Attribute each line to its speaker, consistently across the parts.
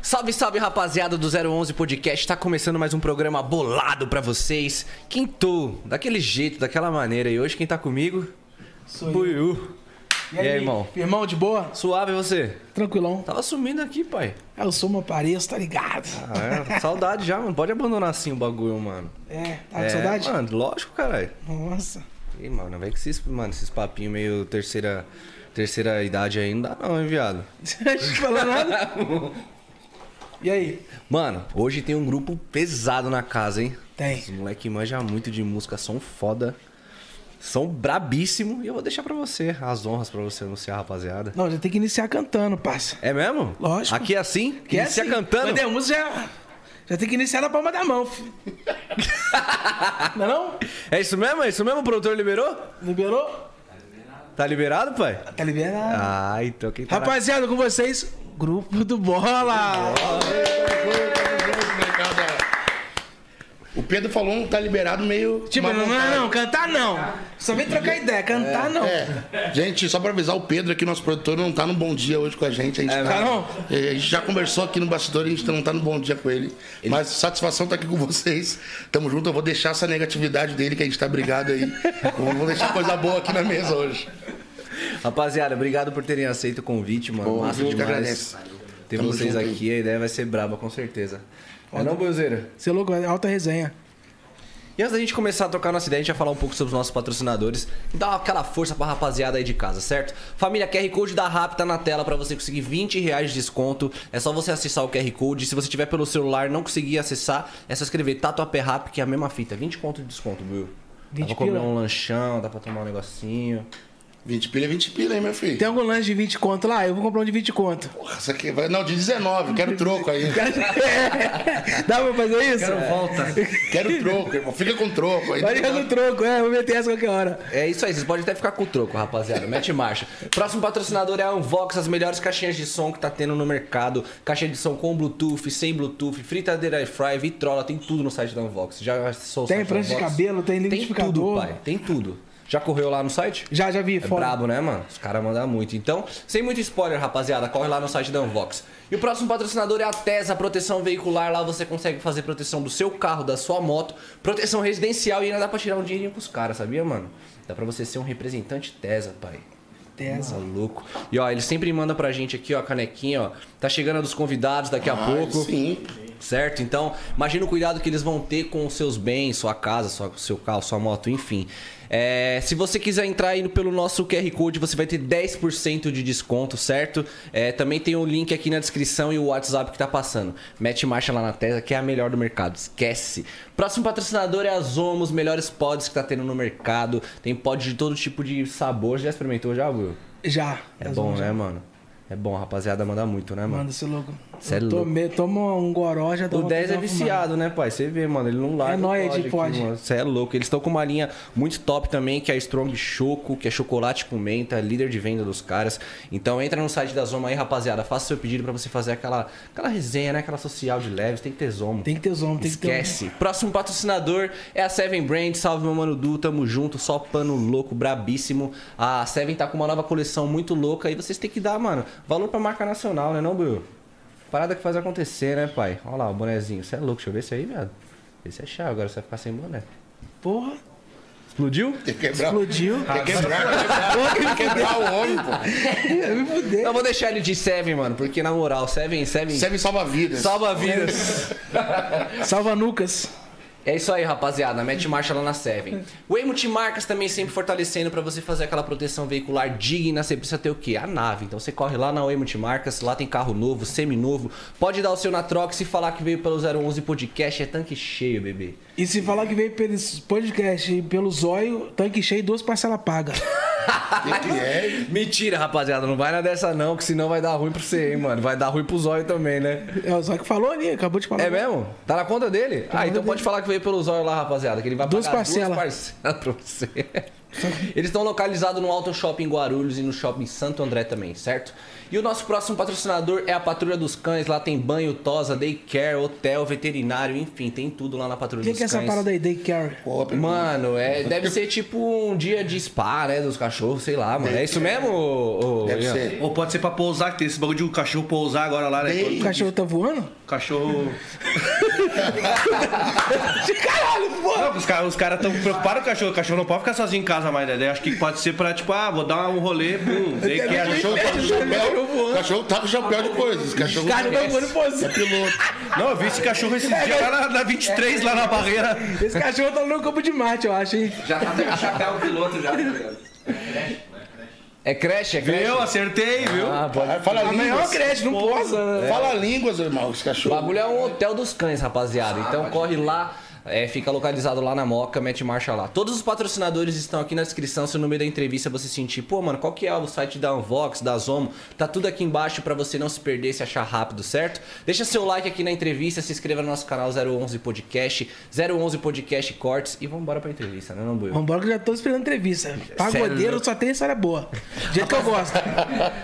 Speaker 1: Salve, salve, rapaziada do 011 Podcast. Tá começando mais um programa bolado pra vocês. Quintou, daquele jeito, daquela maneira. E hoje quem tá comigo?
Speaker 2: Sou eu.
Speaker 1: Buiu. E aí, irmão?
Speaker 2: Irmão, de boa?
Speaker 1: Suave e você?
Speaker 2: Tranquilão.
Speaker 1: Tava sumindo aqui, pai.
Speaker 2: Ah, Eu sou uma pareça, tá ligado?
Speaker 1: Ah, é, saudade já, mano. Pode abandonar assim o bagulho, mano.
Speaker 2: É, tá com
Speaker 1: é,
Speaker 2: saudade?
Speaker 1: Mano, lógico, caralho.
Speaker 2: Nossa.
Speaker 1: Ih, mano, vem que esses, mano, esses papinhos meio terceira, terceira idade aí não dá não, hein, viado?
Speaker 2: Não te falou nada? E aí?
Speaker 1: Mano, hoje tem um grupo pesado na casa, hein?
Speaker 2: Tem.
Speaker 1: Os moleque manja muito de música, são foda. São brabíssimo. E eu vou deixar pra você as honras pra você anunciar, rapaziada.
Speaker 2: Não, já tem que iniciar cantando, parça.
Speaker 1: É mesmo?
Speaker 2: Lógico.
Speaker 1: Aqui é assim?
Speaker 2: Que é
Speaker 1: Inicia
Speaker 2: assim.
Speaker 1: cantando?
Speaker 2: Mas tem música já, já tem que iniciar na palma da mão, filho. não é não?
Speaker 1: É isso mesmo? É isso mesmo? O produtor liberou?
Speaker 2: Liberou?
Speaker 1: Tá liberado, pai?
Speaker 2: Tá liberado.
Speaker 1: Ah, então quem tá na-
Speaker 2: Rapaziada, com vocês, Grupo do Bola.
Speaker 3: O Pedro falou um tá liberado meio.
Speaker 2: Tipo,
Speaker 3: uma
Speaker 2: não, não,
Speaker 3: vontade.
Speaker 2: não, cantar não. Só vem trocar ideia, cantar não.
Speaker 3: É. Gente, só pra avisar, o Pedro aqui, nosso produtor, não tá no bom dia hoje com a gente. A gente,
Speaker 2: É,
Speaker 3: tá-
Speaker 2: não?
Speaker 3: É, a gente já conversou aqui no bastidor e a gente não tá no bom dia com ele. Mas satisfação tá aqui com vocês. Tamo junto, eu vou deixar essa negatividade dele que a gente tá brigado aí. Eu vou deixar coisa boa aqui na mesa hoje.
Speaker 1: Rapaziada, obrigado por terem aceito o convite, mano.
Speaker 3: Pô,
Speaker 1: Massa
Speaker 3: eu que
Speaker 1: demais.
Speaker 3: agradeço.
Speaker 1: Ter
Speaker 3: Tamo
Speaker 1: vocês
Speaker 3: junto.
Speaker 1: aqui, a ideia vai ser braba, com certeza. É não, Boizeira?
Speaker 2: Você é louco, é alta resenha.
Speaker 1: E antes da gente começar a trocar nossa ideia, a gente vai falar um pouco sobre os nossos patrocinadores. Dá aquela força pra rapaziada aí de casa, certo? Família, QR Code da RAP tá na tela pra você conseguir 20 reais de desconto. É só você acessar o QR Code. Se você tiver pelo celular e não conseguir acessar, é só escrever Tatuapé RAP, que é a mesma fita. 20 conto de desconto, viu? Dá
Speaker 2: 20
Speaker 1: pra comer
Speaker 2: pila.
Speaker 1: um lanchão, dá pra tomar um negocinho.
Speaker 3: 20 pila é 20 pila, hein, meu filho?
Speaker 2: Tem algum lanche de 20 conto lá? Eu vou comprar um de 20 conto.
Speaker 3: Porra, essa aqui vai. Não, de 19, quero troco aí.
Speaker 2: É. Dá pra fazer isso?
Speaker 4: Quero volta.
Speaker 3: Quero troco, irmão. Fica com troco aí.
Speaker 2: Vai ligar no troco, é, vou meter essa qualquer hora.
Speaker 1: É isso aí, vocês podem até ficar com o troco, rapaziada. Mete marcha. Próximo patrocinador é a Unvox, as melhores caixinhas de som que tá tendo no mercado. Caixinha de som com Bluetooth, sem Bluetooth, fritadeira air fry, vitrola, tem tudo no site da Unvox. Já acessou o
Speaker 2: Tem
Speaker 1: site da
Speaker 2: prancha de
Speaker 1: Unvox?
Speaker 2: cabelo, tem
Speaker 1: Tem tudo,
Speaker 2: liquidificador.
Speaker 1: pai. Tem tudo. Já correu lá no site?
Speaker 2: Já, já vi,
Speaker 1: É
Speaker 2: foda.
Speaker 1: brabo, né, mano? Os caras mandam muito. Então, sem muito spoiler, rapaziada, corre lá no site da Unvox. E o próximo patrocinador é a Tesa Proteção Veicular. Lá você consegue fazer proteção do seu carro, da sua moto, proteção residencial e ainda dá pra tirar um dinheirinho pros caras, sabia, mano? Dá pra você ser um representante Tesa, pai.
Speaker 2: Tesa.
Speaker 1: Maluco. E ó, ele sempre manda pra gente aqui, ó, a canequinha, ó. Tá chegando a dos convidados daqui a
Speaker 3: Ah,
Speaker 1: pouco.
Speaker 3: Sim.
Speaker 1: Certo? Então, imagina o cuidado que eles vão ter com os seus bens, sua casa, sua, seu carro, sua moto, enfim. É, se você quiser entrar indo pelo nosso QR Code, você vai ter 10% de desconto, certo? É, também tem o link aqui na descrição e o WhatsApp que tá passando. Mete marcha lá na Tesla, que é a melhor do mercado, esquece. Próximo patrocinador é a Zomo, os melhores pods que tá tendo no mercado. Tem pod de todo tipo de sabor. Já experimentou, já, viu?
Speaker 2: Já.
Speaker 1: É
Speaker 2: Mas
Speaker 1: bom,
Speaker 2: vamos-
Speaker 1: né, mano? É bom, a rapaziada, manda muito, né, mano?
Speaker 2: Manda esse louco.
Speaker 1: Cê é
Speaker 2: Eu tomei- Toma um goró, já dá
Speaker 1: O
Speaker 2: uma-
Speaker 1: 10
Speaker 2: dá
Speaker 1: é
Speaker 2: uma
Speaker 1: viciado, né, pai? Você vê, mano, ele não larga.
Speaker 2: É nóia de pod.
Speaker 1: Você é louco. Eles estão com uma linha muito top também, que é a Strong Choco, que é chocolate com menta, líder de venda dos caras. Então entra no site da Zoma aí, rapaziada. Faça seu pedido pra você fazer aquela, aquela resenha, né? Aquela social de leves. Tem que ter Zoma.
Speaker 2: Tem que ter zoom, tem que ter um-
Speaker 1: Esquece. Próximo patrocinador é a Seven Brand. Salve, meu mano Du. Tamo junto. Só pano louco, brabíssimo. A Seven tá com uma nova coleção muito louca. E vocês têm que dar, mano, valor pra marca nacional, né, não, Bill? Parada que faz acontecer, né, pai? Olha lá o bonezinho. Você é louco. Deixa eu ver esse aí, viado. Esse é chá. Agora você vai ficar sem boné.
Speaker 2: Porra,
Speaker 1: Explodiu?
Speaker 3: Tem que quebrar.
Speaker 2: explodiu.
Speaker 3: Tem que Tá, quebrar. Tem que quebrar o homem, pô.
Speaker 2: Eu me fudei.
Speaker 1: Eu vou deixar ele de Seven, mano. Porque, na moral, Seven, Seven...
Speaker 3: Serve salva-vidas.
Speaker 1: Salva vidas.
Speaker 2: Salva Nucas.
Speaker 1: É isso aí, rapaziada. Mete marcha lá na Seven. O Emo Multimarcas também sempre fortalecendo pra você fazer aquela proteção veicular digna. Você precisa ter o quê? A nave. Então você corre lá na Emo Multimarcas, lá tem carro novo, semi-novo. Pode dar o seu na troca e se falar que veio pelo 011 Podcast. É tanque cheio, bebê.
Speaker 2: E se falar que veio pelo podcast e pelo zóio, tanque cheio e duas parcelas pagas.
Speaker 3: Que que é?
Speaker 1: Mentira, rapaziada. Não vai na dessa não, que senão vai dar ruim pra você, hein, mano. Vai dar ruim pro zóio também, né?
Speaker 2: É o zóio que falou ali, acabou de falar.
Speaker 1: É mesmo? Tá na conta dele? ah, então pode falar que veio pelo zóio lá, rapaziada. Que ele vai
Speaker 2: Duas
Speaker 1: pagar
Speaker 2: parcelas.
Speaker 1: duas parcelas pra você. Eles estão localizados no Auto Shopping Guarulhos e no Shopping Santo André também, certo? E o nosso próximo patrocinador é a Patrulha dos Cães. Lá tem banho, tosa, daycare, hotel, veterinário, enfim, tem tudo lá na Patrulha
Speaker 2: O que,
Speaker 1: dos
Speaker 2: que é
Speaker 1: Cães.
Speaker 2: essa parada aí, daycare?
Speaker 3: Pô, pergunta.
Speaker 1: Mano, é, deve ser tipo um dia de spa, né? Dos cachorros, sei lá, mano. É isso mesmo, ô, ô,
Speaker 3: Deve
Speaker 1: Ian?
Speaker 3: ser.
Speaker 4: Ou pode ser pra pousar, que tem esse bagulho de um cachorro pousar agora lá, né?
Speaker 2: O cachorro tá voando?
Speaker 4: O cachorro.
Speaker 2: Caralho, porra!
Speaker 4: Não, os caras os cara tão preocupados com o cachorro. O cachorro não pode ficar sozinho em casa mais, né? Daí Acho que pode ser pra, tipo, ah, vou dar um rolê, pum. Daí que
Speaker 3: É,
Speaker 4: a-
Speaker 3: cachorro tá com chapéu. Cachorro tá com chapéu de coisas. Cachorro
Speaker 2: Cara, tá voando
Speaker 3: é
Speaker 2: pousado.
Speaker 3: piloto.
Speaker 4: Não, eu vi esse cachorro esse dia lá na, na 23, lá na barreira.
Speaker 2: Esse cachorro tá no campo de mate, eu acho, hein?
Speaker 5: Já tá dando chapéu piloto já, tá ligado?
Speaker 1: É creche, é creche.
Speaker 4: Eu acertei, viu?
Speaker 1: Ah, pode.
Speaker 3: Ah, Fala
Speaker 2: A melhor
Speaker 3: línguas.
Speaker 2: creche, não posa.
Speaker 3: Fala línguas, irmão, os
Speaker 1: O
Speaker 3: cachorros.
Speaker 1: bagulho é um hotel dos cães, rapaziada. Então corre lá, é, fica localizado lá na Moca, mete marcha lá. Todos os patrocinadores estão aqui na descrição. Se no meio da entrevista você sentir, pô, mano, qual que é o site da Unvox, da Zomo? Tá tudo aqui embaixo pra você não se perder, se achar rápido, certo? Deixa seu like aqui na entrevista, se inscreva no nosso canal 011 Podcast, 011 Podcast Cortes e vambora pra entrevista, né, não, Buiu?
Speaker 2: Vambora que eu já tô esperando entrevista. Pagodeiro só tem história boa. Do jeito que eu gosto.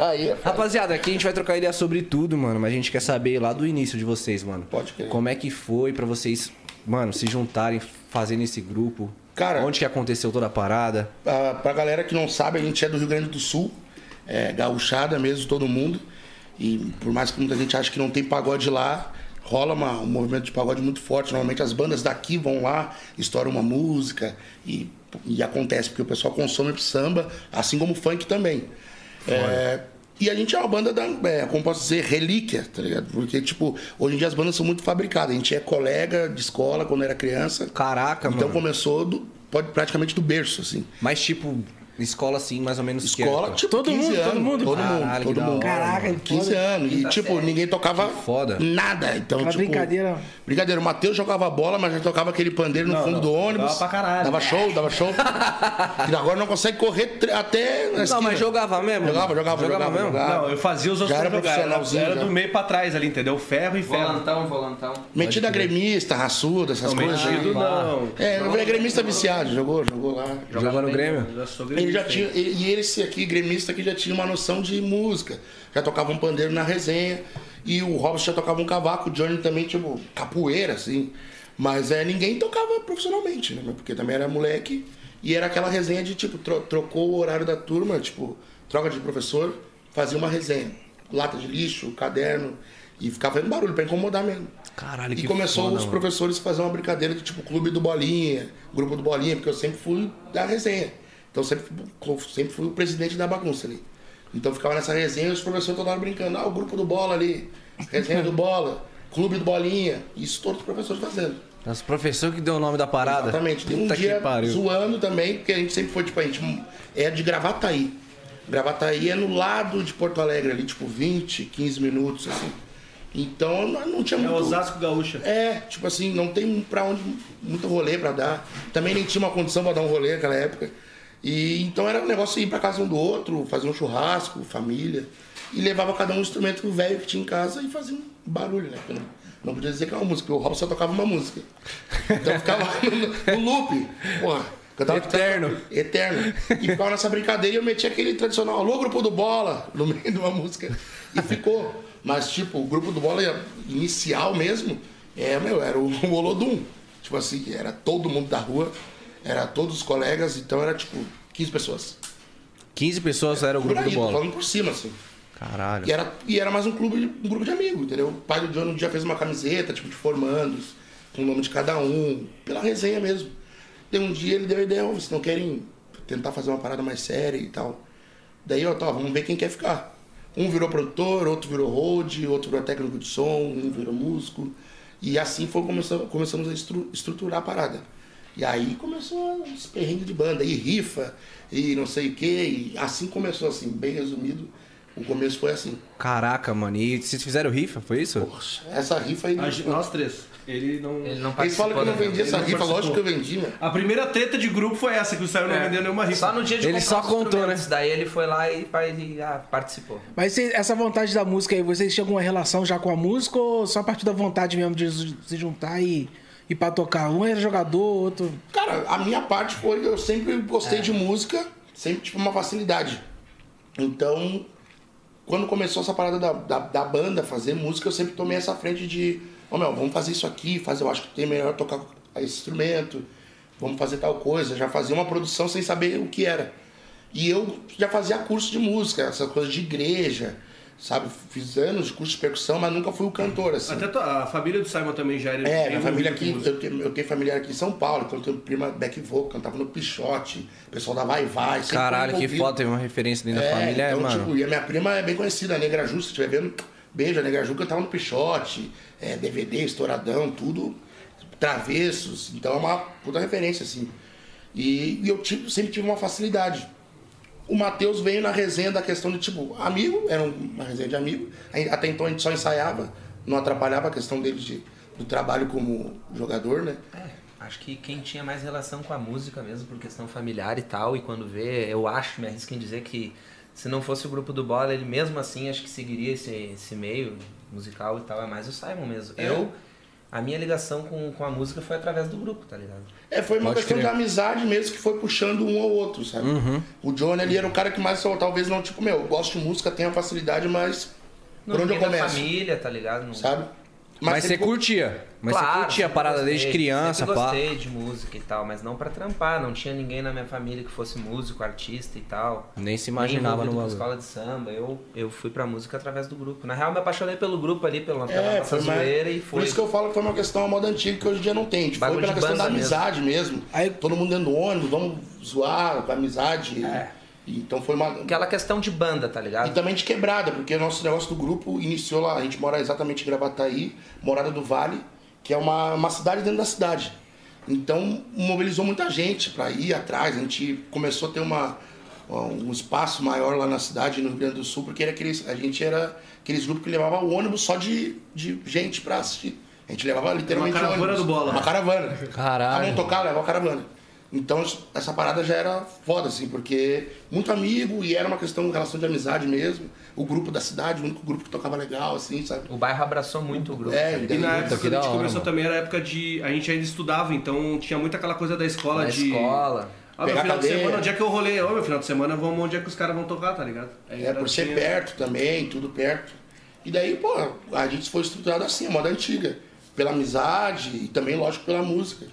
Speaker 3: Aí,
Speaker 1: Rapaziada, aqui a gente vai trocar ideia sobre tudo, mano, mas a gente quer saber lá do início de vocês, mano.
Speaker 3: Pode crer.
Speaker 1: Como é que foi pra vocês, mano, se juntarem, fazendo esse grupo?
Speaker 3: Cara-
Speaker 1: Onde que aconteceu toda a parada?
Speaker 3: pra, Ah, pra galera que não sabe, a gente é do Rio Grande do Sul, é, gaúchada mesmo, todo mundo. E por mais que muita gente ache que não tem pagode lá, rola uma- um movimento de pagode muito forte. Normalmente as bandas daqui vão lá, estouram uma música e, e acontece, porque o pessoal consome samba, assim como funk também. É, e a gente é uma banda da, é, como posso dizer, relíquia, tá ligado? Porque, tipo, hoje em dia as bandas são muito fabricadas. A gente é colega de escola quando era criança.
Speaker 1: Caraca,
Speaker 3: Então
Speaker 1: mano.
Speaker 3: começou do, pode, praticamente do berço, assim.
Speaker 1: Mas tipo, escola assim, mais ou menos. que
Speaker 3: Escola,
Speaker 1: época?
Speaker 3: tipo,
Speaker 2: Todo
Speaker 3: 15
Speaker 2: mundo, todo
Speaker 3: anos,
Speaker 2: mundo?
Speaker 3: Todo mundo,
Speaker 1: Caralho, que
Speaker 3: todo
Speaker 1: da hora,
Speaker 3: mundo.
Speaker 2: Caraca, que
Speaker 3: 15
Speaker 2: foda.
Speaker 3: anos. E, tipo, ninguém tocava
Speaker 1: foda.
Speaker 3: nada. Então,
Speaker 2: Aquela
Speaker 3: tipo,
Speaker 2: brincadeira.
Speaker 3: Brincadeira. O Matheus jogava bola, mas já tocava aquele pandeiro no
Speaker 4: Não,
Speaker 3: fundo
Speaker 4: não.
Speaker 3: do ônibus.
Speaker 4: Dava pra caralho.
Speaker 3: Dava show, dava show. e agora não consegue correr tre- até na
Speaker 1: Não,
Speaker 3: esquina.
Speaker 1: mas jogava mesmo?
Speaker 3: Jogava, jogava,
Speaker 1: Jogava
Speaker 3: jogava.
Speaker 1: mesmo?
Speaker 3: jogava.
Speaker 4: Não, eu fazia os outros
Speaker 3: Já era
Speaker 4: jogar.
Speaker 3: profissionalzinho,
Speaker 4: Era
Speaker 3: já.
Speaker 4: do meio pra trás ali, entendeu? Ferro e ferro.
Speaker 5: Volantão, volantão.
Speaker 3: Metido a gremista, raçudo, essas
Speaker 4: Não,
Speaker 3: coisas.
Speaker 4: metido não.
Speaker 3: É, eu falei, gremista viciado. Jogou, jogou lá.
Speaker 1: Jogava no Grêmio?
Speaker 4: Eu já sou
Speaker 3: Ele já
Speaker 4: gremista,
Speaker 3: tinha, e e esse aqui, gremista, que já tinha uma noção de música. Já tocava um pandeiro na resenha. E o Robson já tocava um cavaco, o Johnny também, tipo, capoeira, assim. Mas é, ninguém tocava profissionalmente, né? Porque também era moleque. E era aquela resenha de, tipo, tro- trocou o horário da turma, tipo, troca de professor, fazia uma resenha. Lata de lixo, caderno. E ficava fazendo barulho pra incomodar mesmo.
Speaker 1: Caralho,
Speaker 3: E
Speaker 1: que
Speaker 3: começou
Speaker 1: foda,
Speaker 3: os
Speaker 1: mano.
Speaker 3: professores fazer uma brincadeira de tipo clube do bolinha, grupo do bolinha, porque eu sempre fui da resenha. Então sempre, fui- sempre fui o presidente da bagunça ali. Então ficava nessa resenha e os professores toda hora brincando, ah, o grupo do bola ali, resenha do bola, clube do bolinha. Isso todos os professores fazendo.
Speaker 1: Os professor que deu o nome da parada.
Speaker 3: Exatamente. Tem um
Speaker 1: Puta
Speaker 3: dia
Speaker 1: que pariu.
Speaker 3: zoando também, porque a gente sempre foi, tipo, a gente é de Gravataí. Gravataí é no lado de Porto Alegre ali, tipo, 20, 15 minutos, assim. Então não, não tinha
Speaker 4: É
Speaker 3: muito...
Speaker 4: Osasco Gaúcha.
Speaker 3: É, tipo assim, não tem pra onde muito rolê pra dar. Também nem tinha uma condição pra dar um rolê naquela época. E então era um negócio de ir pra casa um do outro, fazer um churrasco, família. E levava cada um um instrumento velho que tinha em casa e fazia um barulho, né? Porque Não, não podia dizer que era uma música, porque o Robson só tocava uma música. Então ficava no, no loop. Porra. cantava-
Speaker 1: Eterno.
Speaker 3: Eterno. E ficava nessa brincadeira e eu meti aquele tradicional, alô, grupo do bola, no meio de uma música. E ficou. Mas, tipo, o grupo do bola inicial mesmo, é, meu, era o, o Olodum. Tipo assim, era todo mundo da rua, era todos os colegas, então era tipo 15 pessoas.
Speaker 1: 15 pessoas era o
Speaker 3: Por
Speaker 1: grupo do
Speaker 3: aí, tô
Speaker 1: bola.
Speaker 3: falando por cima, assim.
Speaker 1: Caralho.
Speaker 3: E era, e era mais um clube, de- um grupo de amigos, entendeu? O pai do John um dia fez uma camiseta, tipo, de formandos, com o nome de cada um, pela resenha mesmo. Daí um dia ele deu a ideia, "Ô, vocês não querem tentar fazer uma parada mais séria e tal. Daí, ó, tá, vamos ver quem quer ficar. Um virou produtor, outro virou road, outro virou técnico de som, um virou músico. E assim foi começando, começamos a estru- estruturar a parada. E aí começou os perrengues de banda, e rifa, e não sei o quê. E assim começou, assim, bem resumido. O começo foi assim.
Speaker 1: Caraca, mano. E vocês fizeram rifa, foi isso?
Speaker 3: Poxa, essa rifa aí.
Speaker 4: A gente- Nós três. Ele não.
Speaker 5: Ele não
Speaker 3: Eles falam que
Speaker 5: participou
Speaker 3: eu não
Speaker 5: da
Speaker 3: vendi essa
Speaker 4: Ele né? não
Speaker 3: rifa,
Speaker 4: participou.
Speaker 3: lógico que eu vendi, meu.
Speaker 4: A primeira treta de grupo foi essa, que o Sérgio não vendeu nenhuma rifa.
Speaker 5: É. Só no dia de
Speaker 1: Ele
Speaker 5: comprar
Speaker 1: só
Speaker 5: os
Speaker 1: contou,
Speaker 5: instrumentos,
Speaker 1: né?
Speaker 5: Daí ele foi lá e, pa- e, ah, participou.
Speaker 2: Mas cê- essa vontade da música aí, vocês tinham alguma relação já com a música ou só a partir da vontade mesmo de se juntar e, ir pra tocar. Um era jogador, outro.
Speaker 3: Cara, a minha parte foi eu sempre
Speaker 4: É.
Speaker 3: gostei de música, sempre tipo uma facilidade. Então, quando começou essa parada da, da, da banda fazer música, eu sempre tomei essa frente de, ô meu, vamos fazer isso aqui, fazer, eu acho que tem melhor tocar esse instrumento, vamos fazer tal coisa, já fazia uma produção sem saber o que era. E eu já fazia curso de música, essa coisa de igreja, sabe? Fiz anos de curso de percussão, mas nunca fui o cantor, assim.
Speaker 4: Até tua- a família do Simon também já era.
Speaker 3: É,
Speaker 4: bem
Speaker 3: minha família
Speaker 4: envolvida
Speaker 3: aqui,
Speaker 4: com música.
Speaker 3: eu tenho, eu tenho familiar aqui em São Paulo, então eu tenho prima back vocal, cantava no Pichote, pessoal da Vai Vai. sempre
Speaker 1: Caralho, que
Speaker 3: envolvido.
Speaker 1: foda, teve uma referência dentro
Speaker 3: É,
Speaker 1: da família, é,
Speaker 3: então,
Speaker 1: mano.
Speaker 3: tipo, e a minha prima é bem conhecida, a Negra Ju, se estiver vendo, beijo, a Negra Ju cantava no Pichote, é, DVD, estouradão, tudo, travessos, então é uma puta referência, assim. E, e eu tipo, sempre tive uma facilidade. O Matheus veio na resenha da questão de, tipo, amigo, era um- uma resenha de amigo, aí, até então a gente só ensaiava, não atrapalhava a questão dele de, do trabalho como jogador, né?
Speaker 5: É, acho que quem tinha mais relação com a música mesmo, por questão familiar e tal, e quando vê, eu acho, me arrisco em dizer que se não fosse o grupo do Bola, ele mesmo assim acho que seguiria esse, esse meio musical e tal, é mais o Simon mesmo.
Speaker 3: É.
Speaker 5: Eu, a minha ligação com, com a música foi através do grupo, tá ligado?
Speaker 3: É, foi uma
Speaker 1: Pode
Speaker 3: questão
Speaker 1: crer. Uhum.
Speaker 3: de amizade mesmo que foi puxando um ao outro, sabe? O Johnny ali era o cara que mais, só- talvez não, tipo, meu, eu gosto de música, tenho a facilidade, mas por onde eu
Speaker 5: ninguém da
Speaker 3: começo,
Speaker 5: família, tá ligado? Não-
Speaker 3: sabe?
Speaker 1: Mas, você
Speaker 3: sempre-
Speaker 1: curtia. Mas você
Speaker 5: Claro,
Speaker 1: curtia a
Speaker 5: sempre
Speaker 1: parada
Speaker 5: gostei,
Speaker 1: desde criança,
Speaker 5: sempre
Speaker 1: pá.
Speaker 5: gostei de música e tal, mas não pra trampar, não tinha ninguém na minha família que fosse músico, artista e tal.
Speaker 1: Nem se imaginava
Speaker 5: Nem envolvido
Speaker 1: no
Speaker 5: com
Speaker 1: bagulho.
Speaker 5: escola de samba, eu, eu fui pra música através do grupo. Na real, me apaixonei pelo grupo ali, pela, pela
Speaker 3: É,
Speaker 5: nossa
Speaker 3: foi uma...
Speaker 5: zoeira e
Speaker 3: Por
Speaker 5: foi.
Speaker 3: isso que eu falo que foi uma questão à moda antiga que hoje em dia não tem. Tipo, foi
Speaker 5: Bagulho
Speaker 3: pela
Speaker 5: de
Speaker 3: questão da
Speaker 5: banda mesmo.
Speaker 3: amizade mesmo.
Speaker 2: Aí-
Speaker 3: Todo mundo dentro do ônibus, vamos zoar com a amizade.
Speaker 5: É.
Speaker 3: E- Então foi uma.
Speaker 5: Aquela questão de banda, tá ligado?
Speaker 3: E também de quebrada, porque o nosso negócio do grupo iniciou lá. A gente mora exatamente em Gravataí, Morada do Vale, que é uma, uma cidade dentro da cidade. Então, mobilizou muita gente para ir atrás. A gente começou a ter uma, um espaço maior lá na cidade, no Rio Grande do Sul, porque era aqueles, a gente era aqueles grupos que levava o ônibus só de, de gente para assistir. A gente levava literalmente
Speaker 4: Uma caravana
Speaker 3: ônibus.
Speaker 4: do bola.
Speaker 3: Uma caravana.
Speaker 1: Caralho.
Speaker 3: Ah, não tocar, leva a caravana. Então essa parada já era foda, assim, porque muito amigo e era uma questão, relação de amizade mesmo. O grupo da cidade, o único grupo que tocava legal, assim, sabe?
Speaker 5: O bairro abraçou muito o grupo.
Speaker 3: É,
Speaker 5: tá ligado?
Speaker 3: e
Speaker 4: E na
Speaker 3: daí-
Speaker 1: Puta,
Speaker 4: época
Speaker 1: que
Speaker 4: que a
Speaker 1: da
Speaker 4: gente
Speaker 1: hora,
Speaker 4: começou
Speaker 1: mano.
Speaker 4: também era a época de. A gente ainda estudava, então tinha muito aquela coisa da escola
Speaker 5: Na
Speaker 4: de.
Speaker 5: escola.
Speaker 4: Ah, meu
Speaker 3: Pegar
Speaker 4: final de
Speaker 3: cadeia.
Speaker 4: semana, onde é que eu rolei? Ô, meu final de semana, vamos onde é que os caras vão tocar, tá ligado? Aí
Speaker 3: é,
Speaker 4: era-
Speaker 3: por ser
Speaker 4: tinha-
Speaker 3: perto também, tudo perto. E daí, pô, a gente foi estruturado assim, a moda antiga. Pela amizade e também, lógico, pela música.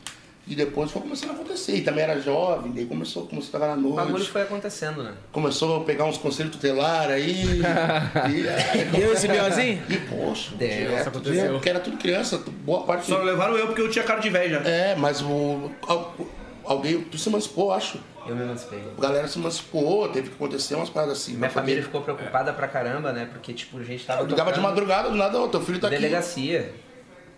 Speaker 3: E depois foi começando a acontecer. E também era jovem, daí começou, começou a tocar na
Speaker 5: O bagulho
Speaker 3: noite.
Speaker 5: foi acontecendo, né?
Speaker 3: Começou a pegar uns conselhos tutelar aí. e,
Speaker 2: Eu e esse Biozinho?
Speaker 3: E, poxa,
Speaker 5: Deus,
Speaker 3: direto,
Speaker 5: aconteceu.
Speaker 3: porque era tudo criança, boa parte.
Speaker 4: Só não levaram eu porque eu tinha cara de velho já.
Speaker 3: É, mas o. al- Alguém. Tu se emancipou, acho.
Speaker 5: Eu me emancipei.
Speaker 3: A galera se emancipou, teve que acontecer umas paradas assim.
Speaker 5: Minha família ficou preocupada pra caramba, né? Porque, tipo, a gente tava.
Speaker 3: Eu ligava de
Speaker 5: tocando-
Speaker 3: madrugada, do nada, ô, teu filho tá aqui.
Speaker 5: Delegacia.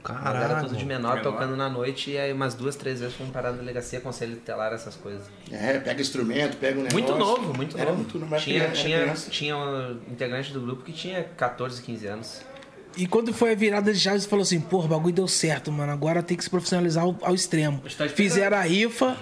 Speaker 1: Caralho.
Speaker 5: Era tudo de menor, tocando na noite e aí umas duas, três vezes fomos parar na delegacia, conselho tutelar, essas coisas.
Speaker 3: É, pega instrumento, pega o negócio.
Speaker 5: Muito novo, muito
Speaker 3: É Era
Speaker 5: novo.
Speaker 3: muito novo. era
Speaker 5: tinha,
Speaker 3: criança,
Speaker 5: tinha,
Speaker 3: era criança.
Speaker 5: tinha um integrante do grupo que tinha 14, 15 anos.
Speaker 2: E quando foi a virada de chaves, você falou assim, porra, o bagulho deu certo, mano. Agora tem que se profissionalizar ao, ao extremo.
Speaker 4: gente tá esperando.
Speaker 2: Fizeram a rifa.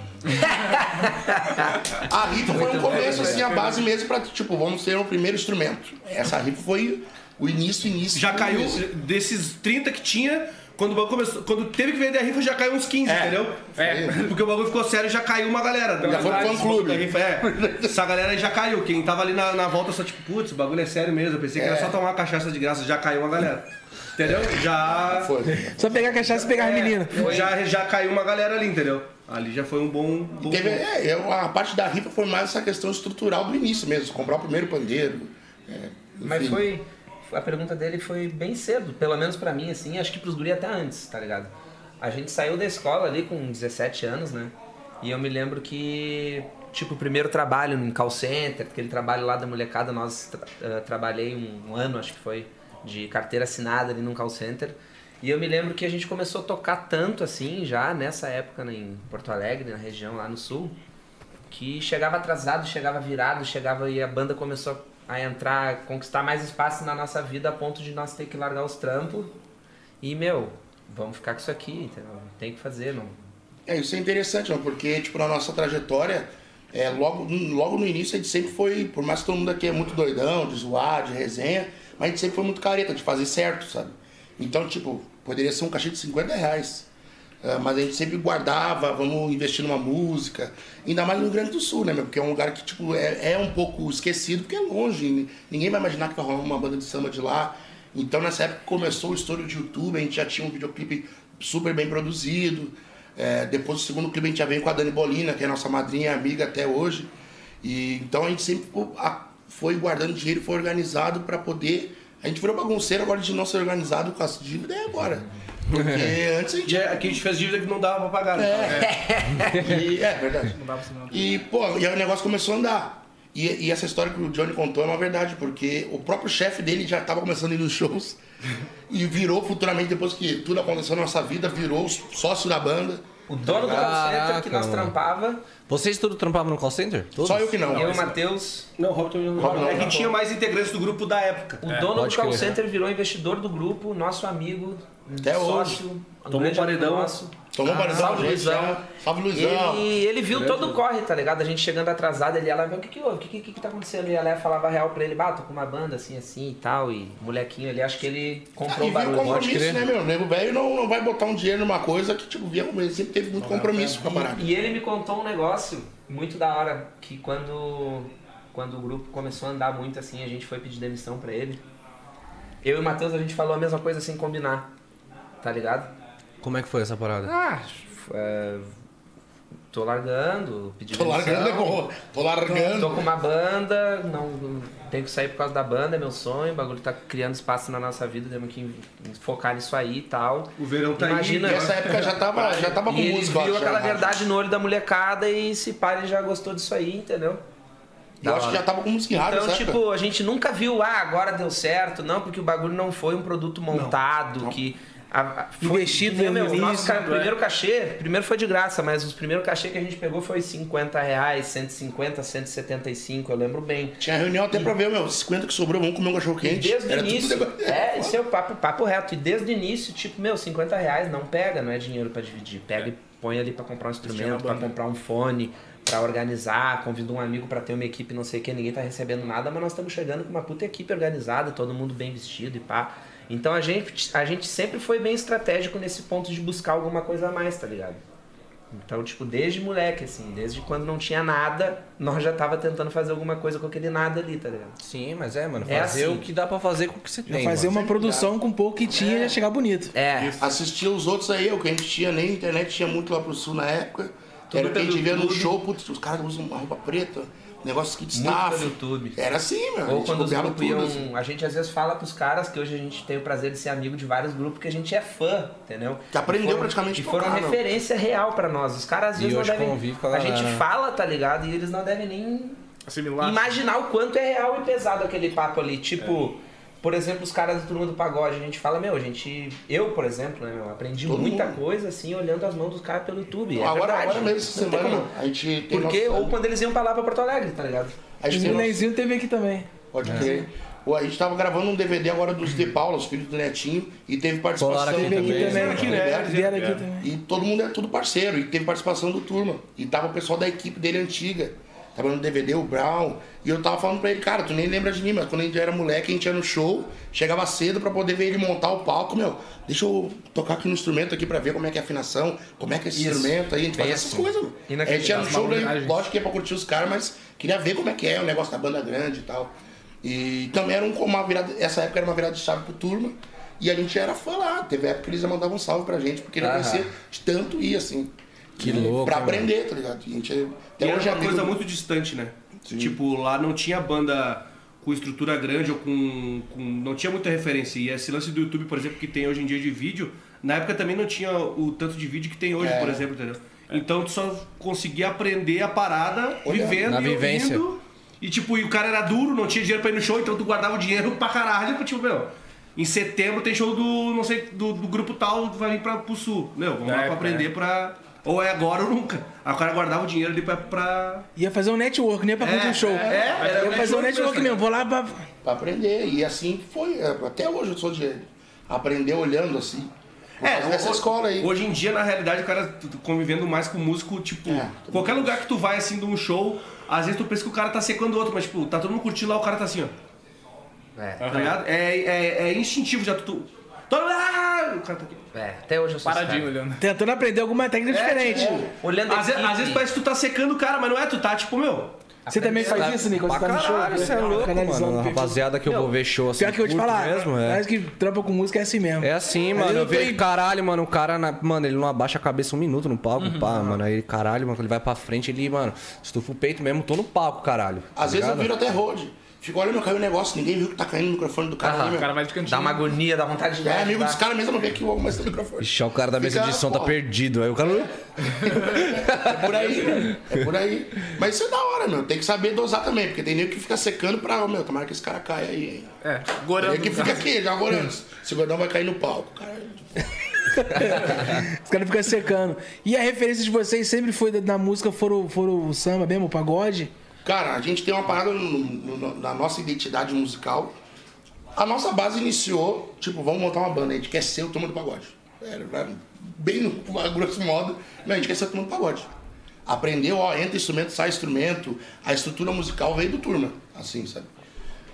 Speaker 3: A rifa foi um
Speaker 5: Muito né?
Speaker 3: começo,
Speaker 5: bem,
Speaker 3: assim, a base mesmo pra, tipo, vamos ter o primeiro instrumento. Essa rifa foi o início, início.
Speaker 4: Já
Speaker 3: do
Speaker 4: caiu
Speaker 3: início.
Speaker 4: desses 30 que tinha, quando o bagulho começou. Quando teve que vender a rifa, já caiu uns 15,
Speaker 3: É.
Speaker 4: entendeu?
Speaker 3: É.
Speaker 4: Porque o bagulho ficou sério e já caiu uma galera.
Speaker 3: Já foi pro
Speaker 4: Atrás,
Speaker 3: fã-clube.
Speaker 4: da rifa, É. Essa galera aí já caiu. Quem tava ali na, na volta só tipo, putz, o bagulho é sério mesmo. Eu pensei que era só tomar uma cachaça de graça, já caiu uma galera. Entendeu? Já.
Speaker 3: Foi.
Speaker 2: Só pegar a cachaça e pegar as meninas.
Speaker 4: Já, já caiu uma galera ali, entendeu? Ali já foi um bom. bom
Speaker 3: Teve, é, eu- a parte da rifa foi mais essa questão estrutural do início mesmo, comprar o primeiro pandeiro. é,
Speaker 5: Mas
Speaker 3: enfim.
Speaker 5: foi. A pergunta dele foi bem cedo, pelo menos pra mim, assim, acho que pros guri até antes, tá ligado? A gente saiu da escola ali com 17 anos, né? E eu me lembro que, tipo, o primeiro trabalho no call center, aquele trabalho lá da molecada, nós tra eh, trabalhei um, um ano, acho que foi, de carteira assinada ali num call center. E eu me lembro que a gente começou a tocar tanto assim, já nessa época, né, em Porto Alegre, na região lá no sul, que chegava atrasado, chegava virado, chegava e a banda começou a entrar, a conquistar mais espaço na nossa vida a ponto de nós ter que largar os trampos. E meu, vamos ficar com isso aqui, entendeu? Tem que fazer, não.
Speaker 3: É, isso é interessante, mano, porque, tipo, na nossa trajetória, é, logo, logo no início a gente sempre foi, por mais que todo mundo aqui é muito doidão, de zoar, de resenha, mas a gente sempre foi muito careta de fazer certo, sabe? Então, tipo, poderia ser um cachê de 50 reais. Ah, mas a gente sempre guardava, vamos investir numa música. Ainda mais no Rio Grande do Sul, né, meu? Porque é um lugar que, tipo, é, é um pouco esquecido, porque é longe. né? Ninguém vai imaginar que vai rolar uma banda de samba de lá. Então, nessa época começou o estouro de YouTube, a gente já tinha um videoclipe super bem produzido. É, depois do segundo clipe, a gente já veio com a Dani Bolina, que é nossa madrinha e amiga até hoje. E, então, a gente sempre ficou- a- foi guardando dinheiro, foi organizado para poder... A gente virou bagunceiro agora de não ser organizado com as dívidas é agora. Porque antes a gente
Speaker 4: E Aqui a gente fez dívida que não dava pra pagar. né?
Speaker 3: É. e, é verdade. E, pô, e aí o negócio começou a andar. E, e essa história que o Johnny contou é uma verdade, porque o próprio chefe dele já estava começando a ir nos shows e virou futuramente, depois que tudo aconteceu na nossa vida, virou sócio da banda.
Speaker 5: O dono do call center
Speaker 1: Caraca,
Speaker 5: que nós
Speaker 1: mano.
Speaker 5: trampava,
Speaker 1: Vocês tudo trampavam no call center? Todos?
Speaker 3: Só eu que não.
Speaker 5: eu e o Matheus,
Speaker 4: Não, Robert não
Speaker 3: Robert não.
Speaker 4: É que tinha mais integrantes do grupo da época.
Speaker 5: o dono
Speaker 1: É, pode
Speaker 5: do call
Speaker 1: crer.
Speaker 5: center virou investidor do grupo, nosso amigo,
Speaker 3: Até
Speaker 5: sócio, um
Speaker 4: Tomou
Speaker 5: grande amigo
Speaker 4: paredão.
Speaker 5: nosso.
Speaker 3: Tomou
Speaker 5: Ah,
Speaker 3: paredão,
Speaker 5: salve,
Speaker 3: gente,
Speaker 5: Luizão.
Speaker 3: já. Salve, Luizão.
Speaker 5: Ele, ele viu todo o corre, tá ligado? A gente chegando atrasado, ele ia lá ver o que que houve, o que que, que, que tá acontecendo. E a Léa falava real pra ele, bato com uma banda assim, assim e tal. E o molequinho ali, acho que ele
Speaker 3: Ah,
Speaker 5: comprou
Speaker 3: e viu
Speaker 5: o
Speaker 3: o
Speaker 5: barulho.
Speaker 3: compromisso,
Speaker 1: crer.
Speaker 3: né, meu? O nego velho não, não vai botar um dinheiro numa coisa que, tipo, via, ele sempre teve muito compromisso com a parada.
Speaker 5: E ele me contou um negócio muito da hora, que quando, quando o grupo começou a andar muito assim, a gente foi pedir demissão pra ele. Eu e o Matheus, a gente falou a mesma coisa sem combinar, tá ligado?
Speaker 1: Como é que foi essa parada?
Speaker 5: Ah, é, tô largando, pedi
Speaker 3: Tô
Speaker 5: demissão.
Speaker 3: largando, nego. Tô
Speaker 5: Tô
Speaker 3: largando.
Speaker 5: com uma banda, não, não- tenho que sair por causa da banda, é meu sonho, o bagulho tá criando espaço na nossa vida, temos que focar nisso aí e tal.
Speaker 4: O verão tá
Speaker 5: Imagina,
Speaker 4: aí.
Speaker 3: E essa época já tava, já tava com
Speaker 5: E ele
Speaker 3: música. eu
Speaker 5: viu
Speaker 3: acho,
Speaker 5: aquela
Speaker 3: na rádio.
Speaker 5: verdade no olho da molecada e se pá, ele já gostou disso aí, entendeu?
Speaker 3: Eu acho que já tava com música em rádio,
Speaker 5: Então,
Speaker 3: sabe?
Speaker 5: tipo, a gente nunca viu, ah, agora deu certo, não, porque o bagulho não foi um produto montado, que. a- a- foi,
Speaker 2: Investido
Speaker 5: que nem, meu,
Speaker 2: no
Speaker 5: o nosso
Speaker 2: início,
Speaker 5: ca-
Speaker 2: né?
Speaker 5: primeiro cachê, primeiro foi de graça, mas os primeiros cachê que a gente pegou foi 50 reais, 150, 175, eu lembro bem.
Speaker 3: Tinha reunião até pra ver, meu, 50 que sobrou, vamos comer um cachorro
Speaker 5: E
Speaker 3: quente.
Speaker 5: desde o início.
Speaker 3: tudo negócio-
Speaker 5: É, esse é o papo, papo reto. E desde o início, tipo, meu, 50 reais não pega, não é dinheiro pra dividir.
Speaker 3: É.
Speaker 5: Pega e põe ali pra comprar um instrumento, pra comprar um fone, pra organizar, convida um amigo pra ter uma equipe, não sei o que, ninguém tá recebendo nada, mas nós estamos chegando com uma puta equipe organizada, todo mundo bem vestido e pá. Então a gente, a gente sempre foi bem estratégico nesse ponto de buscar alguma coisa a mais, tá ligado? Então, tipo, desde moleque, assim, desde quando não tinha nada, nós já tava tentando fazer alguma coisa com aquele nada ali, tá ligado?
Speaker 1: Sim, mas é, mano.
Speaker 5: É
Speaker 1: Fazer
Speaker 5: assim.
Speaker 1: o que dá pra fazer com o que você
Speaker 2: Já
Speaker 1: tem.
Speaker 2: fazer
Speaker 1: mano.
Speaker 2: uma produção com pouco que tinha e já chegar bonito.
Speaker 5: É,
Speaker 3: Assistia os outros aí, o que a gente tinha, nem internet tinha muito lá pro sul na época. era o que a gente
Speaker 5: pelo
Speaker 3: via no
Speaker 5: YouTube.
Speaker 3: show, putz, os caras usam uma roupa preta, um negócio que
Speaker 5: Muito
Speaker 3: destafa.
Speaker 5: pelo YouTube.
Speaker 3: Era assim, meu. a
Speaker 5: Ou
Speaker 3: gente
Speaker 5: quando os
Speaker 3: copiava
Speaker 5: grupos
Speaker 3: tudo.
Speaker 5: iam.
Speaker 3: assim.
Speaker 5: A gente às vezes fala pros caras que hoje a gente tem o prazer de ser amigo de vários grupos que a gente é fã, entendeu?
Speaker 3: Que aprendeu
Speaker 5: E foram-
Speaker 3: praticamente
Speaker 5: E
Speaker 3: a
Speaker 5: foram
Speaker 3: tocar, não.
Speaker 5: referência real pra nós. Os caras às
Speaker 1: E
Speaker 5: vezes
Speaker 1: hoje
Speaker 5: não devem.
Speaker 1: convive com a
Speaker 5: a gente
Speaker 1: galera. né?
Speaker 5: fala, tá ligado? E eles não devem nem
Speaker 6: Assimilar.
Speaker 5: imaginar o quanto é real e pesado aquele papo ali. Tipo, por exemplo, os caras do Turma do Pagode, a gente fala, meu, a gente. Eu, por exemplo, né, meu, aprendi
Speaker 3: Todo
Speaker 5: muita
Speaker 3: mundo.
Speaker 5: coisa assim, olhando as mãos dos caras pelo YouTube. É
Speaker 3: agora,
Speaker 5: verdade.
Speaker 3: agora mesmo, essa
Speaker 5: Não tem
Speaker 3: semana,
Speaker 5: como.
Speaker 3: a gente tem
Speaker 5: Porque,
Speaker 3: nosso-
Speaker 5: ou quando eles iam pra lá pra Porto Alegre, tá ligado?
Speaker 3: a gente
Speaker 2: Os
Speaker 3: tem nosso-
Speaker 2: molezinhos teve aqui também.
Speaker 3: Pode crer. Pô, A gente tava gravando um DVD agora dos De Paula, os filhos do Netinho, e teve participação. tá
Speaker 1: Colaram aqui
Speaker 2: Teve aqui
Speaker 1: Também,
Speaker 2: também.
Speaker 6: aqui, né?
Speaker 2: Vieram aqui também.
Speaker 3: E todo mundo é tudo parceiro. E teve participação do turma. E tava o pessoal da equipe dele antiga. Tava no DVD, o Brown. E eu tava falando pra ele, cara, tu nem lembra de mim, mas quando a gente era moleque, a gente ia no show, chegava cedo pra poder ver ele montar o palco, meu. Deixa eu tocar aqui no instrumento aqui pra ver como é que é a afinação, como é que é esse instrumento aí, a gente fazia essas
Speaker 6: assim.
Speaker 3: coisas, meu.
Speaker 5: E
Speaker 3: A
Speaker 5: naquele-
Speaker 3: gente ia no
Speaker 5: nas
Speaker 3: show, né? daí,
Speaker 6: malandragens.
Speaker 3: lógico que ia pra curtir os caras, mas queria ver como é que é o negócio da banda grande e tal. E também era um, uma virada, essa época era uma virada de chave pro turma. E a gente era fã lá. Teve época que eles já mandavam um salve pra gente, porque não
Speaker 1: Aham.
Speaker 3: conhecia de tanto ir, assim.
Speaker 1: Que
Speaker 3: E
Speaker 1: louco,
Speaker 3: Pra
Speaker 1: hein,
Speaker 3: aprender, tá ligado? A gente é-
Speaker 4: E
Speaker 3: até
Speaker 4: era
Speaker 3: hoje é
Speaker 4: uma
Speaker 3: amigo
Speaker 4: coisa
Speaker 3: do-
Speaker 4: muito distante, né? Tipo, lá não tinha banda com estrutura grande ou com, com- Não tinha muita referência. E esse lance do YouTube, por exemplo, que tem hoje em dia de vídeo, na época também não tinha o tanto de vídeo que tem
Speaker 3: É.
Speaker 4: hoje, por exemplo, entendeu? Então tu só conseguia aprender a parada
Speaker 3: Olhando.
Speaker 4: vivendo
Speaker 1: Na
Speaker 4: e
Speaker 1: vivência.
Speaker 4: ouvindo. E tipo, e o cara era duro, não tinha dinheiro pra ir no show, então tu guardava o dinheiro pra caralho, tipo, meu... Em setembro tem show do, não sei, do, do grupo tal, vai vir pra, pro sul. Meu, vamos lá
Speaker 6: É,
Speaker 4: pra aprender pra... Ou é agora ou nunca. Aí o cara guardava o dinheiro ali pra... pra...
Speaker 2: Ia fazer um network, nem pra curtir um show.
Speaker 4: é, era
Speaker 2: Ia fazer um network mesmo. Vou lá pra.
Speaker 3: pra aprender. E assim foi. é, Até hoje eu sou de aprender olhando, assim. Vou fazer essa
Speaker 4: ho-
Speaker 3: escola aí.
Speaker 4: É, Hoje em dia, na realidade, o cara tu- tu convivendo mais com músico, tipo,
Speaker 3: É.
Speaker 4: qualquer lugar que tu vai assim de um show, às vezes tu pensa que o cara tá secando o outro, mas tipo, tá todo mundo curtindo lá, o cara tá assim, ó.
Speaker 5: É.
Speaker 4: Tá ligado? É, é, é instintivo já tu. tu- todo mundo, ah! cara tá aqui.
Speaker 5: É, até hoje eu sou esse
Speaker 6: Paradinho,
Speaker 5: cara.
Speaker 6: olhando.
Speaker 2: Tentando aprender alguma
Speaker 1: É,
Speaker 2: técnica diferente.
Speaker 1: tipo,
Speaker 5: Olhando
Speaker 4: Às, ve-
Speaker 5: equipe,
Speaker 4: às vezes parece que tu tá secando o cara, mas não é, tu tá tipo, meu.
Speaker 2: Você também faz isso, Nico? Você
Speaker 1: Pra
Speaker 2: tá no show?
Speaker 1: caralho, você é louco,
Speaker 2: Canalizando
Speaker 1: mano.
Speaker 2: o
Speaker 1: A
Speaker 2: perfil.
Speaker 1: Rapaziada que eu vou ver show assim.
Speaker 2: Pior que eu vou te
Speaker 1: curto
Speaker 2: falar,
Speaker 1: Mesmo, é.
Speaker 2: parece que trampa com música é assim mesmo.
Speaker 1: É assim,
Speaker 2: Mas
Speaker 1: mano.
Speaker 2: eu
Speaker 1: Eu vejo,
Speaker 2: tenho-
Speaker 1: caralho, mano, o cara, na- mano, ele não abaixa a cabeça um minuto no palco,
Speaker 2: Uhum.
Speaker 1: pá, mano. Aí, caralho, mano, quando ele vai pra frente, ele, mano, estufa o peito mesmo, tô no palco, caralho.
Speaker 3: Às
Speaker 1: tá
Speaker 3: vezes eu
Speaker 1: ligado?
Speaker 3: viro até road. Fico, olha, meu, caiu o negócio, ninguém viu que tá caindo o microfone do cara.
Speaker 5: Aham,
Speaker 3: né, meu?
Speaker 6: O cara vai de cantinho.
Speaker 5: Dá uma agonia, dá vontade de
Speaker 3: É amigo
Speaker 5: ajudar.
Speaker 3: dos caras mesmo, alguém que ouve mais o microfone.
Speaker 1: Ixi, o cara da mesa
Speaker 3: Fica,
Speaker 1: de som tá
Speaker 3: pô.
Speaker 1: perdido. Aí o cara.
Speaker 3: É por aí, né? É por aí. Mas isso é da hora, meu. Tem que saber dosar também, porque tem nego que fica secando pra, "Ô, meu, tomara que esse cara caia aí, hein.
Speaker 6: É,
Speaker 3: Tem
Speaker 6: gorando. É.
Speaker 3: nego que fica aqui, já agora. Se o gordão vai cair no palco, cara.
Speaker 2: Os caras ficam secando. E a referência de vocês sempre foi da, da música, foram, foram o samba mesmo, o pagode?
Speaker 3: Cara, a gente tem uma parada no- no- no- na nossa identidade musical. A nossa base iniciou, tipo, vamos montar uma banda, a gente quer ser o Turma do Pagode. Era, era bem no a grosso modo, não, a gente quer ser o Turma do Pagode. Aprendeu, ó, entra instrumento, sai instrumento, a estrutura musical veio do Turma, assim, sabe?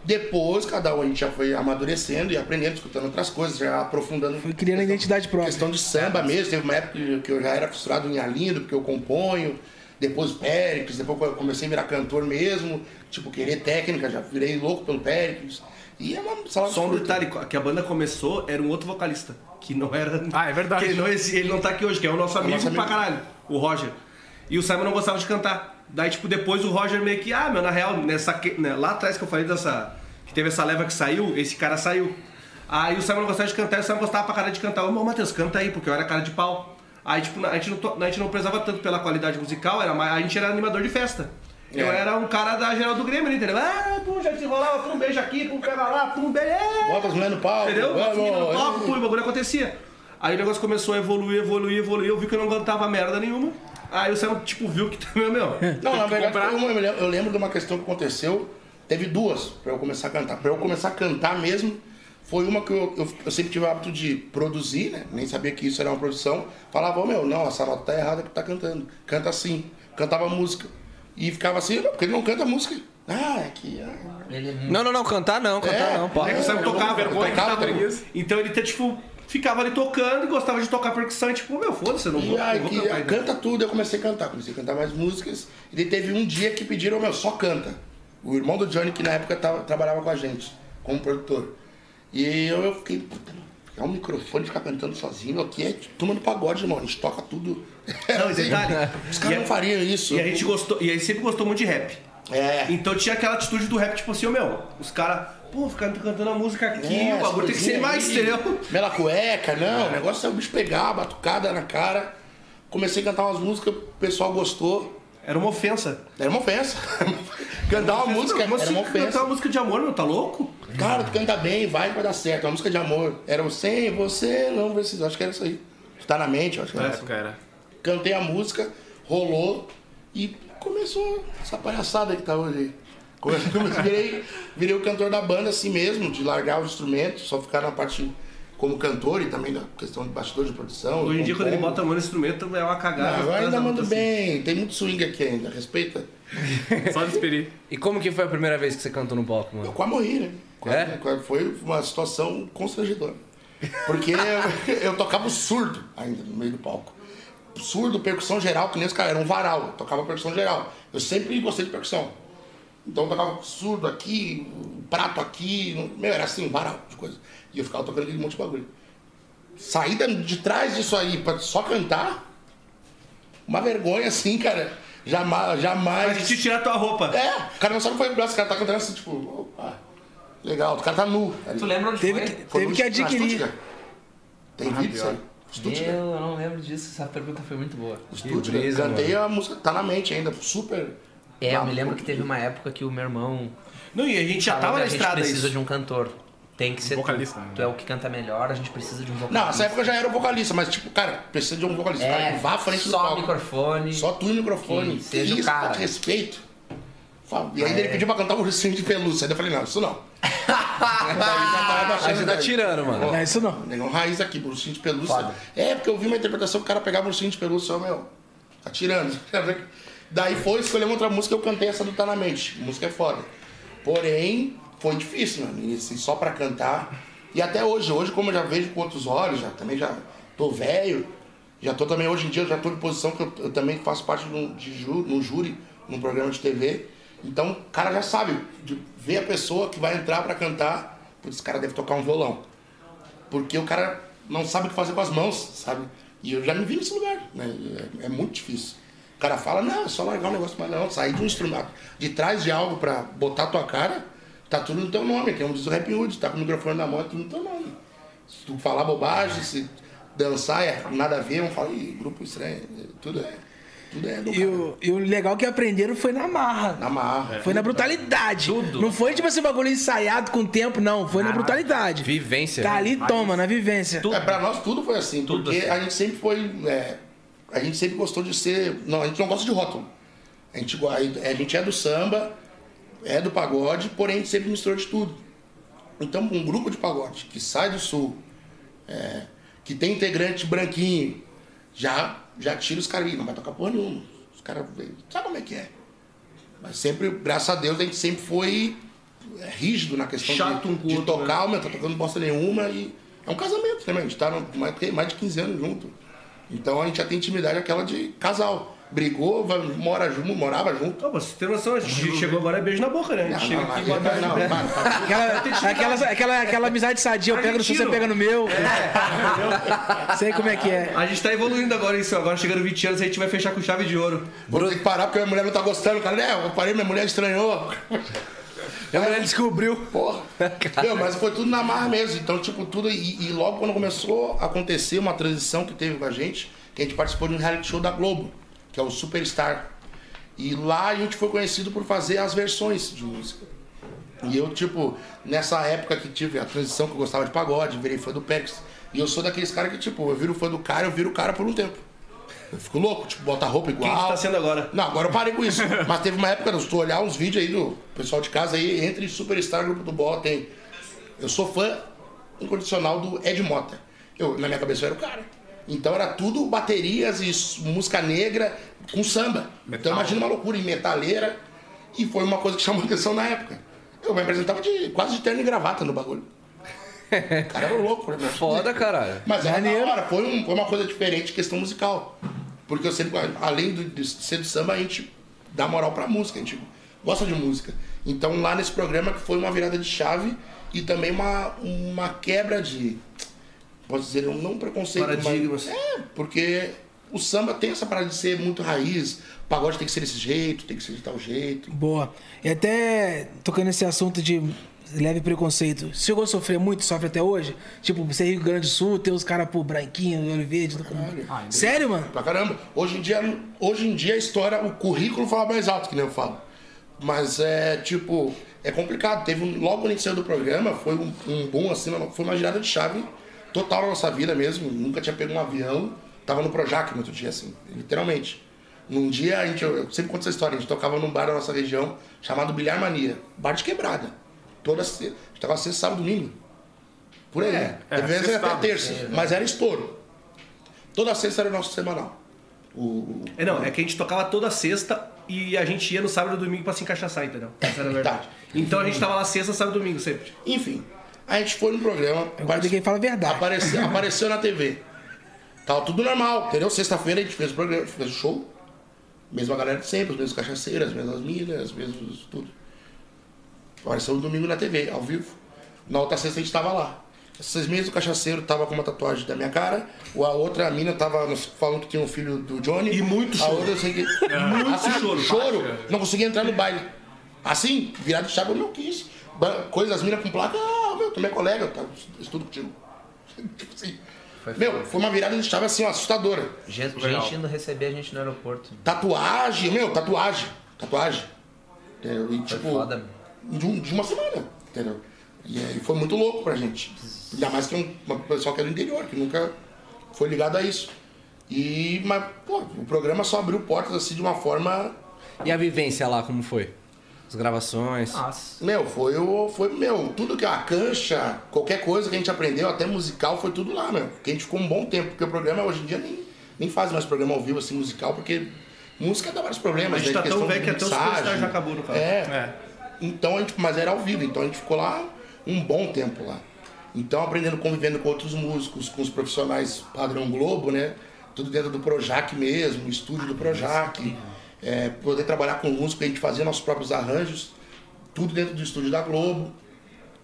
Speaker 3: Depois, cada um a gente já foi amadurecendo e aprendendo, escutando outras coisas, já aprofundando.
Speaker 2: Foi criando a identidade própria.
Speaker 3: Questão de samba mesmo, teve uma época que eu já era frustrado em Alindo, porque eu componho, depois Péricles, depois eu comecei a virar cantor mesmo, tipo, querer técnica, já virei louco pelo Péricles. E é uma salada
Speaker 4: Só um
Speaker 3: de fruta.
Speaker 4: detalhe, que a banda começou, era um outro vocalista. Que não era.
Speaker 6: Ah, é verdade.
Speaker 4: que ele, não, exi- ele não tá aqui hoje, que é o nosso amigo,
Speaker 3: nosso amigo.
Speaker 4: pra caralho, o Roger. E o Simon não gostava de cantar. Daí, tipo, depois o Roger meio que, ah, meu, na real, nessa, que- né, lá atrás que eu falei dessa. Que teve essa leva que saiu, esse cara saiu. Aí o Simon não gostava de cantar, e o Simon gostava pra caralho de cantar. Ô, meu, Matheus, canta aí, porque eu era cara de pau. Aí, tipo, na- a gente não, to- a gente não prezava tanto pela qualidade musical, era mais, a gente era animador de festa. Eu
Speaker 3: É.
Speaker 4: era um cara da geral do Grêmio, entendeu? Ah, pum, já desenrolava, pum, beijo aqui, pum, pega lá, pum, beleza.
Speaker 3: Bota as mulheres no palco,
Speaker 4: Entendeu? Assim
Speaker 3: vamos, é.
Speaker 4: Vamos, vamos, pum, o bagulho acontecia. Aí o negócio começou a evoluir, evoluir, evoluir. Eu vi que eu não aguentava merda nenhuma. Aí o Sam, tipo, viu que também, meu.
Speaker 3: Não, na verdade,
Speaker 6: comprar.
Speaker 3: foi uma- eu lem- eu lembro de uma questão que aconteceu. Teve duas pra eu começar a cantar. Pra eu começar a cantar mesmo, foi uma que eu, eu- eu sempre tive o hábito de produzir, né? Nem sabia que isso era uma produção. Falava, ô meu, não, essa nota tá errada que tá cantando. Canta assim. Cantava música. E ficava assim, "Não, porque ele não canta música. Ah, é que. ah,
Speaker 5: Ele é muito-
Speaker 1: Não, não, não, cantar não, cantar
Speaker 3: É.
Speaker 1: não, pá.
Speaker 4: Aí né, o Sam
Speaker 3: eu
Speaker 4: tocava,
Speaker 3: não
Speaker 4: vergonha,
Speaker 3: tocava,
Speaker 4: tocava.
Speaker 3: preguiça.
Speaker 4: Então ele, tá, tipo, ficava ali tocando e gostava de tocar percussão. E, tipo, meu, foda-se, eu não vou,
Speaker 3: E aí,
Speaker 4: não vou
Speaker 3: que,
Speaker 4: cantar. ainda.
Speaker 3: canta tudo, eu comecei a cantar. Comecei a cantar mais músicas. E daí teve um dia que pediram, meu, só canta. O irmão do Johnny, que na época tava- trabalhava com a gente, como produtor. E eu, eu fiquei, puta, é um microfone ficar cantando sozinho, meu, aqui é turma do pagode, irmão. A gente toca tudo.
Speaker 4: Não, e detalhe.
Speaker 3: Os
Speaker 4: e
Speaker 3: caras
Speaker 4: a-
Speaker 3: não fariam isso.
Speaker 4: E a gente gostou, e aí sempre gostou muito de rap.
Speaker 3: É.
Speaker 4: Então tinha aquela atitude do rap, tipo assim, ô meu, os caras, pô, ficar cantando a música aqui,
Speaker 3: É,
Speaker 4: o bagulho tem que ser
Speaker 3: coisinha
Speaker 4: mais,
Speaker 3: aí,
Speaker 4: entendeu?
Speaker 3: Mela cueca, não. O negócio é o bicho pegar, batucada na cara. Comecei a cantar umas músicas, o pessoal gostou.
Speaker 4: Era uma ofensa.
Speaker 3: Era uma ofensa. Cantar uma música
Speaker 4: Como
Speaker 3: era
Speaker 4: assim
Speaker 3: uma
Speaker 4: cantar
Speaker 3: ofensa.
Speaker 4: uma música de amor, meu, tá louco?
Speaker 3: Cara, tu canta bem, vai que vai dar certo. É uma música de amor. Era o sem você não precisa. Acho que era isso aí. Tá na mente, eu acho que
Speaker 4: É.
Speaker 3: era.
Speaker 6: época era.
Speaker 3: Cantei a música, rolou e começou essa palhaçada que tá hoje aí. Come- come- Virei, virei o cantor da banda assim mesmo, de largar os instrumentos, só ficar na parte como cantor e também na questão de bastidor de produção.
Speaker 4: Hoje em dia, quando ele
Speaker 3: compondo.
Speaker 4: bota a mão no instrumento, é uma cagada.
Speaker 3: Ah, agora ainda
Speaker 4: Tá
Speaker 3: mando
Speaker 4: assim.
Speaker 3: bem, tem muito swing aqui ainda, respeita.
Speaker 6: Só despedir.
Speaker 1: E como que foi a primeira vez que você cantou no palco,
Speaker 3: Eu
Speaker 1: mano?
Speaker 3: quase morri, né? Quase-
Speaker 1: É?
Speaker 3: quase- foi uma situação constrangedora. Porque eu, eu tocava surdo ainda no meio do palco. Surdo, percussão geral, que nem os caras, era um varal, eu tocava percussão geral. Eu sempre gostei de percussão. Então eu tocava surdo aqui, um prato aqui, um- meu, era assim, um varal de coisa. E eu ficava tocando aquele monte de bagulho. Saída de trás disso aí pra só cantar, uma vergonha assim, cara. Jamais,
Speaker 4: Mas
Speaker 3: jamais.
Speaker 4: que te tirar tua roupa.
Speaker 3: É, o cara não sabe qual é o braço, o cara tá cantando assim, tipo, opa, legal, o cara tá nu. Ali.
Speaker 5: Tu lembra onde
Speaker 2: Teve
Speaker 5: foi?
Speaker 2: que,
Speaker 3: Foi
Speaker 2: teve
Speaker 3: no-
Speaker 2: que
Speaker 3: na
Speaker 2: adquirir.
Speaker 3: Stuttgart. Tem
Speaker 1: Ah,
Speaker 3: vídeo isso aí?
Speaker 5: Meu,
Speaker 3: Stuttgart.
Speaker 5: eu não lembro disso. Essa pergunta foi muito boa.
Speaker 3: Stuttgart. Cantei a música, tá na mente ainda, super.
Speaker 5: É, eu
Speaker 3: Ah,
Speaker 5: me lembro que teve uma época que o meu irmão
Speaker 4: Não, e a gente já
Speaker 5: falou
Speaker 4: tava
Speaker 5: que
Speaker 4: na
Speaker 5: a gente
Speaker 3: é
Speaker 4: estrada é
Speaker 5: precisa
Speaker 4: isso.
Speaker 5: de um cantor. Tem que ser tu.
Speaker 6: Vocalista, né?
Speaker 5: Tu é o que canta melhor, a gente precisa de um vocalista.
Speaker 3: Não, nessa época eu já era o vocalista, mas tipo, cara, precisa de um vocalista. cara,
Speaker 5: é,
Speaker 3: que vá à frente do
Speaker 5: só
Speaker 3: palco.
Speaker 5: microfone.
Speaker 3: Só tu e o microfone.
Speaker 5: Que seja o
Speaker 3: isso,
Speaker 5: cara. É.
Speaker 3: cara. respeito. Fala, E ainda ele pediu pra cantar o ursinho de pelúcia. Aí eu falei, não, isso não. tá
Speaker 1: Aí você tá tirando, mano.
Speaker 2: Não, isso não.
Speaker 3: Negão raiz aqui, ursinho de pelúcia. É, porque eu vi uma interpretação que o cara pegava ursinho de pelúcia, eu, meu, tá tirando. Daí foi, escolhemos outra música, eu cantei essa do Tá Na Mente. A música é foda. Porém, foi difícil, mano. E assim, só pra cantar, E até hoje, hoje como eu já vejo com outros olhos, já também já tô velho, já tô também hoje em dia, eu já tô em posição que eu, eu também faço parte de um, de ju- num júri, num programa de TV. Então o cara já sabe, de ver a pessoa que vai entrar pra cantar, putz, esse cara deve tocar um violão. Porque o cara não sabe o que fazer com as mãos, sabe? E eu já me vi nesse lugar, né? É, é muito difícil. O cara fala, não, é só largar um negócio, mas não, sair de um instrumento, de trás de algo pra botar a tua cara, tá tudo no teu nome, que é um diz o Rap Hood, tá com o microfone na mão, é tudo no teu nome. Se tu falar bobagem, se dançar, é nada a ver, vão falar, ih, grupo estranho, tudo é, tudo é do
Speaker 2: E
Speaker 3: cara.
Speaker 2: o, e o legal é que aprenderam foi na marra.
Speaker 3: Na marra.
Speaker 2: Foi na brutalidade. Não foi tipo esse bagulho ensaiado com o tempo, não. Foi na brutalidade.
Speaker 1: Vivência.
Speaker 2: Tá ali, toma, na vivência.
Speaker 3: É, pra nós tudo foi assim, porque a gente sempre foi. é, a gente sempre gostou de ser. Não, a gente não gosta de rótulo. A gente, go- a gente é do samba, é do pagode, porém a gente sempre misturou de tudo. Então, um grupo de pagode que sai do sul, é, que tem integrante branquinho, já, já tira os caras ali, não vai tocar porra nenhuma. Os caras, sabe como é que é? Mas sempre, graças a Deus, a gente sempre foi é, rígido na questão
Speaker 4: Chato
Speaker 3: de,
Speaker 4: um com o
Speaker 3: de
Speaker 4: outro,
Speaker 3: tocar, meu, tá tocando bosta nenhuma e. É um casamento, né, meu? A gente tá no- mais, tem mais de 15 anos junto. Então a gente já tem intimidade aquela de casal. Brigou, vai- mora junto, morava junto. Ah,
Speaker 4: Ô, mas você tem noção, a gente chegou agora é beijo na boca, né? A gente chega aqui e
Speaker 3: não,
Speaker 4: bota né?
Speaker 3: não, não, não.
Speaker 2: Aquela, aquela, aquela, aquela amizade sadia, eu pego no seu, você
Speaker 4: Argentino.
Speaker 2: pega no meu. Sei como é que é.
Speaker 4: A gente tá evoluindo agora isso, agora chegando 20 anos, a gente vai fechar com chave de ouro.
Speaker 3: Vou ter que parar porque minha mulher não tá gostando, cara. Né? Eu parei, minha mulher estranhou.
Speaker 1: Minha mulher descobriu.
Speaker 3: Porra. Meu, mas foi tudo na marra mesmo. Então, tipo, tudo. E, e logo quando começou a acontecer uma transição que teve com a gente, que a gente participou de um reality show da Globo, que é o Superstar. E lá a gente foi conhecido por fazer as versões de música. E eu, tipo, nessa época que tive a transição que eu gostava de pagode, virei fã do Pérez. E eu sou daqueles caras que, tipo, eu viro fã do cara, eu viro o cara por um tempo. Eu fico louco, tipo, bota a roupa
Speaker 4: Quem
Speaker 3: igual.
Speaker 4: a gente tá sendo agora?
Speaker 3: Não, agora eu parei com isso. Mas teve uma época, se tu olhar uns vídeos aí do pessoal de casa aí, entre Superstar Grupo do Bola, tem. Eu sou fã incondicional do Ed Mota. Eu, na minha cabeça eu era o cara. Então era tudo baterias e s- música negra com samba. Então imagina uma loucura em metaleira. E foi uma coisa que chamou atenção na época. Eu me apresentava de, quase de terno e gravata no bagulho. O cara era louco, né?
Speaker 1: Foda, caralho.
Speaker 3: Mas era da hora, foi, um- foi uma coisa diferente, questão musical. Porque eu sempre, além do- de ser do samba, a gente dá moral pra música, a gente gosta de música. Então lá nesse programa que foi uma virada de chave e também uma, uma quebra de. Posso dizer, um não preconceito. mas-
Speaker 4: Paradigmas.
Speaker 3: é, porque o samba tem essa parada de ser muito raiz, o pagode tem que ser desse jeito, tem que ser de tal jeito.
Speaker 2: Boa. E até tocando nesse assunto de leve preconceito, chegou a sofrer muito, sofre até hoje? Tipo, você é Rio Grande do Sul, tem os caras, pô, branquinho, olho verde. do- Sério, mano?
Speaker 3: Pra caramba. Hoje em dia, hoje em dia a história, o currículo fala mais alto, que nem eu falo. Mas é tipo, é complicado. Teve um- logo no início do programa, foi um, um boom assim, uma- foi uma girada de chave total na nossa vida mesmo. Nunca tinha pego um avião, tava no Projac no outro dia, assim, literalmente. Num dia a gente, eu, eu sempre conto essa história, a gente tocava num bar da nossa região chamado Bilhar Mania, bar de quebrada. Toda se- a gente tava sexta, sábado, domingo. Por aí. né?
Speaker 6: é,
Speaker 3: Às vezes era
Speaker 6: sexta,
Speaker 3: até terça, mas era estouro. Toda sexta era o nosso semanal. O, o-
Speaker 4: É não, é que a gente tocava toda sexta e a gente ia no sábado e domingo pra se encaixaçar, entendeu? Essa era a verdade. Então a gente tava lá sexta, sábado e domingo sempre.
Speaker 3: Enfim, a gente foi no programa.
Speaker 2: Quando ninguém fala a verdade.
Speaker 3: apareceu, apareceu na TV. Tava tudo normal, entendeu? Sexta-feira a gente fez o programa, a gente fez o show. Mesma galera de sempre, os mesmos cachaceiros, as mesmas minas, os mesmos tudo. Apareceu no domingo na TV, ao vivo. Na outra sexta a gente tava lá. Esses meses o cachaceiro tava com uma tatuagem da minha cara, ou a outra mina tava no- falando que tinha um filho do Johnny.
Speaker 4: E muito
Speaker 3: A
Speaker 4: choro.
Speaker 3: outra eu sei que. muito
Speaker 6: choro.
Speaker 3: Choro. Não conseguia entrar no baile. Assim, virado de chave, eu não quis. Ba- Coisa das minas com placa, ah, meu, tu é minha colega, eu tava- estudo contigo. tipo assim. Meu, foi uma virada de chave assim, ó, assustadora.
Speaker 5: Gente, gente indo receber a gente no aeroporto.
Speaker 3: Tatuagem, meu, tatuagem. Tatuagem. Entendeu? E, tipo,
Speaker 5: foda, meu.
Speaker 3: de, um- de uma semana, entendeu? E aí foi muito louco pra gente. Ainda mais que é um, uma pessoa que é do interior, que nunca foi ligado a isso. E, mas, pô, o programa só abriu portas assim de uma forma
Speaker 1: E a vivência lá, como foi? As gravações.
Speaker 5: Nossa.
Speaker 3: Meu, foi o. Foi, meu, tudo que a cancha, qualquer coisa que a gente aprendeu, até musical, foi tudo lá, meu. Porque a gente ficou um bom tempo, porque o programa hoje em dia nem, nem faz mais programa ao vivo assim, musical, porque música dá vários problemas.
Speaker 4: A gente
Speaker 3: né?
Speaker 4: tá tão
Speaker 3: Questão de
Speaker 4: velho que até os
Speaker 3: mixagem.
Speaker 4: Superstar já acabou, no caso.
Speaker 3: É. Então a gente, mas era ao vivo, então a gente ficou lá um bom tempo lá. Então, aprendendo convivendo com outros músicos, com os profissionais padrão Globo, né? Tudo dentro do Projac mesmo, estúdio do Projac. É, poder trabalhar com músico, a gente fazia nossos próprios arranjos, tudo dentro do estúdio da Globo.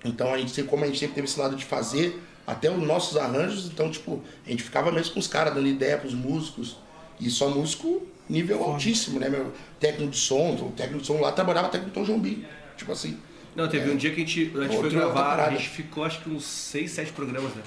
Speaker 3: Então, a gente, sempre- como a gente sempre teve esse lado de fazer até os nossos arranjos, então, tipo, a gente ficava mesmo com os caras, dando ideia pros músicos. E só músico nível altíssimo, né? Meu técnico de som, o técnico de som lá trabalhava até com o Tom Jombi. Tipo assim.
Speaker 4: Não, teve um dia que a gente, a gente foi
Speaker 3: Outra- outra
Speaker 4: gravar, a
Speaker 3: parada.
Speaker 4: gente ficou acho que uns 6, 7 programas, né?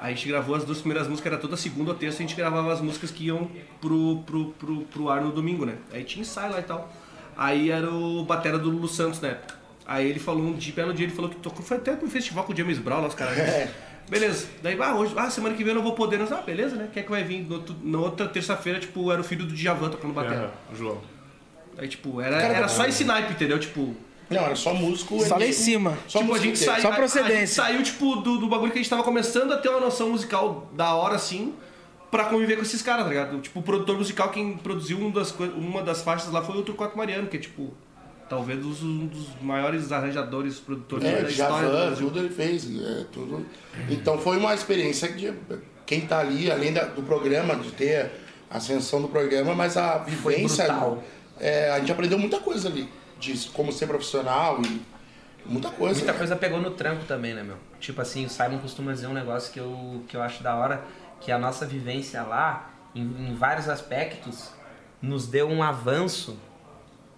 Speaker 4: A gente gravou as duas primeiras músicas, era toda segunda ou terça, a gente gravava as músicas que iam pro, pro, pro, pro ar no domingo, né? Aí tinha ensaio lá e tal. Aí era o batera do Lulu Santos, né? Aí ele falou um dia, belo dia, ele falou que tocou, foi até pro festival com o James Brown lá, os caras.
Speaker 3: É.
Speaker 4: Beleza, daí, ah, hoje, ah, semana que vem eu não vou poder, nós, ah, beleza, né? Quem é que vai vir? No outro- Na outra terça-feira, tipo, era o filho do Djavan tocando batera.
Speaker 6: Aham, João.
Speaker 4: Aí, tipo, era,
Speaker 3: Cara,
Speaker 4: era
Speaker 3: tá-
Speaker 4: só esse naipe, entendeu? Tipo,
Speaker 3: Não, era só músico.
Speaker 2: Só lá em
Speaker 3: músico-
Speaker 2: cima.
Speaker 3: Só
Speaker 4: tipo, a
Speaker 3: músico
Speaker 4: gente
Speaker 3: inteiro.
Speaker 4: saiu.
Speaker 2: Só
Speaker 4: a-
Speaker 2: procedência.
Speaker 4: A gente saiu, tipo, do, do bagulho que a gente tava começando a ter uma noção musical da hora, assim, pra conviver com esses caras, tá ligado? Tipo, o produtor musical, quem produziu uma das, coi- uma das faixas lá foi o Turquato Mariano, que é, tipo, talvez os- um dos maiores arranjadores, produtores
Speaker 3: É,
Speaker 4: da história. do
Speaker 3: Javan,
Speaker 4: Brasil.
Speaker 3: tudo ele fez, é, tudo. Então foi uma experiência que quem tá ali, além da- do programa, de ter a ascensão do programa, mas a vivência.
Speaker 5: brutal.
Speaker 3: é, a gente aprendeu muita coisa ali, de como ser profissional e muita coisa.
Speaker 5: Muita
Speaker 3: né?
Speaker 5: coisa pegou no tranco também, né, meu? Tipo assim, o Simon costuma dizer um negócio que eu, que eu acho da hora, que a nossa vivência lá, em, em vários aspectos, nos deu um avanço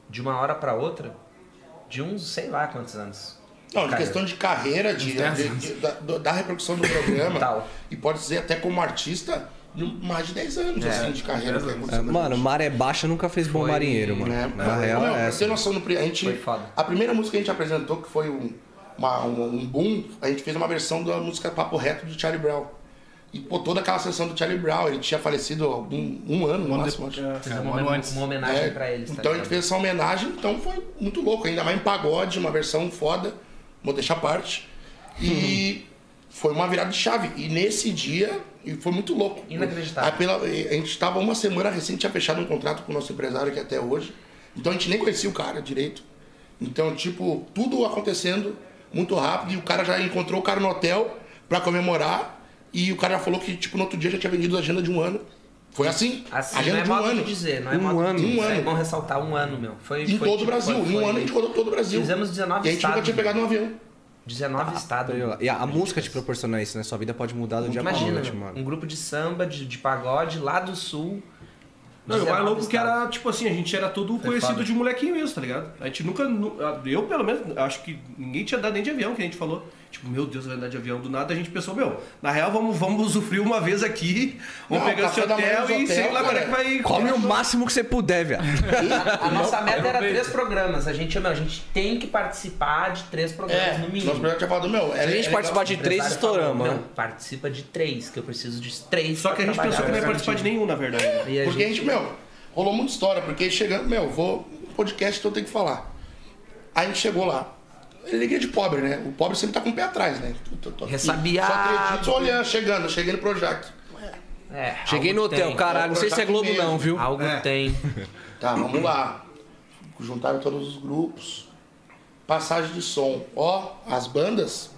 Speaker 5: de uma hora pra outra, de uns sei lá quantos anos.
Speaker 3: Não, de
Speaker 5: Cara,
Speaker 3: questão de carreira, de, de- de- da, do- da repercussão do programa.
Speaker 5: Tal.
Speaker 3: E pode dizer até como artista, de um, mais de 10 anos assim, de carreira. que
Speaker 1: É,
Speaker 3: aconteceu com a
Speaker 1: mano,
Speaker 3: gente.
Speaker 1: maré baixa nunca fez bom
Speaker 5: Foi-
Speaker 1: marinheiro, mano.
Speaker 3: né?
Speaker 1: Na real
Speaker 3: Não,
Speaker 1: é
Speaker 3: pra ter
Speaker 1: essa.
Speaker 3: noção do pri- a gente,
Speaker 5: Foi foda.
Speaker 3: a primeira música que a gente apresentou que foi um, uma- um, um boom, a gente fez uma versão da música Papo Reto do Charlie Brown. E pô, toda aquela sessão do Charlie Brown, ele tinha falecido algum um ano, no máximo, acho.
Speaker 5: Fazer
Speaker 6: É, um
Speaker 5: uma,
Speaker 6: ano
Speaker 5: homen-
Speaker 6: antes.
Speaker 5: uma homenagem
Speaker 3: É,
Speaker 5: pra eles, tá
Speaker 3: então a gente
Speaker 5: ligado?
Speaker 3: fez essa homenagem, então foi muito louco, ainda mais em pagode, uma versão foda, vou deixar à parte.
Speaker 5: Uhum.
Speaker 3: E foi uma virada de chave. E nesse dia, e foi muito louco.
Speaker 5: Inacreditável.
Speaker 3: A, pela- é, a gente estava uma semana recente, tinha fechado um contrato com o nosso empresário que é até hoje. Então a gente nem conhecia o cara direito. Então, tipo, tudo acontecendo muito rápido e o cara já encontrou o cara no hotel pra comemorar. E o cara já falou que, tipo, no outro dia já tinha vendido a agenda de um ano. Foi assim.
Speaker 5: Assim, não
Speaker 3: agenda
Speaker 5: é
Speaker 3: de um
Speaker 5: modo de
Speaker 3: ano.
Speaker 5: dizer, não é
Speaker 1: Um
Speaker 5: modo
Speaker 1: ano.
Speaker 5: de dizer.
Speaker 3: Um
Speaker 5: É
Speaker 3: ano.
Speaker 5: bom ressaltar um ano, meu. Foi,
Speaker 3: Em
Speaker 5: foi,
Speaker 3: todo o
Speaker 5: tipo,
Speaker 3: Brasil.
Speaker 5: foi-
Speaker 3: Em um
Speaker 5: foi-
Speaker 3: ano a gente rodou todo o Brasil.
Speaker 5: Fizemos
Speaker 3: E
Speaker 5: 19
Speaker 3: a gente nunca
Speaker 5: estados, né?
Speaker 3: tinha pegado um avião.
Speaker 5: 19 estados.
Speaker 1: Sei lá. E a, a música te proporciona isso, né? Sua vida pode mudar do dia pra
Speaker 5: Imagina,
Speaker 1: noite,
Speaker 5: meu,
Speaker 1: mano.
Speaker 5: um grupo de samba, de, de pagode, lá do sul.
Speaker 4: Não, e o mais
Speaker 5: 19
Speaker 4: louco que
Speaker 5: estados.
Speaker 4: era, tipo assim, a gente era todo
Speaker 5: Foi
Speaker 4: conhecido
Speaker 5: foda.
Speaker 4: de molequinho mesmo, tá ligado? A gente nunca. nu- Eu, pelo menos, acho que ninguém tinha dado nem de avião, que a gente falou. Tipo, meu Deus, vai andar de avião do nada. A gente pensou, meu, na real, vamos, vamos usufruir uma vez aqui, vamos
Speaker 3: Não,
Speaker 4: pegar esse
Speaker 3: café da manhã
Speaker 4: hotel
Speaker 3: nos
Speaker 4: e
Speaker 3: hotel,
Speaker 4: sei lá quando é que
Speaker 3: cara.
Speaker 4: vai.
Speaker 1: Come o máximo que você puder, viado.
Speaker 5: A nossa meta era
Speaker 6: aproveita.
Speaker 5: três programas. A gente, meu, a gente tem que participar de três programas É, no
Speaker 3: É. Nosso
Speaker 5: mínimo.
Speaker 3: projeto tinha falado, meu, é,
Speaker 1: Se a gente participar de
Speaker 5: O
Speaker 1: três,
Speaker 5: empresário
Speaker 1: estouramos,
Speaker 5: falou,
Speaker 1: né?
Speaker 5: Não, participa de três, que eu preciso de três.
Speaker 4: Só que a gente pensou que não ia participar
Speaker 3: né,
Speaker 4: de nenhum, na verdade. né?
Speaker 5: nenhum. E a
Speaker 3: Porque a gente,
Speaker 5: gente-
Speaker 3: meu, rolou muita história, porque chegando, meu, vou. Podcast, então eu tenho que falar. Aí a gente chegou lá. Alegria de pobre, né? O pobre sempre tá com o pé atrás, né? Tô- tô- tô aqui.
Speaker 5: Ressabiado.
Speaker 3: Só acredito só olhando, chegando, eu cheguei no Projac.
Speaker 5: É,
Speaker 1: Cheguei
Speaker 5: algo
Speaker 1: no hotel,
Speaker 5: tem.
Speaker 1: caralho. Não sei se é Globo, não, viu?
Speaker 5: Algo tem.
Speaker 3: Tá, vamos lá. Juntaram todos os grupos. Passagem de som. Ó, as bandas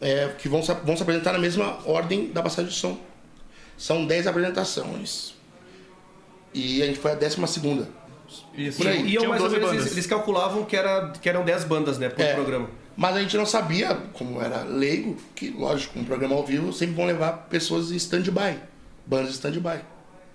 Speaker 3: é, que vão se, vão se apresentar na mesma ordem da passagem de som. São 10 apresentações. E a gente foi a décima segunda.
Speaker 4: Isso.
Speaker 3: Por aí.
Speaker 4: E eu,
Speaker 6: Tinham
Speaker 4: mais ou
Speaker 6: 12
Speaker 4: menos,
Speaker 6: bandas.
Speaker 4: eles, eles calculavam que, era, que eram 10 bandas, né, por
Speaker 3: É.
Speaker 4: programa.
Speaker 3: Mas a gente não sabia, como era leigo, que, lógico, um programa ao vivo sempre vão levar pessoas em stand-by. Bandas em stand-by.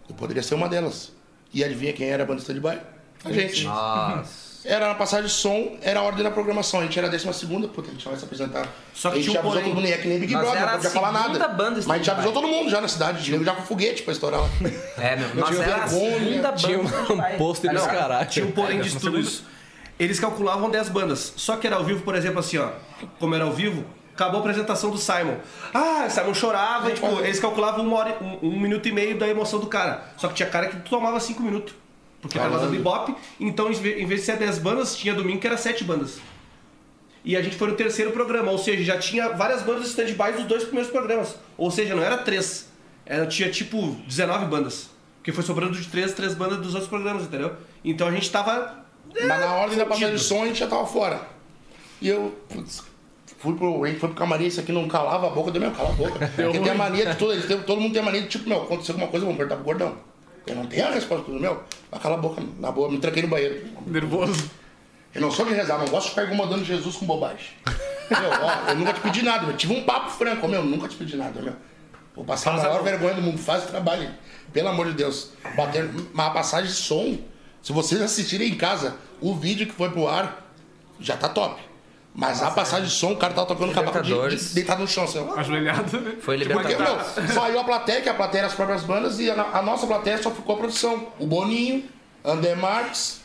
Speaker 3: Eu poderia ser uma delas. E adivinha quem era a banda em stand-by? A gente.
Speaker 5: Nossa.
Speaker 3: Era na passagem de som, era a ordem da programação. A gente era a décima segunda, puta, a gente vai se apresentar.
Speaker 4: Só
Speaker 3: a
Speaker 4: que
Speaker 3: gente
Speaker 4: tinha
Speaker 3: já avisou
Speaker 4: um porém.
Speaker 3: todo mundo, e é que nem Big
Speaker 5: Nós
Speaker 3: Brother,
Speaker 5: era
Speaker 3: não
Speaker 5: a
Speaker 3: podia falar
Speaker 5: segunda
Speaker 3: nada.
Speaker 5: banda
Speaker 3: Mas a gente já avisou
Speaker 5: stand-by.
Speaker 3: todo mundo já na cidade, de nego já com foguete pra estourar lá.
Speaker 5: É, meu. Nossa,
Speaker 3: tinha
Speaker 5: era a
Speaker 3: vergonha.
Speaker 5: segunda banda.
Speaker 1: Tinha um
Speaker 5: que a gente vai.
Speaker 1: pôster dos
Speaker 5: Tá ligado?
Speaker 1: caralho.
Speaker 4: Tinha um porém de tudo isso. Eles calculavam 10 bandas. Só que era ao vivo, por exemplo, assim, ó. Como era ao vivo, acabou a apresentação do Simon. Ah, o Simon chorava, tipo, eles calculavam uma hora, e- um, um minuto e meio da emoção do cara. Só que tinha cara que tomava 5 minutos. Porque tava dando ibope. Então, em ve- em vez de ser 10 bandas, tinha domingo que era 7 bandas. E a gente foi no terceiro programa, ou seja, já tinha várias bandas stand-by dos dois primeiros programas. Ou seja, não era três. Era, tinha tipo 19 bandas. Porque foi sobrando de três, três bandas dos outros programas, entendeu? Então a gente tava.
Speaker 3: Mas na ordem da passagem de som a gente já tava fora. E eu, putz, Fui pro Wake, fui pro camarim, isso aqui não calava a boca, deu meu, cala a boca. Porque tem a mania de tudo, eles têm- todo mundo tem a mania de tipo, meu, aconteceu alguma coisa, vamos perguntar pro gordão. Eu não tenho a resposta tudo, meu. Mas cala a boca, meu. na boa, me tranquei no banheiro.
Speaker 6: Nervoso.
Speaker 3: Eu não sou de rezar, não gosto de ficar incomodando Jesus com bobagem. meu, ó, eu nunca te pedi nada, meu. Tive um papo franco, meu, nunca te pedi nada, meu. Vou passar a maior vergonha do mundo, faz o trabalho, aí. pelo amor de Deus. Bater uma passagem de som. Se vocês assistirem em casa, o vídeo que foi pro ar já tá top. Mas a passagem de som, o cara tá tocando cavaco de,
Speaker 5: Libertadores.
Speaker 3: de, deitado no chão, assim, ó.
Speaker 6: Ajoelhado. né?
Speaker 5: Foi
Speaker 3: Porque,
Speaker 5: libertador.
Speaker 3: meu, saiu a plateia, que a plateia era as próprias bandas, e a, a nossa plateia só ficou a produção. O Boninho, André Marques.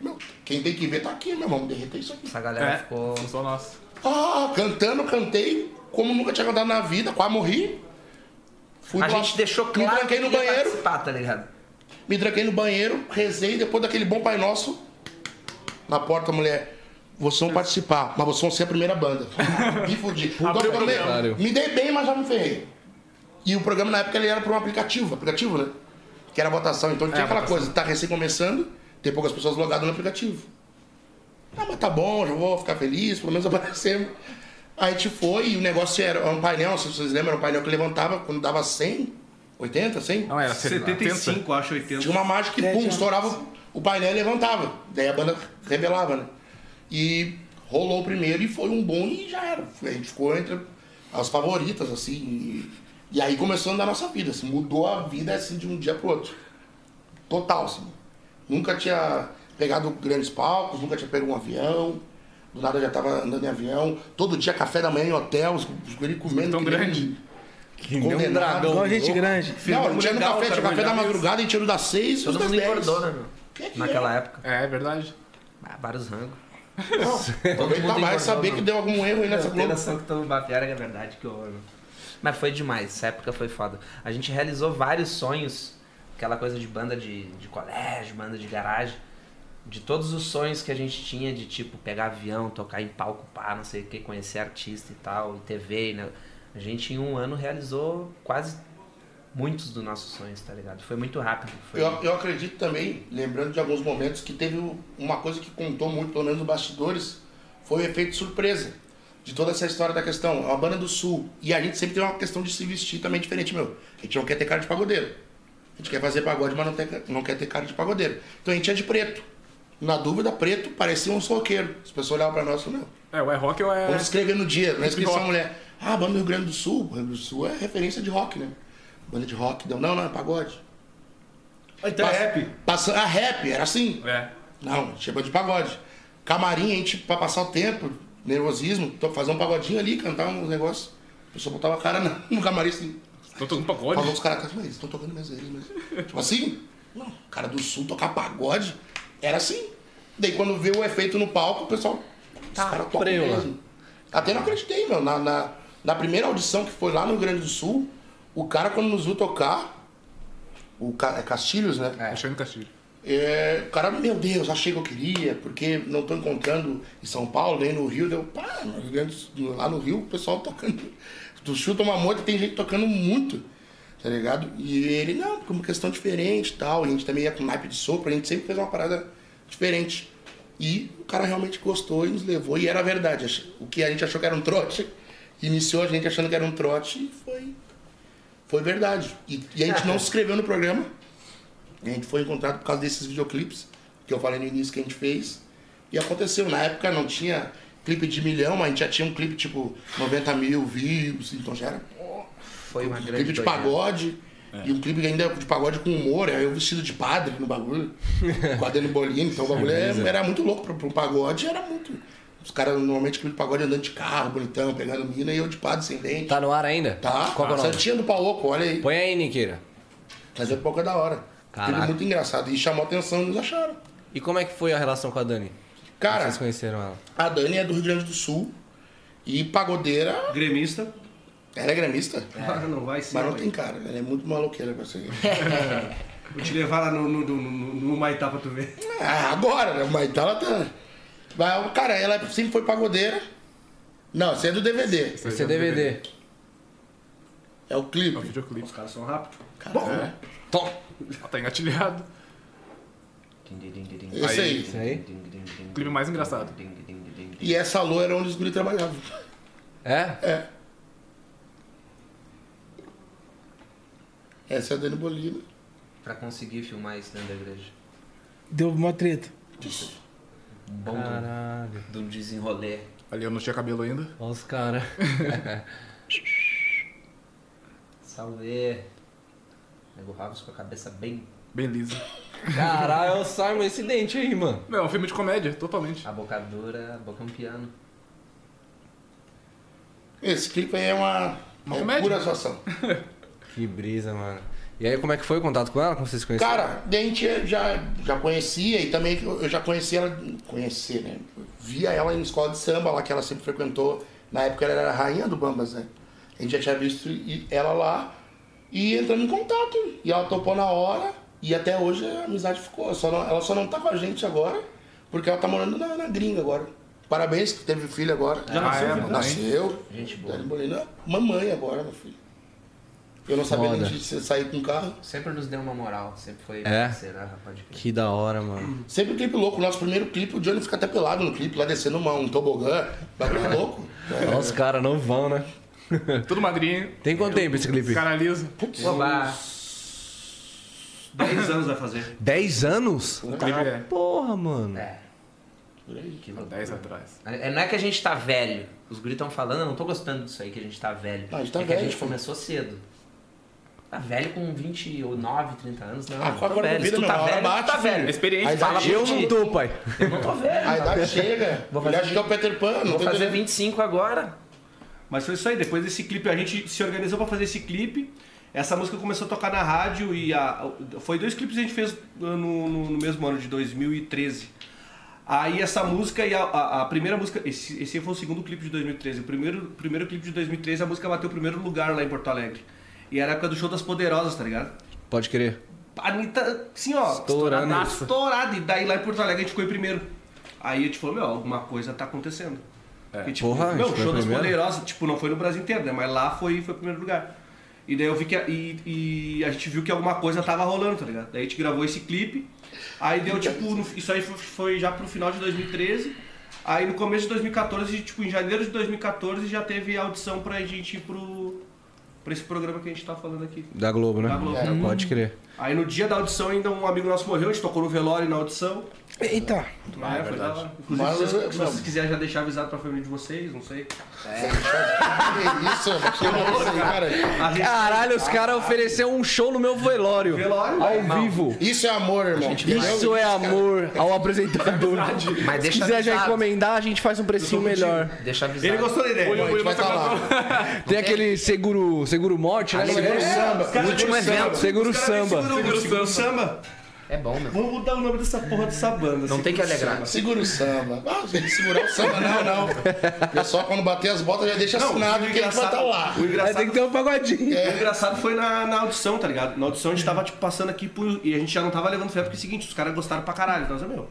Speaker 3: Meu, quem tem que ver tá aqui, meu, vamos derreter isso aqui.
Speaker 5: Essa galera
Speaker 6: É,
Speaker 5: ficou.
Speaker 6: Não sou nós.
Speaker 3: Ah, cantando, cantei como nunca tinha cantado na vida, quase morri. Fui
Speaker 5: A
Speaker 3: pra-
Speaker 5: gente deixou
Speaker 3: Me
Speaker 5: claro que
Speaker 3: tranquei no
Speaker 5: ia
Speaker 3: banheiro,
Speaker 5: participar, tá ligado?
Speaker 3: me tranquei no banheiro, rezei, depois daquele bom Pai Nosso, na porta, a mulher. Vocês vão participar, mas vocês vão ser a primeira banda. Me fudi. Então, eu falei,
Speaker 1: programa.
Speaker 3: me dei bem, mas já me ferrei. E o programa na época ele era por um aplicativo, aplicativo, né? Que era votação. Então tinha aquela coisa, tá recém começando, tem poucas pessoas logadas no aplicativo. Ah, mas tá bom, já vou ficar feliz, pelo menos aparecemos. Aí a gente foi e o negócio era era um painel, se vocês lembram, era um painel que levantava quando dava 100, 80, 100.
Speaker 6: Não era 75.
Speaker 4: 75, acho, 80.
Speaker 3: Tinha uma mágica que,
Speaker 2: É,
Speaker 3: pum,
Speaker 2: tinha-
Speaker 3: estourava o painel e levantava. Daí a banda revelava, né? E rolou o primeiro e foi um bom e já era. A gente ficou entre as favoritas, assim. E, e aí começou a andar a nossa vida, assim. Mudou a vida, assim, de um dia pro outro. Total, assim. Nunca tinha pegado grandes palcos, nunca tinha pego um avião. Do nada eu já tava andando em avião. Todo dia, café da manhã em hotel, os, os guri comendo.
Speaker 6: Tão
Speaker 3: que nem
Speaker 6: grande.
Speaker 1: Que nem um
Speaker 3: Condenado.
Speaker 1: dragão.
Speaker 2: Igual gente grande.
Speaker 3: Não, a
Speaker 4: Ficamos
Speaker 3: gente ia no
Speaker 4: legal,
Speaker 3: café, tinha
Speaker 4: trabalhamos.
Speaker 3: café da madrugada, a gente ia no das seis,
Speaker 5: Todo
Speaker 3: os das
Speaker 5: mundo
Speaker 3: dez.
Speaker 5: engordou, né, meu?
Speaker 3: Que que
Speaker 5: Naquela época.
Speaker 6: É, é verdade.
Speaker 5: Ah, vários rangos.
Speaker 3: Também tá mais
Speaker 5: mundo engordou,
Speaker 3: saber
Speaker 5: né?
Speaker 3: que deu algum erro aí nessa
Speaker 5: Eu tenho
Speaker 3: Globo.
Speaker 5: noção que tu bafiara que é verdade, que horror. meu. Mas foi demais, essa época foi foda. A gente realizou vários sonhos, aquela coisa de banda de, de colégio, banda de garagem. De todos os sonhos que a gente tinha de tipo pegar avião, tocar em palco, pá, não sei o que, conhecer artista e tal, e TV, né? A gente em um ano realizou quase muitos dos nossos sonhos, tá ligado? Foi muito rápido. Foi...
Speaker 3: Eu, eu acredito também, lembrando de alguns momentos, que teve uma coisa que contou muito, pelo menos nos bastidores, foi o efeito surpresa de toda essa história da questão. É uma banda do Sul. E a gente sempre tem uma questão de se vestir também diferente, meu. A gente não quer ter cara de pagodeiro. A gente quer fazer pagode, mas não, tem- não quer ter cara de pagodeiro. Então a gente é de preto. Na dúvida, preto parecia um roqueiro. As pessoas olhavam pra nós e falavam, não.
Speaker 6: É, o rock ou é.
Speaker 3: Vamos escrever no dia, não esqueça
Speaker 6: Rock.
Speaker 3: a mulher. Ah, banda do Rio Grande do Sul. Rio Grande do Sul é referência de rock, né? Banda de rock. Não, não, não é pagode.
Speaker 4: Então é
Speaker 3: Passa-
Speaker 4: rap.
Speaker 3: Passa, a rap, era assim.
Speaker 6: É.
Speaker 3: Não, chegou de pagode. Camarim, a gente, pra passar o tempo, nervosismo, to- fazer um pagodinho ali, cantar uns negócios. A pessoa botava a cara na- no camarim assim.
Speaker 6: Tô tocando pagode.
Speaker 3: Falou os caras, mas eles estão tocando mesmo, eles mesmo. Tipo assim, não, o cara do sul tocar pagode, era assim. Daí quando vê o efeito no palco, o pessoal, os caras tocam
Speaker 1: preula.
Speaker 3: mesmo. Até não acreditei, meu. Na, na, na primeira audição que foi lá no Rio Grande do Sul, o cara quando nos viu tocar, o Ca- é Castilhos, né?
Speaker 6: Alexandre Castilho.
Speaker 3: É, o cara, meu Deus, achei que eu queria, porque não tô encontrando em São Paulo, nem no Rio. Deu, pá, no Rio Grande do Sul, lá no Rio o pessoal tocando. Tu chuta uma moto e tem gente tocando muito, tá ligado? E ele, não, porque é uma questão diferente e tal. E a gente também ia com naipe de sopro, a gente sempre fez uma parada diferente. E o cara realmente gostou e nos levou, e era verdade. Ach- O que a gente achou que era um trote, iniciou a gente achando que era um trote e foi, foi verdade. E, e a gente não se inscreveu no programa. A gente foi encontrado por causa desses videoclipes que eu falei no início que a gente fez. E aconteceu. Na época não tinha clipe de milhão, mas a gente já tinha um clipe tipo 90 mil views, então já era pô,
Speaker 5: Foi uma
Speaker 3: um
Speaker 5: grande
Speaker 3: clipe de
Speaker 5: doideira.
Speaker 3: pagode. E um clipe ainda de pagode com humor, aí eu vestido de padre no bagulho, com a Dani Bolini, então o bagulho é- era muito louco pra, pra um pagode, era muito. Os caras normalmente clipe de pagode andando de carro, bonitão, pegando mina, e eu de padre sem dente.
Speaker 1: Tá no ar ainda?
Speaker 3: Tá?
Speaker 1: Qual que é o nome?
Speaker 3: Santinha do Paoco, olha aí.
Speaker 1: Põe aí, Niqueira.
Speaker 3: Mas é pouco da hora.
Speaker 1: Caraca.
Speaker 3: Clipe muito engraçado. E chamou atenção e nos acharam.
Speaker 1: E como é que foi a relação com a Dani?
Speaker 3: Cara,
Speaker 1: Vocês conheceram ela?
Speaker 3: a Dani é do Rio Grande do Sul e pagodeira,
Speaker 4: Gremista.
Speaker 3: ela é gramista,
Speaker 4: Ah, não vai ser.
Speaker 3: mas não
Speaker 4: vai.
Speaker 3: tem cara, ela é muito maloqueira pra ser.
Speaker 4: Vou te levar lá no, no, no, no, no Maitá pra tu ver.
Speaker 3: Ah, agora, né? Mas então ela tá. Mas, cara, ela sempre foi pagodeira. Não, você é do DVD,
Speaker 1: Esse é DVD.
Speaker 3: é o
Speaker 6: É o
Speaker 3: clipe.
Speaker 6: videoclipe.
Speaker 4: Os caras são rápidos.
Speaker 3: Caramba.
Speaker 1: Tom!
Speaker 6: Tá engatilhado.
Speaker 3: Esse aí.
Speaker 1: Isso aí?
Speaker 6: O clipe mais engraçado.
Speaker 3: E essa lua era onde os guri trabalhavam.
Speaker 1: É?
Speaker 3: É. Essa é a Dani Bolina.
Speaker 5: Pra conseguir filmar isso dentro da igreja.
Speaker 2: Deu uma treta.
Speaker 5: Um Bom do-
Speaker 1: Caralho.
Speaker 5: do desenrolê.
Speaker 6: Ali eu não tinha cabelo ainda.
Speaker 1: Olha os caras.
Speaker 5: Salve. Nego Ravos com a cabeça bem.
Speaker 6: Bem liso.
Speaker 1: Caralho, é o Simon esse dente aí, mano.
Speaker 6: Meu, é um filme de comédia, totalmente.
Speaker 5: A bocadura, a boca é um piano.
Speaker 3: Esse clipe aí é uma,
Speaker 6: Uma
Speaker 3: é
Speaker 6: comédia.
Speaker 3: pura atuação.
Speaker 1: Que brisa, mano. E aí, como é que foi o contato com ela? Como vocês conheceram?
Speaker 3: Cara, a gente já, já conhecia e também eu eu já conhecia ela. Conhecer, né? Via ela em escola de samba lá que ela sempre frequentou. Na época ela era a rainha do Bambas, né? A gente já tinha visto e- ela lá e entrando em contato. E ela topou na hora e até hoje a amizade ficou. Só não- ela só não tá com a gente agora, porque ela tá morando na, na gringa agora. Parabéns, que teve filho agora.
Speaker 6: Já nasceu,
Speaker 3: é,
Speaker 6: filho?
Speaker 3: nasceu. Tá
Speaker 5: Gente boa.
Speaker 3: Dani Molina, mamãe agora, meu filho. Eu não sabia nem
Speaker 1: Foda.
Speaker 3: de se- sair com o carro.
Speaker 5: Sempre nos deu uma moral, sempre foi
Speaker 1: É?
Speaker 5: né, parceira, rapaz de
Speaker 1: Que da hora, mano.
Speaker 3: Sempre um clipe louco. O nosso primeiro clipe, o Johnny fica até pelado no clipe, lá descendo uma, um tobogã. Bagulho é louco.
Speaker 1: Olha os caras, não vão, né?
Speaker 6: Tudo magrinho,
Speaker 1: Tem quanto tempo esse clipe?
Speaker 6: cara liso.
Speaker 5: Olá!
Speaker 4: 10 anos vai fazer.
Speaker 1: 10 anos?
Speaker 6: O clipe é
Speaker 1: Porra, mano.
Speaker 5: É. Que loucura.
Speaker 6: 10 atrás.
Speaker 5: É, Não é que a gente tá velho. Os guri estão falando, eu não tô gostando disso aí, que a gente tá velho.
Speaker 3: Ah, a gente tá
Speaker 5: é que
Speaker 3: velho,
Speaker 5: a gente
Speaker 3: pô.
Speaker 5: começou cedo. Tá velho com 29, 30 anos, não.
Speaker 3: Ah,
Speaker 5: não
Speaker 3: com a
Speaker 5: tô
Speaker 3: cor da
Speaker 5: velho.
Speaker 3: vida,
Speaker 5: Se tu
Speaker 3: meu,
Speaker 5: tá
Speaker 3: uma hora
Speaker 5: velho, tu tá
Speaker 3: bate, filho.
Speaker 5: velho.
Speaker 6: Experiência.
Speaker 3: A idade,
Speaker 1: Eu não tô, pai.
Speaker 5: Eu não tô velho.
Speaker 3: a
Speaker 5: mano.
Speaker 3: idade chega.
Speaker 5: Vou
Speaker 3: Ele
Speaker 5: fazer-
Speaker 3: acha que é o Peter Pan. Não
Speaker 5: Vou
Speaker 3: tô
Speaker 5: fazer
Speaker 3: entendendo.
Speaker 5: 25 agora.
Speaker 4: Mas foi isso aí, depois desse clipe, a gente se organizou pra fazer esse clipe. Essa música começou a tocar na rádio e a- foi dois clipes que a gente fez no, no- no mesmo ano de 2013. Aí essa música e a, a- a primeira música, esse, esse foi o segundo clipe de 2013. O primeiro, primeiro clipe de 2013, a música bateu o primeiro lugar lá em Porto Alegre. E era a época do show das Poderosas, tá ligado?
Speaker 1: Pode crer.
Speaker 4: A Anitta, assim, ó.
Speaker 1: Estourando.
Speaker 4: estourada, Estourada. E daí lá em Porto Alegre a gente ficou em primeiro. Aí a gente falou, meu, alguma coisa tá acontecendo. E, tipo,
Speaker 1: Porra, a gente
Speaker 4: meu, o
Speaker 1: foi
Speaker 4: show das
Speaker 1: primeiro?
Speaker 4: poderosas, tipo, não foi no Brasil inteiro, né? Mas lá foi, foi o primeiro lugar. E daí eu vi que. A, e, e a gente viu que alguma coisa tava rolando, tá ligado? Daí a gente gravou esse clipe. Aí deu, tipo, no- isso aí foi, foi já pro final de 2013. Aí no começo de 2014, tipo, em janeiro de 2014, já teve audição pra gente ir pro. pra esse programa que a gente tá falando aqui.
Speaker 1: Da Globo, né?
Speaker 4: Da Globo.
Speaker 1: É, Pode crer.
Speaker 4: Aí no dia da audição ainda um amigo nosso morreu, a gente tocou no velório na audição.
Speaker 2: Eita.
Speaker 4: Ah, é, foi da hora. Inclusive,
Speaker 3: Mas,
Speaker 4: se vocês,
Speaker 3: eu-
Speaker 4: se
Speaker 3: não.
Speaker 4: vocês quiserem já deixar avisado pra família de vocês, não sei.
Speaker 3: Que É isso, mano. Que louco isso aí, cara.
Speaker 4: A gente
Speaker 5: Ah.
Speaker 1: Caralho, os caras ofereceram um show no meu velório.
Speaker 4: Velório,
Speaker 1: Ao vivo.
Speaker 3: Isso é amor, irmão.
Speaker 1: Isso é amor ao apresentador.
Speaker 5: Mas
Speaker 1: Se
Speaker 5: deixa
Speaker 1: quiser já
Speaker 5: avisado.
Speaker 1: encomendar, a gente faz um precinho melhor.
Speaker 5: Deixa avisado.
Speaker 4: ele gostou da ideia.
Speaker 3: Bom, a gente vai estar lá.
Speaker 1: Tem aquele seguro, seguro morte, né?
Speaker 3: Segura o samba.
Speaker 4: Cara,
Speaker 5: Último
Speaker 4: segura o
Speaker 5: evento.
Speaker 4: samba.
Speaker 1: Segura o
Speaker 4: Os caras
Speaker 1: samba.
Speaker 4: vêm Segura o segura o samba.
Speaker 5: É bom, meu.
Speaker 4: Vamos mudar o nome dessa porra dessa banda. assim.
Speaker 5: Não tem que alegrar.
Speaker 3: Segura o samba. Ah, gente, segurar o samba, não, não. O pessoal, quando bater as botas, já deixa assinado que ele vai estar lá. É
Speaker 4: O
Speaker 2: Aí tem
Speaker 4: engraçado,
Speaker 2: que ter um pagodinho.
Speaker 4: o engraçado foi na, na audição, tá ligado? Na audição a gente tava, tipo, passando aqui por, e a gente já não tava levando fé, porque é o seguinte, os caras gostaram pra caralho. Nós, meu,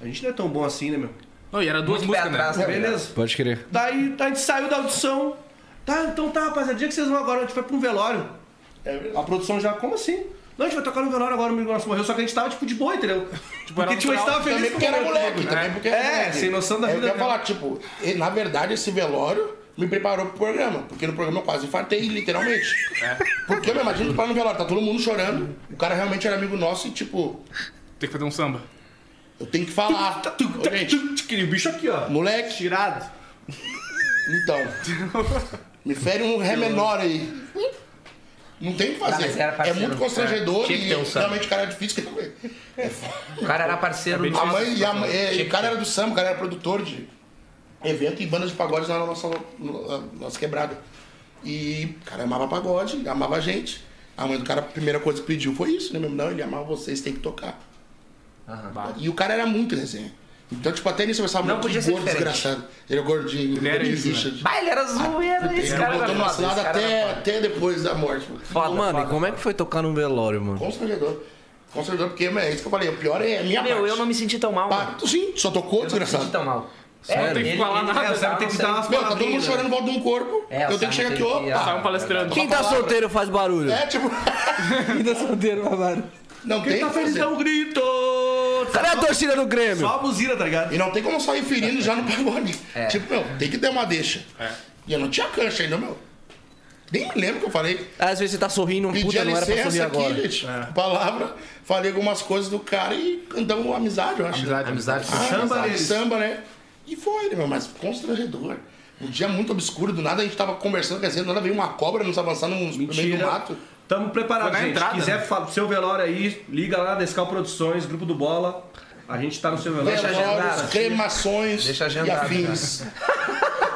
Speaker 4: a gente não é tão bom assim, né, meu?
Speaker 6: Não, e era duas
Speaker 5: Muito pé
Speaker 6: músicas,
Speaker 5: atrás,
Speaker 6: né?
Speaker 3: É,
Speaker 5: tá ligado?
Speaker 4: Beleza.
Speaker 1: Pode crer.
Speaker 4: Daí a gente saiu da audição. Tá, então tá, rapaziada. Dia que vocês vão agora, a gente vai pra um velório.
Speaker 3: É
Speaker 4: A produção já, como assim? Não, a gente vai tocar no velório agora, o amigo nosso morreu, só que a gente tava tipo de boa, entendeu?
Speaker 6: era
Speaker 4: porque tipo, a gente tava feliz
Speaker 3: Também porque era moleque. Também porque era
Speaker 4: É,
Speaker 3: moleque.
Speaker 4: sem noção da
Speaker 3: É,
Speaker 4: vida
Speaker 3: Eu ia
Speaker 4: dela.
Speaker 3: falar, tipo, e, na verdade, esse velório me preparou pro programa. Porque no programa eu quase infartei, literalmente. Porque eu me imagino para no velório, tá todo mundo chorando. O cara realmente era amigo nosso e, tipo,
Speaker 6: Tem que fazer um samba.
Speaker 3: eu tenho que falar. Ô, gente,
Speaker 4: né? Aquele bicho aqui, ó.
Speaker 3: moleque,
Speaker 4: Tirado.
Speaker 3: então. Me fere um ré menor aí. Não tem o que
Speaker 5: Ah,
Speaker 3: fazer.
Speaker 5: mas era
Speaker 3: é
Speaker 5: parceiro,
Speaker 3: muito constrangedor
Speaker 5: é. Tinha que
Speaker 3: e
Speaker 5: ter um samba.
Speaker 3: realmente o cara é difícil. É foda.
Speaker 5: O cara era parceiro
Speaker 3: A
Speaker 5: nosso.
Speaker 3: mãe, e a mãe- é, e o cara era do samba, o cara era produtor de evento e bandas de pagode lá na nossa, no- na nossa quebrada. E o cara amava pagode, amava a gente. A mãe do cara, a primeira coisa que pediu foi isso, né? mesmo? Não, ele amava vocês, tem que tocar.
Speaker 5: Aham.
Speaker 3: E o cara era muito resenha. Então, tipo, até nisso eu pensava,
Speaker 5: Não
Speaker 3: "Meu,
Speaker 5: podia
Speaker 3: que
Speaker 5: ser
Speaker 3: gordo
Speaker 5: diferente."
Speaker 3: desgraçado. Ele é gordinho,
Speaker 6: Ele era isso,
Speaker 3: Richard.
Speaker 5: né? Bah, ele era zoeira, esse
Speaker 3: Ah, Ele
Speaker 5: cara
Speaker 3: botou
Speaker 5: era
Speaker 3: uma
Speaker 5: foda,
Speaker 3: cilada
Speaker 5: esse cara
Speaker 3: até,
Speaker 5: era foda.
Speaker 3: até depois da morte. mano.
Speaker 5: Foda,
Speaker 1: Mano, e
Speaker 5: foda.
Speaker 1: como é que foi tocar no velório, mano?
Speaker 3: Constrangedor. Constrangedor, porque mano, é isso que eu falei, o pior é a minha
Speaker 5: Meu,
Speaker 3: parte.
Speaker 5: eu não me senti tão mal, mano.
Speaker 3: Pá, Sim, só tocou,
Speaker 5: Eu não me senti
Speaker 3: desgraçado.
Speaker 5: tão mal.
Speaker 6: não tem que falar nada,
Speaker 5: é,
Speaker 4: o cara tem que dar umas
Speaker 3: Meu, tá todo mundo chorando em volta de um corpo.
Speaker 5: É, o
Speaker 3: eu tenho que chegar
Speaker 5: Sarah
Speaker 3: aqui,
Speaker 5: teve que-
Speaker 3: opa.
Speaker 6: Sai um palestrando.
Speaker 1: Quem tá solteiro faz barulho.
Speaker 3: É, tipo.
Speaker 2: Ainda solteiro, babado.
Speaker 3: Não tem.
Speaker 4: Tá
Speaker 3: o que
Speaker 4: feliz,
Speaker 3: fazer.
Speaker 4: dá um grito.
Speaker 1: Cadê a torcida do Grêmio?
Speaker 4: Só a buzina, tá ligado?
Speaker 3: E não tem como sair ferindo já no pagode.
Speaker 5: É.
Speaker 3: Tipo, meu, tem que ter uma deixa.
Speaker 4: É.
Speaker 3: E eu não tinha cancha ainda, meu. Nem me lembro o que eu falei.
Speaker 1: Às vezes você tá sorrindo,
Speaker 3: Pedi
Speaker 1: puta,
Speaker 3: a
Speaker 1: não era pra
Speaker 3: licença
Speaker 1: sorrir
Speaker 3: aqui,
Speaker 1: agora.
Speaker 3: gente.
Speaker 4: É.
Speaker 3: Palavra. Falei algumas coisas do cara e andamos amizade, eu acho.
Speaker 7: Amizade, amizade.
Speaker 3: Ah,
Speaker 4: Samba é
Speaker 3: amizade,
Speaker 4: deles.
Speaker 3: samba, né? E foi, né, meu, mas constrangedor. Um dia muito obscuro, do nada a gente tava conversando, quer dizer, do nada veio uma cobra nos avançando no meio do
Speaker 4: Mentira.
Speaker 3: mato.
Speaker 4: Tamo preparado,
Speaker 7: Foi na
Speaker 4: gente.
Speaker 7: entrada,
Speaker 4: Se quiser
Speaker 7: né?
Speaker 4: fa- seu velório aí, liga lá na Escal Produções, Grupo do Bola. A gente tá no seu velório.
Speaker 5: Deixa agendado,
Speaker 3: Velórios,
Speaker 5: assim.
Speaker 3: cremações
Speaker 5: Deixa
Speaker 3: e
Speaker 5: agendado,
Speaker 3: afins.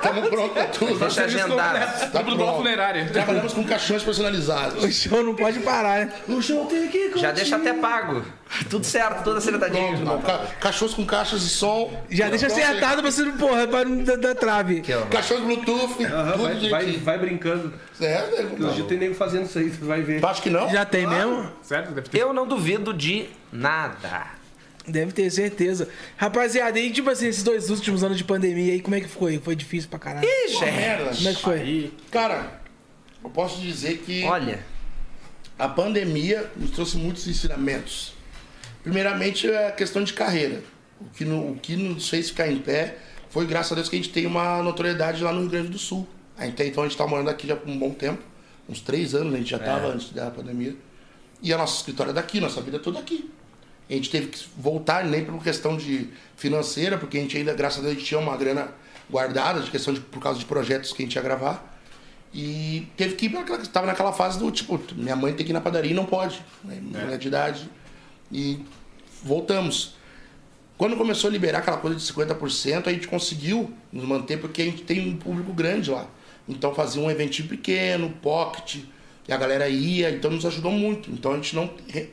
Speaker 3: Tamo pronto pra tudo.
Speaker 5: Deixa agendado.
Speaker 3: Tá
Speaker 6: Grupo do Bola
Speaker 3: pronto.
Speaker 6: Funerária.
Speaker 3: Trabalhamos com caixões personalizados.
Speaker 2: O show não pode parar, né?
Speaker 3: O show tem que
Speaker 5: Já deixa até pago. Tudo certo, tudo acertadinho.
Speaker 3: Não, ca- cachorros com caixas de som.
Speaker 2: Já deixa
Speaker 3: Então,
Speaker 2: acertado pra você não, porra, pra não dar, dar trave.
Speaker 5: Aqui, ó.
Speaker 3: Cachorros Bluetooth,
Speaker 4: Aham,
Speaker 3: tudo
Speaker 4: vai,
Speaker 3: de-
Speaker 4: vai, vai brincando.
Speaker 3: É, né,
Speaker 4: Hoje tem nego fazendo isso aí, tu vai ver.
Speaker 3: Acho que não.
Speaker 2: Já tem mesmo?
Speaker 6: Sério? Deve ter.
Speaker 5: Eu não duvido de nada.
Speaker 2: Deve ter certeza. Rapaziada, e tipo assim, esses dois últimos anos de pandemia aí, como é que foi? Foi difícil pra caralho.
Speaker 5: Ih,
Speaker 3: Uma
Speaker 5: gente.
Speaker 3: merda.
Speaker 2: Como é que foi?
Speaker 3: Cara, eu posso dizer que
Speaker 5: Olha,
Speaker 3: a pandemia nos trouxe muitos ensinamentos. Primeiramente, é a questão de carreira. O que, no- o que nos fez ficar em pé foi, graças a Deus, que a gente tem uma notoriedade lá no Rio Grande do Sul. Até então, a gente está morando aqui já por um bom tempo uns três anos, a gente já estava antes da pandemia. E a nossa escritório é daqui, nossa vida é toda aqui. A gente teve que voltar, nem por questão de financeira, porque a gente ainda, graças a Deus, a gente tinha uma grana guardada, de questão de, por causa de projetos que a gente ia gravar. E teve que ir para Estava naquela fase do tipo, minha mãe tem que ir na padaria e não pode. Né? Mulher de idade. E voltamos. Quando começou a liberar aquela coisa de 50%, a gente conseguiu nos manter porque a gente tem um público grande lá. Então fazia um eventinho pequeno, pocket, e a galera ia, então nos ajudou muito. Então a gente não. re-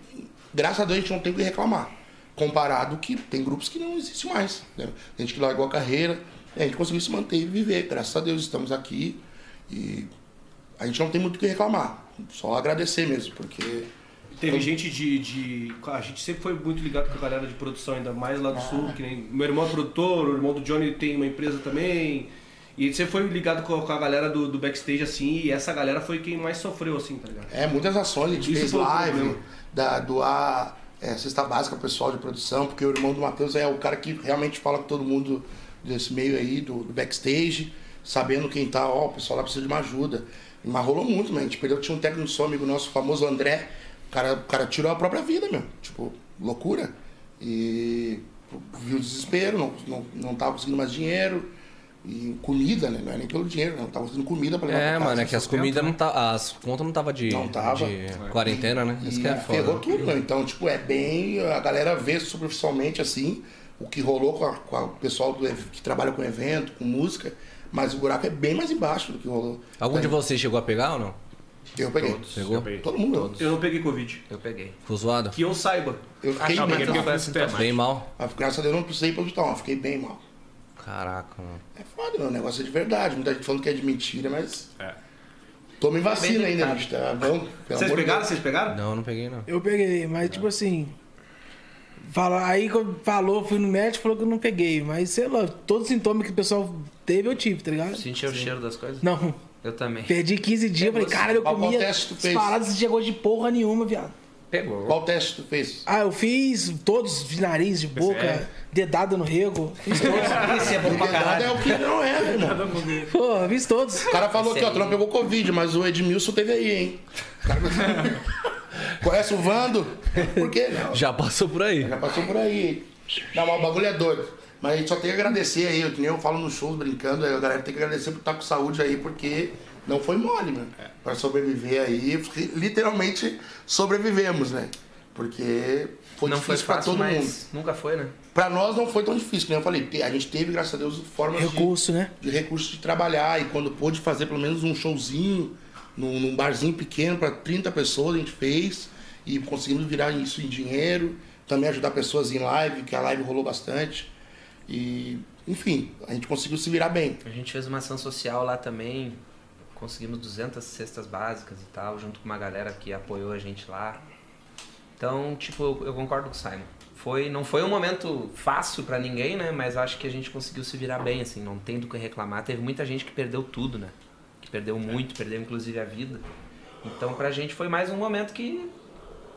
Speaker 3: Graças a Deus a gente não tem o que reclamar. Comparado que tem grupos que não existem mais. né? Tem gente que largou a carreira, e a gente conseguiu se manter e viver. Graças a Deus estamos aqui e a gente não tem muito o que reclamar. Só agradecer mesmo, porque.
Speaker 4: Teve gente de, de- A gente sempre foi muito ligado com a galera de produção, ainda mais
Speaker 3: Ah.
Speaker 4: lá do sul, que nem. Meu irmão é produtor, o irmão do Johnny tem uma empresa também. E ele sempre foi ligado com a, com a galera do, do backstage, assim, e essa galera foi quem mais sofreu, assim, tá ligado?
Speaker 3: É, muitas ações, a gente
Speaker 4: Isso
Speaker 3: fez
Speaker 4: foi né? o
Speaker 3: live,
Speaker 4: problema.
Speaker 3: da, doar é, cesta básica pro pessoal de produção, porque o irmão do Matheus é o cara que realmente fala com todo mundo desse meio aí, do, do backstage, sabendo quem tá, ó, o pessoal lá precisa de uma ajuda. Mas rolou muito, né? A gente perdeu, tinha um técnico de som, amigo nosso, o famoso André, o cara, o cara tirou a própria vida, meu, tipo, loucura. E viu o desespero, não, não, não tava conseguindo mais dinheiro, e comida, né? Não é nem pelo dinheiro, não tava conseguindo comida pra levar pra
Speaker 1: É,
Speaker 3: casa,
Speaker 1: mano, é que as
Speaker 3: sustento.
Speaker 1: comidas não tá. As contas não tava de,
Speaker 3: Não tava.
Speaker 1: de quarentena, né? Isso
Speaker 3: E
Speaker 1: que é
Speaker 3: Ferrou
Speaker 1: foda.
Speaker 3: tudo, né? Então, tipo, é bem. A galera vê superficialmente assim o que rolou com, a- com a- o pessoal do ev- que trabalha com evento, com música, mas o buraco é bem mais embaixo do que rolou. Então,
Speaker 1: Algum de vocês chegou a pegar ou não?
Speaker 3: Eu peguei.
Speaker 1: Pegou?
Speaker 3: Todo mundo.
Speaker 4: Eu não peguei Covid.
Speaker 5: eu peguei.
Speaker 1: Ficou zoado?
Speaker 4: Que eu saiba.
Speaker 3: Eu fiquei
Speaker 7: Não,
Speaker 3: bem
Speaker 7: porque
Speaker 6: é
Speaker 7: eu
Speaker 3: mal.
Speaker 7: fiz esse teste.
Speaker 1: Bem mal.
Speaker 3: Mas, Graças a Deus eu não precisei ir pro hospital, mas fiquei bem mal.
Speaker 1: Caraca, mano.
Speaker 3: É foda, meu. O negócio é de verdade. Muita gente falando que é de mentira, mas.
Speaker 7: É.
Speaker 3: Tomem vacina
Speaker 5: Bem
Speaker 3: ainda,
Speaker 5: delicado.
Speaker 3: gente. Tá bom? Pelo
Speaker 4: Vocês
Speaker 3: amor de
Speaker 4: pegaram?
Speaker 3: Deus.
Speaker 4: Vocês pegaram?
Speaker 1: Não, não peguei, não.
Speaker 2: Eu peguei, mas tipo assim. Fala, aí quando falou, fui no médico, falou que eu não peguei. Mas sei lá, todos os sintomas que o pessoal teve, eu tive, tá ligado?
Speaker 5: Sentiu o cheiro das coisas?
Speaker 2: Não,
Speaker 5: Eu também.
Speaker 2: perdi 15 dias, falei, caralho, eu
Speaker 3: Qual- qual
Speaker 2: comia.
Speaker 3: teste tu fez?
Speaker 2: Parado, não chegou é de porra nenhuma, viado.
Speaker 5: Pegou.
Speaker 3: Qual teste tu fez?
Speaker 2: Ah, eu fiz todos, de nariz, de boca, dedada no rego. Fiz todos.
Speaker 5: Esse é bom pra
Speaker 3: Verdade é
Speaker 5: caralho.
Speaker 3: o que não é, meu irmão.
Speaker 2: Porra, fiz todos.
Speaker 3: O cara falou aqui, ó, tu não pegou Covid, mas o Edmilson teve aí, hein? O cara- Conhece o Vando? Por quê? Não,
Speaker 1: Já passou por aí.
Speaker 3: já passou por aí. Não, mas o bagulho é doido. Mas a gente só tem que agradecer aí, que nem eu falo nos shows brincando, aí a galera tem que agradecer por estar com saúde aí, porque não foi mole, mano.
Speaker 5: É.
Speaker 3: Pra sobreviver aí, porque literalmente sobrevivemos, né? Porque foi
Speaker 5: Não foi
Speaker 3: difícil pra
Speaker 5: fácil,
Speaker 3: todo mundo.
Speaker 5: mas nunca foi, né?
Speaker 3: Pra nós não foi tão difícil, que nem eu falei. te- A gente teve, graças a Deus, formas de-
Speaker 2: Recurso, né?
Speaker 3: de recurso de trabalhar e quando pôde fazer pelo menos um showzinho num, num barzinho pequeno para 30 pessoas, a gente fez e conseguimos virar isso em dinheiro, também ajudar pessoas em live, que a live rolou bastante. E, enfim, a gente conseguiu se virar bem.
Speaker 5: A gente fez uma ação social lá também. Conseguimos 200 cestas básicas e tal, junto com uma galera que apoiou a gente lá. Então, tipo, eu, eu concordo com o Simon. Foi, não foi um momento fácil pra ninguém, né? Mas acho que a gente conseguiu se virar bem, assim, não tem do que reclamar. Teve muita gente que perdeu tudo, né? Que perdeu muito, perdeu inclusive a vida. Então, pra gente foi mais um momento que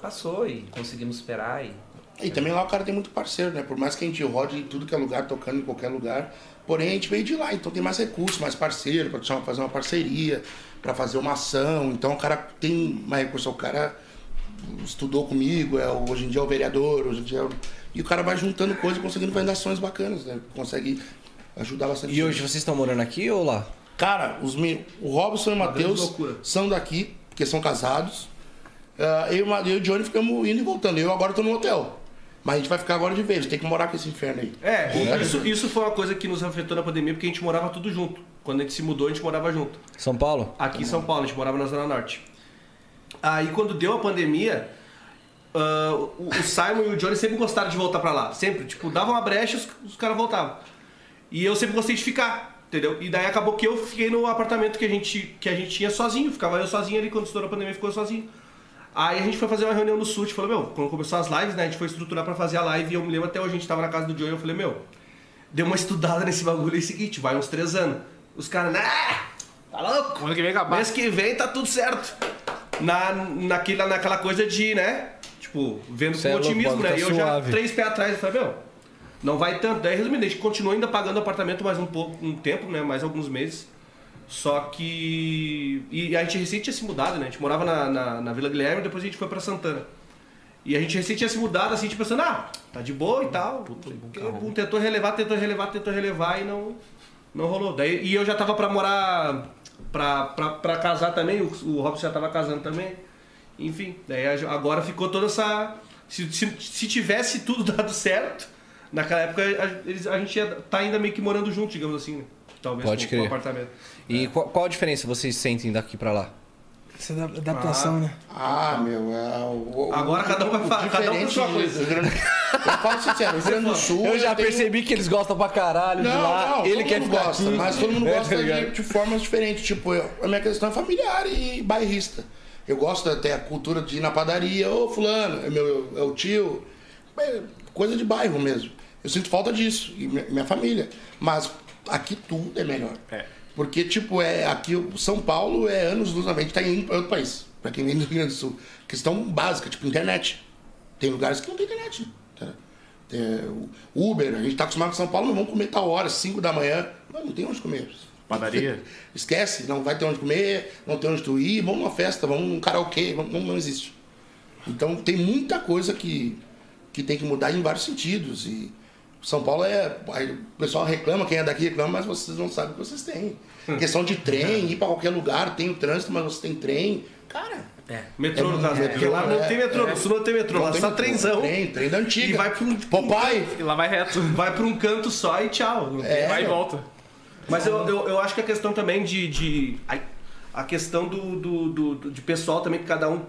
Speaker 5: passou e conseguimos superar e
Speaker 3: E também lá o cara tem muito parceiro, né? Por mais que a gente rode em tudo que é lugar, tocando em qualquer lugar. Porém, a gente veio de lá, então tem mais recurso, mais parceiro, pra te chamar pra fazer uma parceria, pra fazer uma ação. Então o cara tem mais recurso, o cara estudou comigo, é, o- hoje em dia é o vereador, hoje em dia é o... E o cara vai juntando coisas e conseguindo fazer ações bacanas, né? Consegue ajudar bastante.
Speaker 1: E hoje vocês estão morando aqui ou lá?
Speaker 3: Cara, os me... o Robson e o
Speaker 4: grande
Speaker 3: Matheus
Speaker 4: loucura.
Speaker 3: são daqui, porque são casados. Ah, eu, e o Ma- eu e o Johnny ficamos indo e voltando. Eu agora tô no hotel. Mas a gente vai ficar agora de vez, tem que morar com esse inferno aí.
Speaker 4: É, isso, isso foi uma coisa que nos afetou na pandemia, porque a gente morava tudo junto. Quando a gente se mudou, a gente morava junto.
Speaker 1: São Paulo?
Speaker 4: Aqui em São Paulo, a gente morava na Zona Norte. Aí quando deu a pandemia, ah, o, o Simon e o Johnny sempre gostaram de voltar pra lá. Sempre, tipo, dava uma brecha os, os caras voltavam. E eu sempre gostei de ficar, entendeu? E daí acabou que eu fiquei no apartamento que a gente, que a gente tinha sozinho, ficava eu sozinho ali quando estourou a pandemia, ficou eu sozinho. Aí a gente foi fazer uma reunião no SUT, falou, meu, quando começou as lives, né, a gente foi estruturar pra fazer a live e eu me lembro até hoje, a gente tava na casa do Johnny, eu falei, meu, deu uma estudada nesse bagulho aí, é seguinte, vai uns três anos. Os caras, ah, tá louco?
Speaker 6: O ano que vem acabar.
Speaker 4: Mês que vem tá tudo certo. Na, naquela, naquela coisa de, né? Tipo, vendo
Speaker 1: Cê
Speaker 4: com
Speaker 1: é louco,
Speaker 4: otimismo,
Speaker 1: mano,
Speaker 4: né?
Speaker 1: tá
Speaker 4: E eu
Speaker 1: suave.
Speaker 4: já três pés atrás, eu falei, meu, não vai tanto. Daí, resumindo, a gente continua ainda pagando apartamento mais um pouco, um tempo, né? Mais alguns meses. Só que. E a gente recente tinha se mudado, né? A gente morava na, na, na Vila Guilherme, depois a gente foi pra Santana. E a gente recente tinha se mudado, assim, tipo pensando, ah, tá de boa e tal. Porque, pum, tentou relevar, tentou relevar, tentou relevar e não, não rolou. Daí, e eu já tava pra morar, pra, pra, pra casar também, o, o Robson já tava casando também. Enfim, daí a- agora ficou toda essa. Se, se, se tivesse tudo dado certo, naquela época a, eles- a gente ia tá ainda meio que morando junto, digamos assim, né? Talvez
Speaker 1: Pode
Speaker 4: com,
Speaker 1: crer.
Speaker 4: com o apartamento.
Speaker 3: É.
Speaker 1: E qual, qual a diferença vocês sentem daqui pra lá?
Speaker 2: Essa adap- adaptação, né?
Speaker 3: Ah, meu, é o, o-
Speaker 4: Agora cada um vai
Speaker 3: o
Speaker 4: falar- cada um com
Speaker 3: diferente
Speaker 4: sua
Speaker 3: de-
Speaker 4: coisa. é
Speaker 3: do Rio Grande- Eu falo sincero, o Rio Grande do Sul.
Speaker 1: Eu já
Speaker 3: tem-
Speaker 1: percebi que eles gostam pra caralho de
Speaker 3: Não,
Speaker 1: lá.
Speaker 3: não,
Speaker 1: Ele
Speaker 3: todo
Speaker 1: quer
Speaker 3: mundo
Speaker 1: ficar
Speaker 3: gosta,
Speaker 1: aqui.
Speaker 3: mas todo mundo
Speaker 1: É, tá
Speaker 3: gosta de,
Speaker 1: ligado?
Speaker 3: de formas diferentes. Tipo, eu- a minha questão é familiar e bairrista. Eu gosto até a cultura de ir na padaria, ô fulano, é meu é o tio. É Coisa de bairro mesmo. Eu sinto falta disso, e minha, minha família. Mas aqui tudo é melhor. Porque, tipo, é, aqui o São Paulo é anos luz na frente, tá indo para outro país. Pra quem vem do Rio Grande do Sul. Questão básica, tipo, internet. Tem lugares que não tem internet. né? É, o Uber, a gente tá acostumado com São Paulo, mas vamos comer tal hora, 5 da manhã. Mano, não tem onde comer.
Speaker 7: Padaria?
Speaker 3: Esquece, não vai ter onde comer, não tem onde tu ir, vamos numa festa, vamos num karaokê, vamos- não, não existe. Então tem muita coisa que, que tem que mudar em vários sentidos. E São Paulo é. aí o pessoal reclama, quem é daqui reclama, mas vocês não sabem o que vocês têm. Questão de trem, ir pra qualquer lugar, tem o trânsito, mas você tem trem. Cara,
Speaker 4: Metrô, no
Speaker 3: É,
Speaker 4: caso, né? Porque lá não
Speaker 3: é,
Speaker 4: tem metrô,
Speaker 3: é.
Speaker 4: no sul não tem metrô,
Speaker 3: não
Speaker 4: lá
Speaker 3: tem
Speaker 4: só
Speaker 3: metrô,
Speaker 4: tá trenzão.
Speaker 3: Trem, trem da antiga.
Speaker 4: E vai pra um-
Speaker 3: Popai!
Speaker 6: E lá vai reto.
Speaker 4: Vai pra um canto só e tchau. Não tem-
Speaker 3: É.
Speaker 6: Vai e volta.
Speaker 4: Mas eu, eu, eu acho que a questão também de. de ai, a questão do, do, do- do- de pessoal também que cada um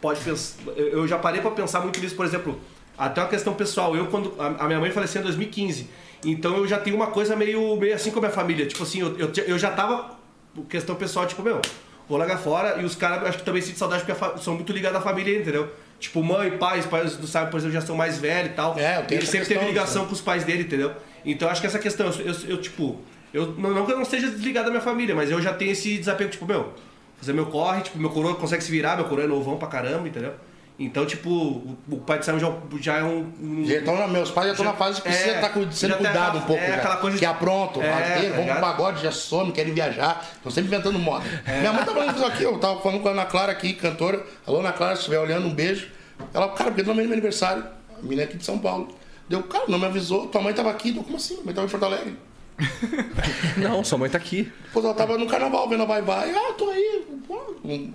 Speaker 4: pode pensar. Eu eu já parei pra pensar muito nisso, por exemplo, até uma questão pessoal. Eu, quando. A, a minha mãe faleceu em 2015. Então eu já tenho uma coisa meio, meio assim com a minha família. Tipo assim, eu, eu, tinha- eu já tava. Questão pessoal, tipo, meu, vou largar fora e os caras eu acho que também sinto saudade porque a fa- são muito ligados à família, entendeu? Tipo, mãe, pai, os pais do Sábio, por exemplo, já são mais velhos e tal.
Speaker 3: É, eu tenho
Speaker 4: Ele
Speaker 3: essa
Speaker 4: sempre teve
Speaker 3: questão,
Speaker 4: ligação com os pais dele, entendeu? Então acho que essa questão, eu, eu- eu, tipo, eu, não, não que eu não seja desligado da minha família, mas eu já tenho esse desapego, tipo, meu, fazer meu corre, tipo, meu coroa consegue se virar, meu coroa é novão pra caramba, entendeu? Então, tipo, o, o pai de Sam já, já é um. um-
Speaker 3: Já tão na- meus pais já estão
Speaker 4: Já-
Speaker 3: na fase que precisa
Speaker 4: é,
Speaker 3: estar sendo
Speaker 4: já tem
Speaker 3: cuidado
Speaker 4: aquela-
Speaker 3: um pouco.
Speaker 4: é,
Speaker 3: já.
Speaker 4: aquela coisa de-
Speaker 3: que aprontam,
Speaker 4: É,
Speaker 3: rasteiro,
Speaker 4: tá
Speaker 3: vão pro
Speaker 4: ligado?
Speaker 3: pagode, já some, querem viajar. Estão sempre inventando moda.
Speaker 4: É.
Speaker 3: Minha mãe tá falando isso aqui, eu tava falando com a Ana Clara aqui, cantora. Alô, Ana Clara, se estiver olhando, um beijo. Ela, cara, porque também no meu aniversário, a menina é aqui de São Paulo. Deu, cara, não me avisou, tua mãe tava aqui, deu, como assim? Minha mãe tava em Porto Alegre.
Speaker 1: Não, sua mãe tá aqui.
Speaker 3: Depois ela tava no carnaval vendo a Vai Vai, ah, tô aí. pô, um-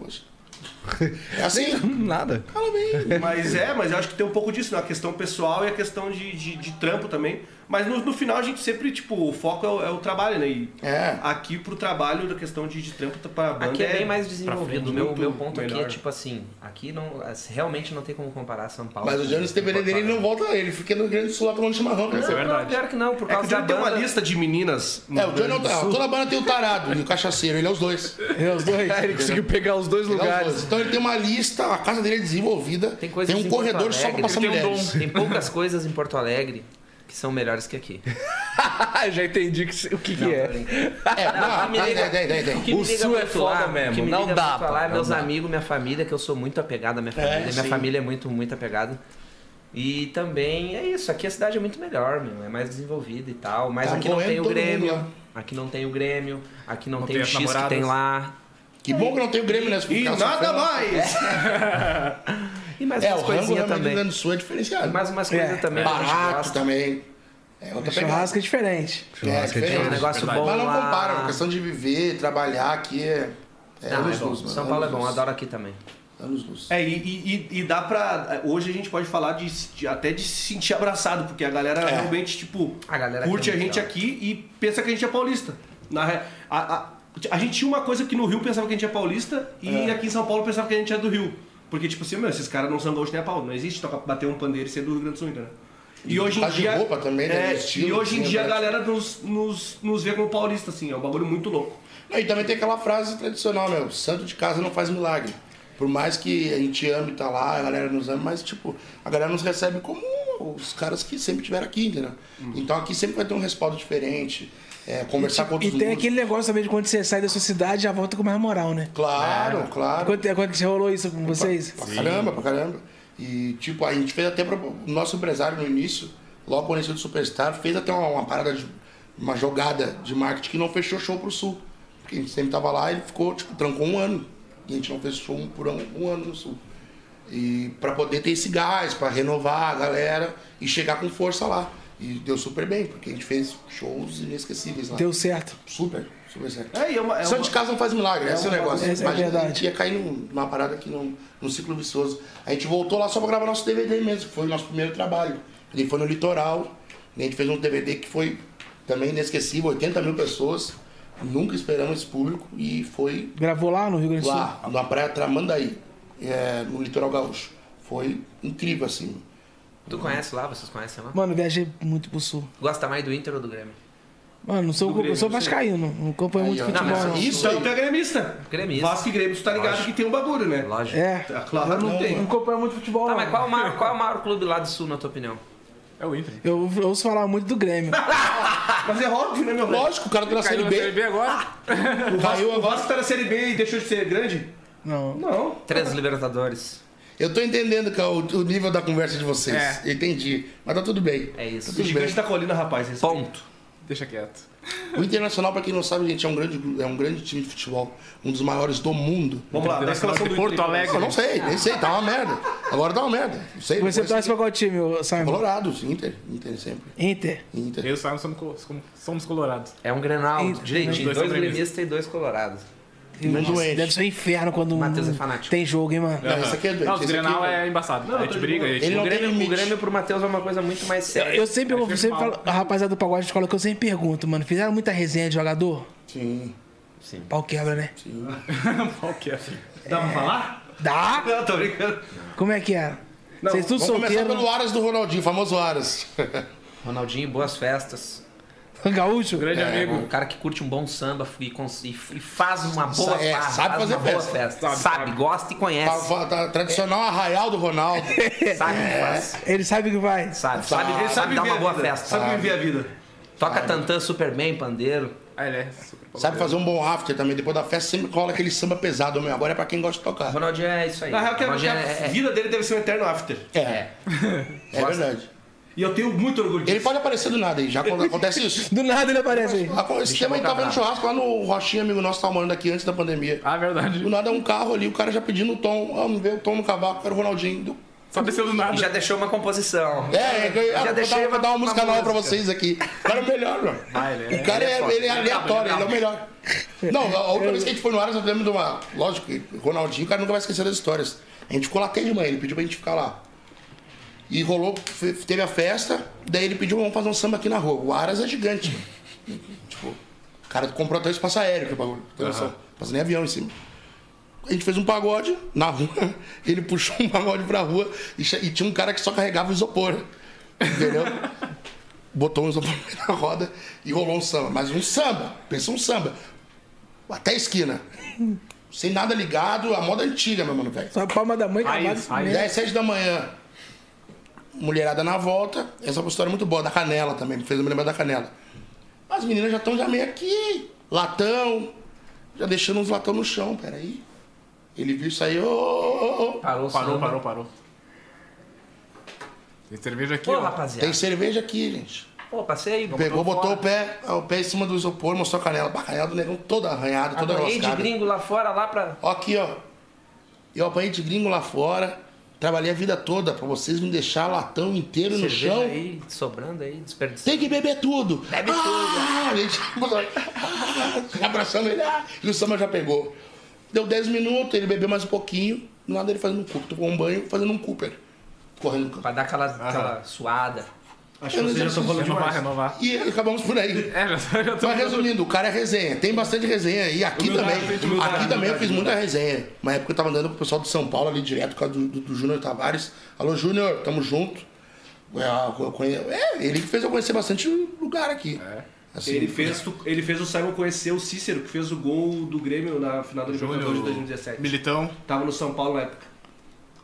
Speaker 3: É assim,
Speaker 1: Hum, Nada.
Speaker 3: ela vem.
Speaker 4: Mas é, mas eu acho que tem um pouco disso, né? A questão pessoal e a questão de, de, de trampo também. Mas no, no final a gente sempre, tipo, o foco é o, é o trabalho, né? E
Speaker 3: É.
Speaker 4: aqui pro trabalho, a questão de, de trampo tá, pra banda
Speaker 5: Aqui é bem mais
Speaker 4: pra
Speaker 5: desenvolvido.
Speaker 4: frente,
Speaker 5: O meu,
Speaker 4: muito
Speaker 5: meu ponto aqui é
Speaker 4: melhor.
Speaker 5: tipo assim, aqui não, as- realmente não tem como comparar São Paulo.
Speaker 3: Mas o Jones tem veneno, ele não volta, ele fica no Rio Grande do Sul lá tomando chimarrão, né?
Speaker 5: Não, é não, pior que não, por
Speaker 4: É que o
Speaker 5: causa da
Speaker 4: Johnny tem uma
Speaker 5: banda.
Speaker 4: lista de meninas. no
Speaker 3: É, o Johnny é
Speaker 4: Rio
Speaker 3: o
Speaker 4: Grande do Sul.
Speaker 3: tarado. Toda banda tem o tarado e o cachaceiro, ele é os dois. Ele
Speaker 2: É, os dois.
Speaker 1: Ele conseguiu pegar os dois
Speaker 3: é os
Speaker 1: lugares.
Speaker 3: dois. Então ele tem uma lista, a casa dele é desenvolvida, tem,
Speaker 5: Tem coisas
Speaker 3: um
Speaker 5: em Porto
Speaker 3: corredor só pra
Speaker 5: Alegre,
Speaker 3: passar
Speaker 6: tem um
Speaker 3: mulheres.
Speaker 5: Tem poucas coisas em Porto Alegre que são melhores que aqui.
Speaker 1: Ah, Já entendi que- o que, que é.
Speaker 3: É, não, tem, tem, tem, tem, tem.
Speaker 5: que me
Speaker 1: O
Speaker 5: Ah, liga
Speaker 1: Sul é
Speaker 5: muito
Speaker 1: foda
Speaker 5: lá,
Speaker 1: mesmo,
Speaker 5: Que me
Speaker 1: não
Speaker 5: liga
Speaker 1: dá,
Speaker 5: muito lá, é
Speaker 1: pô,
Speaker 5: meus
Speaker 1: não dá.
Speaker 5: amigos, minha família, que eu sou muito apegado à minha família. minha
Speaker 3: É, sim.
Speaker 5: família é muito, muito apegada. E também é isso, aqui a cidade é muito melhor, meu, é mais desenvolvida e tal, mas
Speaker 3: Tá
Speaker 5: aqui não
Speaker 3: morrendo
Speaker 5: tem o
Speaker 3: todo mundo lá.
Speaker 5: Grêmio, aqui não tem o Grêmio, aqui não,
Speaker 6: Não
Speaker 5: tem,
Speaker 6: tem
Speaker 5: o
Speaker 6: as
Speaker 5: X
Speaker 6: namoradas.
Speaker 5: que tem lá.
Speaker 3: Que bom que não tem o Grêmio né? nessa
Speaker 4: E nada mais!
Speaker 5: E mais
Speaker 3: É, o
Speaker 5: umas
Speaker 3: rango realmente
Speaker 5: coisinhas
Speaker 3: do Rio
Speaker 5: também.
Speaker 3: Grande do Sul é diferenciado.
Speaker 5: Mais umas coisas
Speaker 2: É,
Speaker 5: também. que a gente
Speaker 3: Barato
Speaker 5: gosta.
Speaker 3: também. É outra pegada.
Speaker 2: Churrasco é diferente.
Speaker 1: Churrasco é
Speaker 3: diferente.
Speaker 5: É um negócio
Speaker 6: Verdade.
Speaker 5: bom
Speaker 3: Mas não
Speaker 5: lá.
Speaker 3: compara, a questão de viver, trabalhar aqui é. É
Speaker 5: Não, é
Speaker 3: anos
Speaker 5: bom.
Speaker 3: luz, mano.
Speaker 5: São Paulo é
Speaker 3: anos
Speaker 5: bom,
Speaker 3: luz.
Speaker 5: adoro aqui também.
Speaker 3: Anos luz.
Speaker 4: É, e, e- e- e dá pra. Hoje a gente pode falar de, de- até de se sentir abraçado, porque a galera
Speaker 3: É.
Speaker 4: realmente, tipo,
Speaker 5: A galera
Speaker 4: curte
Speaker 5: aqui é
Speaker 4: a gente
Speaker 5: legal.
Speaker 4: aqui e pensa que a gente é paulista. Na, re- a, a- a gente tinha uma coisa que no Rio pensava que a gente é paulista e aqui em São Paulo pensava que a gente é do Rio. Porque, tipo assim, meu, esses caras não são gaúchos nem a pau. Não existe tocar, bater um pandeiro e ser do Rio Grande do Sul, entendeu? E hoje em
Speaker 3: Faz de
Speaker 4: dia.
Speaker 3: roupa também, né?
Speaker 4: é,
Speaker 3: De estilo,
Speaker 4: e hoje em
Speaker 3: assim,
Speaker 4: dia a
Speaker 3: né?
Speaker 4: galera nos, nos, nos vê como paulista, assim, é um bagulho muito louco.
Speaker 3: Não, e também tem aquela frase tradicional, meu, santo de casa não faz milagre. Por mais que a gente ame tá lá, a galera nos ama, mas tipo, a galera nos recebe como os caras que sempre tiveram aqui, entendeu? Então aqui sempre vai ter um respaldo diferente, é, conversar com
Speaker 2: Uhum. E
Speaker 3: outros
Speaker 2: tem
Speaker 3: músicos.
Speaker 2: aquele negócio também de quando você sai da sua cidade já volta com mais moral, né? é,
Speaker 3: Claro, claro.
Speaker 2: Quando, quando você rolou isso com vocês?
Speaker 3: Pra caramba, pra caramba. E, tipo, a gente fez até. Pro... O nosso empresário no início, logo quando ele saiu do Superstar, fez até uma, uma parada, de, uma jogada de marketing que não fechou show pro Sul. Porque a gente sempre tava lá e ele ficou, tipo, trancou um ano. E a gente não fez show um por ano, um ano no Sul. E pra poder ter esse gás, pra renovar a galera e chegar com força lá. E deu super bem, porque a gente fez shows inesquecíveis lá.
Speaker 2: Deu certo.
Speaker 3: Super, super certo.
Speaker 4: É, e é uma- é
Speaker 3: Santo
Speaker 4: uma-
Speaker 3: de casa não faz milagre, esse é o negócio.
Speaker 2: esse é
Speaker 3: Imagina,
Speaker 2: verdade.
Speaker 3: a gente ia cair num- numa parada que não, num ciclo vicioso. A gente voltou lá só pra gravar nosso DVD mesmo, que foi o nosso primeiro trabalho. Ele foi no litoral, e a gente fez um DVD que foi também inesquecível, 80 mil pessoas. Nunca esperamos esse público e foi
Speaker 2: Gravou lá no Rio Grande do Sul?
Speaker 3: lá, na praia Tramandaí, é, no litoral gaúcho. Foi incrível, assim.
Speaker 5: Tu conhece lá? Vocês conhecem lá?
Speaker 2: Mano, eu viajei muito pro sul.
Speaker 5: Gosta mais do Inter ou do Grêmio?
Speaker 2: Mano, não sou,
Speaker 4: Do Grêmio,
Speaker 2: eu sou
Speaker 4: não sei.
Speaker 2: vascaíno, não acompanho muito
Speaker 3: ó.
Speaker 2: futebol.
Speaker 5: Não, mas
Speaker 2: não.
Speaker 3: isso aí.
Speaker 4: Então tu é gremista.
Speaker 5: Gremista.
Speaker 4: Vasco e Grêmio, tu tá ligado que tem um bagulho, né?
Speaker 5: Lógico.
Speaker 2: É.
Speaker 4: Tá, claro, não tem.
Speaker 2: Não acompanho muito futebol.
Speaker 5: Tá,
Speaker 2: não.
Speaker 5: mas qual é o maior, qual é o maior clube lá do Sul, na tua opinião?
Speaker 6: É o Inter.
Speaker 2: Eu eu ouço falar muito do Grêmio.
Speaker 4: Mas é óbvio, né, meu velho?
Speaker 3: Lógico, o cara tá na
Speaker 6: Caiu
Speaker 3: Série
Speaker 6: na Série
Speaker 3: B.
Speaker 6: B agora.
Speaker 4: O Vasco, o Vasco tá na Série B e deixou de ser grande?
Speaker 2: Não.
Speaker 4: Não.
Speaker 5: Três Libertadores.
Speaker 3: Eu tô entendendo cara, o, o nível da conversa de vocês. Entendi. Mas tá tudo bem.
Speaker 5: É isso.
Speaker 3: Tá tudo
Speaker 4: O
Speaker 3: bem.
Speaker 4: gigante da colina, rapaz. esse-
Speaker 5: Ponto.
Speaker 6: Deixa quieto.
Speaker 3: O Internacional, pra quem não sabe, gente, é um grande, é um grande time de futebol, um dos maiores do mundo.
Speaker 4: Vamos lá, da escalação do
Speaker 6: Porto
Speaker 4: Inter,
Speaker 6: Alegre.
Speaker 3: Eu não sei, nem sei, tá uma merda. Agora tá uma merda. Não sei.
Speaker 2: Você tá assim.
Speaker 3: depois-
Speaker 2: torce pra qual time, ô, Simon?
Speaker 3: Colorado, Inter, Inter sempre.
Speaker 2: Inter.
Speaker 3: Inter.
Speaker 6: Eu e o Simon somos, co- somos- somos colorados.
Speaker 5: É um Grenal,
Speaker 2: Inter.
Speaker 5: direitinho. Dois
Speaker 6: Dois são gremistas.
Speaker 5: gremistas e dois colorados.
Speaker 3: Não
Speaker 2: Nossa,
Speaker 3: doente.
Speaker 2: deve ser um inferno quando
Speaker 5: Matheus é
Speaker 2: não
Speaker 5: fanático.
Speaker 2: tem jogo, hein, mano?
Speaker 3: Não, esse aqui é doente.
Speaker 6: Não, o
Speaker 3: esse
Speaker 6: Grenal
Speaker 3: aqui
Speaker 6: é embaçado. a gente briga, a gente
Speaker 3: Ele
Speaker 5: O
Speaker 3: não tem
Speaker 5: Grêmio, o
Speaker 3: limite.
Speaker 5: Grêmio pro Matheus é uma coisa muito mais
Speaker 3: É.
Speaker 5: séria.
Speaker 2: Eu sempre, eu sempre falo, a rapaziada do pagode de escola que eu sempre pergunto, mano, fizeram muita resenha de jogador?
Speaker 3: Sim.
Speaker 2: Pau quebra, né?
Speaker 6: qualquer.
Speaker 4: Dá pra falar?
Speaker 2: Dá?
Speaker 4: Não, tô brincando.
Speaker 2: Como é que é? Vocês tudo
Speaker 3: Vamos começar
Speaker 2: solteiro,
Speaker 3: pelo Aras do Ronaldinho, famoso Aras. Tá,
Speaker 5: Ronaldinho, boas festas.
Speaker 2: né? gaúcho?
Speaker 6: Grande amigo.
Speaker 5: Um cara que curte um bom samba e, cons- e- e faz uma boa
Speaker 3: Sa- é,
Speaker 5: farra,
Speaker 3: sabe
Speaker 5: faz
Speaker 3: fazer
Speaker 5: uma
Speaker 3: festa.
Speaker 5: boa festa.
Speaker 6: Sabe,
Speaker 5: Sabe,
Speaker 6: sabe.
Speaker 5: gosta e
Speaker 3: Tá-
Speaker 5: conhece.
Speaker 3: tá- tá- tradicional arraial do Ronaldo.
Speaker 5: Sabe o que faz.
Speaker 2: Ele sabe o que vai.
Speaker 5: Sabe, sabe,
Speaker 4: Ele
Speaker 5: sabe,
Speaker 4: sabe
Speaker 5: dar
Speaker 4: viver
Speaker 5: uma
Speaker 4: a
Speaker 5: boa
Speaker 4: vida.
Speaker 5: festa.
Speaker 4: Sabe viver a vida.
Speaker 5: Toca tantã super bem, pandeiro.
Speaker 6: Ah, ele é super
Speaker 3: Sabe fazer um bom after também. Depois da festa sempre cola aquele samba pesado, meu. Agora é pra quem gosta de tocar.
Speaker 5: Ronaldinho é isso aí.
Speaker 4: Na real, que a- que
Speaker 5: Ronaldinho
Speaker 4: a
Speaker 5: é, é,
Speaker 4: vida dele deve ser um eterno after.
Speaker 3: É. É verdade.
Speaker 4: E eu tenho muito orgulho
Speaker 3: Ele
Speaker 4: disso.
Speaker 3: pode aparecer do nada aí. Já quando acontece isso.
Speaker 2: Do nada ele aparece aí.
Speaker 3: Ah, pô, Esse tema aí
Speaker 5: boca
Speaker 3: tava no
Speaker 5: brava.
Speaker 3: churrasco lá no Rochinha, amigo nosso, tava morando aqui antes da pandemia.
Speaker 6: Ah, verdade.
Speaker 3: Do nada é um carro ali, o cara já pedindo o tom. Ah, me vê o tom no cavaco, quero o Ronaldinho. Do-
Speaker 6: Só desceu do nada.
Speaker 5: E já deixou uma composição.
Speaker 3: É, é que eu,
Speaker 5: Já
Speaker 3: ah, vou,
Speaker 5: deixei
Speaker 3: dar, vou
Speaker 5: uma-
Speaker 3: dar uma música
Speaker 5: uma
Speaker 3: nova pra
Speaker 5: música.
Speaker 3: vocês aqui. O cara é o melhor, mano.
Speaker 6: Ah, ele é-
Speaker 3: o cara
Speaker 6: ele é
Speaker 3: é,
Speaker 6: foda.
Speaker 3: ele é
Speaker 6: Ele é brabo,
Speaker 3: aleatório,
Speaker 6: ele
Speaker 3: ele é
Speaker 6: é
Speaker 3: o melhor. Não, a última vez que a gente foi no ar, nós tivemos de uma. Lógico, que Ronaldinho, o cara nunca vai esquecer das histórias. A gente ficou lá até de manhã, ele pediu pra gente ficar lá. E rolou, fe- teve a festa, daí ele pediu, vamos fazer um samba aqui na rua. O Aras é gigante. mano. tipo, o cara comprou até o espaço aéreo, que é o bagulho. Tem noção. Passa nem avião em cima. A gente fez um pagode na rua, ele puxou um pagode pra rua e, che- e tinha um cara que só carregava o isopor. Entendeu? Botou um isopor na roda e rolou um samba. Mas um samba, pensa um samba. Até a esquina. Sem nada ligado, a moda antiga, meu mano, velho.
Speaker 2: Só a palma da mãe
Speaker 6: Aí,
Speaker 2: acabada.
Speaker 6: aí.
Speaker 2: né?
Speaker 3: 10, 7 da manhã. Mulherada na volta. Essa é uma história muito boa, da canela também, me fez eu me lembrar da canela. As meninas já estão já meio aqui. Latão. Já deixando uns latão no chão, peraí. Ele viu isso aí, ô, ô, ô, ô.
Speaker 5: Parou, o
Speaker 6: Parou,
Speaker 5: samba.
Speaker 6: parou, parou. Tem cerveja aqui,
Speaker 5: Pô,
Speaker 6: ó.
Speaker 5: rapaziada.
Speaker 3: Tem cerveja aqui, gente.
Speaker 5: Pô, passei aí.
Speaker 3: Pegou, botou
Speaker 5: fora.
Speaker 3: o pé, o pé em cima do isopor, mostrou a canela. A canela do negão toda arranhada, toda
Speaker 5: Apanhei é de
Speaker 3: roscada.
Speaker 5: gringo lá fora, lá pra...
Speaker 3: Ó aqui, ó. Eu apanhei de gringo lá fora. Trabalhei a vida toda pra vocês me deixar latão inteiro no
Speaker 5: cerveja
Speaker 3: chão.
Speaker 5: aí, sobrando aí, desperdiçando.
Speaker 3: Tem que beber tudo. Ah, Bebe tudo. gente, abraçando ele. Ah, e o Samba já pegou. Deu 10 minutos, ele bebeu mais um pouquinho. Do nada ele fazendo um Cooper. Tomou um banho fazendo um Cooper. Correndo no campo.
Speaker 5: Pra dar aquela, aquela suada.
Speaker 4: Acho
Speaker 3: Eu
Speaker 4: que
Speaker 3: não
Speaker 4: você já
Speaker 3: sei
Speaker 4: estão
Speaker 3: se
Speaker 4: falando
Speaker 6: Renovar,
Speaker 4: demais.
Speaker 6: renovar.
Speaker 3: E acabamos por aí.
Speaker 6: É, já, já tô...
Speaker 3: Mas resumindo, o cara é resenha. Tem bastante resenha. E aqui
Speaker 4: Humildade,
Speaker 3: também.
Speaker 4: humildade,
Speaker 3: aqui também eu
Speaker 4: humildade,
Speaker 3: fiz muita resenha. Uma época eu tava andando com o pessoal de São Paulo ali direto, por causa do, do, do Júnior Tavares. Alô, Júnior, tamo junto. É, eu conhe- é, ele que fez eu conhecer bastante lugar aqui. Assim,
Speaker 4: Ele fez, tu- ele fez o Simon conhecer o Cícero, que fez o gol do Grêmio na final da Libertadores de 2017.
Speaker 6: Militão.
Speaker 4: Tava no São Paulo na época.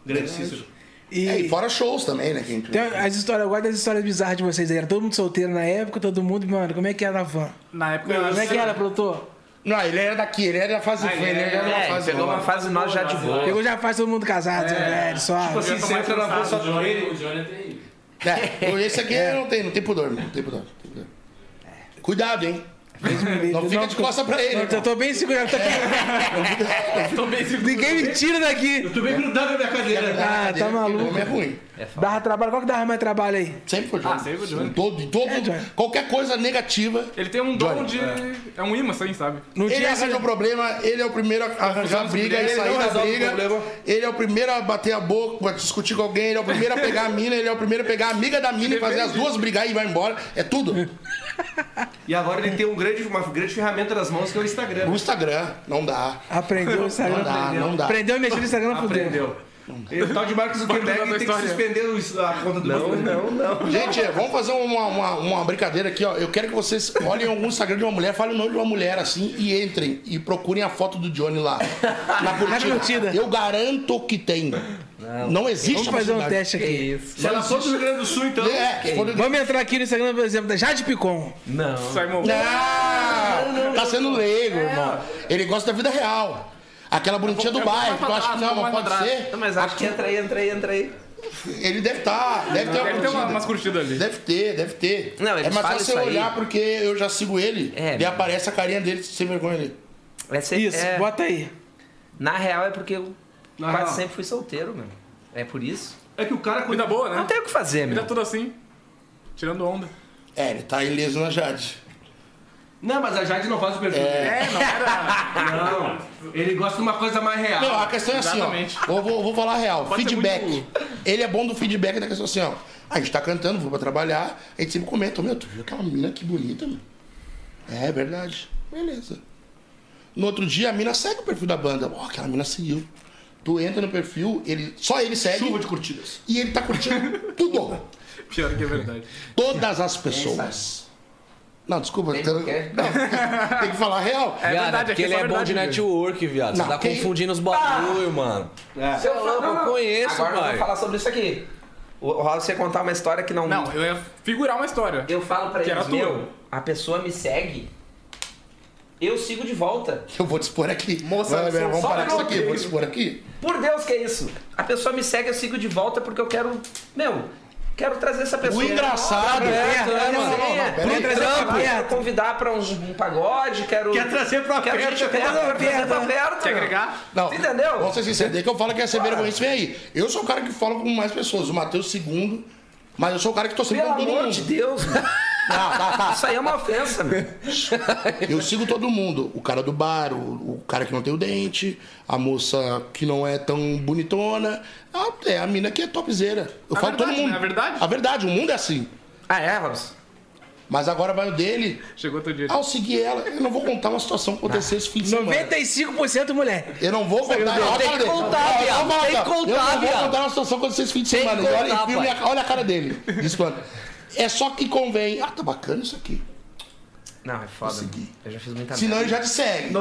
Speaker 4: Grande Cícero.
Speaker 2: E,
Speaker 3: É, e fora shows também, né? que a gente-
Speaker 2: tem as histórias, eu gosto das histórias bizarras de vocês aí. Era todo mundo solteiro na época, todo mundo, mano, como é que era a van?
Speaker 6: Na época...
Speaker 4: Não,
Speaker 6: eu-
Speaker 2: Como é que era, produtor?
Speaker 3: Não, ele era daqui, ele era da fase
Speaker 6: Ah, ele
Speaker 3: ele
Speaker 6: era-
Speaker 3: era da
Speaker 5: É,
Speaker 3: fase
Speaker 5: pegou
Speaker 3: boa.
Speaker 5: uma fase nós já de boa.
Speaker 2: Pegou já faz todo mundo casado, velho, só.
Speaker 4: Tipo assim, você entra na van só com ele.
Speaker 3: É, hoje esse aqui não tem, não tem pudor, não tem pudor. não tem pudor. Cuidado, hein? Não tá- fica de costa pra ele.
Speaker 2: Eu tô-
Speaker 3: irmão.
Speaker 2: eu tô bem seguro, eu tô aqui. É. Ninguém me tira daqui.
Speaker 4: Eu tô bem grudado na minha cadeira.
Speaker 2: Ah, tá maluco.
Speaker 3: O é homem é ruim.
Speaker 2: Dava trabalho, qual que dava mais trabalho aí?
Speaker 3: Sempre foi Johnny.
Speaker 6: Ah, sempre foi Johnny.
Speaker 3: Em Todo, em todo,
Speaker 2: É, Johnny.
Speaker 3: qualquer coisa negativa.
Speaker 6: Ele tem um dom
Speaker 3: Johnny.
Speaker 6: de... É um imã, assim, sabe?
Speaker 2: Não
Speaker 3: Ele
Speaker 2: tinha esse-
Speaker 3: arranja o problema, ele é o primeiro a arranjar a briga e
Speaker 4: ele
Speaker 3: sair
Speaker 4: não
Speaker 3: da
Speaker 4: resolve o
Speaker 3: briga.
Speaker 4: problema.
Speaker 3: Ele é o primeiro a bater a boca, a discutir com alguém, ele é o primeiro a pegar a mina, ele é o primeiro a pegar a amiga da mina e fazer as duas brigar e vai embora. É tudo.
Speaker 4: E agora ele tem um grande, uma grande ferramenta nas mãos que é o Instagram.
Speaker 3: O Instagram, não dá.
Speaker 2: Aprendeu o Instagram.
Speaker 3: Não dá, não dá.
Speaker 2: Aprendeu a mexer no Instagram, fudeu.
Speaker 4: Aprendeu. O tal de Marcos
Speaker 6: Vai mudar
Speaker 4: Zuckerberg
Speaker 6: a
Speaker 4: tem que
Speaker 6: história.
Speaker 4: suspender o- a conta do Não, não, não.
Speaker 3: Gente, é, vamos fazer uma, uma, uma brincadeira aqui, ó. Eu quero que vocês olhem algum Instagram de uma mulher, falem o nome de uma mulher assim e entrem e procurem a foto do Johnny lá. Na curtida.
Speaker 2: curtida.
Speaker 3: Eu garanto que tem. Não, existe
Speaker 2: Vamos fazer um
Speaker 3: possibilidade.
Speaker 2: teste
Speaker 5: Que
Speaker 2: aqui.
Speaker 5: isso?
Speaker 4: Se ela for do Rio Grande do Sul, então.
Speaker 3: É, se for do-
Speaker 2: Vamos entrar aqui no Instagram, por exemplo, da Jade Picon.
Speaker 5: Não.
Speaker 6: Simon.
Speaker 3: Não, tá sendo leigo, irmão. Ele gosta da vida real. Aquela bonitinha do
Speaker 6: Eu vou
Speaker 3: bairro,
Speaker 6: mais
Speaker 3: tu acha que
Speaker 6: pra
Speaker 3: não,
Speaker 6: trás,
Speaker 3: mas
Speaker 6: vou mais
Speaker 3: pode
Speaker 6: pra
Speaker 3: ser?
Speaker 5: Não, mas acho que entra aí, entra aí, entra aí.
Speaker 3: Ele deve estar, deve ter uma
Speaker 6: Deve ter uma-
Speaker 3: curtida.
Speaker 6: umas curtidas ali.
Speaker 3: Deve ter, deve ter.
Speaker 5: Não, eles
Speaker 3: é mais
Speaker 5: falam
Speaker 3: fácil você
Speaker 5: isso aí.
Speaker 3: olhar porque eu já sigo ele
Speaker 5: É,
Speaker 3: e
Speaker 5: meu.
Speaker 3: aparece a carinha dele sem vergonha ali.
Speaker 5: Essa é-
Speaker 2: Isso,
Speaker 5: é-
Speaker 2: bota aí.
Speaker 5: Na real é porque eu
Speaker 4: Na
Speaker 5: quase
Speaker 4: real.
Speaker 5: sempre fui solteiro, meu. É por isso.
Speaker 4: É que o cara
Speaker 6: Cuida
Speaker 4: cuida.
Speaker 6: boa, né?
Speaker 5: Não tem o que fazer,
Speaker 6: Vida
Speaker 5: meu.
Speaker 6: toda assim. Tirando onda.
Speaker 3: É, ele tá ileso na Jade.
Speaker 4: Não, mas a Jade não faz o perfil.
Speaker 6: É, não era...
Speaker 4: Não. Ele gosta de uma coisa mais real.
Speaker 3: Não, a questão é assim,
Speaker 6: Exatamente.
Speaker 3: ó. Eu vou, eu vou falar a real.
Speaker 6: Pode ser
Speaker 3: feedback.
Speaker 6: muito-
Speaker 3: Ele é bom do feedback da questão assim, ó. A gente tá cantando, vou pra trabalhar. A gente sempre comenta, meu, tu viu aquela mina que bonita, meu? É, é verdade. Beleza. No outro dia, a mina segue o perfil da banda. Ó, aquela mina seguiu. Tu entra no perfil, ele, só ele segue.
Speaker 4: Chuva de curtidas.
Speaker 3: E ele tá curtindo tudo.
Speaker 6: Pior que é verdade.
Speaker 3: Todas as pessoas. Não, desculpa.
Speaker 5: Tem-
Speaker 3: Tem, não, tem que falar a real.
Speaker 6: É
Speaker 1: viado,
Speaker 6: verdade,
Speaker 1: porque
Speaker 6: aqui
Speaker 1: ele
Speaker 6: só
Speaker 1: é bom
Speaker 6: verdade,
Speaker 1: de
Speaker 6: velho.
Speaker 1: network, viado.
Speaker 3: Não, Ah!
Speaker 1: Você tá
Speaker 3: que-
Speaker 1: confundindo os bagulho, mano.
Speaker 4: É.
Speaker 5: Se eu falar-
Speaker 1: louco, eu conheço,
Speaker 5: Agora eu
Speaker 1: pai.
Speaker 5: vou falar sobre isso aqui. O o Raul, você contar uma história que não...
Speaker 6: Não, eu ia figurar uma história.
Speaker 5: Eu falo pra
Speaker 6: Que era
Speaker 5: eles,
Speaker 6: tua.
Speaker 5: meu, a pessoa me segue, eu sigo de volta.
Speaker 3: Eu vou te expor aqui.
Speaker 6: Moça,
Speaker 3: Vai, vai, vamos
Speaker 5: só
Speaker 3: parar com isso
Speaker 5: não,
Speaker 3: aqui. Eu vou te expor aqui.
Speaker 5: Por Deus que é isso. A pessoa me segue, eu sigo de volta porque eu quero... Meu, quero trazer essa pessoa...
Speaker 3: O engraçado.
Speaker 5: Quero
Speaker 1: Não,
Speaker 5: trazer
Speaker 1: não,
Speaker 5: uma
Speaker 1: não,
Speaker 5: resenha,
Speaker 3: não, peraí.
Speaker 5: quero trazer
Speaker 2: Trampo.
Speaker 5: uma resenha, Quero convidar pra um, um pagode, quero...
Speaker 4: Quer trazer pra
Speaker 5: Quero
Speaker 4: perto, quer
Speaker 5: gente perto,
Speaker 2: trazer
Speaker 5: quero trazer
Speaker 2: pra
Speaker 5: pra perto.
Speaker 6: Quer
Speaker 5: meu.
Speaker 6: agregar?
Speaker 3: Não,
Speaker 5: Tu entendeu?
Speaker 3: Vocês se entendem que eu falo que é ser vergonha, isso vem aí. Eu sou o cara que fala com mais pessoas, o Matheus segundo, mas eu sou o cara que tô sempre
Speaker 5: Pelo
Speaker 3: com todo
Speaker 5: amor
Speaker 3: mundo.
Speaker 5: de Deus, mano.
Speaker 3: Tá, tá, tá.
Speaker 5: Isso aí é uma ofensa, meu.
Speaker 3: Eu sigo todo mundo. O cara do bar, o, o cara que não tem o dente, a moça que não é tão bonitona, a, é a mina que é topzera. Eu
Speaker 6: A
Speaker 3: falo
Speaker 6: verdade,
Speaker 3: todo mundo.
Speaker 6: né? A verdade.
Speaker 3: A verdade, o mundo é assim.
Speaker 5: Ah, é, Robson?
Speaker 3: Mas agora vai o dele.
Speaker 6: Chegou teu dia.
Speaker 3: Ah, eu segui ela. Eu não vou contar uma situação que aconteceu esse fim de semana.
Speaker 2: 95% mulher.
Speaker 3: Eu não vou contar. Olha
Speaker 1: Tem
Speaker 3: a cara
Speaker 1: que
Speaker 3: dele.
Speaker 1: contar,
Speaker 3: Olha,
Speaker 1: viado.
Speaker 3: olha,
Speaker 1: Tem que
Speaker 3: olha.
Speaker 1: contar,
Speaker 3: Eu não vou
Speaker 1: viado.
Speaker 3: contar uma situação quando vocês fim de
Speaker 1: Tem que
Speaker 3: semana. E olha,
Speaker 1: contar,
Speaker 3: enfio minha-
Speaker 1: pai.
Speaker 3: olha a cara dele. Desplanta. É só que convém. Ah, tá bacana isso aqui.
Speaker 5: Não, é foda.
Speaker 3: Consegui.
Speaker 5: Eu já fiz muita
Speaker 3: Senão ele
Speaker 5: merda.
Speaker 3: já te segue.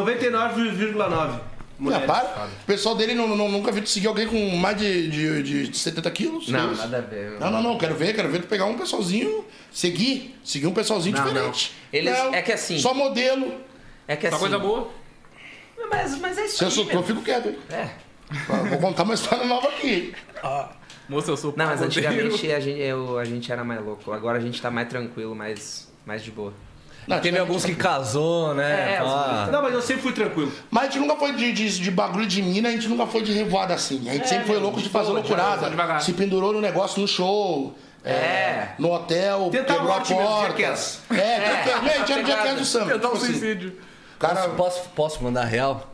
Speaker 4: 99,9.
Speaker 3: Não,
Speaker 4: mulheres.
Speaker 3: para. O pessoal dele não, não- nunca viu te seguir alguém com mais de, de, de 70 quilos.
Speaker 5: Não,
Speaker 3: Deus.
Speaker 5: nada a ver. meu.
Speaker 3: Não, não, não. Quero ver, quero ver tu pegar um pessoalzinho, seguir, seguir um pessoalzinho
Speaker 5: Não,
Speaker 3: diferente.
Speaker 5: não. Eles- é que assim-
Speaker 3: Só modelo.
Speaker 5: É que
Speaker 6: Só
Speaker 5: assim...
Speaker 6: coisa boa.
Speaker 5: Mas, mas é isso
Speaker 3: Se eu
Speaker 5: aí,
Speaker 3: sou tu, eu
Speaker 5: meu.
Speaker 3: fico quieto, hein?
Speaker 5: É.
Speaker 3: Vou contar uma história nova aqui.
Speaker 2: Ó,
Speaker 6: Moça, eu sou
Speaker 5: Não, mas
Speaker 6: pagodeiro.
Speaker 5: antigamente a gente, eu- a gente era mais louco. Agora a gente tá mais tranquilo, mais, mais de boa.
Speaker 3: Não,
Speaker 1: Teve alguns que casou, né?
Speaker 5: É,
Speaker 1: Pá.
Speaker 4: Não, mas eu sempre fui tranquilo.
Speaker 3: Mas a gente nunca foi de, de, de bagulho de mina, a gente nunca foi de revoada assim. A gente sempre foi louco de fazer
Speaker 6: boa,
Speaker 3: loucurada.
Speaker 6: devagar.
Speaker 3: Se pendurou no negócio no show.
Speaker 5: É.
Speaker 3: No hotel,
Speaker 4: Tentar a
Speaker 3: quebrou a
Speaker 4: morte mesmo,
Speaker 3: porta.
Speaker 4: Jackass.
Speaker 3: é, é, é,
Speaker 5: essa
Speaker 3: tinha no Jackass
Speaker 5: pegada.
Speaker 3: do samba.
Speaker 6: Tentar um
Speaker 3: tipo assim.
Speaker 6: suicídio.
Speaker 3: Cara,
Speaker 1: Posso, posso, posso mandar real?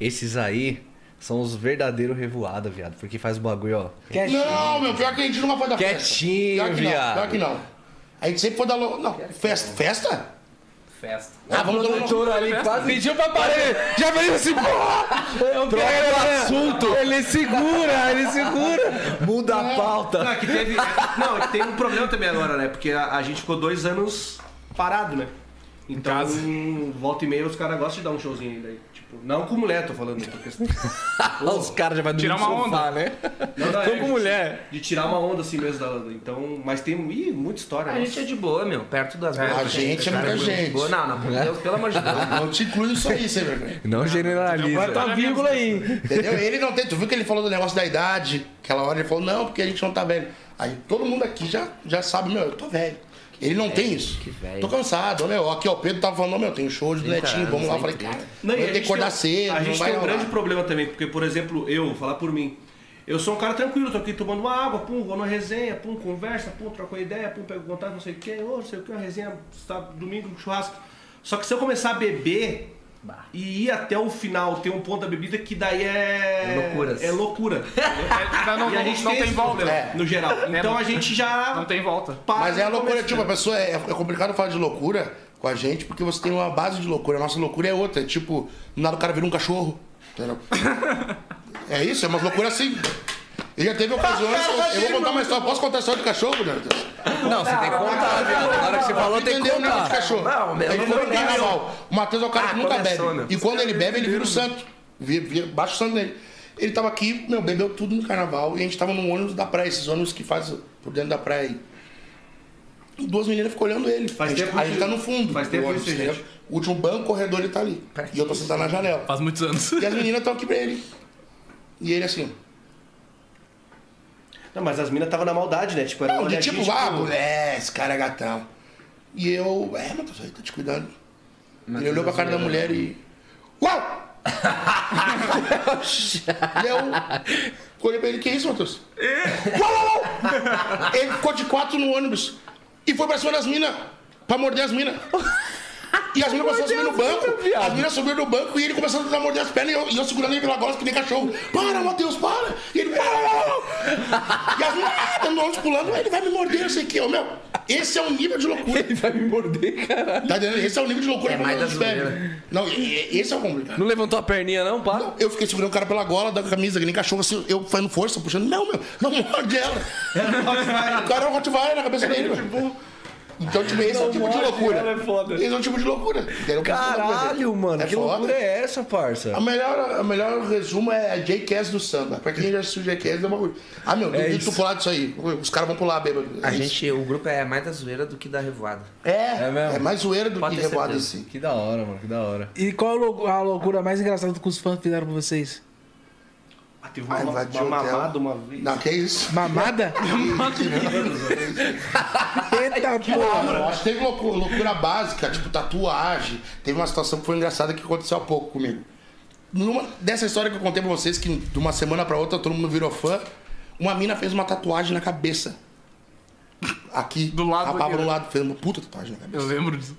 Speaker 1: Esses aí são os verdadeiros revoados, viado. Porque faz o bagulho, ó.
Speaker 2: Cash.
Speaker 3: não, meu, pior que a gente nunca foi da festa.
Speaker 1: é Quietinho,
Speaker 3: pior que não,
Speaker 1: viado.
Speaker 3: pior que não. A gente sempre foi da louca. Não, festa. Festa?
Speaker 5: Festa.
Speaker 3: Ah, vamos dar um
Speaker 1: ali quase pediu pra parede. Já fez assim, porra! Troca o assunto. Ele segura, ele segura. Muda a pauta.
Speaker 4: Não, que teve. Não, que tem um problema também agora, né? Porque a, a gente ficou dois anos parado, né? Então,
Speaker 6: casa.
Speaker 4: volta e meia, os caras gostam de dar um showzinho aí, daí. Tipo, não com mulher, tô falando. né? Porque-
Speaker 1: Os caras já vão
Speaker 6: Tirar uma onda.
Speaker 1: né?
Speaker 4: Não, não,
Speaker 1: Tô
Speaker 4: é,
Speaker 1: com mulher.
Speaker 4: De tirar uma onda assim mesmo da. Então, mas tem ih, muita história.
Speaker 5: A
Speaker 4: nossa.
Speaker 5: gente é de boa, meu. Perto das
Speaker 3: A
Speaker 5: mulheres.
Speaker 3: gente é muita gente.
Speaker 5: Boa. Não, não, por Deus, pelo amor de Deus.
Speaker 3: Não te inclui nisso aí, sem vergonha.
Speaker 1: Não generaliza.
Speaker 2: Bota a vírgula aí.
Speaker 3: Entendeu? Ele não tem. Tu viu que ele falou do negócio da idade? Aquela hora ele falou, não, porque a gente não tá velho. Aí todo mundo aqui já, já sabe, meu, eu tô velho. Ele não tem isso.
Speaker 5: que velho.
Speaker 3: Tô cansado, ó, meu. Aqui, ó, o Pedro tava falando, ó, meu, tem um show de
Speaker 5: Trinta
Speaker 3: netinho, vamos lá. Eu
Speaker 5: anos,
Speaker 3: falei, cara,
Speaker 4: né? Não,
Speaker 3: vai
Speaker 4: e a
Speaker 3: ter que
Speaker 4: gente
Speaker 3: acordar cedo,
Speaker 4: A
Speaker 3: não
Speaker 4: gente
Speaker 3: vai
Speaker 4: tem um
Speaker 3: rolar.
Speaker 4: grande problema também, porque, por exemplo, eu, vou falar por mim, eu sou um cara tranquilo, tô aqui tomando uma água, pum, vou numa resenha, pum, conversa, pum, troco uma ideia, pum, pego contato, não sei o que, ou não sei o que, uma resenha, sábado, domingo, churrasco. Só que se eu começar a beber e ir até o final, ter um ponto da bebida, que daí é...
Speaker 5: É loucuras.
Speaker 4: É loucura.
Speaker 6: Não, não,
Speaker 4: e a
Speaker 6: não,
Speaker 4: gente
Speaker 6: não
Speaker 4: tem,
Speaker 6: tem
Speaker 4: esse
Speaker 6: volta.
Speaker 1: né?
Speaker 4: problema, no geral.
Speaker 6: É,
Speaker 4: Então
Speaker 6: não-
Speaker 4: a gente já...
Speaker 6: Não tem volta.
Speaker 4: para
Speaker 3: Mas é a
Speaker 4: no
Speaker 3: loucura,
Speaker 4: começo,
Speaker 3: tipo, a
Speaker 4: né?
Speaker 3: pessoa é, é complicado falar de loucura com a gente, porque você tem uma base de loucura. A nossa loucura é outra. É tipo, do nada o cara vira um cachorro. Entendeu? é isso, é uma loucura assim. E já teve ocasiões. eu vou contar uma história. Posso contar a história do cachorro, Dantas?
Speaker 1: Não, você tem que contar, viado. Na hora que você falou, tem que
Speaker 3: entendeu o negócio de
Speaker 1: contar.
Speaker 3: cachorro.
Speaker 5: Não, meu,
Speaker 3: ele
Speaker 5: não
Speaker 3: foi no
Speaker 5: foi nessa.
Speaker 3: carnaval. O Matheus é o cara
Speaker 5: Ah,
Speaker 3: que nunca
Speaker 5: começou,
Speaker 3: bebe.
Speaker 5: meu.
Speaker 3: E quando ele bebe, ele vira o santo. Vira, vira, baixa o santo dele. Ele tava aqui, meu, bebeu tudo no carnaval. E a gente tava num ônibus da praia, esses ônibus que faz por dentro da praia aí. E duas meninas ficam olhando ele.
Speaker 4: Faz
Speaker 3: a gente,
Speaker 4: tempo
Speaker 3: a
Speaker 4: isso,
Speaker 3: gente tá no fundo.
Speaker 4: faz
Speaker 3: do
Speaker 4: tempo
Speaker 3: ônibus,
Speaker 4: isso,
Speaker 3: entendeu?
Speaker 4: gente.
Speaker 3: O último banco, o corredor, ele tá ali.
Speaker 5: Pra
Speaker 3: E eu tô
Speaker 5: isso.
Speaker 3: sentado na janela.
Speaker 6: Faz muitos anos.
Speaker 3: E as meninas estão aqui pra ele. E ele assim.
Speaker 4: Não, mas as minas estavam na maldade, né? Tipo, era
Speaker 3: Não,
Speaker 4: olha
Speaker 3: de
Speaker 4: a
Speaker 3: tipo,
Speaker 4: gente,
Speaker 3: ah, mulher, esse cara é gatão. E eu, é, Matheus, aí tá te cuidando. ele olhou pra cara da mulher e. Uau! e eu olhei pra ele, que isso, Matheus? uau, uau, uau! Ele ficou de quatro no ônibus e foi pra cima das minas, pra morder as minas. E as minas começaram a subir no banco, as minas subiram no banco e ele começou a tentar morder as pernas e eu, e eu segurando ele pela gola que nem cachorro. Para, Matheus, para! E ele, uau, uau, uau! E as minas, ah, dando ônibus pulando, ele vai me morder, não sei o que, meu. Esse é um nível de loucura.
Speaker 1: Ele vai me morder, caralho.
Speaker 3: Tá entendendo? Esse é o nível de loucura
Speaker 5: É
Speaker 3: que
Speaker 5: mais
Speaker 3: a
Speaker 5: da
Speaker 3: gente bebe.
Speaker 5: zoeira.
Speaker 3: Não, e- e- esse é o complicado.
Speaker 1: Não levantou a perninha, não, pá?
Speaker 3: Eu fiquei segurando o cara pela gola da camisa, que nem cachorro, assim, eu fazendo força, puxando. Não, meu, não morde ela. o cara é um Rottweiler na cabeça dele, meu. Então, tipo, esse é o tipo de loucura.
Speaker 4: né?
Speaker 3: Esse é o tipo de loucura. entendeu?
Speaker 1: Caralho, mano. Que
Speaker 3: foda.
Speaker 1: loucura é essa, parça?
Speaker 3: A melhor, a melhor resumo é a JKS do samba. Pra quem já assistiu JKS, é uma coisa. Ah, meu, duvido
Speaker 1: isso.
Speaker 3: tu pular disso aí. Os caras vão pular, bêbado.
Speaker 5: A
Speaker 3: É isso.
Speaker 5: gente, o grupo é mais da zoeira do que da revoada.
Speaker 3: É,
Speaker 1: É mesmo?
Speaker 3: é mais zoeira do
Speaker 5: Pode
Speaker 3: que
Speaker 5: ter
Speaker 3: revoada assim. em
Speaker 5: certeza.
Speaker 3: si.
Speaker 1: Que da hora, mano. Que da hora.
Speaker 2: E qual a lou- a loucura mais engraçada que os fãs fizeram pra vocês?
Speaker 4: Ah, teve
Speaker 3: Ah,
Speaker 4: uma, uma,
Speaker 3: invadiu
Speaker 4: uma
Speaker 3: o hotel.
Speaker 4: mamada uma vez.
Speaker 3: Não, que isso.
Speaker 2: Mamada? Eita porra!
Speaker 3: Eu acho que teve loucura, loucura básica, tipo tatuagem. Teve uma situação que foi engraçada que aconteceu há pouco comigo. Numa dessa história que eu contei pra vocês, que de uma semana pra outra todo mundo virou fã, uma mina fez uma tatuagem na cabeça. Aqui.
Speaker 6: Do lado
Speaker 3: Rapava
Speaker 6: aqui,
Speaker 3: no
Speaker 6: né?
Speaker 3: lado, fez uma puta tatuagem na cabeça.
Speaker 6: Eu lembro disso.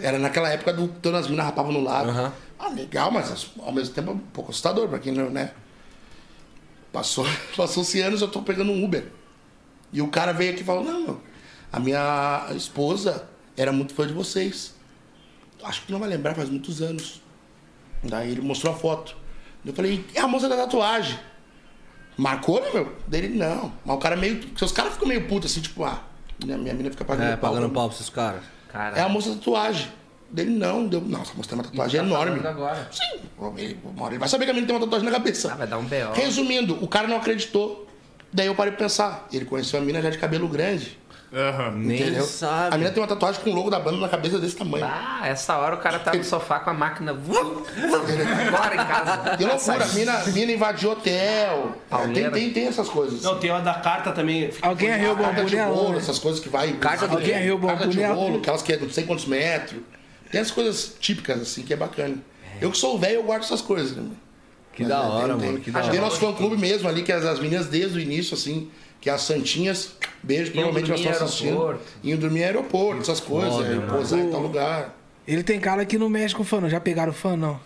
Speaker 3: Era naquela época do quando as minas rapavam no lado.
Speaker 1: Aham.
Speaker 3: Ah, legal, mas ao mesmo tempo é um pouco assustador pra quem não, né? Passou- Passou-se anos, eu tô pegando um Uber. E o cara veio aqui e falou, não, meu, a minha esposa era muito fã de vocês. Acho que não vai lembrar, faz muitos anos. Daí ele mostrou a foto. Eu falei, é a moça da tatuagem. Marcou, né, meu? Dele, não. Mas o cara meio. Os caras ficam meio putos assim, tipo, ah, minha, minha mina fica pagando
Speaker 1: É, pagando
Speaker 3: pra-
Speaker 1: pau pra esses caras.
Speaker 5: Cara,
Speaker 3: é a moça da tatuagem. Dele não, deu. Não, essa moça tem uma tatuagem
Speaker 5: tá
Speaker 3: enorme.
Speaker 5: falando agora.
Speaker 3: Sim, ele, uma hora ele vai saber que a menina tem uma tatuagem na cabeça.
Speaker 5: Ah, vai dar um B.O..
Speaker 3: Resumindo, o cara não acreditou. Daí eu parei pra pensar. Ele conheceu a mina já de cabelo grande.
Speaker 6: Aham.
Speaker 1: Nem
Speaker 3: entendeu?
Speaker 1: sabe.
Speaker 3: A menina tem uma tatuagem com o logo da banda na cabeça desse tamanho.
Speaker 5: Ah, essa hora o cara tá no sofá com a máquina. Bora em casa.
Speaker 3: Que é loucura, a
Speaker 5: tá
Speaker 3: mina, a mina invadiu hotel. É, tem,
Speaker 5: Palmeira.
Speaker 3: tem, tem essas coisas.
Speaker 4: Não, tem a da carta também.
Speaker 2: Alguém arreou o
Speaker 3: Carta
Speaker 2: é bambu
Speaker 3: de
Speaker 2: nela?
Speaker 3: bolo,
Speaker 2: né? é
Speaker 3: essas coisas que vai.
Speaker 1: Carta do
Speaker 3: de-
Speaker 1: quê?
Speaker 2: Derruba
Speaker 3: Carta
Speaker 2: o
Speaker 3: de
Speaker 2: boneco.
Speaker 3: bolo, aquelas que é de não sei quantos metros. Tem as coisas típicas, assim, que é bacana. Eu que sou velho, eu guardo essas coisas, né?
Speaker 1: Que da hora, mano. é, Que da
Speaker 3: Tem
Speaker 1: hora.
Speaker 3: nosso fã-clube mesmo ali, que é as, as meninas desde o início, assim, que as santinhas, beijo, provavelmente elas
Speaker 5: dormir
Speaker 3: estão
Speaker 5: em
Speaker 3: assistindo.
Speaker 5: aeroporto.
Speaker 3: Iam dormir em aeroporto, essas coisas, é, pousar em tal lugar.
Speaker 2: Ele tem cara que não mexe com fã, não. Já pegaram fã, não.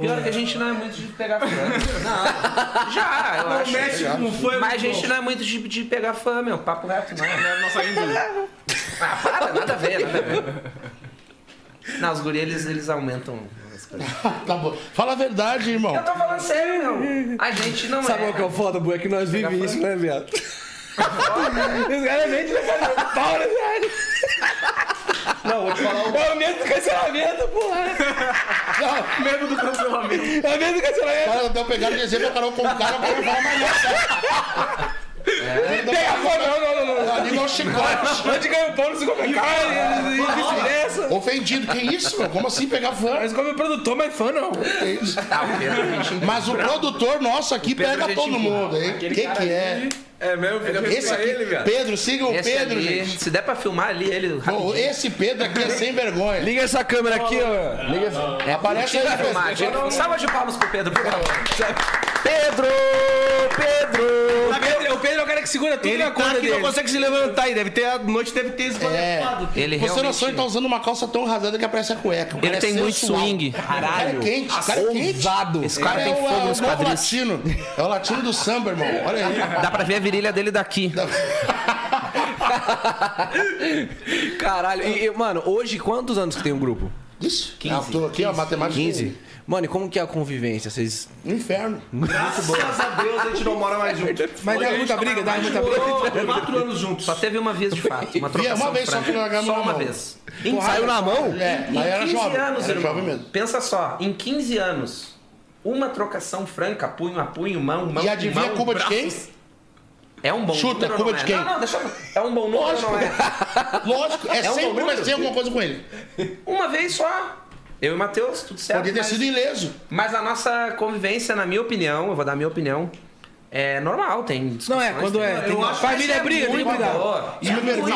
Speaker 5: Pior que a gente não é muito de pegar fã. Não, já, eu acho.
Speaker 4: como foi.
Speaker 5: Mas a gente não é muito de, de pegar fã, meu. Papo reto, não.
Speaker 6: Não é nossa índole.
Speaker 5: Ah, para, nada a ver, nada a ver. Não, os guri, eles, eles aumentam as coisas.
Speaker 3: tá bom. Fala a verdade, irmão.
Speaker 5: Eu tô falando sério, meu. A gente não
Speaker 1: Sabe
Speaker 5: é.
Speaker 1: qual que é o foda, Bu? É que nós vivemos isso, né, viado? Os caras mentem na cara do pau, né, velho?
Speaker 4: Não, vou te falar um.
Speaker 1: É o medo do cancelamento, porra!
Speaker 6: Medo do cancelamento.
Speaker 1: É o medo do cancelamento!
Speaker 3: Cara, até eu pegar e dizer pra Carol com o cara, eu quero falar mais nada. É.
Speaker 1: Pega fogo, não, não, não, não!
Speaker 3: Ali igual chicote.
Speaker 1: Não te ganha o pão, não se come carne, e vice-versa!
Speaker 3: Ofendido, que isso, meu? Como assim pegar fã?
Speaker 2: Mas como é produtor, mas fã, não.
Speaker 3: Que isso?
Speaker 5: Tá, o Pedro, a gente
Speaker 3: Mas o produtor nosso aqui
Speaker 5: Pedro
Speaker 3: pega
Speaker 5: é
Speaker 3: todo
Speaker 5: gente
Speaker 3: mundo, hein? Quem que é?
Speaker 6: É mesmo? Fica
Speaker 3: Esse aqui, Pedro, sigam o
Speaker 5: Esse
Speaker 3: Pedro,
Speaker 5: ali,
Speaker 3: gente.
Speaker 5: Se der pra filmar ali, ele.
Speaker 3: Bom, esse Pedro aqui é sem vergonha.
Speaker 1: Liga essa câmera aqui, ó! Liga essa...
Speaker 3: Aparece aí,
Speaker 5: Vai filmar,
Speaker 3: Pedro.
Speaker 5: gente. Um salva de palmas pro Pedro, por favor.
Speaker 1: Pedro! Pedro!
Speaker 2: O Pedro, o Pedro é o cara que segura tudo
Speaker 5: tá
Speaker 2: na conta dele.
Speaker 6: consegue se levantar aí. Deve ter a noite, deve ter esse
Speaker 3: É.
Speaker 5: Ele
Speaker 3: Você não
Speaker 5: realmente.
Speaker 3: só tá usando uma calça tão rasada que aparece a cueca. O cara
Speaker 5: Ele
Speaker 3: é
Speaker 5: tem muito
Speaker 3: sensual.
Speaker 5: swing.
Speaker 3: O cara é quente, o cara é quente.
Speaker 1: Ousado!
Speaker 5: Esse
Speaker 3: O
Speaker 5: cara tem
Speaker 3: é o,
Speaker 5: fogo
Speaker 3: é o
Speaker 5: nos
Speaker 3: novo
Speaker 5: quadris.
Speaker 3: latino. É o latino do samba, irmão. Olha aí.
Speaker 5: Dá pra ver a virilha dele daqui.
Speaker 1: Caralho, e, e, mano, hoje quantos anos que tem um grupo?
Speaker 3: Isso. Ah, tô aqui, ó, matemática.
Speaker 1: 15? Mano, e como que é a convivência? Vocês.
Speaker 3: Um inferno.
Speaker 4: Graças a Deus a gente não mora mais junto.
Speaker 2: Mas tá dá muita briga, dá muita briga.
Speaker 4: Morou quatro anos juntos.
Speaker 5: Só teve uma vez de fato. Uma
Speaker 3: Vi, é
Speaker 5: trocação
Speaker 3: uma vez
Speaker 5: de
Speaker 3: só que nós
Speaker 5: frase.
Speaker 2: é
Speaker 3: ganhamos
Speaker 5: Só
Speaker 3: na
Speaker 5: uma
Speaker 3: mão.
Speaker 5: vez.
Speaker 1: Saiu na mão?
Speaker 3: É, mas era jovem.
Speaker 5: anos,
Speaker 3: era
Speaker 5: irmão.
Speaker 3: jovem mesmo.
Speaker 5: Pensa só, em 15 anos, uma trocação franca, punho a punho, mão, mão,
Speaker 3: E adivinha
Speaker 5: mão,
Speaker 3: a culpa de
Speaker 5: braço.
Speaker 3: quem?
Speaker 5: É um bom
Speaker 3: Chuta,
Speaker 5: número,
Speaker 3: culpa
Speaker 5: não
Speaker 3: de
Speaker 5: é?
Speaker 3: quem?
Speaker 5: Não, não, deixa eu... É um bom número,
Speaker 3: Lógico.
Speaker 5: não é?
Speaker 3: Lógico, é,
Speaker 5: É um
Speaker 3: sempre
Speaker 5: número.
Speaker 3: vai ter alguma coisa com ele.
Speaker 5: Uma vez só. Eu e o Matheus, tudo certo.
Speaker 3: Podia ter
Speaker 5: mas-
Speaker 3: sido ileso.
Speaker 5: Mas a nossa convivência, na minha opinião, eu vou dar a minha opinião, é normal, tem
Speaker 2: Não
Speaker 5: discussões,
Speaker 2: é, quando
Speaker 5: tem-
Speaker 2: é. Tem
Speaker 4: eu acho que
Speaker 2: família
Speaker 5: Isso é
Speaker 2: briga, tem que
Speaker 5: muito
Speaker 2: cuidar.
Speaker 5: boa.
Speaker 3: Isso me permite.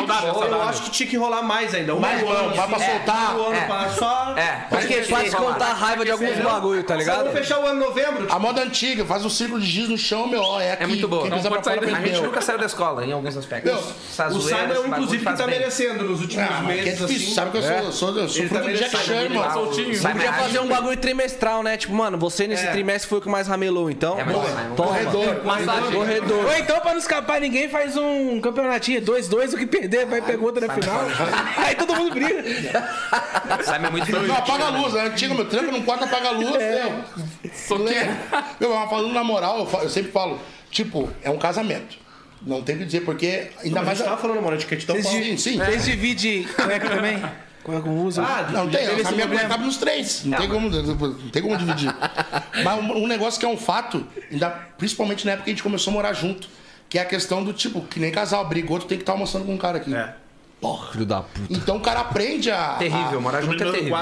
Speaker 4: Eu acho que tinha que rolar mais ainda. Um
Speaker 3: Mas
Speaker 4: ano,
Speaker 3: não,
Speaker 4: assim.
Speaker 3: dá pra
Speaker 4: É,
Speaker 3: soltar.
Speaker 4: Um ano
Speaker 5: É.
Speaker 4: pra só.
Speaker 5: É,
Speaker 1: Porque
Speaker 5: porque
Speaker 1: faz contar a raiva de alguns bagulho, tá ligado?
Speaker 4: Vamos fechar o ano em novembro. tipo,
Speaker 3: A moda antiga, faz um círculo de giz no chão, meu, ó, é aqui.
Speaker 5: É muito boa.
Speaker 3: Quem
Speaker 5: Não
Speaker 3: pisar pra
Speaker 6: pode
Speaker 3: fora,
Speaker 6: sair
Speaker 5: A
Speaker 3: perdeu.
Speaker 5: gente nunca saiu da escola, em alguns aspectos.
Speaker 3: Meu,
Speaker 5: Essa
Speaker 4: O Simon,
Speaker 5: zoeira, esse bagulho
Speaker 4: inclusive, que
Speaker 5: faz
Speaker 4: tá
Speaker 5: bem.
Speaker 4: merecendo nos últimos
Speaker 3: Ah, mas que é
Speaker 4: meses.
Speaker 3: difícil,
Speaker 4: assim.
Speaker 3: sabe que eu sou, sou, sou, fruto
Speaker 4: Ele tá
Speaker 3: do Jack
Speaker 4: merecendo,
Speaker 3: Chan,
Speaker 4: ele
Speaker 3: irmão.
Speaker 4: tá
Speaker 5: O
Speaker 6: soltinho. Vamos
Speaker 5: Simon é
Speaker 1: Podia fazer
Speaker 5: ágil.
Speaker 1: um bagulho trimestral, né? Tipo, mano, você nesse
Speaker 4: É.
Speaker 1: trimestre foi o que mais ramelou, então.
Speaker 5: É, mas o Simon-
Speaker 1: Toma.
Speaker 3: Corredor.
Speaker 4: Massagem.
Speaker 1: Corredor.
Speaker 2: Ou então, pra não escapar ninguém, faz um campeonatinho 2-2, o que perder, vai pegar outro na final. Aí todo mundo briga.
Speaker 5: Simon é muito
Speaker 3: Não,
Speaker 5: doido.
Speaker 3: apaga a luz, né? Antiga, meu tranco num quarto apaga a luz,
Speaker 4: É.
Speaker 3: meu. Lembra? Meu, mas falando na moral, eu fa- eu sempre falo, tipo, é um casamento. Não tem o que dizer, porque ainda
Speaker 4: Mas a
Speaker 3: mais.
Speaker 4: gente tava falando, mano, de que a gente tá
Speaker 2: Vocês
Speaker 4: falando.
Speaker 3: Sim, sim.
Speaker 2: Vocês dividem cueca é também? Cueca com uso?
Speaker 4: Ah,
Speaker 3: Não tem,
Speaker 2: Teve
Speaker 3: a
Speaker 2: esse
Speaker 3: minha tá-
Speaker 2: problema?
Speaker 3: conta cabe nos três. Não, tem, como, tipo, não tem como dividir. Mas um, um negócio que é um fato, ainda, principalmente na época que a gente começou a morar junto, que é a questão do tipo, que nem casal, brigou, tu tem que estar almoçando com um cara aqui.
Speaker 4: É.
Speaker 1: Filho da puta.
Speaker 3: Então o cara aprende a.
Speaker 5: Terrível,
Speaker 3: a-
Speaker 5: morar junto é terrível.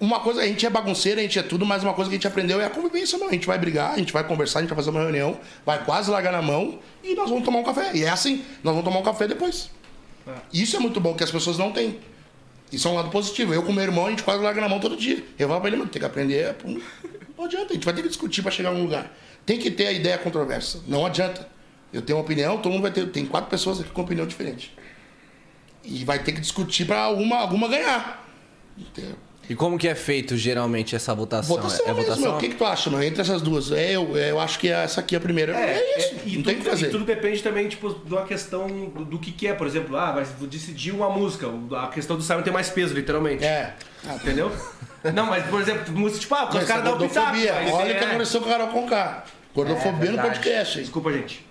Speaker 3: uma coisa, a gente é bagunceiro, a gente é tudo, mas uma coisa que a gente aprendeu é a convivência, mano. A gente vai brigar, a gente vai conversar, a gente vai fazer uma reunião, vai quase largar na mão e nós vamos tomar um café. E é assim, nós vamos tomar um café depois. Isso é muito bom, que as pessoas não têm. Isso é um lado positivo. Eu com meu irmão, a gente quase larga na mão todo dia. Eu falo pra ele, mano, tem que aprender. pum. Não adianta, a gente vai ter que discutir pra chegar a algum lugar. Tem que ter a ideia controversa. Não adianta. Eu tenho uma opinião, todo mundo vai ter. Tem quatro pessoas aqui com opinião diferente. E vai ter que discutir pra alguma, alguma ganhar. Entendeu?
Speaker 1: E como que é feito geralmente essa votação?
Speaker 3: Votação
Speaker 1: é
Speaker 3: mesmo, meu. O que, que tu acha, mano? Entre essas duas. É, eu, é, eu acho que essa aqui é a primeira. É, isso.
Speaker 4: e
Speaker 3: não
Speaker 4: tudo,
Speaker 3: tem o que fazer.
Speaker 4: E tudo depende também, tipo, de uma questão do, do que que é. Por exemplo, ah, vai decidir uma música. A questão do Simon tem mais peso, literalmente.
Speaker 3: É.
Speaker 4: Entendeu? Não, mas, por exemplo, música, tipo, ah, os caras dão pitaco.
Speaker 3: Gordofobia.
Speaker 4: mas
Speaker 3: Olha o
Speaker 4: é-
Speaker 3: que tá aconteceu com o Carol Conká. Gordofobia no
Speaker 5: verdade.
Speaker 3: podcast. hein?
Speaker 4: Desculpa, gente.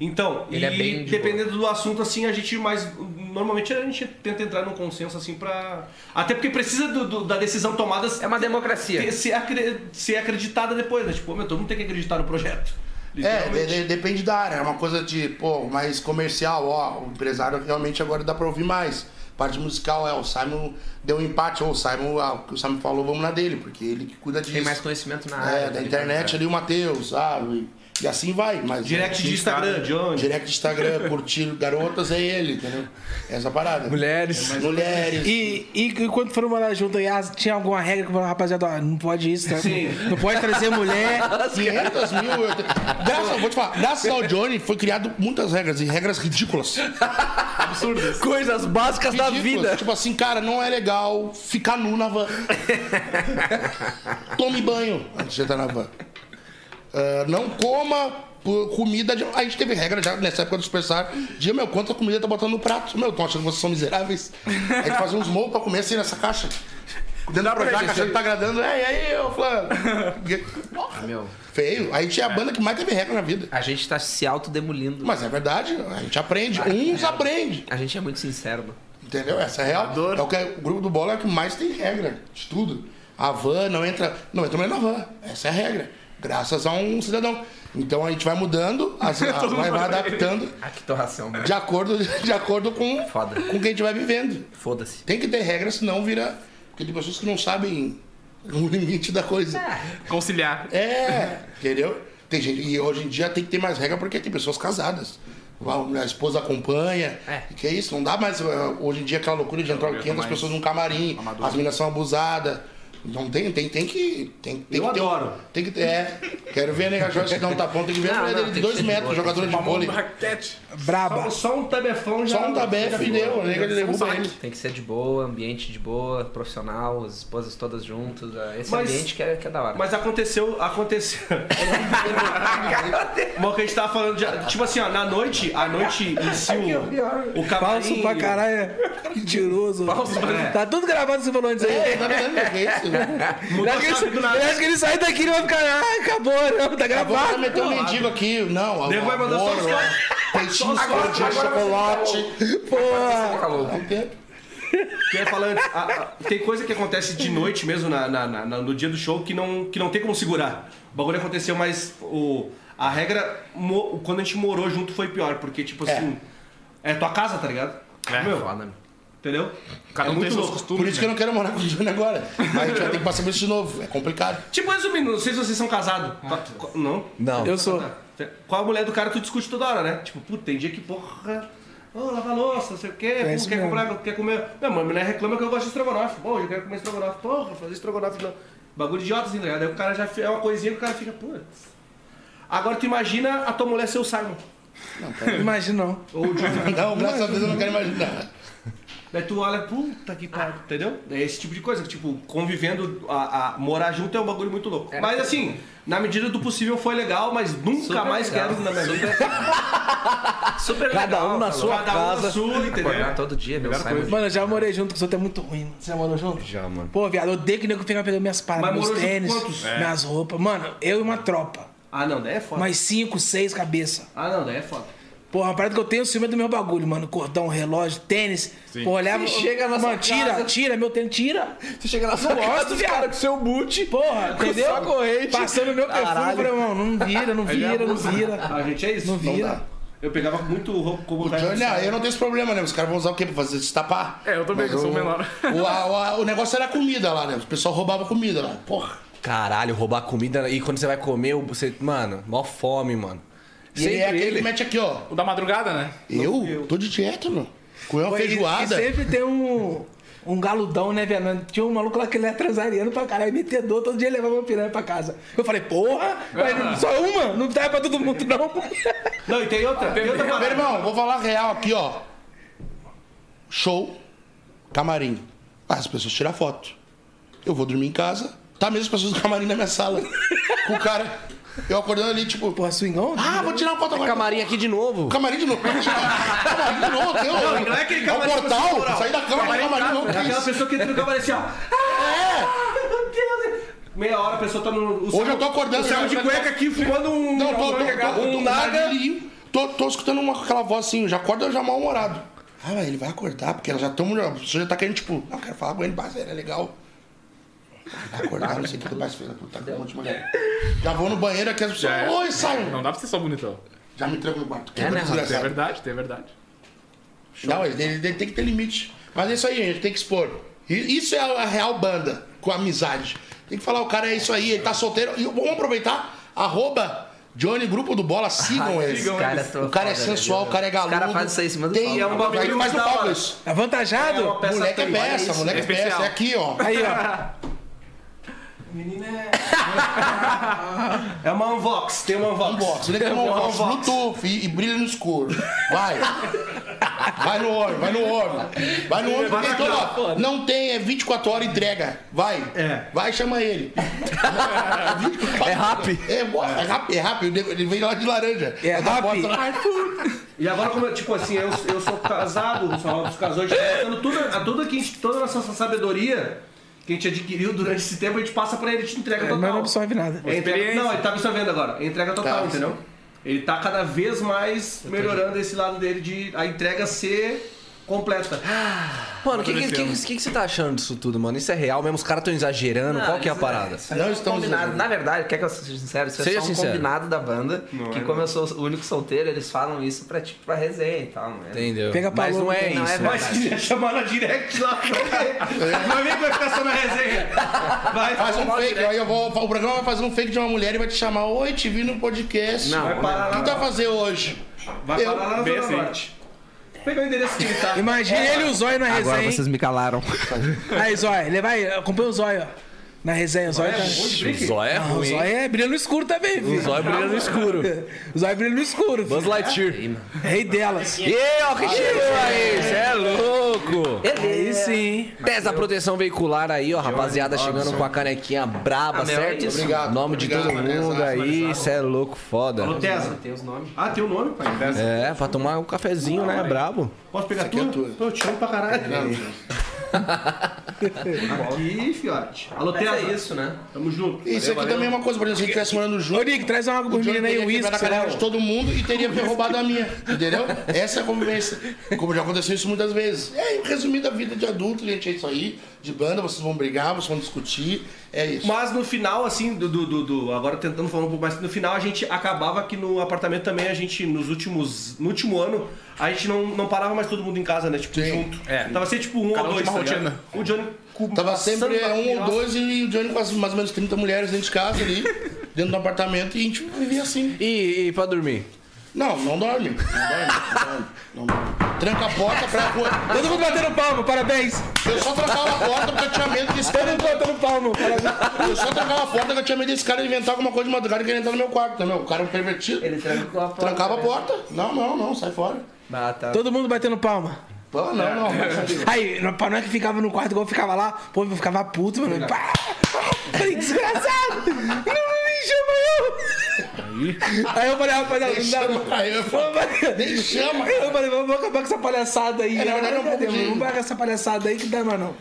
Speaker 4: Então, e
Speaker 5: Ele é bem de
Speaker 4: dependendo do assunto, assim, a gente mais. Normalmente a gente tenta entrar num consenso, assim, pra. Até porque precisa do- do- da decisão tomada
Speaker 5: É uma democracia.
Speaker 4: ter- ser, acre- ser acreditada depois, né? Tipo, "Ô, meu, todo mundo tem que acreditar no projeto.
Speaker 3: É, de- de- depende da área. É uma coisa de, pô, mais comercial, ó. O empresário realmente agora dá pra ouvir mais. Parte musical é, o Simon deu um empate, ou o Simon, ah, o que o Simon falou, vamos na dele, porque ele que cuida disso.
Speaker 5: Tem mais conhecimento na área. tá
Speaker 3: É, da internet ali o Matheus, sabe? E assim vai, mas.
Speaker 4: Direct de Instagram, de onde?
Speaker 3: Direct de Instagram, curtir garotas é ele, entendeu? Essa parada. É
Speaker 1: Mulheres.
Speaker 3: Mulheres.
Speaker 2: E, e, e quando foram morar junto, aí, ah, tinha alguma regra que falava, rapaziada, ó, não pode isso, tá?
Speaker 4: Sim.
Speaker 2: Não pode trazer mulher.
Speaker 3: 500 mil. eu te- Graças, vou te falar, graças ao Johnny foi criado muitas regras, e regras ridículas.
Speaker 1: Coisas básicas da
Speaker 3: Ridículas.
Speaker 1: vida.
Speaker 3: Tipo assim, cara, não é legal ficar nu na van. Tome banho antes de entrar na van. Ah, não coma por comida. De... A gente teve regra já nessa época do Superstar. Dia, meu, quanta comida tá botando no prato? Meu, tô achando que vocês são miseráveis. A gente fazia uns morros pra comer assim nessa caixa. Dentro da Projac, achando que tá agradando. É, e aí, ô, fulano?
Speaker 1: Ah,
Speaker 3: Porra,
Speaker 5: Meu.
Speaker 3: Feio. A gente é a banda que mais teve regra na vida.
Speaker 5: A gente tá se autodemolindo.
Speaker 3: Mas é verdade, a gente aprende.
Speaker 1: É.
Speaker 3: Uns aprende.
Speaker 5: A gente é muito sincero, mano.
Speaker 3: Entendeu? Essa é real. É o, que, o grupo do bola é o que mais tem regra de tudo. A van não entra. Não entra mulher na van. Essa é a regra. Graças a um cidadão. Então a gente vai mudando, as- a- vai, vai adaptando
Speaker 5: Ah, que torração, mano.
Speaker 3: de acordo, de acordo com,
Speaker 5: Foda.
Speaker 3: com quem a gente vai vivendo.
Speaker 5: Foda-se.
Speaker 3: Tem que ter regra, senão vira. Porque tem pessoas que não sabem o limite da coisa.
Speaker 6: Conciliar.
Speaker 3: É, entendeu? Tem gente, e hoje em dia tem que ter mais regra porque tem pessoas casadas. A a esposa acompanha.
Speaker 5: É.
Speaker 3: Que é isso, não dá mais. uh, Hoje em dia aquela loucura de entrar 500 pessoas num camarim, as meninas são abusadas. Então tem, tem, tem que. Tem, tem
Speaker 4: Eu
Speaker 3: que ter,
Speaker 4: adoro.
Speaker 3: Tem que ter. É. Quero ver a nega Jorge que dá um tapão, tem que ver a
Speaker 5: Não,
Speaker 3: mulher
Speaker 5: não,
Speaker 3: dele de
Speaker 5: tem
Speaker 3: dois
Speaker 5: que ser de
Speaker 3: metros,
Speaker 5: boa,
Speaker 3: jogadora de vôlei.
Speaker 6: Raquete.
Speaker 2: Braba.
Speaker 4: Só, só um tabefão já.
Speaker 3: Só um tabefe e deu, a nega ele derruba ele.
Speaker 5: Tem que ser de boa, ambiente de boa, profissional, as esposas todas juntas. ah, Esse
Speaker 4: Mas-
Speaker 5: ambiente que é, que é da hora.
Speaker 4: Mas aconteceu, aconteceu. Bom, que a gente tava falando de, tipo assim, ó, na noite, a noite em si o, o camarim...
Speaker 2: Falso pra caralho. é Mentiroso.
Speaker 4: Falso pra caralho.
Speaker 2: Tá tudo gravado que você falou antes aí.
Speaker 3: É, tá vendo? É isso.
Speaker 4: Mudou
Speaker 2: Eu acho, que
Speaker 4: rápido
Speaker 2: ele,
Speaker 4: na-
Speaker 2: eu acho que ele sai daqui e vai ficar, ah, acabou, não, tá
Speaker 3: Acabou de
Speaker 2: gravado.
Speaker 3: meter um mendigo aqui. Não,
Speaker 4: Nego vai mandar só os
Speaker 3: amor,
Speaker 4: caras.
Speaker 3: Peitinho
Speaker 4: Agora-
Speaker 3: escondido,
Speaker 4: agora
Speaker 3: chocolate.
Speaker 5: Fica louco.
Speaker 3: Não tem-
Speaker 4: Quer falar antes, a- a- tem coisa que acontece de noite mesmo, na, na- na- na- no dia do show, que não, que não tem como segurar. O bagulho aconteceu, mas o, a regra, mo- quando a gente morou junto foi pior, porque tipo assim, é, tua casa, tá ligado?
Speaker 6: É,
Speaker 4: Meu,
Speaker 5: Foda, meu.
Speaker 4: entendeu?
Speaker 6: Cada
Speaker 4: é
Speaker 6: um tem
Speaker 4: muito
Speaker 6: seus
Speaker 4: louco.
Speaker 6: costumes.
Speaker 3: Por isso que eu não quero morar com o Johnny agora. Mas a gente vai ter que passar por isso de novo. É complicado.
Speaker 4: Tipo, resumindo, não sei se vocês são casados. Qual-
Speaker 6: É.
Speaker 4: qual- não?
Speaker 1: Não.
Speaker 2: Eu sou.
Speaker 4: Qual a mulher do cara tu discute toda hora, né? Tipo, puta, tem dia que porra. Ô, lava a louça, não sei o quê, pô,
Speaker 2: isso
Speaker 4: quer
Speaker 2: mesmo.
Speaker 4: comprar, quer comer. Não, mas a mulher reclama que eu gosto de estrogonofe. Pô, eu quero comer estrogonofe. Porra, fazer estrogonofe não. Bagulho idiota assim, tá ligado? Aí o cara já fi- é uma coisinha que o cara fica, putz. Agora tu imagina a tua mulher ser o Simon.
Speaker 2: Imagina não.
Speaker 4: Ou o Júlio.
Speaker 3: Não, graças a Deus eu não quero imaginar.
Speaker 4: Daí tu olha, puta que pariu, entendeu? É esse tipo de coisa, que, tipo, convivendo, a, a- morar junto é um bagulho muito louco. mas assim, na medida do possível foi legal, mas nunca
Speaker 5: Super
Speaker 4: mais
Speaker 5: legal.
Speaker 4: quero na minha vida.
Speaker 5: Super
Speaker 1: Cada um na
Speaker 5: falou.
Speaker 1: sua
Speaker 4: Cada um na
Speaker 1: casa.
Speaker 4: sua, entendeu?
Speaker 5: Acordar todo dia, meu. Simon.
Speaker 2: Mano, eu já morei junto, que os outros é muito ruim, mano. Você já morou junto?
Speaker 1: Já, mano.
Speaker 2: Pô, viado, eu odeio que nego pegar pegando minhas paradas,
Speaker 4: Mas
Speaker 2: meus
Speaker 4: morou junto
Speaker 2: tênis,
Speaker 4: quantos? É.
Speaker 2: minhas roupas. Mano, eu e uma tropa.
Speaker 4: Ah, não, daí é foda.
Speaker 2: Mais cinco, seis cabeça.
Speaker 4: Ah, não, daí é foda.
Speaker 2: Porra, uma parada que eu tenho ciúme é do meu bagulho, mano. Cordão, relógio, tênis. Porra, olhava.
Speaker 1: Você chega na
Speaker 2: mano,
Speaker 1: sua
Speaker 2: tira,
Speaker 1: casa-
Speaker 2: tira, meu tênis, tira.
Speaker 1: Você chega na sua
Speaker 2: gosto,
Speaker 1: casa, os
Speaker 2: viado.
Speaker 1: caras com seu boot.
Speaker 2: Porra,
Speaker 1: com
Speaker 2: entendeu?
Speaker 1: sua corrente.
Speaker 2: Passando meu perfume,
Speaker 1: Caralho.
Speaker 2: falei, mano, não vira, não vira, não
Speaker 3: Ah,
Speaker 2: vira.
Speaker 4: A gente é isso.
Speaker 2: Não vira.
Speaker 3: dá.
Speaker 4: Eu pegava muito roupa como
Speaker 3: O Johnny, ah, eu não tenho esse problema, né? Os caras vão usar o quê pra fazer? Se tapar?
Speaker 6: É, eu também,
Speaker 3: Mas
Speaker 6: eu sou o menor.
Speaker 3: O, a- o, a- o negócio era comida lá, né? O pessoal roubava comida lá. Porra.
Speaker 1: Caralho, roubar comida. E quando você vai comer, você. Mano, mó fome, mano.
Speaker 3: E ele é aquele que mete aqui, ó.
Speaker 6: O da madrugada, né?
Speaker 3: Eu? Tô de dieta, meu. Comi uma
Speaker 2: Pô, e-
Speaker 3: feijoada.
Speaker 2: E sempre tem um, um galudão, né, velho? Tinha um maluco lá que ele é transariano pra caralho, metedor, todo dia ele levava uma piranha pra casa. Eu falei, porra, mas só uma? Não dá pra todo mundo, não.
Speaker 4: Não, e tem
Speaker 3: Ah,
Speaker 4: outra. Tem outra
Speaker 3: Meu
Speaker 4: parada.
Speaker 3: irmão, vou falar real aqui, ó. Show, camarim. Ah, As pessoas tiram foto. Eu vou dormir em casa. Tá mesmo as pessoas do camarim na minha sala. com o cara. Eu acordando ali, tipo,
Speaker 2: Porra, swingão?
Speaker 3: ah, vou tirar uma foto agora.
Speaker 1: É Camarim aqui de novo.
Speaker 3: Camarim de novo. camarim de novo, tem um-
Speaker 4: Não, não é aquele camarim
Speaker 3: É um
Speaker 4: que você
Speaker 3: portal.
Speaker 4: moral.
Speaker 3: Saí da cama, camarim, camarim não.
Speaker 4: Aquela
Speaker 3: que isso?
Speaker 4: pessoa que entra no camarim assim, ó. Ah, meu Deus. Meia hora a pessoa tá no. o
Speaker 3: É. Hoje eu tô
Speaker 4: O
Speaker 3: acordando. né?
Speaker 4: Simon de cueca aqui fumando um.
Speaker 3: Não, tô, tô, tô,
Speaker 4: um
Speaker 3: tô, tô,
Speaker 4: naga.
Speaker 3: narguilinho. tô, tô escutando uma, aquela voz assim, já acorda eu já mal-humorado. Ah, mas ele vai acordar, porque ela já toma. A pessoa já tá querendo, tipo, não, eu quero falar com ele, parceiro, é legal. Acordar, não sei o que, depois filha da puta, com um monte de mulher. Já vou no banheiro aqui, as pessoas,
Speaker 7: Já é.
Speaker 3: oi, saiam.
Speaker 7: Não dá pra ser só bonitão.
Speaker 3: Já me tranco no quarto. Que
Speaker 5: É, né,
Speaker 7: Tem
Speaker 3: desgraçado.
Speaker 7: verdade, tem verdade.
Speaker 3: Não, ele, ele- ele tem que ter limite. Mas é isso aí, gente, tem que expor. I- Isso é a, a real banda, com amizade. Tem que falar, o cara é isso aí, ele tá solteiro. E vamos aproveitar, arroba Johnny Grupo do Bola, sigam eles.
Speaker 5: Esse cara é
Speaker 3: O cara é sensual, o cara é galudo.
Speaker 5: O cara faz isso aí em cima do
Speaker 3: Tem,
Speaker 5: palco.
Speaker 3: é um bagulho mais no
Speaker 5: da
Speaker 3: palco
Speaker 5: hora.
Speaker 3: isso.
Speaker 2: Avantajado?
Speaker 3: Moleque é peça, moleque é peça. É aqui, ó.
Speaker 2: Aí, ó.
Speaker 4: Menina é. é uma Unvox, tem uma Unvox.
Speaker 3: Unbox. Ele tem um unbox Bluetooth e, e brilha no escuro. Vai. Vai no homem, vai no homem. Vai no homem, porque toda hora. Não tem, é 24 horas entrega. Vai.
Speaker 4: É.
Speaker 3: Vai, chama ele. é rápido. É, bo- é rápido, é rápido. Ele vem lá de laranja.
Speaker 2: É
Speaker 3: Aí dá a
Speaker 2: rápido.
Speaker 3: porta lá, iFood.
Speaker 4: E agora, como eu, tipo assim, eu, eu sou casado, o Salão dos Casões, a gente tá passando tudo, a, tudo que a gente, toda a nossa sabedoria que a gente adquiriu durante esse tempo, a gente passa pra ele, a gente entrega
Speaker 2: É, Mas
Speaker 4: total.
Speaker 2: não absorve nada.
Speaker 4: É entrega, não, ele tá absorvendo agora. É entrega total,
Speaker 3: Tá.
Speaker 4: entendeu? Ele tá cada vez mais melhorando esse lado dele de a entrega ser completa.
Speaker 1: Mano, o que, que, que, que, que você tá achando disso tudo, mano? Isso é real mesmo? Os caras tão exagerando?
Speaker 5: Não,
Speaker 1: Qual que é a
Speaker 5: isso
Speaker 1: parada?
Speaker 5: isso é
Speaker 3: Não
Speaker 5: um
Speaker 3: estamos
Speaker 5: combinado.
Speaker 3: exagerando.
Speaker 5: Na verdade, quer que eu seja sincero? Isso
Speaker 1: Seja
Speaker 5: é só um
Speaker 1: sincero.
Speaker 5: combinado da banda. que como eu sou o único solteiro, eles falam isso pra, tipo, pra resenha e tal, né?
Speaker 1: Entendeu?
Speaker 2: Pega
Speaker 1: Mas
Speaker 2: paloma,
Speaker 1: não é
Speaker 5: não
Speaker 1: isso.
Speaker 5: é
Speaker 1: né?
Speaker 4: Mas se quiser chamar na direct lá pra Meu amigo vai ficar só na resenha. Vai,
Speaker 3: Faz um fake. Aí eu vou, o programa vai fazer um fake de uma mulher e vai te chamar. Oi, te vi no podcast.
Speaker 5: Não,
Speaker 4: vai
Speaker 5: não.
Speaker 4: parar
Speaker 3: O que
Speaker 4: lá.
Speaker 3: tu vai fazer hoje?
Speaker 4: Vai
Speaker 3: Eu-
Speaker 4: parar lá na
Speaker 7: bem
Speaker 4: Zona
Speaker 7: assim.
Speaker 4: Norte. Pegar o endereço que ele tá.
Speaker 2: Imagina ele e o zóio na resenha.
Speaker 5: Agora
Speaker 2: hein?
Speaker 5: vocês me calaram.
Speaker 2: Aí, zóio, leva aí, acompanha o zóio, ó. Na resenha, o zóio. tá-
Speaker 4: Hoje, brinque.
Speaker 1: O zóio é
Speaker 2: Ah, o
Speaker 1: ruim.
Speaker 2: zóio é brilha no escuro também,
Speaker 1: O
Speaker 2: filho.
Speaker 1: zóio brilha no escuro.
Speaker 2: O zóio brilha no escuro.
Speaker 1: Buzz
Speaker 2: filho.
Speaker 1: Lightyear.
Speaker 2: Rei delas.
Speaker 1: Ê, ó, que chegou aí, cê é louco!
Speaker 2: Aí sim.
Speaker 1: Pesa a proteção veicular aí, ó, rapaziada chegando com a canequinha braba,
Speaker 5: Ah, meu, é
Speaker 1: certo?
Speaker 5: isso.
Speaker 3: Obrigado,
Speaker 1: Nome de
Speaker 3: obrigado,
Speaker 1: todo
Speaker 3: né?
Speaker 1: mundo
Speaker 3: Exato,
Speaker 1: aí, cê é louco, foda.
Speaker 4: Alô, Tesla.
Speaker 5: Tem os nomes.
Speaker 4: Ah, tem o nome, pai.
Speaker 1: É, pra tomar um cafezinho, né? Brabo.
Speaker 4: Posso pegar
Speaker 3: aqui é
Speaker 4: tudo?
Speaker 3: tua.
Speaker 4: Pô, eu te amo pra caralho. Aqui, fiote. Alô,
Speaker 5: Mas
Speaker 4: Tesla.
Speaker 5: é isso, né?
Speaker 4: Tamo junto.
Speaker 3: Isso aqui
Speaker 4: Valeu,
Speaker 3: também é uma coisa, por exemplo, se a gente estivesse morando
Speaker 2: Ô,
Speaker 3: junto.
Speaker 2: Nick, traz uma água
Speaker 3: O
Speaker 2: por
Speaker 3: Johnny
Speaker 2: menina aí,
Speaker 3: teria
Speaker 2: um
Speaker 3: quebrado
Speaker 2: uísque,
Speaker 3: a
Speaker 2: sei lá.
Speaker 3: canela de todo mundo e teria roubado a minha, entendeu? Essa é a convivência. Como já aconteceu isso muitas vezes. É, resumindo a vida de adulto, gente, é isso aí. De banda, vocês vão brigar, vocês vão discutir. É isso.
Speaker 4: Mas no final, assim, do, do, do- do- Agora tentando falar um pouco mais, no final a gente acabava que no apartamento também, a gente, nos últimos. No último ano, a gente não, não parava mais todo mundo em casa, né? Tipo, junto.
Speaker 7: É.
Speaker 4: Tava sempre tipo um
Speaker 7: Cada um
Speaker 4: ou dois.
Speaker 7: tinha uma
Speaker 4: tá ligado?
Speaker 7: rotina.
Speaker 4: O Johnny. com-
Speaker 3: Tava sempre
Speaker 4: passando
Speaker 3: é,
Speaker 4: pra
Speaker 3: um ou
Speaker 4: nossa.
Speaker 3: dois e o Johnny com as- mais ou menos 30 mulheres dentro de casa ali, dentro do apartamento, e a gente vivia assim.
Speaker 1: E, e pra dormir?
Speaker 3: Não, não dorme. Não dorme, não dorme. Não dorme. Tranca a porta pra rua.
Speaker 2: Todo mundo batendo palma, parabéns.
Speaker 3: Eu só trancava a porta porque eu tinha medo desse
Speaker 2: Todo mundo batendo palma, parabéns.
Speaker 3: Eu só trancava a porta que eu tinha medo desse cara inventar alguma coisa de madrugada e querer entrar no meu quarto, entendeu? O cara é um pervertido.
Speaker 5: Ele trancou a porta.
Speaker 3: Trancava a
Speaker 5: né?
Speaker 3: porta. Não, não, não, sai fora.
Speaker 5: Ah, tá.
Speaker 2: Todo mundo batendo palma.
Speaker 3: Pô, não, não.
Speaker 2: Aí, não- pra nós que ficava no quarto igual eu ficava lá, pô, eu ficava puto, mano. Pá, pá. Falei, desgraçado! Não me chama eu! Aí eu falei, rapaziada,
Speaker 3: Nem
Speaker 2: não dá
Speaker 3: chama
Speaker 2: não.
Speaker 3: pra eu.
Speaker 2: Ô, Maria,
Speaker 3: Nem chama.
Speaker 2: Eu falei, vamos acabar com essa palhaçada aí. né?
Speaker 3: É, na verdade, é um pouco de-
Speaker 2: Vamos acabar com essa palhaçada aí que dá, mano. não.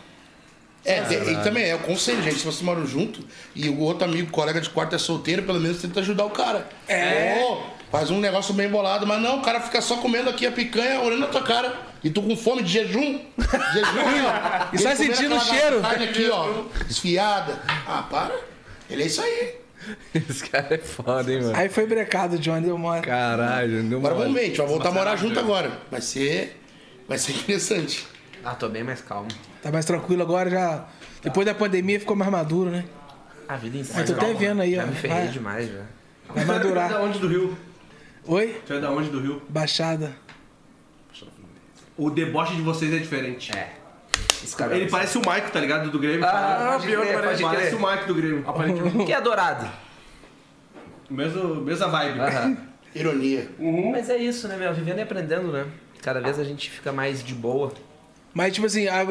Speaker 3: É, e- e também é o conselho, gente. Se vocês moram junto e o outro amigo, colega de quarto é solteiro, pelo menos tenta ajudar o cara. É. faz um negócio bem bolado, mas não, o cara fica só comendo aqui a picanha, olhando na tua cara. E tu com fome de jejum. Jejum, ó.
Speaker 2: E só
Speaker 3: Ele comendo
Speaker 2: sentindo o
Speaker 3: aquela
Speaker 2: cheiro.
Speaker 3: Carne aqui, ó. Desfiada. Ah, para. Ele é isso aí.
Speaker 1: Esse cara é foda, hein, mano?
Speaker 2: Aí foi brecado, Johnny, deu mole.
Speaker 1: Caralho, não
Speaker 3: Agora vamos
Speaker 1: mole.
Speaker 3: ver, a gente vai voltar a morar junto agora. Vai ser. Vai ser interessante.
Speaker 5: Ah, tô bem mais calmo.
Speaker 2: Tá mais tranquilo agora, já. Depois da pandemia ficou mais maduro, né?
Speaker 5: A vida em si.
Speaker 2: Eu tô até vendo aí,
Speaker 5: Já
Speaker 2: ó. Ah.
Speaker 5: me ferrei
Speaker 2: Vai.
Speaker 5: demais, já.
Speaker 2: Vai
Speaker 4: Tu é da
Speaker 2: madurar.
Speaker 4: onde do Rio?
Speaker 2: Oi?
Speaker 4: Tu é da onde do Rio?
Speaker 2: Baixada.
Speaker 4: O deboche de vocês é diferente.
Speaker 5: É. Os caras.
Speaker 4: Ele parece o Maico, tá ligado? Do Grêmio.
Speaker 5: Ah,
Speaker 4: Parece-
Speaker 5: pior que
Speaker 4: parece,
Speaker 5: parece.
Speaker 4: parece o Maico do Grêmio.
Speaker 5: Que é dourado.
Speaker 4: Mesmo, mesma vibe.
Speaker 5: Aham.
Speaker 3: Ironia.
Speaker 5: Mas é isso, né, meu? Vivendo e aprendendo, né? Cada vez a gente fica mais de boa.
Speaker 2: Mas, tipo assim, a-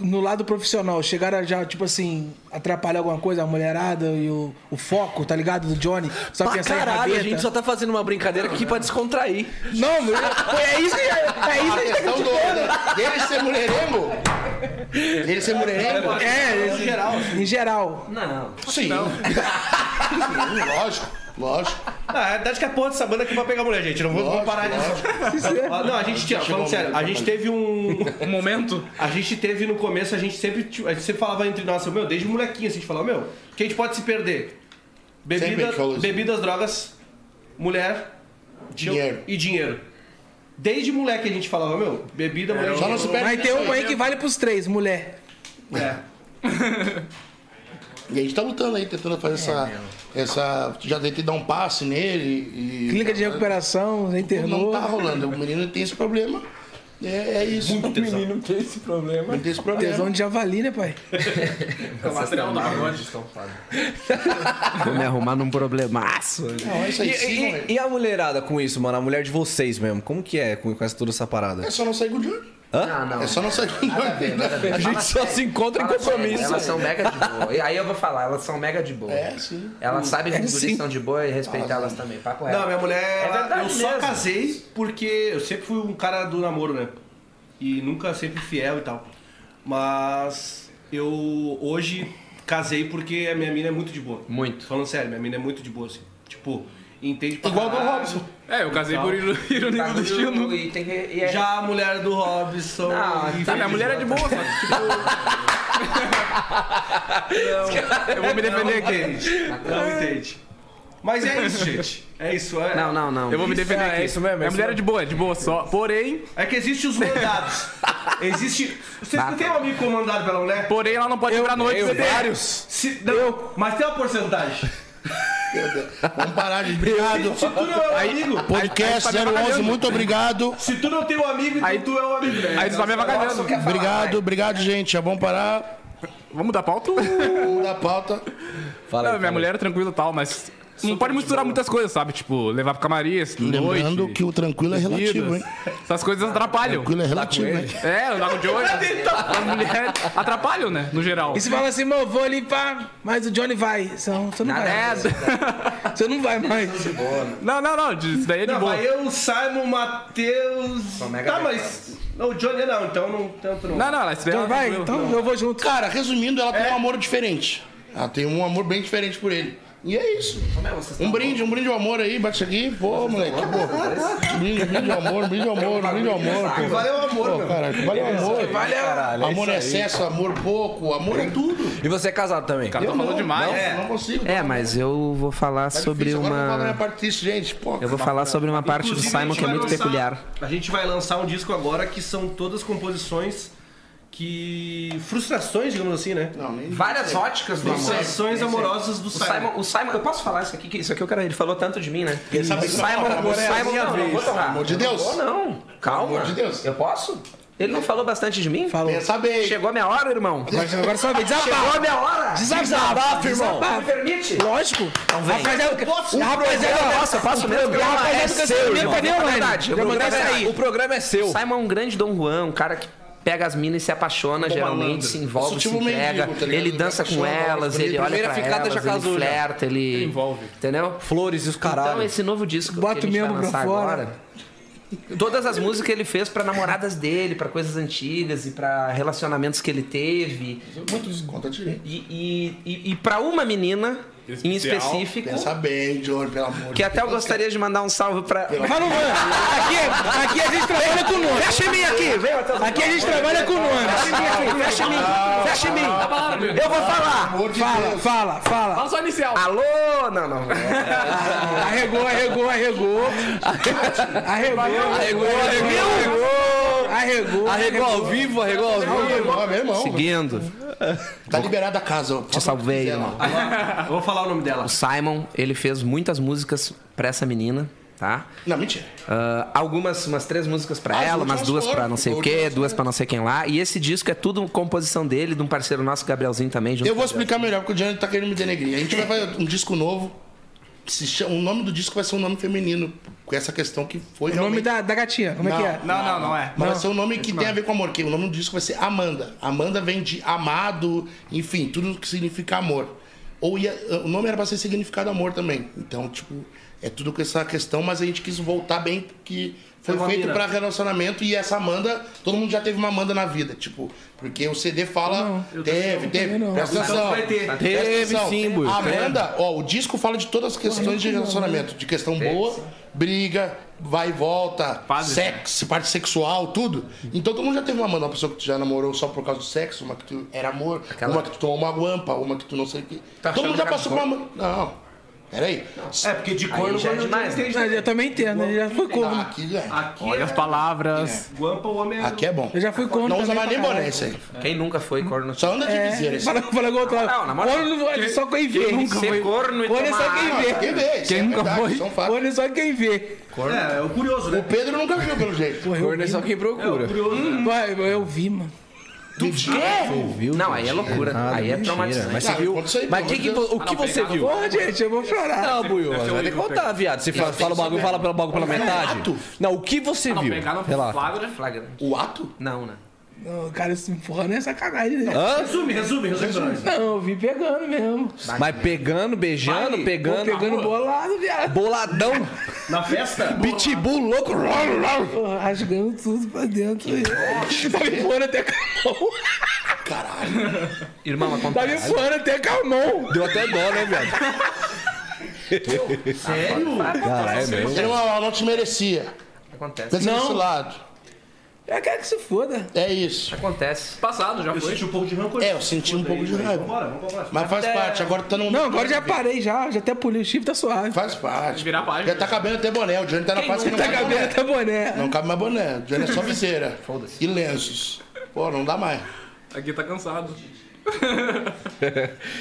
Speaker 2: no lado profissional, chegaram a já, tipo assim, atrapalhar alguma coisa, a mulherada e o, o foco, tá ligado? Do Johnny. Só
Speaker 1: Pra
Speaker 2: pensar
Speaker 1: caralho,
Speaker 2: em
Speaker 1: a gente só
Speaker 2: é rabeta.
Speaker 1: tá fazendo uma brincadeira aqui pra descontrair.
Speaker 2: Não, meu, pô, é isso que é isso que a gente tá
Speaker 3: Questão do. Dele ser mulherengo. Dele ser
Speaker 4: É,
Speaker 3: mulherengo.
Speaker 2: É, em geral.
Speaker 5: Não.
Speaker 3: Sim. Sim, lógico. Lógico.
Speaker 4: Na realidade Ah, é, que a porra dessa banda aqui pra pegar mulher, gente. Não vou vou
Speaker 3: Lógico,
Speaker 4: parar disso. Ah, Não, a gente tinha,
Speaker 3: Chegou
Speaker 4: falando
Speaker 3: um
Speaker 4: sério, a
Speaker 3: momento,
Speaker 4: gente teve um.
Speaker 6: Um momento.
Speaker 4: A gente teve no começo, a gente sempre, tipo, a gente sempre falava entre nós, assim, meu, desde molequinho, assim, a gente falava, meu, o que a gente pode se perder?
Speaker 3: Sempre a
Speaker 4: Bebida,
Speaker 3: gente falou isso.
Speaker 4: bebidas, drogas, mulher
Speaker 3: Dinheiro.
Speaker 4: e dinheiro. Desde moleque a gente falava, meu, bebida, mulher e
Speaker 3: Só não
Speaker 4: dinheiro.
Speaker 3: se perde.
Speaker 2: Mas tem
Speaker 3: nisso
Speaker 2: um aí que vale pros três, mulher.
Speaker 4: É.
Speaker 3: E a gente tá lutando aí, tentando fazer essa, essa. Já tentei dar um passe nele. E...
Speaker 2: Clínica de recuperação, já
Speaker 3: Não
Speaker 2: internou.
Speaker 3: tá rolando. O menino tem esse problema. É, é isso.
Speaker 4: Muito
Speaker 3: o menino
Speaker 4: tesão.
Speaker 6: Não tem esse problema.
Speaker 3: tem esse problema.
Speaker 2: Tesão de javali, né, pai?
Speaker 6: O material do pagode.
Speaker 5: Vou me arrumar num problemaço.
Speaker 3: Não, é isso
Speaker 1: E,
Speaker 3: aí. sigam
Speaker 1: e-
Speaker 3: ele.
Speaker 1: e a mulherada com isso, mano? A mulher de vocês mesmo. Como que é com, com essa, toda essa parada?
Speaker 3: É só não sair com o Johnny.
Speaker 5: Ah, não.
Speaker 3: É só não sair com o
Speaker 5: Nada a ver,
Speaker 3: Johnny.
Speaker 5: nada a ver.
Speaker 1: A gente só se encontra em
Speaker 5: Fala sério,
Speaker 1: compromisso.
Speaker 5: Elas são mega de boa. E Aí eu vou falar, elas são mega de boa.
Speaker 3: É, sim.
Speaker 5: Elas sabem que os
Speaker 2: sim.
Speaker 5: guris são de boa e respeitar elas também. Papo reto.
Speaker 4: Não, minha mulher,
Speaker 5: É
Speaker 4: ela-
Speaker 5: verdade
Speaker 4: eu só
Speaker 5: mesmo.
Speaker 4: casei porque eu sempre fui um cara do namoro, né? E nunca sempre fiel e tal. Mas eu hoje casei porque a minha mina é muito de boa.
Speaker 5: Muito.
Speaker 4: Falando sério, minha mina é muito de boa, assim. Tipo, entende pra
Speaker 3: Igual do
Speaker 4: caralho.
Speaker 3: Robson.
Speaker 6: É, eu casei por iro- ironia do
Speaker 5: Bagulho
Speaker 6: destino.
Speaker 5: E tem que, e é-
Speaker 4: Já a mulher do Robson.
Speaker 5: Não,
Speaker 4: e- né?
Speaker 5: tá,
Speaker 6: Tá, minha mulher é de boa, só que, tipo... Não, eu vou me defender aqui.
Speaker 4: Não entende. Mas é isso, gente. É isso. É,
Speaker 5: Não, não, não.
Speaker 6: Eu vou me defender
Speaker 1: Ah, é
Speaker 6: aqui.
Speaker 1: isso mesmo, é
Speaker 6: Minha
Speaker 1: isso
Speaker 6: mulher é
Speaker 1: mesmo.
Speaker 6: de boa, é de boa só. Porém,
Speaker 4: é que existe os mandados. Existe. Vocês não
Speaker 5: Bata.
Speaker 4: têm um amigo comandado pela mulher?
Speaker 6: porém ela não pode ir pra noite.
Speaker 1: Eu,
Speaker 6: beber.
Speaker 1: vários.
Speaker 4: Se, não, Mas tem uma porcentagem.
Speaker 3: Meu Deus. Vamos parar de Obrigado.
Speaker 4: Se tu não é um amigo,
Speaker 3: Podcast 011, muito obrigado.
Speaker 4: se tu não tem um amigo, então
Speaker 6: Aí-
Speaker 4: tu é um amigo. né?
Speaker 6: Aí tu só me avacalhando.
Speaker 3: Obrigado, obrigado, gente. É bom parar.
Speaker 6: Vamos dar pauta?
Speaker 3: Vamos dar pauta.
Speaker 1: Fala
Speaker 6: Não,
Speaker 1: aí,
Speaker 6: minha
Speaker 1: fala aí.
Speaker 6: mulher é tranquila e tal, mas não pode misturar muitas coisas, sabe? Tipo, levar pra camarim,
Speaker 3: Lembrando
Speaker 6: noite,
Speaker 3: que o tranquilo é relativo, hein?
Speaker 6: bebidas. Tá Essas coisas atrapalham.
Speaker 3: Tranquilo é tá relativo, hein?
Speaker 6: É, eu tava de olho. As mulheres atrapalham, né? No geral.
Speaker 2: E você fala assim, mano, vou limpar, mas o Johnny vai. Você não, você não
Speaker 5: Nada
Speaker 1: é
Speaker 2: vai.
Speaker 5: disso.
Speaker 2: Você não vai mais. Então
Speaker 6: Não, não, não. Isso daí é de
Speaker 4: Não,
Speaker 6: boa.
Speaker 4: vai eu, o Simon, o Matheus.
Speaker 5: mega
Speaker 4: Tá, mas. Não, o Johnny não, então não tanto não.
Speaker 6: Não, não, isso daí é
Speaker 2: Johnny vai?
Speaker 6: tranquilo.
Speaker 2: Então eu vou junto.
Speaker 3: Cara, resumindo, ela tem um amor diferente. Ela tem um amor bem diferente por ele. E é isso. Um brinde, um brinde ao amor aí, bate aqui. Pô, moleque, pô. Um brinde, um brinde ao amor, um brinde ao amor, um brinde ao amor. Pô.
Speaker 4: Valeu o amor,
Speaker 3: Pô,
Speaker 4: meu.
Speaker 3: cara, que valeu o amor.
Speaker 1: Caralho, é
Speaker 3: Amor
Speaker 1: isso
Speaker 3: é
Speaker 1: aí.
Speaker 3: excesso, amor pouco, amor é tudo.
Speaker 1: E você é casado também?
Speaker 6: O cara tá falando demais.
Speaker 3: Não,
Speaker 4: É.
Speaker 3: não consigo.
Speaker 5: É, mas eu vou falar
Speaker 3: Tá
Speaker 5: sobre
Speaker 3: difícil. Agora eu vou falar da minha
Speaker 5: uma.
Speaker 3: parte triste, gente. Pô,
Speaker 5: Eu vou falar sobre uma parte do
Speaker 4: Inclusive, a
Speaker 5: Simon
Speaker 4: gente
Speaker 5: que é
Speaker 4: vai
Speaker 5: muito
Speaker 4: lançar-
Speaker 5: peculiar.
Speaker 4: A gente vai lançar um disco agora que são todas composições que. frustrações, digamos assim, né?
Speaker 3: Não, nem...
Speaker 5: Várias óticas do amor.
Speaker 4: Frustrações amorosas do
Speaker 5: O
Speaker 4: Simon.
Speaker 5: Simon, o Simon, eu posso falar isso aqui? Que isso aqui o cara ele falou tanto de mim, né?
Speaker 3: Ele sabe
Speaker 5: o
Speaker 3: que-
Speaker 5: Simon, o
Speaker 3: Agora é a
Speaker 5: Simon
Speaker 3: minha
Speaker 5: não, não
Speaker 3: vez.
Speaker 5: vou tomar.
Speaker 3: Pelo amor de Deus.
Speaker 5: Não, vou, não. calma.
Speaker 3: amor de Deus.
Speaker 5: Eu posso? Ele não falou bastante de mim?
Speaker 2: Falou.
Speaker 3: Pensa bem.
Speaker 5: Chegou a minha hora, irmão.
Speaker 2: Agora só vem.
Speaker 5: Chegou a
Speaker 2: Desabafa.
Speaker 5: minha hora.
Speaker 2: Desabafa,
Speaker 1: irmão.
Speaker 5: Me permite?
Speaker 2: Lógico. Então
Speaker 5: vem.
Speaker 2: Rapaziada,
Speaker 5: Posso?
Speaker 2: o rapaziada,
Speaker 5: é Nossa, eu faço mesmo.
Speaker 2: E a rapaziada do
Speaker 5: É seu,
Speaker 2: cancelamento
Speaker 5: irmão.
Speaker 2: vai nem
Speaker 5: É
Speaker 2: online.
Speaker 5: verdade, eu
Speaker 2: Já
Speaker 5: vou
Speaker 2: mandou
Speaker 5: gravar
Speaker 2: sair.
Speaker 1: O programa é seu.
Speaker 5: Simon é um grande Dom Juan, um cara que pega as minas e se apaixona geralmente,
Speaker 3: malandro.
Speaker 5: se
Speaker 3: Eu sou
Speaker 5: envolve, se
Speaker 3: tipo um
Speaker 5: entrega,
Speaker 3: mendigo, tá ligado?
Speaker 5: ele dança com
Speaker 3: Apaixona,
Speaker 5: elas,
Speaker 3: ele
Speaker 5: ele olha
Speaker 1: primeira
Speaker 5: pra
Speaker 1: ficada
Speaker 5: elas,
Speaker 1: já casou
Speaker 5: ele
Speaker 1: já.
Speaker 5: flerta, ele...
Speaker 6: envolve.
Speaker 5: Entendeu?
Speaker 1: Flores e os caralho.
Speaker 5: Então esse novo disco
Speaker 2: Bota
Speaker 5: que a
Speaker 2: o
Speaker 5: gente vai
Speaker 2: membro pra
Speaker 5: lançar
Speaker 2: fora.
Speaker 5: agora, todas as músicas que ele fez pra namoradas dele, pra coisas antigas e pra relacionamentos que ele teve,
Speaker 3: Muito conta direito.
Speaker 5: e, e, e, e pra uma menina em
Speaker 6: Especial.
Speaker 5: específico,
Speaker 3: Pensa bem, Johnny, pelo amor de Deus.
Speaker 2: é
Speaker 5: que até eu gostaria de mandar um salve pra...
Speaker 2: Fala, mano. Aqui, aqui a gente trabalha com o nome.
Speaker 5: Fecha em mim aqui, vem, Matheus.
Speaker 2: Aqui a gente trabalha com o nome.
Speaker 5: Fecha em mim aqui, fecha em mim, fecha em mim. Eu vou falar.
Speaker 3: Amor de
Speaker 2: Fala,
Speaker 3: Deus.
Speaker 2: fala, fala.
Speaker 6: Fala só inicial.
Speaker 5: Alô? Não, não.
Speaker 2: Arregou, arregou, arregou. Arregou, arregou,
Speaker 1: Arregou!
Speaker 2: arregou.
Speaker 1: Arregou ao vivo, arregou ao vivo.
Speaker 3: Meu irmão, meu irmão.
Speaker 5: Seguindo,
Speaker 3: Tá liberada a casa. ó.
Speaker 5: te salvei, irmão.
Speaker 4: Eu Vou falar o nome dela.
Speaker 5: O Simon, ele fez muitas músicas pra essa menina, tá?
Speaker 3: Não, mentira.
Speaker 5: Ah, algumas, umas três músicas pra
Speaker 3: As
Speaker 5: ela, umas
Speaker 3: últimas
Speaker 5: duas
Speaker 3: foram,
Speaker 5: pra não sei o quê,
Speaker 3: últimas
Speaker 5: duas
Speaker 3: foram.
Speaker 5: pra não sei quem lá. E esse disco é tudo composição dele, de um parceiro nosso, Gabrielzinho também. Junto
Speaker 3: Eu vou explicar melhor, porque o Johnny tá querendo me denegrir. A gente vai fazer um disco novo. que se chama- o nome do disco vai ser um nome feminino. Com essa questão que foi
Speaker 2: O nome da, da gatinha, como é que é?
Speaker 6: Não, não, não é.
Speaker 3: Mas vai ser um nome que tem a ver com amor, que o nome do disco vai ser Amanda. Amanda vem de amado, enfim, tudo que significa amor. Ou ia- o nome era pra ser significado amor também. Então, tipo, É tudo com essa questão, mas a gente quis voltar bem porque foi
Speaker 4: É uma
Speaker 3: feito
Speaker 4: mina.
Speaker 3: pra relacionamento e essa Amanda, todo mundo já teve uma Amanda na vida, tipo, porque o CD fala, teve, teve,
Speaker 2: não.
Speaker 3: presta
Speaker 4: Então
Speaker 3: atenção.
Speaker 4: vai ter.
Speaker 3: Presta
Speaker 6: Teve
Speaker 3: atenção.
Speaker 6: sim, Buiu.
Speaker 3: A Amanda, ó, o disco fala de todas as questões de relacionamento, de questão boa, briga, vai e volta,
Speaker 6: Fase.
Speaker 3: sexo, parte sexual, tudo. Então todo mundo já teve uma Amanda, uma pessoa que tu já namorou só por causa do sexo, uma que tu era amor,
Speaker 5: Aquela-
Speaker 3: uma que tu tomou uma guampa, uma que tu não sei o quê.
Speaker 5: Tá
Speaker 3: todo mundo
Speaker 5: achando
Speaker 3: já
Speaker 5: que
Speaker 3: passou por uma Amanda. Não, peraí.
Speaker 4: É, porque de
Speaker 5: Aí
Speaker 4: corno
Speaker 5: já é
Speaker 4: corno
Speaker 5: demais,
Speaker 4: não entende.
Speaker 2: Não, Eu também entendo, eu já fui
Speaker 3: Ah,
Speaker 2: corno.
Speaker 3: Aqui, é.
Speaker 4: Aqui
Speaker 6: Olha
Speaker 4: é-
Speaker 6: as palavras.
Speaker 4: Guampa, o homem é.
Speaker 3: aqui é bom.
Speaker 2: Eu já fui corno.
Speaker 3: Não usa
Speaker 2: também
Speaker 3: mais
Speaker 2: pra
Speaker 3: nem
Speaker 2: caralho.
Speaker 3: boné isso aí.
Speaker 5: Quem nunca foi corno?
Speaker 3: Só anda de viseira.
Speaker 2: É,
Speaker 3: isso.
Speaker 2: fala, fala igual outro.
Speaker 5: Não, na moral.
Speaker 2: Corno não é só quem vê.
Speaker 5: Ser corno e
Speaker 2: Corno é só
Speaker 5: tomar
Speaker 2: quem
Speaker 5: água.
Speaker 2: vê.
Speaker 3: Quem vê? isso
Speaker 6: Quem
Speaker 3: é
Speaker 6: nunca
Speaker 3: verdade,
Speaker 6: foi?
Speaker 3: isso é um fato.
Speaker 2: Corno é só quem vê.
Speaker 4: É, é o curioso, né?
Speaker 3: O Pedro nunca viu, pelo jeito.
Speaker 2: Porra, eu
Speaker 1: Corno é
Speaker 2: vi.
Speaker 1: só quem procura.
Speaker 4: Curioso, né?
Speaker 2: Vai, eu vi, mano.
Speaker 1: Ouviu?
Speaker 5: Não, aí é loucura.
Speaker 1: Nada,
Speaker 5: aí é
Speaker 1: mentira.
Speaker 5: traumatizante.
Speaker 1: Mas você
Speaker 3: Ah,
Speaker 1: viu?
Speaker 3: conta isso aí,
Speaker 1: Mas
Speaker 3: pelo
Speaker 1: que que,
Speaker 3: amor de
Speaker 1: vo- o que você viu?
Speaker 2: Porra, gente, eu vou chorar.
Speaker 1: Não, Buiu, você vai ter que contar, viado. Você fala, fala o bagulho, fala o bagulho pela metade. Não, o que você viu?
Speaker 6: Pegar no
Speaker 1: Sei lá.
Speaker 6: flagra.
Speaker 5: Flagrante.
Speaker 3: O ato?
Speaker 5: Não, né?
Speaker 2: Não, cara, esse porra não é sacanagem, né?
Speaker 1: Hã?
Speaker 4: Resume, resume, resume. pra nós.
Speaker 2: Não, eu vi pegando mesmo.
Speaker 1: Mas pegando, beijando,
Speaker 4: Vai,
Speaker 1: pegando.
Speaker 4: vou
Speaker 2: Pegando
Speaker 4: Amor.
Speaker 2: bolado, viado.
Speaker 1: Boladão,
Speaker 4: Na festa?
Speaker 1: pitbull louco.
Speaker 2: Porra, Rasgando tudo pra dentro. Tá me voando até calmão.
Speaker 5: Irmão,
Speaker 2: Tá me
Speaker 5: acontece.
Speaker 2: voando até calmão.
Speaker 1: Deu até dó, né, viado?
Speaker 4: Sério?
Speaker 1: Caralho, é mesmo.
Speaker 3: Ele não, não te merecia.
Speaker 5: Acontece.
Speaker 3: Pensa
Speaker 2: Não.
Speaker 3: desse lado.
Speaker 2: Eu quero que se foda.
Speaker 3: É isso.
Speaker 5: Acontece.
Speaker 6: Passado, já
Speaker 4: Eu
Speaker 6: foi.
Speaker 4: senti um pouco de rancor.
Speaker 3: É, eu senti um pouco de
Speaker 4: Daí,
Speaker 3: raiva.
Speaker 4: Vambora, vamos pra próxima.
Speaker 3: Mas faz parte, agora tá no.
Speaker 2: Não, agora já parei, já. Já até poli o chifre, tá suave.
Speaker 3: Faz parte.
Speaker 6: Virar a página.
Speaker 3: Já tá cabendo até boné. O Johnny tá na fase que não
Speaker 2: Tá
Speaker 3: cabe
Speaker 2: cabendo
Speaker 3: boné.
Speaker 2: até
Speaker 1: né?
Speaker 2: boné.
Speaker 3: Não cabe mais boné. O Johnny é só viseira. Foda-se. E lenços. Pô, não dá mais.
Speaker 6: Aqui tá cansado.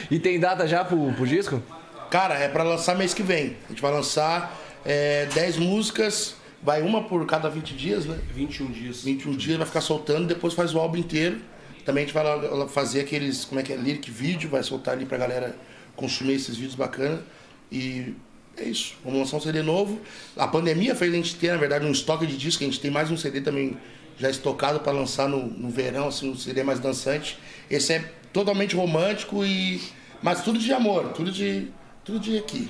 Speaker 1: E tem data já pro, pro disco?
Speaker 3: Cara, é pra lançar mês que vem. A gente vai lançar é, 10 músicas. Vai uma por cada 20 dias, né?
Speaker 4: 21 dias.
Speaker 3: 21 dias, vai ficar soltando, depois faz o álbum inteiro. Também a gente vai lá- lá fazer aqueles, como é que é, lyric vídeo, vai soltar ali pra galera consumir esses vídeos bacanas. E é isso, vamos lançar um CD novo. A pandemia fez a gente ter, na verdade, um estoque de disco, a gente tem mais um CD também já estocado pra lançar no, no verão, assim, um CD mais dançante. Esse é totalmente romântico e... Mas tudo de amor, tudo de... tudo de aqui.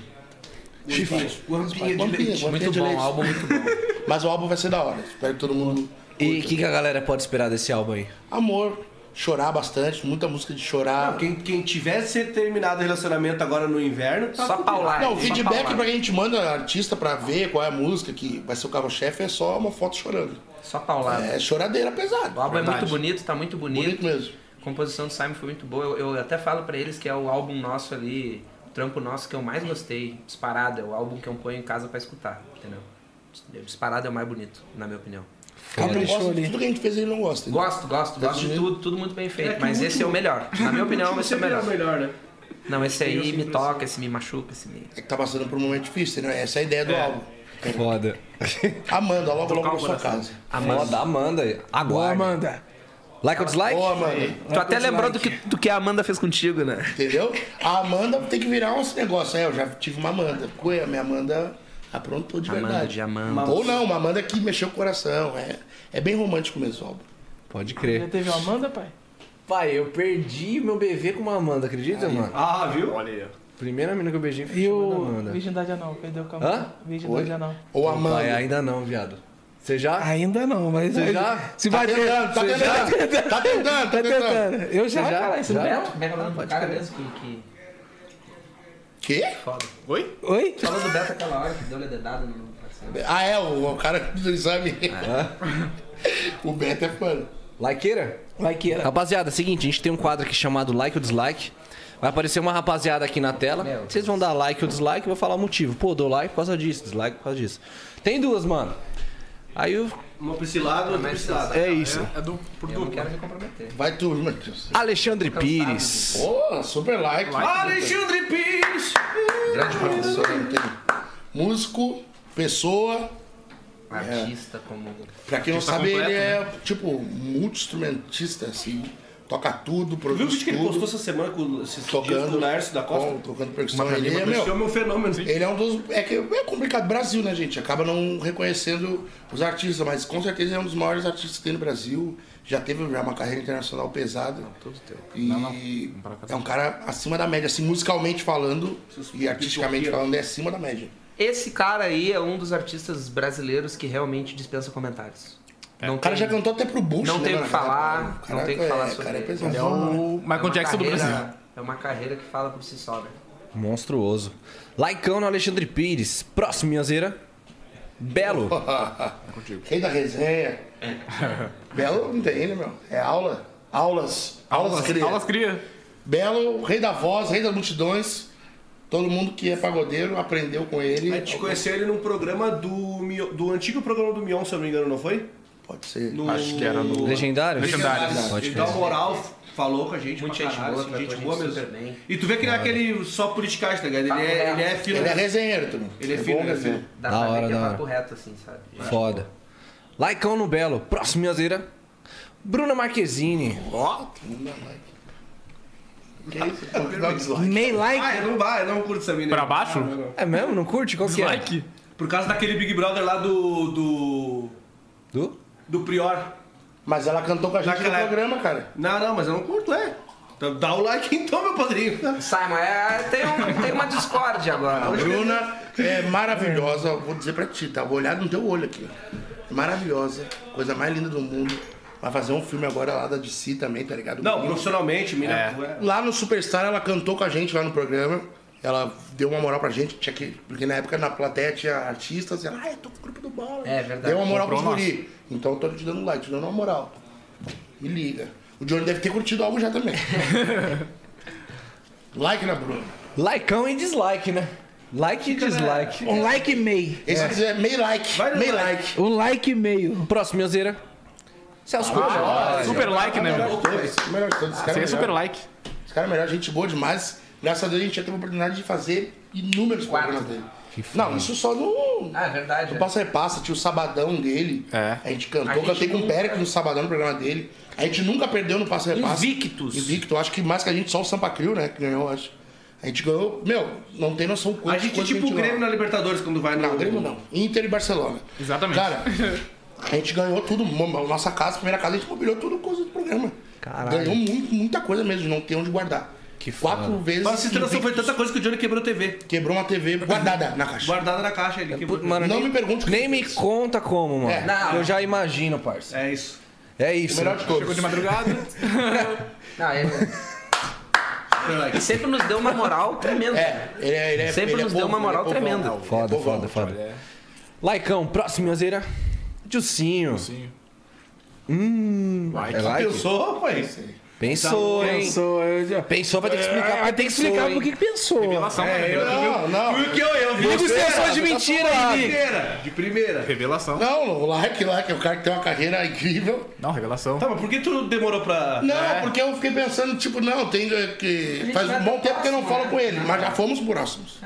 Speaker 3: Chifre.
Speaker 4: Guampinha de
Speaker 3: Guampinha,
Speaker 4: leite.
Speaker 3: guampinha
Speaker 5: Muito
Speaker 3: de
Speaker 5: bom,
Speaker 3: leite.
Speaker 5: álbum muito bom.
Speaker 3: Mas o álbum vai ser da hora, espero que todo mundo...
Speaker 1: E o que, que a galera pode esperar desse álbum aí?
Speaker 3: Amor, chorar bastante, muita música de chorar.
Speaker 4: Não, Ah, quem, quem tivesse terminado o relacionamento agora no inverno, tá
Speaker 5: Só
Speaker 4: fudido.
Speaker 5: paulada.
Speaker 3: Não, o feedback
Speaker 5: só
Speaker 3: pra quem a gente manda artista pra ver qual é a música que vai ser o carro-chefe é só uma foto chorando.
Speaker 5: Só paulada.
Speaker 3: É choradeira pesada.
Speaker 5: O álbum é muito bonito, tá muito
Speaker 3: Bonito
Speaker 5: bonito.
Speaker 3: mesmo.
Speaker 5: A composição do Simon foi muito boa. Eu, eu até falo pra eles que é o álbum nosso ali, o trampo nosso que eu mais gostei, disparado. É o álbum que eu ponho em casa pra escutar, entendeu? Disparado é o mais bonito, na minha opinião.
Speaker 3: Ele não
Speaker 2: Caprichou
Speaker 3: gosta de
Speaker 2: ali.
Speaker 3: tudo que a gente fez, ele não gosta.
Speaker 5: Gosto, gosto, gosto de
Speaker 3: bonito.
Speaker 5: tudo, tudo muito bem feito.
Speaker 4: É que
Speaker 5: mas
Speaker 4: o
Speaker 5: esse é o melhor. Na minha opinião, vai ser o
Speaker 4: Sempre é
Speaker 5: melhor.
Speaker 4: o melhor, né?
Speaker 5: Não, esse aí me toca, esse me machuca, esse me.
Speaker 3: É que tá passando por um momento difícil, né? Essa é a ideia do álbum.
Speaker 1: Foda.
Speaker 3: Amanda, logo logo na sua
Speaker 5: né?
Speaker 3: casa.
Speaker 1: Foda, Amanda.
Speaker 2: Boa,
Speaker 1: Aguarda.
Speaker 2: Amanda.
Speaker 1: Like ou dislike?
Speaker 3: Ô,
Speaker 1: É
Speaker 3: Amanda.
Speaker 5: Tu até lembrou do que, do que a Amanda fez contigo, né?
Speaker 3: Entendeu? A Amanda tem que virar uns negócio. É, eu já tive uma Amanda. Coelho, a minha Amanda aprontou de
Speaker 5: Amanda
Speaker 3: verdade.
Speaker 5: de Amanda.
Speaker 3: Ou não, uma Amanda que mexeu com o coração. É, é bem romântico mesmo o álbum.
Speaker 1: Pode crer.
Speaker 2: teve uma Amanda, pai?
Speaker 1: Pai, eu perdi meu bebê com uma Amanda, acredita, mano?
Speaker 4: Ah, viu?
Speaker 1: Primeira menina que eu beijei foi
Speaker 2: E
Speaker 1: chamada
Speaker 2: o.
Speaker 1: Amanda.
Speaker 2: Virgindade anão, perdeu o
Speaker 1: cabelo. Hã?
Speaker 2: Virgindade anão.
Speaker 3: Ou
Speaker 1: Ô,
Speaker 3: Amanda.
Speaker 1: Pai, ainda não, viado. Você já?
Speaker 2: Ainda não, mas.
Speaker 1: Você já?
Speaker 2: Se
Speaker 3: Tá
Speaker 2: bater.
Speaker 3: tentando, tá
Speaker 2: Você já-
Speaker 3: tentando. Tá tentando,
Speaker 2: Tá
Speaker 3: tá tentando.
Speaker 2: tentando. Eu já,
Speaker 1: Você já?
Speaker 2: cara. Isso
Speaker 1: Já?
Speaker 2: não é?
Speaker 5: Como é que é o nome do cara mesmo que, que
Speaker 3: Quê?
Speaker 5: foda?
Speaker 6: Oi?
Speaker 2: Oi?
Speaker 5: Falou do Beto aquela hora que deu-lhe a dedada no parceiro.
Speaker 3: Ah, é, o, o cara do exame. o Beto é fã.
Speaker 1: Likeira?
Speaker 2: Likeira.
Speaker 1: Rapaziada, é o seguinte, a gente tem um quadro aqui chamado like ou dislike. Vai aparecer uma rapaziada aqui na tela.
Speaker 5: Meu
Speaker 1: Vocês vão dar like ou dislike, eu vou falar o motivo. Pô, dou like por causa disso, dislike por causa disso. Tem duas, mano. Aí eu...
Speaker 4: Uma pra esse lado, outra pra esse lado.
Speaker 1: é isso.
Speaker 6: É do por
Speaker 5: Eu não
Speaker 6: dupla.
Speaker 5: quero me comprometer.
Speaker 3: Vai tu, Matheus.
Speaker 1: Alexandre Pires.
Speaker 3: Pô, super like.
Speaker 4: Alexandre Pires!
Speaker 3: Grande professor, não tem. Músico, pessoa.
Speaker 5: um
Speaker 1: É.
Speaker 5: Artista como.
Speaker 3: Pra quem não
Speaker 6: Artista
Speaker 3: sabe, ele
Speaker 6: completo,
Speaker 4: né?
Speaker 3: é, tipo, multi-instrumentista, assim. Toca tudo,
Speaker 4: Tu viu o
Speaker 3: produz
Speaker 4: vídeo que
Speaker 3: tudo.
Speaker 4: ele postou essa semana com esse disco
Speaker 3: tocando.
Speaker 4: do Laércio da Costa?
Speaker 3: com- tocando percussão. Ele é,
Speaker 4: Esse
Speaker 3: meu,
Speaker 4: homem é um fenômeno.
Speaker 3: Ele é um dos. É que é complicado. Brasil, né, gente? Acaba não reconhecendo os artistas, mas com certeza ele é um dos maiores artistas que tem no Brasil. Já teve já uma carreira internacional pesada. Não, todo teu. E é um cara acima da média, assim, musicalmente falando e artisticamente falando, é acima da média.
Speaker 5: Esse cara aí é um dos artistas brasileiros que realmente dispensa comentários. Não
Speaker 3: O cara já cantou até pro Bush,
Speaker 5: Não
Speaker 3: né,
Speaker 5: tem o que
Speaker 3: mano?
Speaker 5: falar,
Speaker 3: Cara,
Speaker 5: não
Speaker 3: cara,
Speaker 5: tem o que falar
Speaker 3: é,
Speaker 5: sobre
Speaker 3: cara, é
Speaker 5: ele.
Speaker 3: pesado.
Speaker 6: Ele é o Michael
Speaker 5: uma
Speaker 6: Jackson do
Speaker 5: carreira-
Speaker 6: Brasil.
Speaker 5: É uma carreira que fala por si só, né?
Speaker 1: Monstruoso. Laicão no Alexandre Pires. Próximo, Minhazeira. Belo.
Speaker 3: Quem da resenha?
Speaker 5: É.
Speaker 3: Belo não tem, né, meu? É aula. Aulas. Aulas, cria.
Speaker 6: Aulas cria.
Speaker 3: Belo, rei da voz, rei das multidões. Todo mundo que é pagodeiro aprendeu com ele.
Speaker 4: A gente conheceu ele num programa do, Mion- do antigo programa do Mion, se eu não me engano, não foi?
Speaker 3: Pode ser.
Speaker 4: No-
Speaker 6: Acho que era do-
Speaker 1: Legendário?
Speaker 6: Legendário.
Speaker 1: Pode
Speaker 4: Ele dá uma
Speaker 1: crer.
Speaker 4: moral, falou com a gente,
Speaker 5: Muito
Speaker 4: pra
Speaker 5: gente
Speaker 4: caralho,
Speaker 5: boa,
Speaker 4: assim,
Speaker 5: tratou
Speaker 4: gente
Speaker 5: a gente
Speaker 4: boa mesmo.
Speaker 5: super bem.
Speaker 4: E tu vê que não é aquele só politicagem, tá ligado? Ele é, ele é fino.
Speaker 3: Ele é resenheiro, tu.
Speaker 4: Ele é
Speaker 3: bom,
Speaker 4: fino, ele é
Speaker 3: né,
Speaker 4: fino.
Speaker 3: filho?
Speaker 5: Dá
Speaker 1: Da
Speaker 5: pra
Speaker 1: hora,
Speaker 5: ver que é
Speaker 1: da
Speaker 5: papo
Speaker 1: hora.
Speaker 5: reto, assim, sabe?
Speaker 1: Foda. Laicão no Belo. Próximo, Minhazeira. Bruna Marquezine.
Speaker 3: Não dá like. Que isso? Não dá dislike.
Speaker 2: Meio
Speaker 4: Ah,
Speaker 2: like.
Speaker 4: eu não vai, eu não curto essa mina.
Speaker 6: Pra baixo?
Speaker 4: Não, não, não.
Speaker 1: É mesmo? Não curte? Qual que é?
Speaker 6: Dislike.
Speaker 4: Por causa daquele Big Brother lá do. do.
Speaker 1: Do?
Speaker 4: do Prior.
Speaker 3: Mas ela cantou com a gente
Speaker 4: Naquela
Speaker 3: no
Speaker 4: época.
Speaker 3: programa, cara.
Speaker 4: Não, não, mas eu não curto, é. Então Dá o like então, meu padrinho.
Speaker 5: Sai, mas é- tem, um- tem uma discórdia agora.
Speaker 4: Ah,
Speaker 3: A Bruna é maravilhosa, eu vou dizer pra ti, tá? Vou olhar no teu olho aqui, ó. Maravilhosa, coisa mais linda do mundo. Vai fazer um filme agora lá da DC também, tá ligado?
Speaker 4: Não,
Speaker 3: Bonito.
Speaker 4: profissionalmente, mina.
Speaker 6: É.
Speaker 3: Lá no Superstar, ela cantou com a gente lá no programa. Ela deu uma moral pra gente, tinha que, porque na época na plateia tinha artistas, e ela, ah, eu tô com o grupo do bola.
Speaker 5: É verdade.
Speaker 3: Deu uma moral pro
Speaker 6: Comprou
Speaker 3: guri. Então eu tô te dando like, te dando uma moral. Me liga. O Johnny deve ter curtido algo já também. like na Bruna.
Speaker 1: Laicão e dislike, né? Like e dislike.
Speaker 2: Um like e meio.
Speaker 3: Esse aqui é meio like,
Speaker 4: Vai no
Speaker 3: meio
Speaker 4: like.
Speaker 3: like.
Speaker 2: Um like e meio.
Speaker 1: Próximo, Minhazeira. Celso Coelho.
Speaker 6: Super like, né, meu?
Speaker 3: Todos, melhor de todos. Esse cara
Speaker 6: Você
Speaker 3: é
Speaker 6: é
Speaker 3: melhor.
Speaker 6: super like.
Speaker 3: Esse cara é melhor, gente boa demais. Graças a Deus a gente já teve a oportunidade de fazer inúmeros
Speaker 5: Quatro.
Speaker 3: programas dele. Não, isso só no.
Speaker 5: Ah, é verdade.
Speaker 3: No
Speaker 5: é.
Speaker 3: Passa Repassa, tinha o Sabadão dele.
Speaker 6: É.
Speaker 3: A gente cantou,
Speaker 5: A gente
Speaker 3: cantei com o
Speaker 5: nunca-
Speaker 3: Pérez no Sabadão no programa dele. A gente nunca perdeu no Passa Repassa.
Speaker 5: Invictus.
Speaker 3: Invicto, acho que mais que a gente, só o Sampa Crio, né? Que ganhou, acho. A gente ganhou, meu, não tem noção quanto
Speaker 4: A gente é
Speaker 3: quanto
Speaker 4: tipo o
Speaker 3: ganhou.
Speaker 4: Grêmio na Libertadores quando vai no.
Speaker 3: Não, Grêmio não. Inter e Barcelona.
Speaker 6: Exatamente.
Speaker 3: Cara, a gente ganhou tudo. mo- Nossa casa, primeira casa, a gente mobiliou tudo com do programa.
Speaker 1: Caralho.
Speaker 3: Ganhou muito, muita coisa mesmo, não tem onde guardar.
Speaker 1: Que
Speaker 3: Quatro
Speaker 1: foda.
Speaker 3: vezes.
Speaker 4: Mas essa situação foi
Speaker 3: invictos.
Speaker 4: tanta coisa que o Johnny quebrou a TV.
Speaker 3: Quebrou uma TV guardada na caixa.
Speaker 4: Guardada na caixa ele quebrou.
Speaker 1: Pô, Mano,
Speaker 3: Não
Speaker 1: nem-
Speaker 3: me pergunte o que
Speaker 1: Nem
Speaker 3: ele
Speaker 1: me
Speaker 3: fez.
Speaker 1: conta como, mano.
Speaker 3: É.
Speaker 5: Não.
Speaker 1: Eu já imagino, parça.
Speaker 4: É isso.
Speaker 1: É isso.
Speaker 3: Melhor de todos.
Speaker 6: madrugada.
Speaker 5: Não, ele-
Speaker 4: Super like.
Speaker 5: E sempre nos deu uma moral tremenda.
Speaker 3: É, ele é, ele é
Speaker 5: Sempre
Speaker 3: ele é
Speaker 5: nos deu
Speaker 3: povão,
Speaker 5: uma moral
Speaker 3: ele é povão.
Speaker 5: tremenda.
Speaker 1: Foda,
Speaker 3: Povão,
Speaker 1: foda, foda. Laicão, próximo, Minhazeira. Jucinho.
Speaker 6: Sim.
Speaker 1: Hum.
Speaker 6: Like.
Speaker 1: É like? Pensou,
Speaker 4: Pensou, pai?
Speaker 1: hein?
Speaker 2: Pensou, eu já...
Speaker 1: Pensou, É, vai ter que explicar.
Speaker 2: Vai ter que explicar por que que pensou.
Speaker 6: Revelação,
Speaker 3: é
Speaker 6: né? Revelação.
Speaker 3: Não, não.
Speaker 4: Porque eu, eu vi.
Speaker 1: Digo
Speaker 4: você.
Speaker 1: é só de mentira,
Speaker 4: De
Speaker 1: aí.
Speaker 4: primeira, de primeira.
Speaker 6: Revelação.
Speaker 3: Não, o like, like, é o cara que tem uma carreira incrível.
Speaker 6: Não, revelação.
Speaker 4: Tá, mas por que tu demorou pra.
Speaker 3: Não, porque eu fiquei pensando, tipo, não, tem eh, que.
Speaker 5: gente
Speaker 3: Faz
Speaker 5: vai
Speaker 3: um bom
Speaker 5: pro
Speaker 3: tempo que eu não
Speaker 5: próximo,
Speaker 3: falo
Speaker 5: né? É.
Speaker 3: com ele, mas já fomos próximos.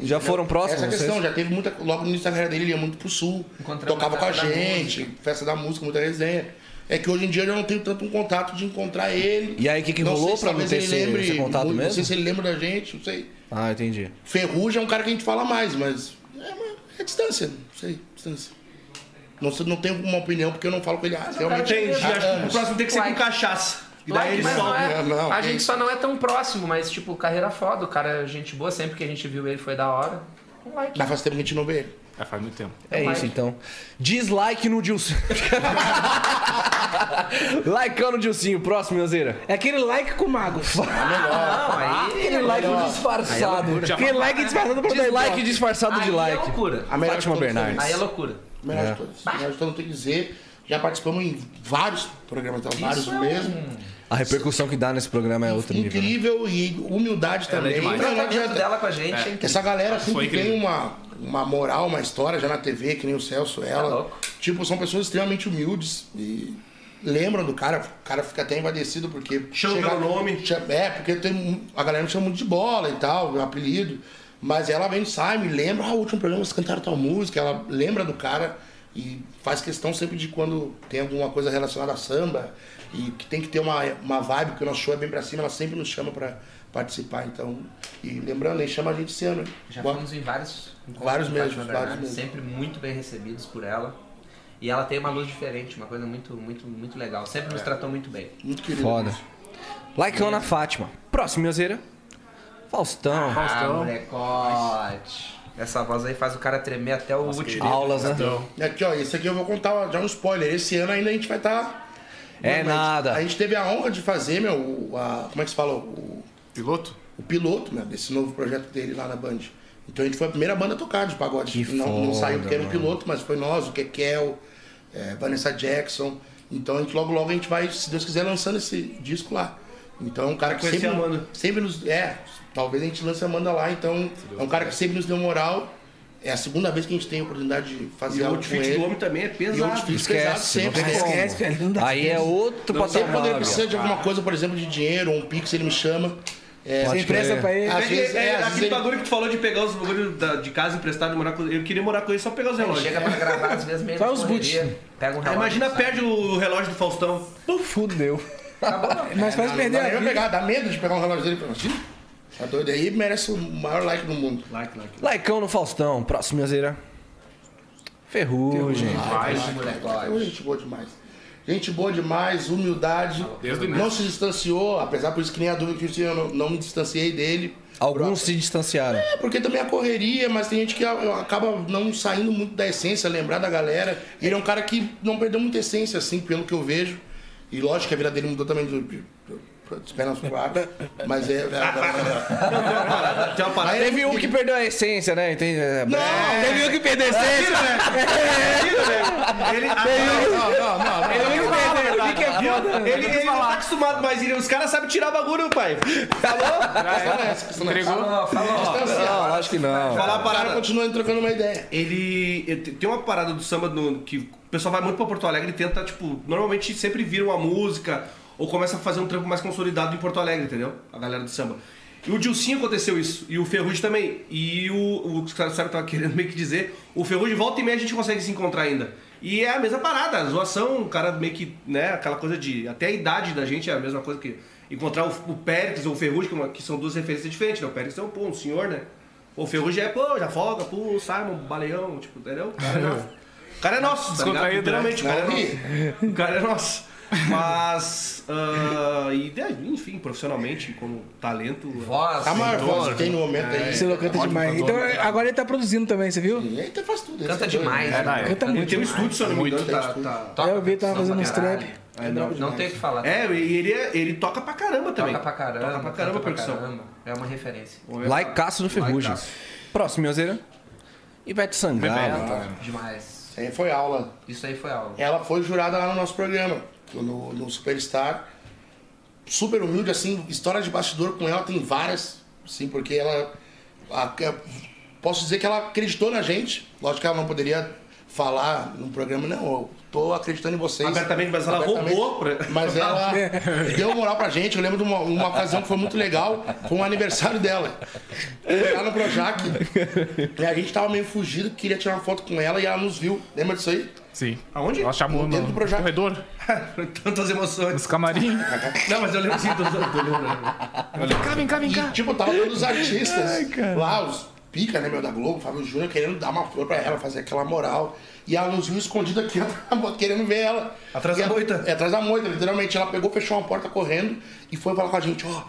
Speaker 1: Já foram próximos?
Speaker 3: Essa é questão,
Speaker 1: vocês?
Speaker 3: já teve muita. Logo no início da carreira dele, ele ia muito pro sul,
Speaker 5: Encontrava
Speaker 3: tocava com a
Speaker 5: na festa da
Speaker 3: gente, festa da música, muita resenha. É que hoje em dia eu não tenho tanto um contato de encontrar ele.
Speaker 1: E aí, o que que rolou
Speaker 3: se
Speaker 1: pra não
Speaker 3: talvez
Speaker 1: ter
Speaker 3: ele
Speaker 1: esse-
Speaker 3: lembre
Speaker 1: esse contato
Speaker 3: muito, Não
Speaker 1: mesmo?
Speaker 3: sei se ele lembra da gente, não sei.
Speaker 1: Ah, entendi.
Speaker 3: Ferrugem é um cara que a gente fala mais, mas é, uma- é distância, não sei, distância. Não, sei- não tenho uma opinião porque eu não falo com ele. Ah,
Speaker 5: é um
Speaker 3: realmente
Speaker 4: Entendi.
Speaker 3: há
Speaker 4: Acho que o
Speaker 3: anos.
Speaker 4: próximo tem que ser com
Speaker 5: Like.
Speaker 4: cachaça. E daí
Speaker 5: Like,
Speaker 4: ele
Speaker 5: mas não
Speaker 4: sobe.
Speaker 5: é,
Speaker 3: Não, não,
Speaker 5: a
Speaker 3: que
Speaker 5: gente
Speaker 3: isso.
Speaker 5: só não é tão próximo, mas tipo, carreira foda, o cara é gente boa, sempre que a gente viu ele foi da hora. Um like.
Speaker 3: Mas faz tempo que a gente não vê ele.
Speaker 6: É, faz muito tempo.
Speaker 1: É
Speaker 5: Like.
Speaker 1: isso, então. Dislike no Dilcinho. Likeão no Dilcinho. Próximo, Minhazeira.
Speaker 2: É aquele like com mago.
Speaker 5: Não, aí.
Speaker 1: Aquele like disfarçado.
Speaker 2: Aquele like disfarçado pra
Speaker 1: Dislike disfarçado
Speaker 5: aí
Speaker 1: de
Speaker 5: é
Speaker 1: like.
Speaker 5: loucura.
Speaker 3: A melhor de
Speaker 1: Fátima
Speaker 3: todos
Speaker 1: Bernardes.
Speaker 5: Aí é loucura.
Speaker 3: Melhor de todos. Melhor de todos, não tem que dizer. Já participamos em vários programas, então, vários
Speaker 5: é um-
Speaker 3: mesmo.
Speaker 1: A repercussão que dá nesse programa é outro nível. né?
Speaker 3: Incrível e humildade
Speaker 4: é
Speaker 3: também.
Speaker 5: O
Speaker 3: Não, não adianta.
Speaker 5: tratamento dela com a gente, é hein?
Speaker 3: Essa galera
Speaker 6: Foi
Speaker 3: sempre
Speaker 6: incrível.
Speaker 3: tem uma, uma moral, uma história já na TV, que nem o Celso, ela.
Speaker 5: Tá louco.
Speaker 3: tipo, são pessoas extremamente humildes e lembram do cara. O cara fica até envadecido porque.
Speaker 4: Chama
Speaker 3: chega-
Speaker 4: pelo nome.
Speaker 3: cha- É, porque tem, um- a galera me chama muito de bola e tal, meu apelido. Mas ela vem, sai, me lembra, ah, o último programa vocês cantaram tal música, ela lembra do cara e faz questão sempre de quando tem alguma coisa relacionada a samba e que tem que ter uma, uma vibe, que o nosso show é bem pra cima, ela sempre nos chama pra participar, então. E lembrando, aí chama a gente esse ano.
Speaker 5: Já
Speaker 3: Boa-
Speaker 5: fomos em vários encontros
Speaker 3: Vários
Speaker 5: com
Speaker 3: mesmo,
Speaker 5: Fátima
Speaker 3: vários
Speaker 5: Bernardes,
Speaker 3: mesmo.
Speaker 5: Sempre muito bem recebidos por ela. E ela tem uma luz diferente, uma coisa muito, muito, muito legal. Sempre nos tratou muito bem.
Speaker 3: Muito querido.
Speaker 1: Foda. Likeão na Fátima. Próximo, Minhazeira. Faustão.
Speaker 5: Ah, molecote. Essa voz aí faz o cara tremer até o último.
Speaker 1: Aulas, né?
Speaker 3: Aqui, ó, esse aqui eu vou contar ó, já um spoiler. Esse ano ainda a gente vai tá estar.
Speaker 1: É nada.
Speaker 3: A gente teve a honra de fazer, meu, o- a, como é que se fala? O,
Speaker 7: Piloto?
Speaker 3: o piloto, meu, desse novo projeto dele lá na Band. Então a gente foi a primeira banda a tocar de pagode.
Speaker 1: Que
Speaker 3: não, não
Speaker 1: foda,
Speaker 3: saiu porque era um
Speaker 1: mano.
Speaker 3: piloto, mas foi nós, o Kekel, é, Vanessa Jackson. Então a gente logo logo a gente vai, se Deus quiser, lançando esse disco lá. Então é um cara que
Speaker 4: Vai conhecer
Speaker 3: sempre,
Speaker 4: a Amanda.
Speaker 3: sempre nos. É, talvez a gente lance a Amanda lá, então é um cara que sempre nos deu moral. É a segunda vez que a gente tem a oportunidade de
Speaker 4: E
Speaker 3: fazer
Speaker 4: o
Speaker 3: algo com
Speaker 4: outfit
Speaker 3: ele.
Speaker 4: do homem também é
Speaker 3: E outro
Speaker 4: pesado.
Speaker 3: fit pesado
Speaker 1: Esquece. não
Speaker 3: sempre.
Speaker 1: tem
Speaker 3: né?
Speaker 2: Esquece,
Speaker 1: como.
Speaker 2: velho, não dá
Speaker 1: Aí é outro
Speaker 3: Sempre quando ele
Speaker 1: patamar.
Speaker 3: precisa
Speaker 1: velho.
Speaker 3: de alguma coisa, por exemplo, de dinheiro ou um pix, ele me chama. É,
Speaker 2: Você
Speaker 1: Pode
Speaker 2: empresta
Speaker 1: crer.
Speaker 2: pra ele.
Speaker 3: Às
Speaker 4: É,
Speaker 3: vezes-
Speaker 4: é,
Speaker 3: é, às
Speaker 4: aquele
Speaker 3: vezes-
Speaker 4: bagulho que tu falou de pegar os bagulhos da- de casa emprestado e morar com Eu queria morar com ele só pra pegar os relógios.
Speaker 5: Chega pra gravar, às vezes meio
Speaker 2: Só
Speaker 5: na
Speaker 2: os
Speaker 5: correria, Pega um
Speaker 4: Aí
Speaker 5: relógio.
Speaker 4: imagina,
Speaker 5: sabe?
Speaker 4: perde o relógio do Faustão.
Speaker 1: Fudeu.
Speaker 2: Mas faz
Speaker 3: Não,
Speaker 2: perder a
Speaker 3: eu ia
Speaker 2: vida.
Speaker 3: pegar, dá medo de pegar um relógio dele pra mim. Tá doido aí, merece o maior like do mundo.
Speaker 4: Like, like.
Speaker 1: Laicão no Faustão. Próximo, Azeira. Ferrugem.
Speaker 3: Vai, moleque. Ô, Gente boa demais. Gente boa demais, humildade.
Speaker 7: Desde o início.
Speaker 3: Não se distanciou, apesar por isso que nem a dúvida que eu tinha, eu não, não me distanciei dele.
Speaker 1: Alguns se distanciaram.
Speaker 3: É porque também a correria, mas tem gente que a- acaba não saindo muito da essência, lembrar da galera. E ele é um cara que não perdeu muita essência, assim, pelo que eu vejo. E lógico que a vida dele mudou também do, do, do, dos pernas pro ar, Mas é.
Speaker 4: Tem uma parada.
Speaker 3: Aí
Speaker 1: Teve um que perdeu a essência, né? Entende? É,
Speaker 3: Não,
Speaker 2: Teve um que perdeu essência.
Speaker 4: Ele,
Speaker 7: Não, não, não. não.
Speaker 2: Teve um que perdeu. O que que é foda?
Speaker 4: ele, ele não tá acostumado, mas ele- os caras sabem tirar bagulho, pai.
Speaker 3: né?
Speaker 7: Entregou.
Speaker 5: Falou, falou.
Speaker 1: Não,
Speaker 3: distanciado.
Speaker 1: lógico que não.
Speaker 4: Falar a
Speaker 3: O cara
Speaker 4: parada.
Speaker 3: continua trocando uma ideia.
Speaker 4: ele, ele- tem uma parada do samba no- que o pessoal vai muito pra Porto Alegre e tenta, tipo, normalmente sempre vira uma música ou começa a fazer um trampo mais consolidado em Porto Alegre, entendeu? A galera do samba. E o Dilcinho aconteceu isso, e o Ferrugem também. E o, o que o Sérgio tava querendo meio que dizer, o Ferrugem volta e meia a gente consegue se encontrar ainda. E é a mesma parada, a zoação, o cara meio que, né, aquela coisa de. Até a idade da gente é a mesma coisa que. Encontrar o, o Péricles ou o Ferrugem, que é uma- que são duas referências diferentes, né? O Péricles é um, pô, um senhor, né? O Ferrugem é, pô, já folga, pô, Simon, baleão, tipo, entendeu? O cara é nosso. O cara é nosso, tá ligado?
Speaker 7: Descontraído, né?
Speaker 4: Literalmente, o cara é nosso. O cara é nosso. Mas, ah, e, de- enfim, profissionalmente, como talento...
Speaker 5: Voz.
Speaker 3: A maior voz que Tá tem no momento aí.
Speaker 2: É,
Speaker 3: Tá
Speaker 2: Você não canta demais. Então agora ele tá produzindo também, você viu?
Speaker 3: Eita, faz tudo.
Speaker 5: Canta
Speaker 3: Esse é doido.
Speaker 5: demais.
Speaker 7: É, não,
Speaker 5: né?
Speaker 7: é.
Speaker 2: Canta
Speaker 4: Ele
Speaker 2: muito.
Speaker 4: tem um estúdio, se eu não me engano,
Speaker 3: Muito,
Speaker 4: tá...
Speaker 3: tem
Speaker 4: tá-
Speaker 5: Toca
Speaker 2: É, eu vi, tava
Speaker 5: pra
Speaker 2: fazendo uns
Speaker 5: caralho.
Speaker 2: trap.
Speaker 5: É, não, não tem o que falar.
Speaker 4: É, e ele, é- ele toca pra caramba também.
Speaker 5: Toca pra caramba.
Speaker 4: Toca pra caramba a
Speaker 5: canta pra
Speaker 4: percussão.
Speaker 5: caramba. É uma referência.
Speaker 1: Laicaço no Ferrugem.
Speaker 4: Laicaço.
Speaker 1: Próximo, Azeira. Ivete
Speaker 3: Ah,
Speaker 1: Sangalo.
Speaker 3: tá. É.
Speaker 5: Demais.
Speaker 3: Isso aí foi aula.
Speaker 5: Isso aí foi algo.
Speaker 3: Ela foi jurada lá no nosso programa, no, no Superstar. Super humilde, assim, história de bastidor com ela tem várias, sim, porque ela. a- a- posso dizer que ela acreditou na gente. Lógico que ela não poderia falar no programa, não, eu tô acreditando em vocês.
Speaker 4: Abertamente, mas ela
Speaker 3: Abertamente.
Speaker 4: roubou pra-
Speaker 3: Mas ela deu moral pra gente. Eu lembro de uma, uma ocasião que foi muito legal, foi um aniversário dela. Foi lá no Projac. E a gente tava meio fugido, queria tirar uma foto com ela e ela nos viu. Lembra disso aí?
Speaker 7: Sim.
Speaker 4: Aonde?
Speaker 7: Ela chamou
Speaker 3: Dentro
Speaker 7: no
Speaker 3: do projeto.
Speaker 7: corredor,
Speaker 4: Tantas emoções.
Speaker 7: nos camarim.
Speaker 4: Não, mas eu lembro sim, tô, tô lembrando.
Speaker 7: Vem cá, vem cá, vem cá.
Speaker 3: E, tipo, tava todos os artistas lá, os pica, né, meu, da Globo, Fábio Júnior, querendo dar uma flor pra ela, fazer aquela moral. E ela nos viu escondida aqui, querendo ver ela.
Speaker 4: Atrás
Speaker 3: E
Speaker 4: da
Speaker 3: ela-
Speaker 4: moita.
Speaker 3: É, atrás da moita, literalmente. Ela pegou, fechou uma porta correndo e foi falar com a gente, ó,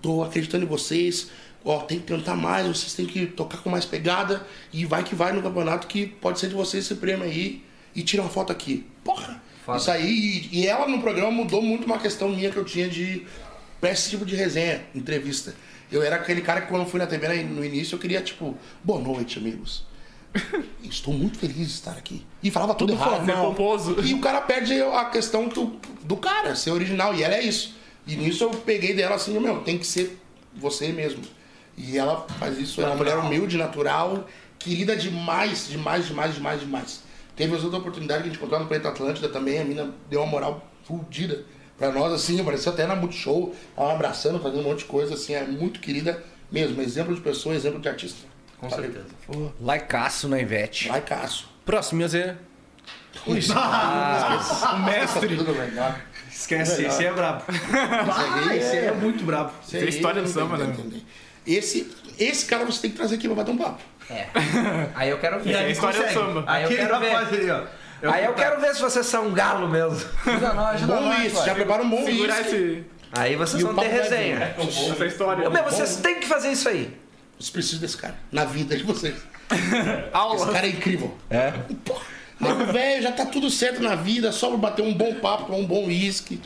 Speaker 3: tô acreditando em vocês, ó, tem que tentar mais, vocês têm que tocar com mais pegada e vai que vai no campeonato que pode ser de vocês esse prêmio aí e tira uma foto aqui. Porra!
Speaker 5: Foda.
Speaker 3: Isso aí, e, e ela no programa mudou muito uma questão minha que eu tinha de pra esse tipo de resenha, entrevista. Eu era aquele cara que quando eu fui na TV né, no início, eu queria, tipo, boa noite, amigos. Estou muito feliz de estar aqui. E falava tudo,
Speaker 7: Tudo
Speaker 3: errado.
Speaker 7: formal, pomposo.
Speaker 3: E o cara perde a questão do, do cara, ser original. E ela é isso. E nisso eu peguei dela assim, meu, tem que ser você mesmo. E ela faz isso, ela é uma mulher humilde, natural, querida demais, demais, demais, demais, demais. Teve as outras oportunidades que a gente encontrou no Planeta Atlântida também, a mina deu uma moral fudida pra nós, assim, apareceu até na Multishow, ela abraçando, fazendo um monte de coisa, assim, é muito querida mesmo. Exemplo de pessoa, exemplo de artista.
Speaker 5: Com
Speaker 3: Valeu.
Speaker 5: certeza.
Speaker 1: Laicaço na Ivete.
Speaker 3: Vai, Cássio.
Speaker 1: Próximo, Azeira.
Speaker 7: Ah, O mestre.
Speaker 3: Tudo bem, tá?
Speaker 4: Esquece, esse aí é brabo.
Speaker 3: Isso aí
Speaker 4: Esse aí é muito brabo.
Speaker 3: Tem
Speaker 7: história do samba, né?
Speaker 3: Esse, esse cara você tem que trazer aqui pra bater um papo.
Speaker 5: É. Aí eu quero ver.
Speaker 7: aí,
Speaker 5: Aí,
Speaker 7: É história do samba.
Speaker 5: Aí Ah, eu quero ver.
Speaker 4: ali, ó. Eu
Speaker 5: eu quero ver se vocês são um galo mesmo. Ajuda nós, ajuda
Speaker 3: Bom
Speaker 5: nós,
Speaker 3: isso,
Speaker 5: vai.
Speaker 3: já prepara um bom
Speaker 7: Segurar
Speaker 3: isso.
Speaker 7: esse,
Speaker 5: Aí vocês
Speaker 3: E o
Speaker 5: vão ter
Speaker 3: papo vai vir,
Speaker 5: resenha.
Speaker 7: essa história.
Speaker 5: Ô, meu, vocês têm que fazer isso aí.
Speaker 3: Vocês precisam desse cara na vida de vocês. Esse cara é incrível. É? Nego velho, já tá tudo certo na vida, só pra bater um bom papo, tomar um bom uísque,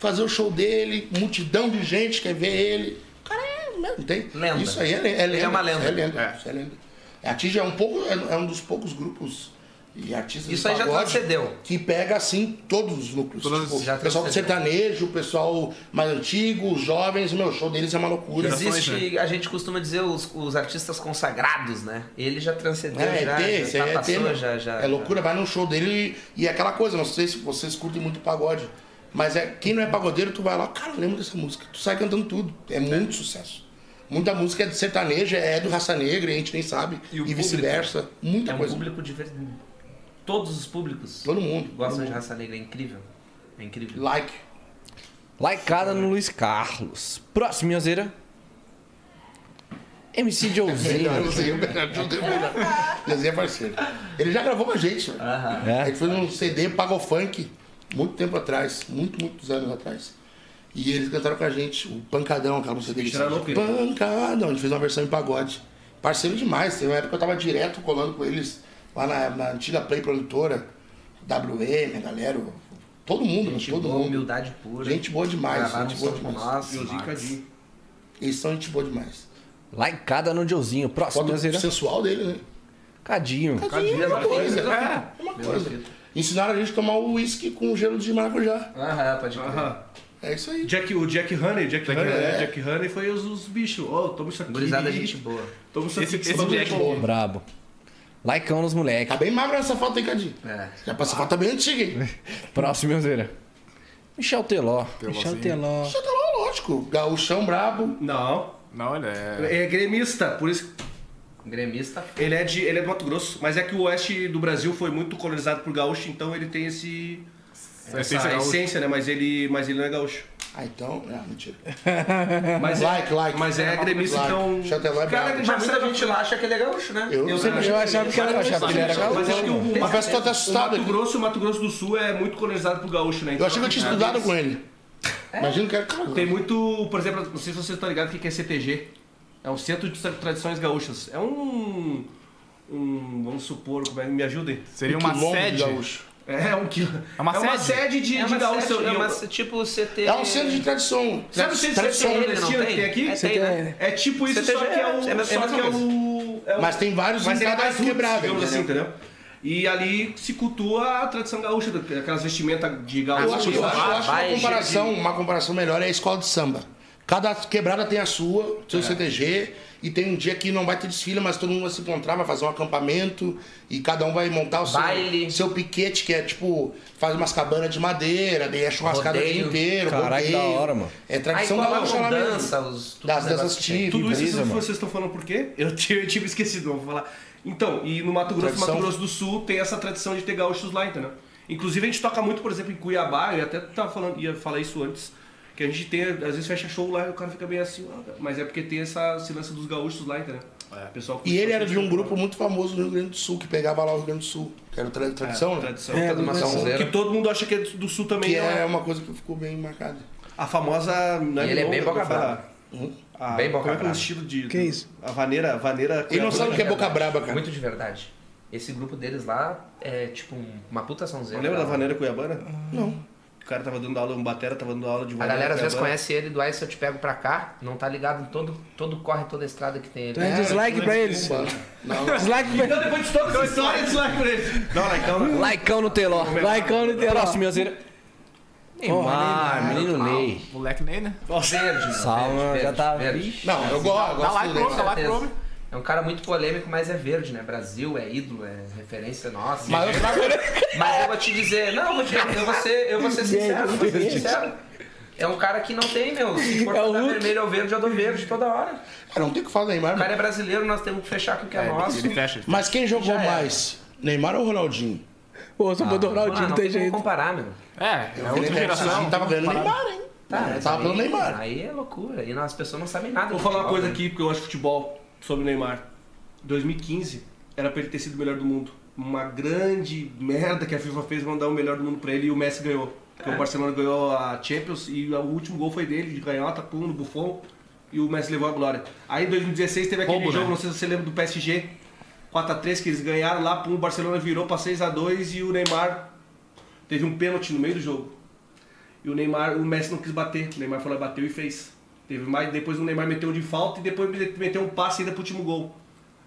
Speaker 3: fazer o show dele, multidão de gente quer ver ele. O cara é. Não tem.
Speaker 5: Lenda.
Speaker 3: Isso aí é, le- é lenda.
Speaker 5: Ele é uma lenda.
Speaker 3: Isso é lenda. Isso é lenda. A Tija é um pouco, é, é um dos poucos grupos e artistas
Speaker 5: Isso
Speaker 3: de
Speaker 5: aí já
Speaker 3: pagode
Speaker 5: transcendeu.
Speaker 3: Que pega assim todos os núcleos.
Speaker 5: Todos
Speaker 3: Tipo,
Speaker 5: já
Speaker 3: o pessoal do
Speaker 5: transcendeu.
Speaker 3: sertanejo, o pessoal mais antigo, os jovens, meu, o show deles é uma loucura. né?
Speaker 5: Existe, a gente costuma dizer os, os artistas consagrados, né? Ele já transcendeu,
Speaker 3: É,
Speaker 5: já,
Speaker 3: ET, isso
Speaker 5: já
Speaker 3: aí é ET,
Speaker 5: passou,
Speaker 3: mano.
Speaker 5: já, já.
Speaker 3: É loucura, vai num show dele e, e é aquela coisa, não sei se vocês curtem muito pagode, mas é, quem não é pagodeiro, tu vai lá, cara, eu lembro dessa música, tu sai cantando tudo, é muito sucesso. Muita música é do sertanejo, é do raça negra, e a gente nem sabe,
Speaker 5: E
Speaker 3: e,
Speaker 5: o público?
Speaker 3: vice-versa,
Speaker 5: É
Speaker 3: muita
Speaker 5: um
Speaker 3: coisa.
Speaker 5: público diverso. Todos os públicos
Speaker 3: Todo mundo. todo
Speaker 5: gostam de
Speaker 3: mundo.
Speaker 5: raça negra, é incrível. É incrível.
Speaker 3: Like.
Speaker 1: Laicada no Luiz Carlos. Próximo, Minhozeira. MC Joãozinho.
Speaker 3: Melhor, eu sei, o melhor, eu sei, o melhor. Eu sei, é parceiro. Ele já gravou com a gente, velho. A
Speaker 1: É.
Speaker 3: gente fez um CD Pago Funk, muito tempo atrás, muito, muitos anos atrás. E eles cantaram com a gente, o Pancadão, aquela música deles.
Speaker 4: Estouraram o quê?
Speaker 3: Pancadão, a gente fez uma versão em pagode. Parceiro demais, teve uma época que eu tava direto colando com eles lá na, na antiga Play Produtora, WM, a galera, o- todo mundo,
Speaker 5: Gente
Speaker 3: todo
Speaker 5: boa,
Speaker 3: mundo.
Speaker 5: humildade pura.
Speaker 3: Gente boa demais,
Speaker 5: Gravaram
Speaker 3: gente
Speaker 5: um
Speaker 3: boa
Speaker 5: som com
Speaker 3: demais.
Speaker 5: nós,
Speaker 4: Josinho
Speaker 5: Max.
Speaker 4: Cadinho.
Speaker 3: Eles são gente boa demais.
Speaker 1: Laicada no Joãozinho. Próximo,
Speaker 3: Foto
Speaker 1: Minhozeira.
Speaker 3: sensual dele, né?
Speaker 1: Cadinho.
Speaker 3: Cadinho, é uma coisa. É uma coisa. Ensinaram a gente a tomar o uísque com gelo de maracujá.
Speaker 5: Aham, pode crer.
Speaker 4: Aham.
Speaker 3: É isso aí.
Speaker 4: Jack, o Jack Honey, Jack, Honey,
Speaker 3: Honey,
Speaker 4: né?
Speaker 3: é.
Speaker 4: Jack Honey foi os, os bichos. Ó, toma isso aqui.
Speaker 5: Gurizada, gente boa.
Speaker 4: Toma isso aqui.
Speaker 7: Esse-
Speaker 4: que
Speaker 7: esse
Speaker 4: isso aqui é
Speaker 7: Jack
Speaker 4: bom.
Speaker 1: Brabo. Laicão nos moleques.
Speaker 3: Tá bem magro essa foto, hein, Cadinho?
Speaker 5: É.
Speaker 3: Já passou foto tá bem antiga, hein?
Speaker 1: Próximo, Minhozeira. Michel Teló.
Speaker 2: Michel Teló.
Speaker 3: Já tá lá, lógico. Gaúchão brabo.
Speaker 4: Não.
Speaker 7: Não, olha, é...
Speaker 4: É gremista, por isso
Speaker 5: Gremista.
Speaker 4: Ele é de ele é do Mato Grosso, mas é que o oeste do Brasil foi muito colonizado por gaúcho, então ele tem esse essa
Speaker 6: É
Speaker 7: essência
Speaker 4: essência,
Speaker 7: gaúcha.
Speaker 4: né? Mas ele, mas ele não é gaúcho.
Speaker 3: Ah, então. Ah, mentira.
Speaker 4: Mas
Speaker 3: Like,
Speaker 4: é,
Speaker 3: like.
Speaker 4: Mas é gremista,
Speaker 3: Like.
Speaker 4: então.
Speaker 3: Chata lá é brabo.
Speaker 5: Mas muita gente lá acha que ele é gaúcho, né?
Speaker 3: Eu, eu sempre
Speaker 2: Eu achava que era
Speaker 3: achava que ele era gaúcho.
Speaker 4: Mas acho que o
Speaker 3: Mas parece que eu tô até assustado.
Speaker 4: Mato
Speaker 3: aqui.
Speaker 4: Grosso, o Mato Grosso do Sul é muito colonizado por gaúcho, né?
Speaker 3: Eu
Speaker 4: Então,
Speaker 3: achei que eu tinha
Speaker 4: é,
Speaker 3: estudado com ele. Imagino que era. Cara,
Speaker 4: Tem muito, por exemplo, não sei se vocês estão ligados o que que é CTG. É um Centro de Tradições Gaúchas. É um um, vamos supor, como é, me ajudem.
Speaker 7: Seria uma
Speaker 3: um quilombo de
Speaker 7: sede.
Speaker 3: gaúcho.
Speaker 4: É um quilo.
Speaker 7: É uma
Speaker 4: uma
Speaker 7: sede?
Speaker 4: sede de,
Speaker 5: É
Speaker 4: de
Speaker 5: uma
Speaker 4: gaúcho.
Speaker 5: sede, é
Speaker 4: e
Speaker 5: uma
Speaker 4: eu-
Speaker 5: se- tipo CT.
Speaker 3: É um centro de tradição.
Speaker 4: Sabe o centro de
Speaker 3: Tradição.
Speaker 4: tradição
Speaker 5: Ele não
Speaker 4: nordestina que
Speaker 5: tem?
Speaker 4: tem aqui?
Speaker 5: É,
Speaker 2: Você
Speaker 5: tem, né?
Speaker 2: tem-
Speaker 4: É tipo isso,
Speaker 5: CTG
Speaker 4: só que é
Speaker 5: é a
Speaker 4: o. Só
Speaker 5: mesma
Speaker 4: que é
Speaker 5: coisa.
Speaker 4: o. é o-
Speaker 3: Mas tem vários
Speaker 4: mas
Speaker 3: em
Speaker 4: ele é
Speaker 3: cada
Speaker 4: mais roots,
Speaker 3: quebrada,
Speaker 4: digamos assim,
Speaker 3: entendeu?
Speaker 4: entendeu? E ali se cultua a tradição gaúcha, aquelas vestimentas de gaúcho.
Speaker 3: Eu acho, eu acho- eu acho
Speaker 5: Vai,
Speaker 3: uma, comparação, uma comparação melhor é a escola de samba. Cada quebrada tem a sua, seu CTG, e tem um dia que não vai ter desfile, mas todo mundo vai se encontrar, vai fazer um acampamento, e cada um vai montar o seu,
Speaker 5: Baile.
Speaker 3: seu piquete, que é tipo, faz umas cabanas de madeira, daí é churrascada o dia
Speaker 5: Rodeio.
Speaker 3: inteiro,
Speaker 1: Caralho, que da
Speaker 3: rodeio.
Speaker 1: hora, mano.
Speaker 3: É
Speaker 5: Aí
Speaker 3: tradição
Speaker 5: coloca
Speaker 3: gaúcha
Speaker 5: com
Speaker 3: lá mesmo.
Speaker 5: dança, os. tudo
Speaker 3: das
Speaker 5: os
Speaker 3: danças
Speaker 5: negócios que tem.
Speaker 3: típicas.
Speaker 4: Tudo isso
Speaker 1: brisa,
Speaker 4: vocês-
Speaker 1: mano.
Speaker 4: vocês estão falando por quê? Eu tinha, eu tinha me esquecido, não vou falar. Então, e no Mato Grosso,
Speaker 3: Tradição.
Speaker 4: Mato Grosso do Sul, tem essa tradição de ter gaúchos lá, entendeu? Inclusive a gente toca muito, por exemplo, em Cuiabá, eu até tava falando, ia falar isso antes, que a gente tem, às vezes fecha show lá e o cara fica meio assim, "Ah, cara", mas é porque tem essa esse lance dos gaúchos lá, entendeu? O Pessoal
Speaker 3: É. E ele era de um grupo muito famoso no Rio Grande do Sul, que pegava lá o Rio Grande do Sul, que era tra- tradição, né?
Speaker 4: tradição.
Speaker 2: É, do
Speaker 3: Tradição,
Speaker 5: Maçãozeiro.
Speaker 4: Que todo mundo acha que é do sul também.
Speaker 3: Que
Speaker 4: não
Speaker 3: é
Speaker 4: é.
Speaker 3: uma coisa que ficou bem marcada.
Speaker 4: A famosa. né, Não
Speaker 5: E ele é
Speaker 4: milonga,
Speaker 5: bem boca
Speaker 4: como fala?
Speaker 5: brava.
Speaker 3: Hum?
Speaker 4: A,
Speaker 5: Bem boca
Speaker 4: como é que é o
Speaker 5: brava.
Speaker 4: estilo de.
Speaker 2: Que isso?
Speaker 4: A vaneira. vaneira
Speaker 3: Ele não sabe o que é boca braba, cara.
Speaker 5: Muito de verdade. Esse grupo deles lá é tipo um- uma puta sonzeira.
Speaker 4: Lembra da
Speaker 5: Lá.
Speaker 4: vaneira cuiabana? Não. O cara tava dando aula, um batera tava dando aula de
Speaker 5: A
Speaker 4: vaneira.
Speaker 5: galera às vezes
Speaker 4: cuiabana.
Speaker 5: conhece ele do Aí se eu te pego pra cá, não tá ligado em todo, todo corre, toda estrada que tem ele.
Speaker 2: Então é dislike pra eles.
Speaker 3: Mano, não.
Speaker 2: Dislike pra
Speaker 4: Então depois de todas as histórias, dislike pra ele. Não, lá então. não.
Speaker 1: Laicão no Teló.
Speaker 2: Laicão no Teló.
Speaker 1: Próximo, Minhozeira. Neymar, menino Ney.
Speaker 7: Moleque Ney, né?
Speaker 5: Verde, mano,
Speaker 1: Salma,
Speaker 5: verde,
Speaker 1: já
Speaker 5: verde,
Speaker 1: tá-
Speaker 5: verde.
Speaker 1: Ixi.
Speaker 3: Não, eu gosto, eu
Speaker 7: Dá
Speaker 3: gosto
Speaker 7: like
Speaker 3: do
Speaker 7: pro homem,
Speaker 3: Neymar.
Speaker 7: dá like pro
Speaker 5: Certeza.
Speaker 7: homem.
Speaker 5: É um cara muito polêmico, mas é verde, né? Brasil é ídolo, é referência nossa.
Speaker 3: Mas eu trago
Speaker 5: Mas eu vou te dizer, não, eu vou, te, eu vou ser, eu vou ser sincero, eu vou ser sincero. É um cara que não tem, meu. Se for
Speaker 2: É o
Speaker 5: pra
Speaker 2: Hulk.
Speaker 5: vermelho ou verde, eu dou verde toda hora.
Speaker 3: Ah, não tem o que falar do Neymar.
Speaker 5: O cara é brasileiro, nós temos que fechar com o que é, nosso.
Speaker 7: Ele fecha.
Speaker 3: Mas quem jogou
Speaker 5: Já era.
Speaker 3: mais? Neymar ou Ronaldinho?
Speaker 2: Pô, só botou o
Speaker 5: Pô,
Speaker 2: Ronaldinho,
Speaker 5: não
Speaker 2: não tem
Speaker 5: tem como
Speaker 2: jeito.
Speaker 5: comparar, meu. Tá,
Speaker 7: É, é outra
Speaker 3: Ele
Speaker 7: geração.
Speaker 3: tava ganhando Neymar, hein?
Speaker 5: mas
Speaker 3: tava pelo
Speaker 5: aí-
Speaker 3: Neymar.
Speaker 5: Aí é loucura, aí as pessoas não sabem nada.
Speaker 4: Vou
Speaker 5: de
Speaker 4: falar uma
Speaker 5: futebol,
Speaker 4: coisa
Speaker 5: né?
Speaker 4: aqui, porque eu acho futebol sobre o Neymar. 2015 era pra ele ter sido o melhor do mundo. Uma grande merda que a FIFA fez mandar o melhor do mundo pra ele e o Messi ganhou. Porque o Barcelona ganhou a Champions e o último gol foi dele, de canhota, pum, no Buffon. E o Messi levou a glória. Aí em 2016 teve aquele
Speaker 7: Roubo,
Speaker 4: jogo,
Speaker 7: né?
Speaker 4: não sei se você lembra, do PSG. 4x3 que eles ganharam lá, pum, o Barcelona virou pra 6x2 e o Neymar teve um pênalti no meio do jogo. E o Neymar, o Messi não quis bater. O Neymar falou, "Ah, bateu e fez. Teve mais, depois o Neymar meteu um de falta e depois meteu um passe ainda pro último gol.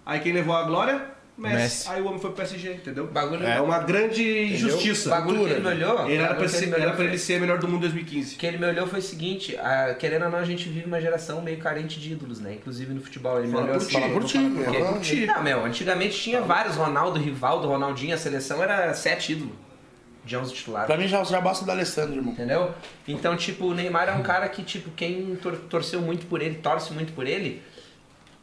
Speaker 4: Aí quem levou a glória? Messi.
Speaker 6: Messi.
Speaker 4: Aí o homem foi pro PSG, entendeu?
Speaker 5: Bagulho-
Speaker 4: é uma grande
Speaker 5: O
Speaker 4: injustiça.
Speaker 5: bagulho que ele me olhou.
Speaker 4: Ele era
Speaker 5: o bagulho
Speaker 4: pra,
Speaker 5: que ele
Speaker 4: ser,
Speaker 5: me olhou
Speaker 4: era pra
Speaker 5: foi-
Speaker 4: ele ser melhor do mundo em 2015.
Speaker 5: O que ele me olhou foi o seguinte: a- querendo ou não, a gente vive uma geração meio carente de ídolos, né? Inclusive no futebol. Ele me
Speaker 3: Fala
Speaker 5: olhou
Speaker 3: por
Speaker 5: assim,
Speaker 3: ti,
Speaker 5: falou,
Speaker 3: por
Speaker 5: "Vou
Speaker 3: ti,
Speaker 5: falar por
Speaker 3: meu,
Speaker 5: quê?"
Speaker 3: fala por ti.
Speaker 5: Não, meu, antigamente tinha vários: Ronaldo, Rivaldo, Ronaldinho. A seleção era sete ídolos de 11 titulares.
Speaker 3: Pra mim já, já basta o da Alessandro, irmão.
Speaker 5: Entendeu? Então, tipo, o Neymar é um cara que, tipo, quem tor- torceu muito por ele, torce muito por ele.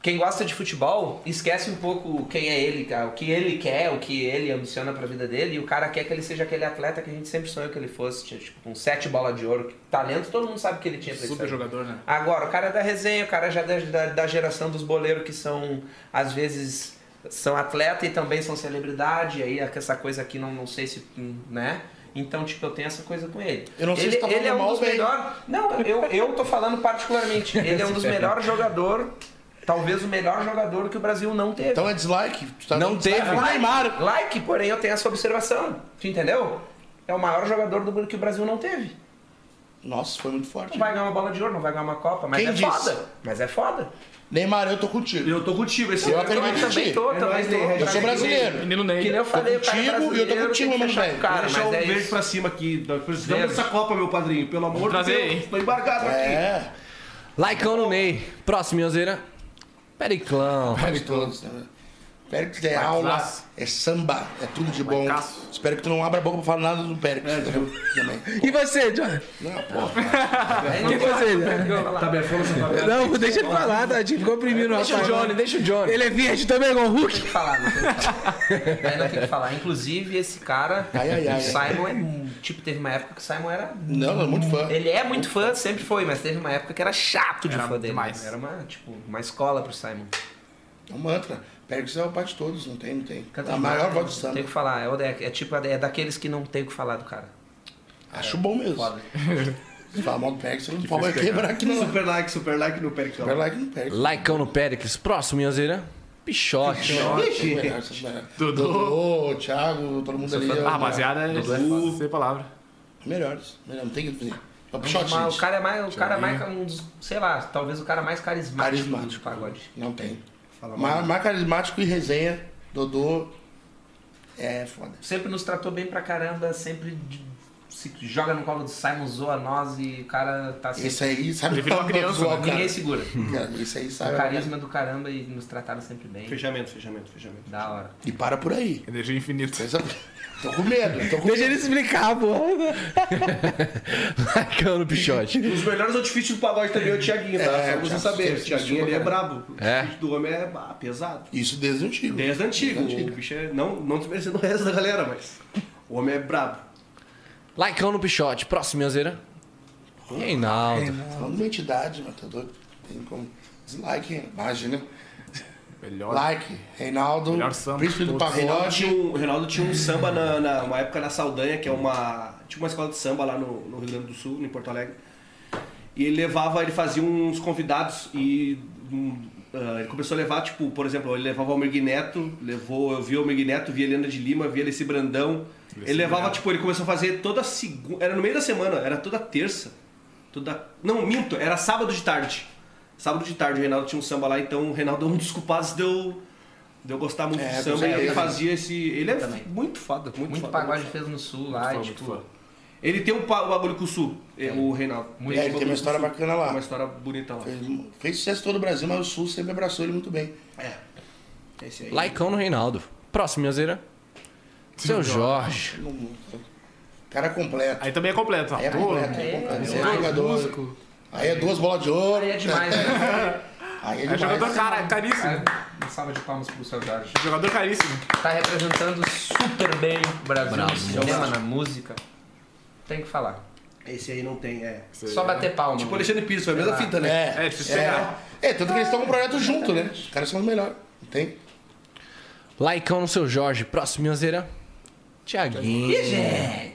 Speaker 5: Quem gosta de futebol esquece um pouco quem é ele, cara, o que ele quer, o que ele ambiciona pra vida dele. E o cara quer que ele seja aquele atleta que a gente sempre sonhou que ele fosse, tipo, com sete bolas de ouro. que Talento, todo mundo sabe que ele tinha pra isso
Speaker 7: Super
Speaker 5: aí.
Speaker 7: jogador, né?
Speaker 5: Agora, o cara é da resenha, o cara já é da, da, da geração dos boleiros que são, às vezes, são atleta e também são celebridade, aí é essa coisa aqui não, não sei se, hum, né? Então, tipo, eu tenho essa coisa com ele.
Speaker 3: Eu não sei
Speaker 5: ele,
Speaker 3: se tá falando
Speaker 5: ele é um
Speaker 3: mal
Speaker 5: dos
Speaker 3: ou bem.
Speaker 5: melhores. Não, eu, eu tô falando particularmente. Ele é um dos melhores jogadores, talvez o melhor jogador que o Brasil não teve.
Speaker 3: Então é dislike? Tu tá
Speaker 1: Não
Speaker 3: dando dislike
Speaker 1: teve.
Speaker 3: pro Neymar.
Speaker 5: Like, porém, eu tenho essa observação. Tu entendeu? É o maior jogador do mundo que o Brasil não teve.
Speaker 3: Nossa, foi muito forte.
Speaker 5: Não vai ganhar uma bola de ouro, não vai ganhar uma Copa, mas
Speaker 3: Quem
Speaker 5: é
Speaker 3: disse?
Speaker 5: foda. Mas é foda.
Speaker 3: Neymar, eu tô contigo.
Speaker 4: Eu tô contigo, esse
Speaker 3: Eu
Speaker 4: ano.
Speaker 3: acredito.
Speaker 5: Eu também tô,
Speaker 4: É
Speaker 5: também
Speaker 4: nóis,
Speaker 5: tô.
Speaker 4: Ney.
Speaker 3: Eu sou brasileiro.
Speaker 6: Menino
Speaker 5: Que
Speaker 6: Ney.
Speaker 5: nem eu falei,
Speaker 3: Tô
Speaker 5: o cara é
Speaker 3: contigo e eu tô
Speaker 5: brasileiro, tem que
Speaker 3: contigo, mano,
Speaker 5: fechar com
Speaker 3: velho.
Speaker 5: o Cara, mas
Speaker 4: deixar um
Speaker 5: é
Speaker 4: verde
Speaker 5: isso.
Speaker 4: pra cima aqui. Nós precisamos
Speaker 5: Verde.
Speaker 4: dessa Copa, meu padrinho. Pelo amor de
Speaker 6: Trazer,
Speaker 4: Deus.
Speaker 6: hein?
Speaker 4: Tô embargado aqui.
Speaker 3: É.
Speaker 1: Laicão no Ney. Próximo, Minhozeira. Periclão.
Speaker 3: Perde todos, né? Péricles é aula, é samba, é tudo de bom. Espero que tu não abra a boca pra falar nada do Péricles. entendeu? Também.
Speaker 2: E você, John?
Speaker 3: Não, porra.
Speaker 5: Aí não
Speaker 2: E
Speaker 5: tem
Speaker 2: você,
Speaker 5: nada,
Speaker 2: né?
Speaker 5: vai lá.
Speaker 4: Tá bem, força, tá bem.
Speaker 2: Não, deixa ele falar, tadinho. Ficou oprimindo o rapaz.
Speaker 1: deixa o Johnny.
Speaker 2: Ele é verde também, igual o Hulk.
Speaker 5: Tem que falar, não tem o que falar. Aí não tem o que falar. Inclusive, esse cara,
Speaker 3: Ai, ai, ai.
Speaker 5: o Simon, é, um- tipo, teve uma época que o Simon era...
Speaker 3: Não, não, é muito fã.
Speaker 5: Ele é muito fã, sempre foi, mas teve uma época que era chato de
Speaker 7: Era
Speaker 5: fã dele.
Speaker 7: demais.
Speaker 5: Era uma, tipo, uma escola pro Simon.
Speaker 3: É um mantra. Péricles é o pai de todos, não tem, não tem.
Speaker 5: Canta
Speaker 3: a
Speaker 5: demais,
Speaker 3: maior
Speaker 5: né?
Speaker 3: voz do
Speaker 5: Não
Speaker 3: samba.
Speaker 5: Tem o que falar. É, o da- é tipo, é daqueles que não tem o que falar do cara.
Speaker 3: Acho bom mesmo.
Speaker 5: Foda.
Speaker 3: Se falar mal do Péricles, não pode quebrar aqui não.
Speaker 4: Super like, super like no Pericão.
Speaker 3: Super like no Péricles.
Speaker 1: Laicão no Pericles. Próximo, Minhozeira. Pichote.
Speaker 3: Ixi, melhor, essas melhores. Dodô, Thiago, todo mundo ali.
Speaker 7: Ah,
Speaker 3: ó,
Speaker 7: rapaziada, é fácil, sem palavra.
Speaker 3: Melhores, melhor, não tem o que fazer. É o
Speaker 5: Mas
Speaker 3: pichote, gente.
Speaker 5: o cara é mais, o cara é mais um dos, sei lá, talvez o cara mais carismático,
Speaker 3: Carismático.
Speaker 5: do pagode.
Speaker 3: Não tem. Ma- Mais carismático e resenha, Dodô, é foda.
Speaker 5: Sempre nos tratou bem pra caramba, sempre de- se joga no colo do Simon, zoa nós e o cara tá sempre.
Speaker 3: Esse aí sabe
Speaker 7: Ele virou
Speaker 3: pra-
Speaker 7: criança,
Speaker 3: zoar o
Speaker 5: né? Ninguém
Speaker 3: cara.
Speaker 5: segura.
Speaker 3: Cara, Esse aí
Speaker 5: O
Speaker 3: sabe.
Speaker 5: carisma do caramba e nos trataram sempre bem.
Speaker 4: Fechamento, fechamento, fechamento.
Speaker 5: Da hora.
Speaker 3: E para por aí.
Speaker 7: Energia infinita.
Speaker 3: Pensa- Tô com medo, tô com
Speaker 2: Deixa ele explicar, pô.
Speaker 1: Laicão no Pichote.
Speaker 4: Os melhores outfits do pagode também é o Thiaguinho, tá?
Speaker 3: É,
Speaker 4: Só pra você
Speaker 3: Thiago,
Speaker 4: saber.
Speaker 3: sim,
Speaker 4: O Thiaguinho ele é brabo.
Speaker 1: É?
Speaker 4: O outfit do homem é bah, pesado.
Speaker 3: Isso desde o antigo.
Speaker 4: Desde antigo.
Speaker 3: Desde
Speaker 4: O bicho é. Não, não desmerecendo o resto da galera, mas. O homem é brabo.
Speaker 1: Laicão no Pichote. Próximo, Minhozeira. Reinaldo.
Speaker 3: Tô Falando de É uma entidade, mas tô doido. Tem como. Dislike, imagina.
Speaker 7: Melhor.
Speaker 3: Like, Reinaldo,
Speaker 7: Melhor samba
Speaker 3: Príncipe
Speaker 7: de
Speaker 3: do
Speaker 7: todos.
Speaker 4: Reinaldo
Speaker 3: Pagode.
Speaker 4: tinha um, o Reinaldo tinha um samba na, na- uma época na Saldanha, que é uma. Tipo uma escola de samba lá no, no Rio Grande do Sul, em Porto Alegre. E ele levava, ele fazia uns convidados e. um, ah, ele começou a levar, tipo, por exemplo, ele levava o Almir Neto, levou, eu vi o Almir Neto, vi a Helena de Lima, vi a Alessi Brandão. ele levava, tipo, ele começou a fazer toda segunda. Era no meio da semana, era toda terça. Toda. Não, minto, era sábado de tarde. Sábado de tarde o Reinaldo tinha um samba lá, então o Reinaldo é um dos culpados de eu, de eu gostar muito
Speaker 3: É,
Speaker 4: do
Speaker 3: com
Speaker 4: samba e ele
Speaker 3: certeza.
Speaker 4: fazia esse. Ele é muito foda, muito,
Speaker 5: Muito
Speaker 4: foda,
Speaker 5: pagode
Speaker 4: muito foda.
Speaker 5: fez no sul lá, e, tipo.
Speaker 4: Ele tem um pa- o bagulho com o Sul, é, o Reinaldo.
Speaker 3: É, ele tem uma história bacana
Speaker 4: Tem Uma
Speaker 3: lá.
Speaker 4: história bonita lá.
Speaker 3: Fez, fez sucesso todo o Brasil, mas o Sul sempre abraçou ele muito bem.
Speaker 4: É esse aí.
Speaker 1: Laicão no Reinaldo. Próximo, Minhozeira. Seu Jorge.
Speaker 3: Não- tá? Cara completo.
Speaker 7: Aí também é completo, ó.
Speaker 3: Aí é completo.
Speaker 7: Pô,
Speaker 3: é completo. Você
Speaker 5: é
Speaker 3: é jogador. Aí é duas bolas de ouro.
Speaker 5: Aí é demais, né?
Speaker 3: Aí é
Speaker 7: É jogador
Speaker 3: demais.
Speaker 7: cara, caríssimo.
Speaker 5: Uma salva de palmas pro seu Jorge.
Speaker 7: Jogador caríssimo.
Speaker 5: Tá representando super bem o Brasil no cinema, na música. Tem que falar.
Speaker 4: Esse aí não tem, é.
Speaker 5: Só bater palma.
Speaker 4: Tipo o Alexandre Pires, foi a mesma fita, né?
Speaker 3: É,
Speaker 7: É, difícil pegar.
Speaker 3: É, tanto que eles estão com um projeto junto, né? Os caras são os melhores. Não tem?
Speaker 1: Laicão no Seu Jorge. Próximo, Minhozeira. Tiaguinho.
Speaker 5: é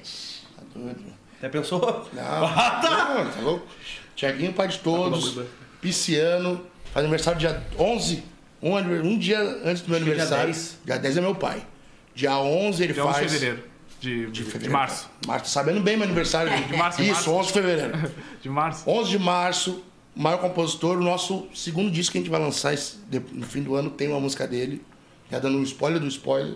Speaker 3: Tá doido.
Speaker 4: Até pensou?
Speaker 3: Não,
Speaker 7: Ah,
Speaker 3: não, tá
Speaker 7: Tá né?
Speaker 3: louco? Tiaguinho, pai de todos. Pisciano. Faz aniversário dia 11 Um, aniver- um dia antes do meu
Speaker 4: Acho que é dia
Speaker 3: aniversário.
Speaker 4: 10.
Speaker 3: Dia 10 é meu pai. Dia 11 ele
Speaker 7: Dia 11
Speaker 3: faz.
Speaker 7: de fevereiro. é De, de, de março.
Speaker 3: Março, sabendo bem meu aniversário.
Speaker 7: De março, de
Speaker 3: Isso,
Speaker 7: março.
Speaker 3: 11 de fevereiro.
Speaker 7: De março.
Speaker 3: 11 de março, maior compositor, o nosso segundo disco que a gente vai lançar esse- de- no fim do ano, tem uma música dele, já dando um spoiler do spoiler.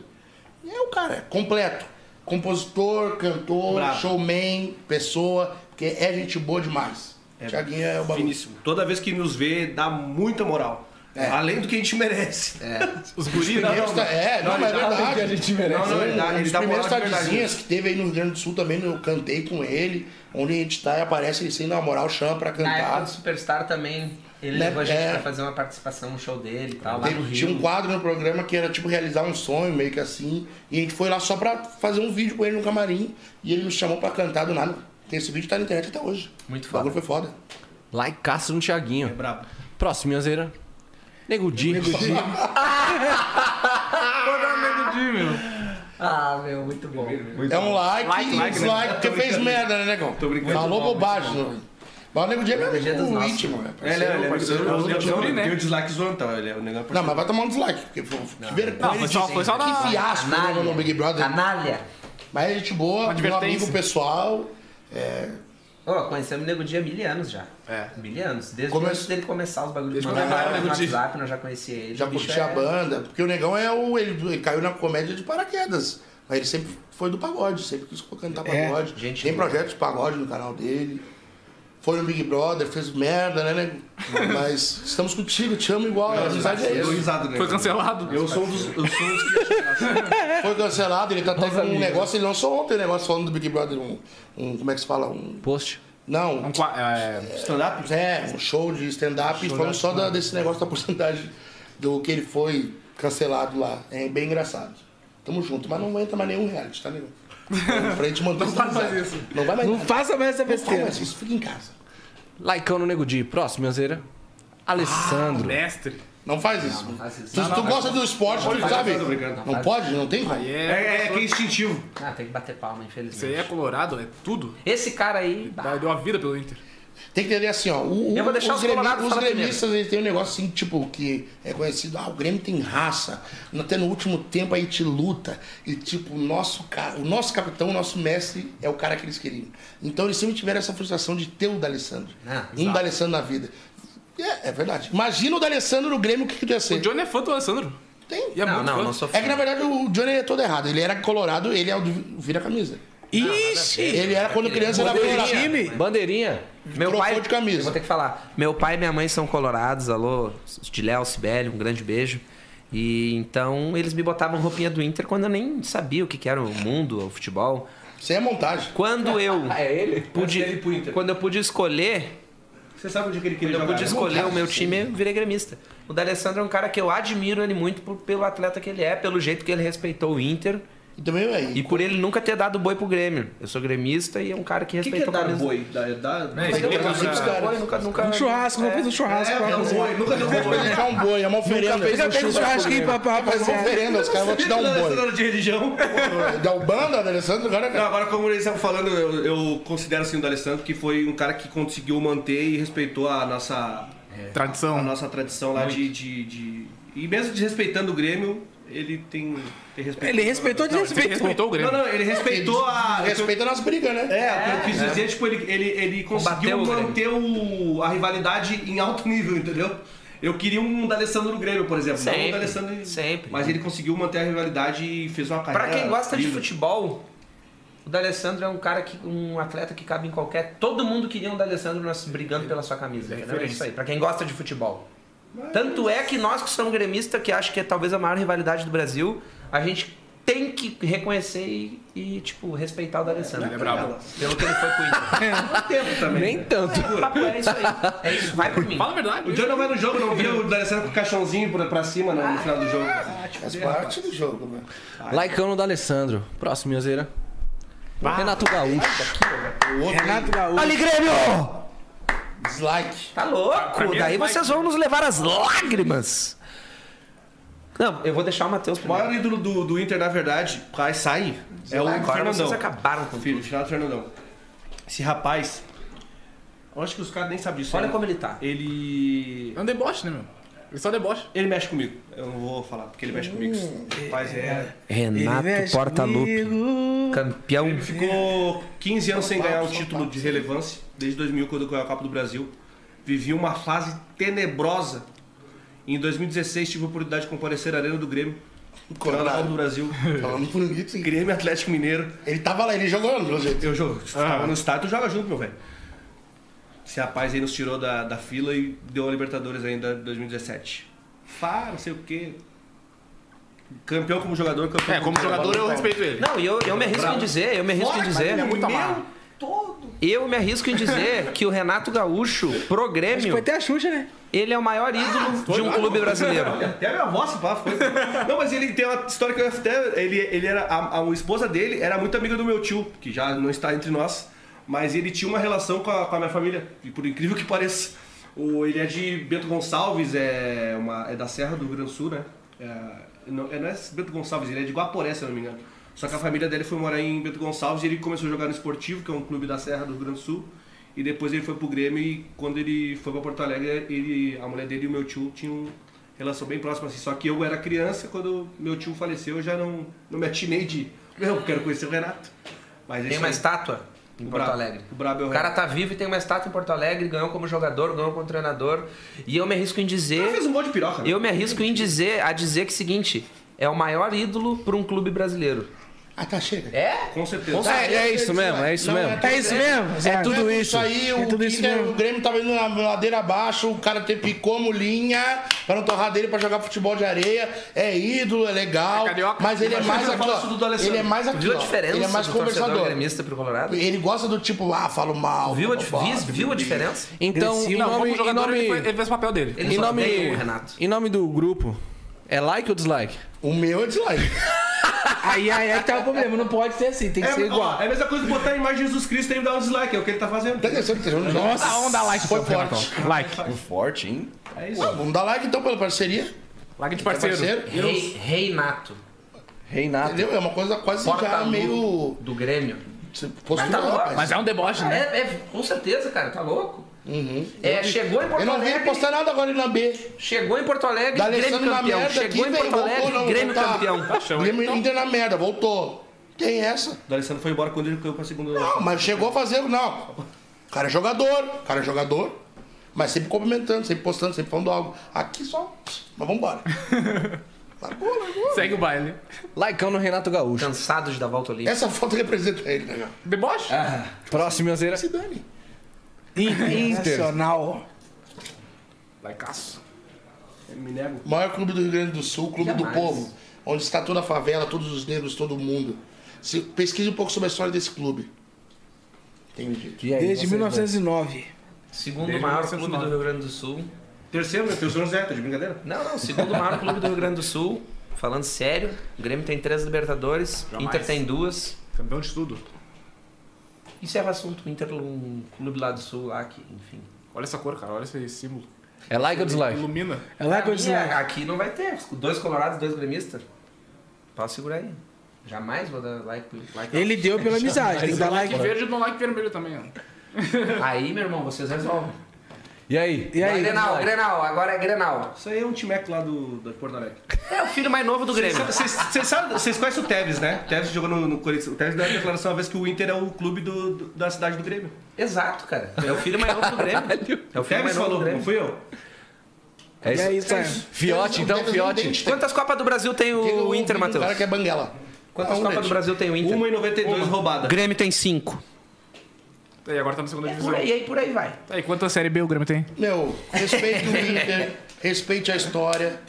Speaker 3: E É o cara, é completo. Compositor, cantor,
Speaker 4: Bravo.
Speaker 3: showman, pessoa, porque é gente boa demais. Thiaguinho é o bagulho.
Speaker 4: Finíssimo. Toda vez que nos vê, dá muita moral.
Speaker 3: É.
Speaker 4: Além do que a gente merece.
Speaker 7: Os guris,
Speaker 3: Não,
Speaker 7: né?
Speaker 3: não, é, não, mas é verdade. A gente merece.
Speaker 4: Não, não, ele dá- ele dá
Speaker 3: primeiras
Speaker 4: moral de verdade.
Speaker 3: tardezinhas que teve aí no Rio Grande do Sul também, eu cantei com ele, onde a gente tá e aparece ele sem dar uma moral, chama pra
Speaker 5: Na época do
Speaker 3: cantar.
Speaker 5: Superstar também, ele
Speaker 3: Né?
Speaker 5: levou a gente
Speaker 3: É.
Speaker 5: pra fazer uma participação no show dele e tal, lá no
Speaker 3: Teve-
Speaker 5: Rio.
Speaker 3: tinha um quadro no programa que era tipo realizar um sonho, meio que assim. E a gente foi lá só pra fazer um vídeo com ele no camarim. E ele me chamou pra cantar do nada. Tem esse vídeo tá na internet até hoje.
Speaker 5: Muito
Speaker 3: O bagulho foi foda.
Speaker 1: Laicaço no Thiaguinho.
Speaker 4: É brabo.
Speaker 1: Próximo, Minhazeira. Nego Di.
Speaker 5: Ah, meu, muito bom.
Speaker 3: É um like,
Speaker 7: Like, like,
Speaker 3: e
Speaker 7: né?
Speaker 3: dislike, porque fez merda, né, Negão?
Speaker 4: Tô brincando.
Speaker 3: Falou
Speaker 4: Muito bom,
Speaker 3: bobagem. né? Mas o Nego Dia é meu
Speaker 5: Nego Di é dos
Speaker 3: amigo
Speaker 5: nossos.
Speaker 3: íntimo, velho.
Speaker 4: É, ele é, ele é
Speaker 7: parceiro,
Speaker 4: parceiro,
Speaker 7: parceiro,
Speaker 4: parceiro,
Speaker 7: né?
Speaker 4: Tem o dislike zoando, então. Ele é o negócio é
Speaker 3: Não,
Speaker 4: parceiro.
Speaker 3: mas vai tomar um dislike, porque foi, que vergonha.
Speaker 7: Não,
Speaker 3: ele
Speaker 7: foi só-
Speaker 3: disse,
Speaker 7: foi só na-
Speaker 3: Que fiasco né,
Speaker 5: Canalha.
Speaker 3: no Big Brother.
Speaker 5: Canalha.
Speaker 3: Mas é gente boa, um
Speaker 7: advertência.
Speaker 3: amigo pessoal. É,
Speaker 5: Ô, conhecemos o Nego Dia há mil anos já. É. Mil anos. Desde
Speaker 3: Come-
Speaker 5: antes dele começar os bagulhos de
Speaker 3: Desde
Speaker 5: mandar
Speaker 3: quando era
Speaker 5: mensagem no
Speaker 3: Nego Di.
Speaker 5: WhatsApp, nós já conhecia ele.
Speaker 3: já
Speaker 5: O bicho
Speaker 3: curti a
Speaker 5: é-
Speaker 3: banda, porque o Negão é o. Ele, ele caiu na comédia de paraquedas. Mas ele sempre foi do pagode, sempre quis cantar
Speaker 2: É,
Speaker 3: pagode.
Speaker 5: gente
Speaker 3: Tem
Speaker 5: boa.
Speaker 3: projetos de pagode no canal dele. Foi no Big Brother, fez merda, né, Negão? Mas estamos contigo, te amo igual. A amizade é
Speaker 4: Eu dou
Speaker 3: isso.
Speaker 4: risada, né?
Speaker 7: Foi cancelado.
Speaker 4: Eu sou um dos. Eu sou um dos que acha graça.
Speaker 3: Foi cancelado, ele tá até com um negócio, ele lançou ontem um negócio falando do Big Brother, um. um como é que se fala? Um.
Speaker 1: Post.
Speaker 3: Não,
Speaker 7: Um qua- é,
Speaker 4: Stand-up?
Speaker 3: É, um show de stand-up falando só da- desse negócio da porcentagem do que ele foi cancelado lá. É bem engraçado. Tamo junto, mas não entra mais nenhum reality, tá ligado? Pra gente manter não vai mais isso. Não vai mais
Speaker 2: Não
Speaker 3: nada.
Speaker 2: faça mais essa
Speaker 3: Não faz
Speaker 2: besteira.
Speaker 3: mais isso, fica em casa.
Speaker 1: Laicão no Nego Di. Próximo, Minhazeira. Alessandro.
Speaker 7: mestre.
Speaker 3: Não faz isso. Não,
Speaker 5: faz isso.
Speaker 3: Se tu gosta do esporte, tu sabe.
Speaker 4: não, tô brincando.
Speaker 3: Não pode, não tem como.
Speaker 4: É, é, é que é instintivo.
Speaker 5: Ah, tem que bater palma,
Speaker 7: Isso aí
Speaker 5: infelizmente.
Speaker 7: é colorado, é tudo.
Speaker 5: Esse cara aí.
Speaker 3: tá-
Speaker 5: bah,
Speaker 7: Dá- Deu a vida pelo Inter.
Speaker 3: Tem que entender assim, ó. o- o-
Speaker 5: Eu vou deixar
Speaker 3: os,
Speaker 5: os colorados
Speaker 3: os
Speaker 5: falar
Speaker 3: gremistas, eles têm um negócio assim, tipo, que é conhecido. Ah, o Grêmio tem raça. Até no último tempo a gente luta. E, tipo, o nosso, ca- o nosso capitão, o nosso mestre é o cara que eles queriam. Então eles sempre tiveram essa frustração de ter o D'Alessandro.
Speaker 5: Ah,
Speaker 3: um D'Alessandro na vida. É, é verdade. Imagina o D'Alessandro no Grêmio, o que, que ia
Speaker 7: O
Speaker 3: ser?
Speaker 7: Johnny é fã do Alessandro.
Speaker 3: Tem.
Speaker 7: E é
Speaker 5: Não,
Speaker 7: muito
Speaker 5: não,
Speaker 7: fã.
Speaker 5: não sou
Speaker 3: É que, na verdade, o Johnny é todo errado. Ele era colorado, ele é o do vira camisa.
Speaker 2: Ah, Ixi!
Speaker 3: Ele era, quando criança, era colorado.
Speaker 2: tá Time?
Speaker 1: Bandeirinha.
Speaker 5: Meu
Speaker 3: É, Trocou
Speaker 5: pai,
Speaker 3: de camisa.
Speaker 5: eu Vou ter que falar. Meu pai e minha mãe são colorados. Alô, de Léo, Sibeli, um grande beijo. E então eles me botavam roupinha do Inter quando eu nem sabia o que, que era o mundo, o futebol.
Speaker 3: Sem a é montagem.
Speaker 5: Quando eu
Speaker 3: Ah,
Speaker 1: É ele?
Speaker 5: pude,
Speaker 4: Ele pro Inter.
Speaker 5: quando eu pude escolher,
Speaker 4: Você sabe onde é que ele queria
Speaker 5: quando eu
Speaker 4: jogar?
Speaker 5: pude
Speaker 4: né?
Speaker 5: escolher o meu time, eu virei gremista. O D'Alessandro é um cara que eu admiro ele muito por- pelo atleta que ele é, pelo jeito que ele respeitou o Inter
Speaker 3: E também é
Speaker 5: e por ele nunca ter dado boi pro Grêmio. Eu sou gremista e é um cara que
Speaker 4: O que, que é
Speaker 5: respeitou
Speaker 4: dar
Speaker 5: o Grêmio.
Speaker 4: boi? Dá, dá,
Speaker 7: É,
Speaker 4: Mas
Speaker 7: isso
Speaker 4: deu
Speaker 7: aí é
Speaker 4: pra-
Speaker 3: pra-
Speaker 4: pra-
Speaker 3: cara.
Speaker 5: Boi, nunca, nunca
Speaker 2: Um churrasco, vamos fazer um churrasco.
Speaker 4: É,
Speaker 2: pra
Speaker 4: deu
Speaker 2: rapaziada.
Speaker 4: boi, nunca deu
Speaker 3: Vai
Speaker 4: boi.
Speaker 3: deixar um boi, é uma oferenda.
Speaker 2: Fez um churrasco aí pra, pra
Speaker 3: Mas
Speaker 2: rapaziada.
Speaker 3: oferenda, os caras vão te dar um boi.
Speaker 4: Não, é de religião.
Speaker 3: Da Ubanda, da Alessandro, agora
Speaker 4: Não,
Speaker 3: cara.
Speaker 4: agora, como eles estavam falando, eu, eu considero assim o D'Alessandro que foi um cara que conseguiu manter e respeitou a nossa, a
Speaker 7: Tradição.
Speaker 4: nossa tradição lá de, de, de- E mesmo desrespeitando o Grêmio, ele tem, tem respeito.
Speaker 2: Ele respeitou,
Speaker 7: Não, ele
Speaker 2: desrespeitou.
Speaker 7: respeitou o
Speaker 4: Não,
Speaker 7: Grêmio.
Speaker 4: não, ele respeitou a.
Speaker 3: Respeita nas brigas, né?
Speaker 4: É, o que eu quis dizer, tipo, ele, ele, ele conseguiu
Speaker 5: Combateu o Grêmio.
Speaker 4: manter o- a rivalidade em alto nível, entendeu? Eu queria um D'Alessandro no Grêmio, por exemplo. não um
Speaker 5: Sempre,
Speaker 4: D'Alessandro.
Speaker 5: sempre.
Speaker 4: Mas ele conseguiu manter a rivalidade e fez uma carreira.
Speaker 5: Pra
Speaker 7: é
Speaker 5: quem gosta de
Speaker 4: linda.
Speaker 5: futebol, o D'Alessandro é um cara que um atleta que cabe em qualquer. Todo mundo queria um D'Alessandro nós brigando pela sua camisa. entendeu? É isso aí. Pra quem gosta de futebol. Tanto é que nós que somos gremistas, que acho que é talvez a maior rivalidade do Brasil, a gente tem que reconhecer e, e, tipo respeitar o D'Alessandro.
Speaker 7: Ele é brabo.
Speaker 5: Pelo que ele foi pro Inter.
Speaker 4: Há tempo também. né?
Speaker 1: Nem tanto.
Speaker 5: O papo é isso aí. É isso. Vai por mim.
Speaker 7: Fala a verdade.
Speaker 4: O John não vai no jogo, não viu o D'Alessandro com o caixãozinho pra, pra cima né, no, no final do jogo.
Speaker 3: Faz parte do jogo, mano.
Speaker 1: Laicão no D'Alessandro. Próximo, Minhazeira. Renato Gaúcho.
Speaker 2: Renato Gaúcho.
Speaker 3: Dislike.
Speaker 5: Tá louco? Daí vocês vão nos levar às lágrimas. Não, eu vou deixar o Matheus
Speaker 4: O
Speaker 5: primeiro.
Speaker 4: maior ídolo do, do Inter, na verdade, vai sair, é o
Speaker 5: Agora
Speaker 4: Fernandão.
Speaker 5: vocês acabaram com
Speaker 4: Filho,
Speaker 5: tudo.
Speaker 4: final do Fernandão. Esse rapaz. Eu acho que os caras nem sabem disso.
Speaker 5: Olha
Speaker 4: né?
Speaker 5: como ele tá.
Speaker 4: Ele.
Speaker 7: É um deboche, né, meu? Ele só debocha.
Speaker 4: Ele mexe comigo. Eu não vou falar, porque ele mexe comigo. Faz é.
Speaker 5: Renato Portaluppi, campeão.
Speaker 4: Ele ficou 15 anos sem ganhar um título de relevância, desde 2000, quando ganhou a Copa do Brasil. Vivi uma fase tenebrosa. Em 2016, tive a oportunidade de comparecer à Arena do Grêmio, na Copa do
Speaker 3: Coronado.
Speaker 4: Brasil.
Speaker 3: Falando bonito, hein?
Speaker 4: Grêmio Atlético Mineiro.
Speaker 3: Ele tava lá, ele jogou, pelo jeito.
Speaker 4: Eu jogo. Tava no estádio, tu joga junto, meu velho. Esse rapaz aí nos tirou da, da fila e deu a Libertadores ainda em 2017. Fá, não sei o quê. Campeão como jogador, campeão
Speaker 7: É, como jogador eu respeito ele.
Speaker 5: Não, e eu, eu me arrisco em dizer, eu me arrisco em dizer,
Speaker 7: Ele é muito amargo.
Speaker 5: eu me arrisco em dizer que o Renato Gaúcho, pro Grêmio,
Speaker 2: Foi até a Xuxa, né?
Speaker 5: ele é o maior ídolo de um clube brasileiro.
Speaker 4: Até a minha avó se pá, foi. Não, mas ele tem uma história que eu até. Ele, ele era. A, a esposa dele era muito amiga do meu tio, que já não está entre nós, mas ele tinha uma relação com a, com a minha família, e por incrível que pareça. O, ele é de Bento Gonçalves, é, uma, é da Serra do Rio Grande do Sul, né? É, não, é- não é Bento Gonçalves, ele é de Guaporé, se eu não me engano. Só que a família dele foi morar em Bento Gonçalves e ele começou a jogar no Esportivo, que é um clube da Serra do Rio Grande do Sul. E depois ele foi pro Grêmio e quando ele foi pra Porto Alegre, ele, a mulher dele e o meu tio tinham relação bem próxima assim. Só que eu era criança, quando meu tio faleceu, eu já não, não me atinei de. Meu, quero conhecer o Renato. Mas é
Speaker 5: Tem
Speaker 4: isso
Speaker 5: uma
Speaker 4: aí.
Speaker 5: estátua em
Speaker 4: O
Speaker 5: Porto
Speaker 4: brabo.
Speaker 5: Alegre.
Speaker 4: O brabo é o
Speaker 5: O cara
Speaker 4: Renato.
Speaker 5: tá vivo e tem uma estátua em Porto Alegre, ganhou como jogador, ganhou como treinador. E eu me arrisco em
Speaker 4: Eu
Speaker 5: dizer,
Speaker 4: fiz um gol de piroca. né?
Speaker 5: eu me arrisco em dizer, a dizer que é o seguinte, é o maior ídolo para um clube brasileiro.
Speaker 3: Ah, tá, chega.
Speaker 5: É?
Speaker 4: Com certeza.
Speaker 1: É, é isso mesmo, é isso
Speaker 3: Não,
Speaker 1: mesmo.
Speaker 2: É isso mesmo? Zé?
Speaker 1: É tudo
Speaker 3: Tudo
Speaker 1: isso.
Speaker 3: isso aí, o,
Speaker 2: É tudo isso
Speaker 3: Inter,
Speaker 2: mesmo.
Speaker 3: o Grêmio tava indo na ladeira abaixo, o cara te picou a mulinha pra não torrar dele pra jogar futebol de areia. É ídolo, é legal.
Speaker 7: É carioca.
Speaker 3: mas ele é mais
Speaker 4: eu
Speaker 3: aqui,
Speaker 4: faço tudo do
Speaker 3: ó.
Speaker 4: Alessandro.
Speaker 3: Ele é mais aqui,
Speaker 5: Viu a
Speaker 3: ó.
Speaker 5: diferença
Speaker 3: Ele é mais
Speaker 5: do torcedor
Speaker 3: conversador.
Speaker 5: gremista pro Colorado?
Speaker 3: Ele gosta do tipo, ah, falo mal.
Speaker 5: Viu a,
Speaker 3: blá,
Speaker 5: di-
Speaker 3: blá, blá.
Speaker 5: vis- viu a diferença?
Speaker 1: Então,
Speaker 2: Esse
Speaker 1: em
Speaker 7: Não,
Speaker 1: nome,
Speaker 7: como
Speaker 1: em
Speaker 7: jogador
Speaker 1: nome,
Speaker 7: ele, foi, ele fez o papel dele.
Speaker 5: Ele
Speaker 1: em
Speaker 5: só
Speaker 1: nome,
Speaker 5: odeia o Renato.
Speaker 1: em nome do grupo, é like ou dislike?
Speaker 3: O meu é dislike.
Speaker 2: Aí, aí é que tá o problema, não pode ser assim, tem que
Speaker 4: É,
Speaker 2: ser
Speaker 4: ó,
Speaker 2: igual.
Speaker 4: é a mesma coisa de botar a imagem de Jesus Cristo e dar um dislike, é o que ele tá fazendo.
Speaker 3: Tá interessante, tá vendo? Nossa,
Speaker 7: Vamos dar like
Speaker 3: foi
Speaker 7: pro seu
Speaker 3: forte.
Speaker 7: Renatão. Like.
Speaker 1: Forte, hein?
Speaker 4: É isso.
Speaker 3: Ué, vamos dar like então pela parceria.
Speaker 7: Like de
Speaker 3: É
Speaker 7: parceiro.
Speaker 3: parceiro.
Speaker 5: Rei, Reinato,
Speaker 1: Reinato.
Speaker 3: Entendeu? É uma coisa quase já
Speaker 5: Porta-lu
Speaker 3: meio.
Speaker 5: do Grêmio.
Speaker 3: Postura,
Speaker 5: Mas tá louco,
Speaker 3: rapaz.
Speaker 7: Mas é um deboche, né?
Speaker 5: É, é, com certeza, cara, tá louco?
Speaker 3: Uhum.
Speaker 5: É, chegou em Porto
Speaker 3: Eu não vi ele
Speaker 5: Alegre.
Speaker 3: postar nada agora na B.
Speaker 5: Chegou em Porto Alegre,
Speaker 3: Da
Speaker 5: Grêmio
Speaker 3: Alessandro na
Speaker 5: campeão.
Speaker 3: merda aqui,
Speaker 5: Chegou em
Speaker 3: velho,
Speaker 5: Porto
Speaker 3: voltou,
Speaker 5: Alegre,
Speaker 3: não,
Speaker 5: Grêmio
Speaker 3: tá.
Speaker 5: campeão.
Speaker 7: Paixão, hein?
Speaker 3: Grêmio Inter na merda, voltou. Tem essa.
Speaker 4: O D'Alessandro foi embora quando ele caiu pra segunda.
Speaker 3: Não, mas chegou a fazer. Não. O cara é jogador, o cara é jogador. Mas sempre cumprimentando, sempre postando, sempre falando algo. Aqui só. Mas vambora. Largou, largou.
Speaker 7: Segue o baile.
Speaker 1: Likeão no Renato Gaúcho.
Speaker 5: Cansado de dar volta olímpica.
Speaker 3: Essa foto representa ele, né? cara?
Speaker 7: Deboche?
Speaker 1: Próximo, Azeira.
Speaker 3: Se dane.
Speaker 2: Internacional.
Speaker 7: Likeaço.
Speaker 4: Me nego.
Speaker 3: O maior clube do Rio Grande do Sul, o clube do povo, onde está toda a favela, todos os negros, todo mundo. Se, pesquise um pouco sobre a história desse clube. Tem um jeito.
Speaker 2: Desde 1909.
Speaker 5: Segundo maior clube do Rio Grande do Sul.
Speaker 4: Terceiro, né? Tem o São José, tá de brincadeira?
Speaker 5: Não, não, segundo maior clube do Rio Grande do Sul. Falando sério, o Grêmio tem três Libertadores, Inter tem duas.
Speaker 7: Campeão de tudo.
Speaker 5: Encerra o assunto, o Inter um clube lá do Sul, lá que, enfim.
Speaker 7: Olha essa cor, cara. Olha esse símbolo.
Speaker 1: É like ou dislike?
Speaker 7: Ilumina.
Speaker 2: É lá que eu
Speaker 5: Pra mim,
Speaker 2: dislike.
Speaker 5: aqui não vai ter. Dois colorados, dois gremistas. Posso segurar aí. Jamais vou dar like. pro- like
Speaker 2: Ele deu pela amizade, tem que dar like.
Speaker 7: Like verde e não like vermelho também, ó.
Speaker 5: Aí, meu irmão, vocês resolvem.
Speaker 1: E aí?
Speaker 2: E aí?
Speaker 5: Grenal, Grenal, agora é Grenal.
Speaker 4: Isso aí é um timeco lá do, do Porto Alegre.
Speaker 5: É o filho mais novo do Grêmio.
Speaker 4: Vocês vocês sabem- vocês conhecem o Tevez, né? O Tevez jogou no, no Corinthians. O Tevez deu uma declaração uma vez que o Inter é o clube do- do- da cidade do Grêmio.
Speaker 5: Exato, cara. É o filho mais novo do Grêmio. É o
Speaker 4: O
Speaker 5: filho
Speaker 4: Tevez
Speaker 5: mais novo do
Speaker 4: falou, não
Speaker 5: Grêmio.
Speaker 4: fui eu?
Speaker 1: É
Speaker 2: E
Speaker 1: isso.
Speaker 2: aí, Sam?
Speaker 1: Fiote, então,
Speaker 3: Tem um
Speaker 1: fiote.
Speaker 3: dente, tem-
Speaker 5: Quantas Copas do Brasil tem
Speaker 3: tem
Speaker 5: o
Speaker 3: um- tem
Speaker 5: Inter,
Speaker 3: um
Speaker 5: Matheus?
Speaker 3: cara que é banguela.
Speaker 5: Quantas
Speaker 3: Ah, um
Speaker 5: Copas do
Speaker 3: dente.
Speaker 5: Brasil tem o Inter?
Speaker 4: 1,92 roubada.
Speaker 5: O Grêmio tem cinco.
Speaker 7: E agora tá na segunda divisão.
Speaker 5: É Por aí, aí, por aí vai.
Speaker 7: Tá, e quanto a Série B o Grêmio tem?
Speaker 3: Meu, respeite o Inter, respeite a história.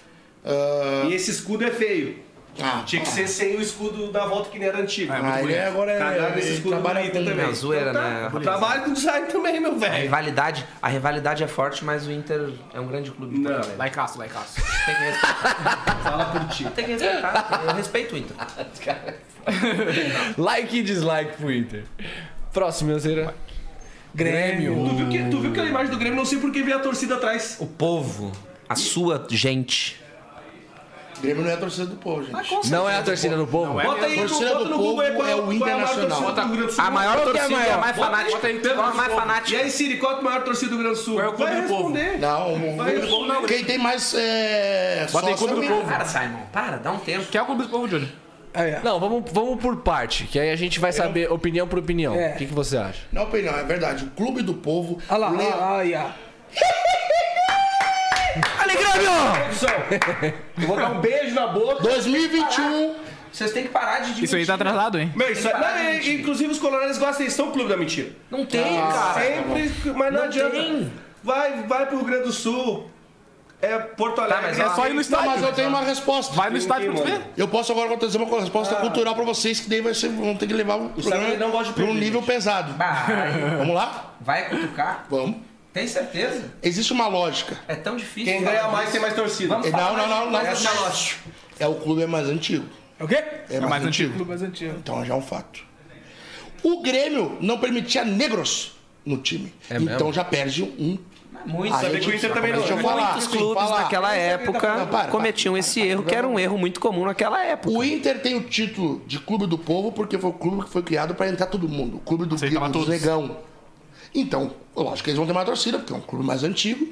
Speaker 3: ah,
Speaker 4: E esse escudo é feio.
Speaker 3: ah,
Speaker 4: Tinha que ser sem o escudo da volta que nem era antigo.
Speaker 7: Ah, é
Speaker 3: Ah, ele é agora
Speaker 4: Cagado
Speaker 3: é,
Speaker 4: nesse
Speaker 3: ele
Speaker 4: escudo
Speaker 3: trabalha
Speaker 4: do Inter
Speaker 3: com-
Speaker 4: também.
Speaker 5: É zoeira,
Speaker 4: Então tá,
Speaker 5: né?
Speaker 4: Trabalho Trabalha com design também, meu
Speaker 5: A
Speaker 4: velho.
Speaker 5: rivalidade, a rivalidade é forte, mas o Inter é um grande clube. de
Speaker 4: Não.
Speaker 5: Porto Alegre.
Speaker 7: Likeaço, likeaço.
Speaker 5: Tem que respeitar.
Speaker 4: Fala por ti.
Speaker 5: Tem que respeitar. Eu respeito o Inter.
Speaker 1: Like e dislike pro Inter. Próximo, Azeira.
Speaker 2: Grêmio.
Speaker 4: Tu viu, que, tu viu que a imagem do Grêmio, não sei por que veio a torcida atrás.
Speaker 1: O povo.
Speaker 5: A sua gente.
Speaker 3: Grêmio não é a torcida do povo, gente.
Speaker 1: Não é a torcida do povo?
Speaker 4: Bota aí,
Speaker 3: A torcida
Speaker 4: bota
Speaker 3: do
Speaker 4: no
Speaker 3: povo
Speaker 4: Google aí qual
Speaker 3: é o
Speaker 4: qual
Speaker 3: Internacional.
Speaker 4: A maior torcida do Rio Grande do Sul.
Speaker 6: A maior
Speaker 2: que é a
Speaker 6: torcida,
Speaker 2: maior?
Speaker 6: a mais fanática.
Speaker 5: Qual a mais
Speaker 4: E
Speaker 5: fanática?
Speaker 4: aí, Siri, qual é a maior torcida do Rio Grande do Sul?
Speaker 7: Qual é o clube
Speaker 4: Vai
Speaker 7: do povo?
Speaker 4: responder.
Speaker 3: Não, o-
Speaker 4: Vai responder.
Speaker 3: quem tem mais é,
Speaker 7: Bota aí
Speaker 3: sócio é o
Speaker 7: Clube do
Speaker 3: Grêmio.
Speaker 5: Para, Simon, para, dá um tempo.
Speaker 7: Que é o clube do povo de olho.
Speaker 2: Aí, ó.
Speaker 1: Não, vamos, vamos por parte, que aí a gente vai saber opinião por opinião.
Speaker 2: É.
Speaker 1: O que, que você acha?
Speaker 3: Não, opinião, é verdade. O Clube do Povo.
Speaker 2: Olha lá,
Speaker 3: Leão-
Speaker 2: olha lá, olha lá.
Speaker 4: Eu vou dar um beijo na boca.
Speaker 3: 2021.
Speaker 5: Vocês têm que parar de
Speaker 7: Isso aí tá atrasado, hein?
Speaker 4: Meu, isso é- não, é- inclusive os colorados gostam, eles são o clube da mentira.
Speaker 5: Não tem,
Speaker 7: Ah, tá
Speaker 5: cara.
Speaker 4: Ah. Sempre, mas não,
Speaker 5: Não
Speaker 4: adianta.
Speaker 5: tem.
Speaker 4: Vai, vai pro Rio Grande do Sul. É Porto Alegre.
Speaker 5: mas
Speaker 7: É só ir no
Speaker 3: Não, mas eu
Speaker 7: estádio.
Speaker 3: tenho uma resposta.
Speaker 7: Vai no estádio pra tu ver.
Speaker 3: Eu posso agora trazer uma resposta cultural pra vocês, que daí vai ser- vão ter que levar o programa
Speaker 4: Sarney não gosta de
Speaker 3: pra um
Speaker 4: perder,
Speaker 3: nível pesado.
Speaker 5: Ah. Vai,
Speaker 3: Vamos lá?
Speaker 5: vai cutucar?
Speaker 3: Vamos.
Speaker 5: Tem certeza?
Speaker 3: Existe uma lógica.
Speaker 5: É tão difícil.
Speaker 4: Quem ganha mais tem mais torcida.
Speaker 5: Vamos.
Speaker 3: Não, não, não, não.
Speaker 5: Essa é a lógica.
Speaker 3: É o clube é mais antigo.
Speaker 2: É o quê?
Speaker 3: É mais antigo.
Speaker 7: Clube mais antigo.
Speaker 3: Então já é um fato. O Grêmio não permitia negros no time. então já perde um.
Speaker 5: Muito.
Speaker 3: Aí
Speaker 4: Saber que o Inter também não.
Speaker 3: Deixa eu
Speaker 4: né?
Speaker 3: falar.
Speaker 5: Muitos clubes
Speaker 3: Fala.
Speaker 5: naquela
Speaker 3: Não, para,
Speaker 5: época
Speaker 3: para.
Speaker 5: cometiam esse erro, que era um erro muito comum naquela época.
Speaker 3: O Inter tem o título de Clube do Povo porque foi o clube que foi criado para entrar todo mundo. O Clube do
Speaker 7: Aceitava
Speaker 3: Povo, dos
Speaker 7: todos.
Speaker 3: Negão. Então, eu acho que eles vão ter mais torcida, porque é um clube mais antigo.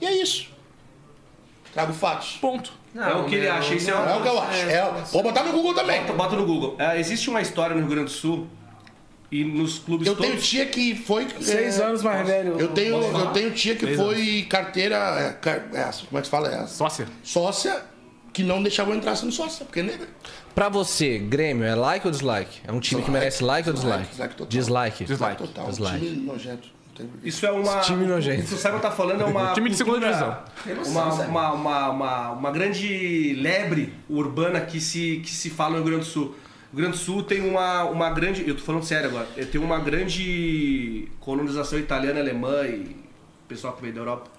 Speaker 3: E é isso. Trago fatos.
Speaker 7: Ponto.
Speaker 4: É o que ele acha, isso é
Speaker 3: É o
Speaker 4: uma...
Speaker 3: que eu acho. É, vou botar no Google também.
Speaker 4: Bota no Google. É, existe uma história no Rio Grande do Sul e nos clubes
Speaker 3: Eu
Speaker 4: todos...
Speaker 3: tenho tia que foi.
Speaker 2: Seis
Speaker 3: é,
Speaker 2: anos mais velho.
Speaker 3: Eu tenho, eu tenho tia que foi carteira. é, car- é, como é que se fala? É,
Speaker 7: Sócia.
Speaker 3: sócia que não deixava eu entrar sendo sócia, porque é negra.
Speaker 1: Pra você, Grêmio, é like ou dislike? É um time que merece like ou dislike?
Speaker 3: dislike total.
Speaker 1: Dislike.
Speaker 7: Dislike.
Speaker 3: Total. um
Speaker 1: Dislike.
Speaker 3: Time nojento. Não tem porquê.
Speaker 4: Isso é uma...
Speaker 1: Time nojento.
Speaker 4: Isso sabe o que tá falando? É uma
Speaker 7: Time de segunda
Speaker 4: cultura- Uma, uma, uma, uma, uma grande lebre urbana que se, que se fala no Rio Grande do Sul. O Rio Grande do Sul tem uma, uma grande... Eu tô falando sério agora. É, Tem uma grande colonização italiana, alemã e pessoal que veio da Europa.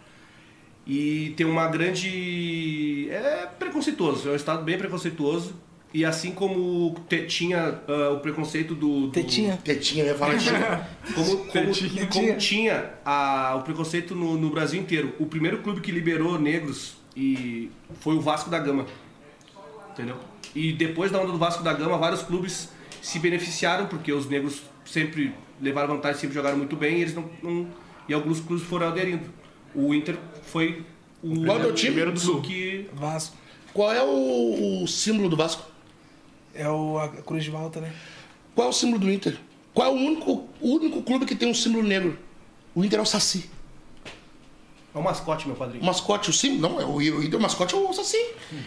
Speaker 4: E tem uma grande... É preconceituoso. É um estado bem preconceituoso. E assim como te- tinha ah, o preconceito do... do-
Speaker 2: Tetinha.
Speaker 3: Tetinha, eu ia falar tia.
Speaker 4: como, como, como tinha a- o preconceito no, no Brasil inteiro. O primeiro clube que liberou negros e foi o Vasco da Gama. Entendeu? E depois da onda do Vasco da Gama, vários clubes se beneficiaram, porque os negros sempre levaram vantagem, sempre jogaram muito bem, e eles não. não- e alguns clubes foram aderindo. O Inter foi o
Speaker 3: Qual é o teu time?
Speaker 4: primeiro do Sul que.
Speaker 2: Vasco.
Speaker 3: Qual é o, o símbolo do Vasco?
Speaker 2: É o a Cruz de Malta, né?
Speaker 3: Qual é o símbolo do Inter? Qual é o único, o único clube que tem um símbolo negro? O Inter é o Saci.
Speaker 4: É o mascote, meu
Speaker 3: O
Speaker 4: padrinho.
Speaker 3: mascote, o símbolo. Não, é o, o Inter, o mascote é o Saci.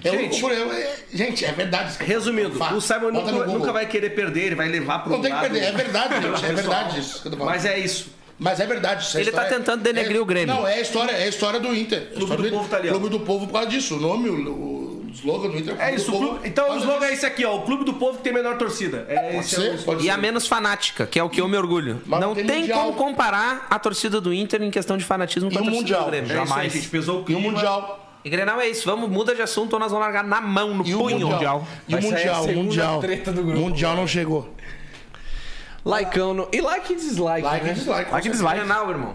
Speaker 3: É
Speaker 4: Gente.
Speaker 3: o, o, é- gente, é verdade.
Speaker 4: Resumindo,
Speaker 3: Fato.
Speaker 4: o
Speaker 3: Bota
Speaker 4: Simon
Speaker 3: no
Speaker 4: nunca,
Speaker 3: Google.
Speaker 4: nunca vai querer perder, ele vai levar pro
Speaker 3: Não tem que
Speaker 4: lado.
Speaker 3: perder, é verdade, gente. É verdade isso que eu tô falando.
Speaker 4: Mas é isso.
Speaker 3: Mas é verdade. isso é
Speaker 5: Ele
Speaker 3: história-
Speaker 5: tá tentando denegrir
Speaker 3: é-
Speaker 5: o Grêmio.
Speaker 3: Não, é a história, é a história do Inter. É a história
Speaker 4: do Povo tá ali, ó.
Speaker 3: Clube do Povo por causa disso. O nome, o, o slogan do Inter
Speaker 4: É isso, o
Speaker 3: do
Speaker 4: clube- então o
Speaker 3: Pode-
Speaker 4: slogan é esse aqui, ó. O clube do povo que tem a menor torcida. É
Speaker 3: Pode
Speaker 4: esse
Speaker 3: ser,
Speaker 4: é o-
Speaker 3: pode
Speaker 5: E a
Speaker 3: ser.
Speaker 5: menos fanática, que é o que eu me orgulho.
Speaker 3: Mas
Speaker 5: não
Speaker 3: tem
Speaker 5: tem,
Speaker 3: mundial.
Speaker 5: como comparar a torcida do Inter em questão de fanatismo
Speaker 3: E
Speaker 5: com a
Speaker 3: o
Speaker 5: torcida
Speaker 3: mundial?
Speaker 5: do Grêmio.
Speaker 4: É isso aí, gente. Pesou o
Speaker 3: E o
Speaker 4: clima.
Speaker 3: Mundial.
Speaker 5: E Grenal é isso. Vamos, muda de assunto ou nós vamos largar na mão, no
Speaker 3: E o
Speaker 5: punho.
Speaker 3: Mundial. E o
Speaker 1: Vai sair a
Speaker 3: Mundial, o
Speaker 1: segunda
Speaker 3: Mundial.
Speaker 1: treta do grupo.
Speaker 3: Mundial não chegou.
Speaker 1: Likeão no... E like e dislike,
Speaker 3: Like e
Speaker 1: né?
Speaker 3: dislike.
Speaker 7: Like e dislike.
Speaker 5: Grenal, irmão.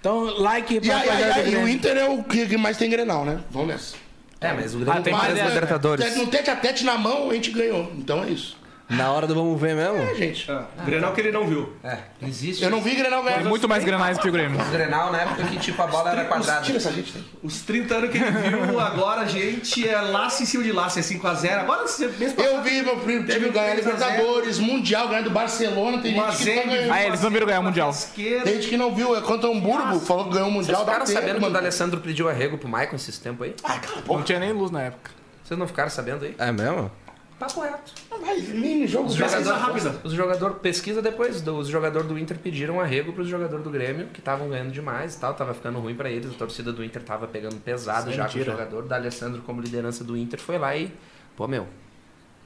Speaker 2: Então, like
Speaker 3: E,
Speaker 2: pra
Speaker 3: aí, aí,
Speaker 2: rapaziada do
Speaker 3: aí, o
Speaker 2: Grêmio.
Speaker 3: Inter é o que que mais tem Grenal, né? Vamos nessa.
Speaker 5: É, mas o Grêmio
Speaker 7: tem
Speaker 5: tem várias
Speaker 3: Mas, né,
Speaker 5: Libertadores.
Speaker 3: te- No tete a tete na mão, a gente ganhou. Então é isso.
Speaker 1: Na hora do vamos ver mesmo?
Speaker 3: É, gente.
Speaker 4: Ah, Grenal que ele não viu.
Speaker 5: É, não existe.
Speaker 3: Eu não vi Grenal ganhar.
Speaker 7: Tem muito mais granais que o Grêmio.
Speaker 5: O Grenal na época que tipo a bola era quadrada.
Speaker 3: Tira essa gente daí.
Speaker 4: Os 30 anos que ele viu, agora, gente, é laço em cima de laço. É 5x0. Agora, você mesmo...
Speaker 3: Eu vi meu primo
Speaker 4: Teve
Speaker 3: time
Speaker 4: um
Speaker 3: ganhar
Speaker 4: 3 a 0.
Speaker 3: Libertadores, Mundial, ganhar do Barcelona. Tem
Speaker 4: Uma
Speaker 3: gente que tá
Speaker 4: zebra.
Speaker 3: ganhando.
Speaker 7: Ah, é, eles não viram ganhar o Mundial.
Speaker 4: Esquerda.
Speaker 3: Tem gente que não viu, é contra o Hamburgo, falou que ganhou o
Speaker 5: Vocês
Speaker 3: Mundial. dá
Speaker 5: ficaram
Speaker 3: tempo,
Speaker 5: sabendo que o
Speaker 3: mano.
Speaker 5: D'Alessandro pediu arrego pro Maicon esses tempos aí?
Speaker 7: Não tinha nem luz na época.
Speaker 5: Vocês não ficaram sabendo aí? Tá
Speaker 1: É mesmo?
Speaker 5: Papo reto.
Speaker 3: Vai, mini jogo.
Speaker 4: Pesquisa rápida.
Speaker 5: Os jogador pesquisa depois, do- os jogadores do Inter pediram arrego pros jogadores do Grêmio, que estavam ganhando demais e tal, tava ficando ruim pra eles, a torcida do Inter tava pegando pesado já com o jogador, da Alessandro como liderança do Inter foi lá e, pô, meu,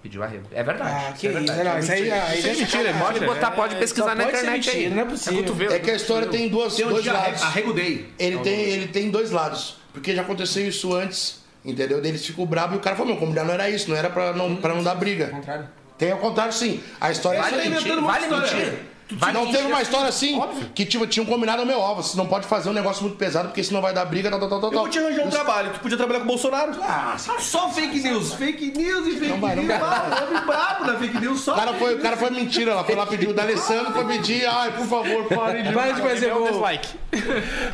Speaker 5: pediu arrego. É verdade.
Speaker 2: Ah, que isso. Não, isso aí, aí
Speaker 7: Isso é mentira, é
Speaker 5: Pode
Speaker 7: mentira.
Speaker 5: botar, pode pesquisar
Speaker 2: só
Speaker 5: na
Speaker 2: pode ser
Speaker 5: internet aí.
Speaker 2: mentira, não é possível.
Speaker 3: É que a história tem duas,
Speaker 4: Tem um
Speaker 3: dois
Speaker 4: dia
Speaker 3: lados.
Speaker 4: arrego day.
Speaker 3: Ele tem, ele tem dois lados. Porque já aconteceu isso antes, entendeu? Daí Eles ficam bravos e o cara falou, meu, combinar não era isso, não era pra não, pra não dar briga.
Speaker 5: Contrário.
Speaker 3: Tem ao contrário, sim. A história é
Speaker 4: Você tá
Speaker 3: diferente.
Speaker 4: inventando uma
Speaker 5: vale
Speaker 4: história.
Speaker 5: mentir?
Speaker 4: Tu
Speaker 5: Vai
Speaker 3: não
Speaker 5: que
Speaker 3: teve
Speaker 5: chega-
Speaker 3: uma história assim que tipo, tinham combinado ao meu ovo. Você não pode fazer um negócio muito pesado, porque senão vai dar briga, tal, tal, tal, tal.
Speaker 4: Eu vou te arranjar um trabalho, tu podia trabalhar com o Bolsonaro.
Speaker 3: Ah,
Speaker 4: Só fake news, fake news e fake
Speaker 3: Não vai, não
Speaker 4: news. Ah, eu me brabo na fake news, só.
Speaker 3: O cara foi, o cara foi mentira, ela foi lá pedir o D'Alessandro foi pedir, ai, por favor, pare de...
Speaker 2: Para de fazer
Speaker 7: É um
Speaker 2: gol.
Speaker 7: dislike.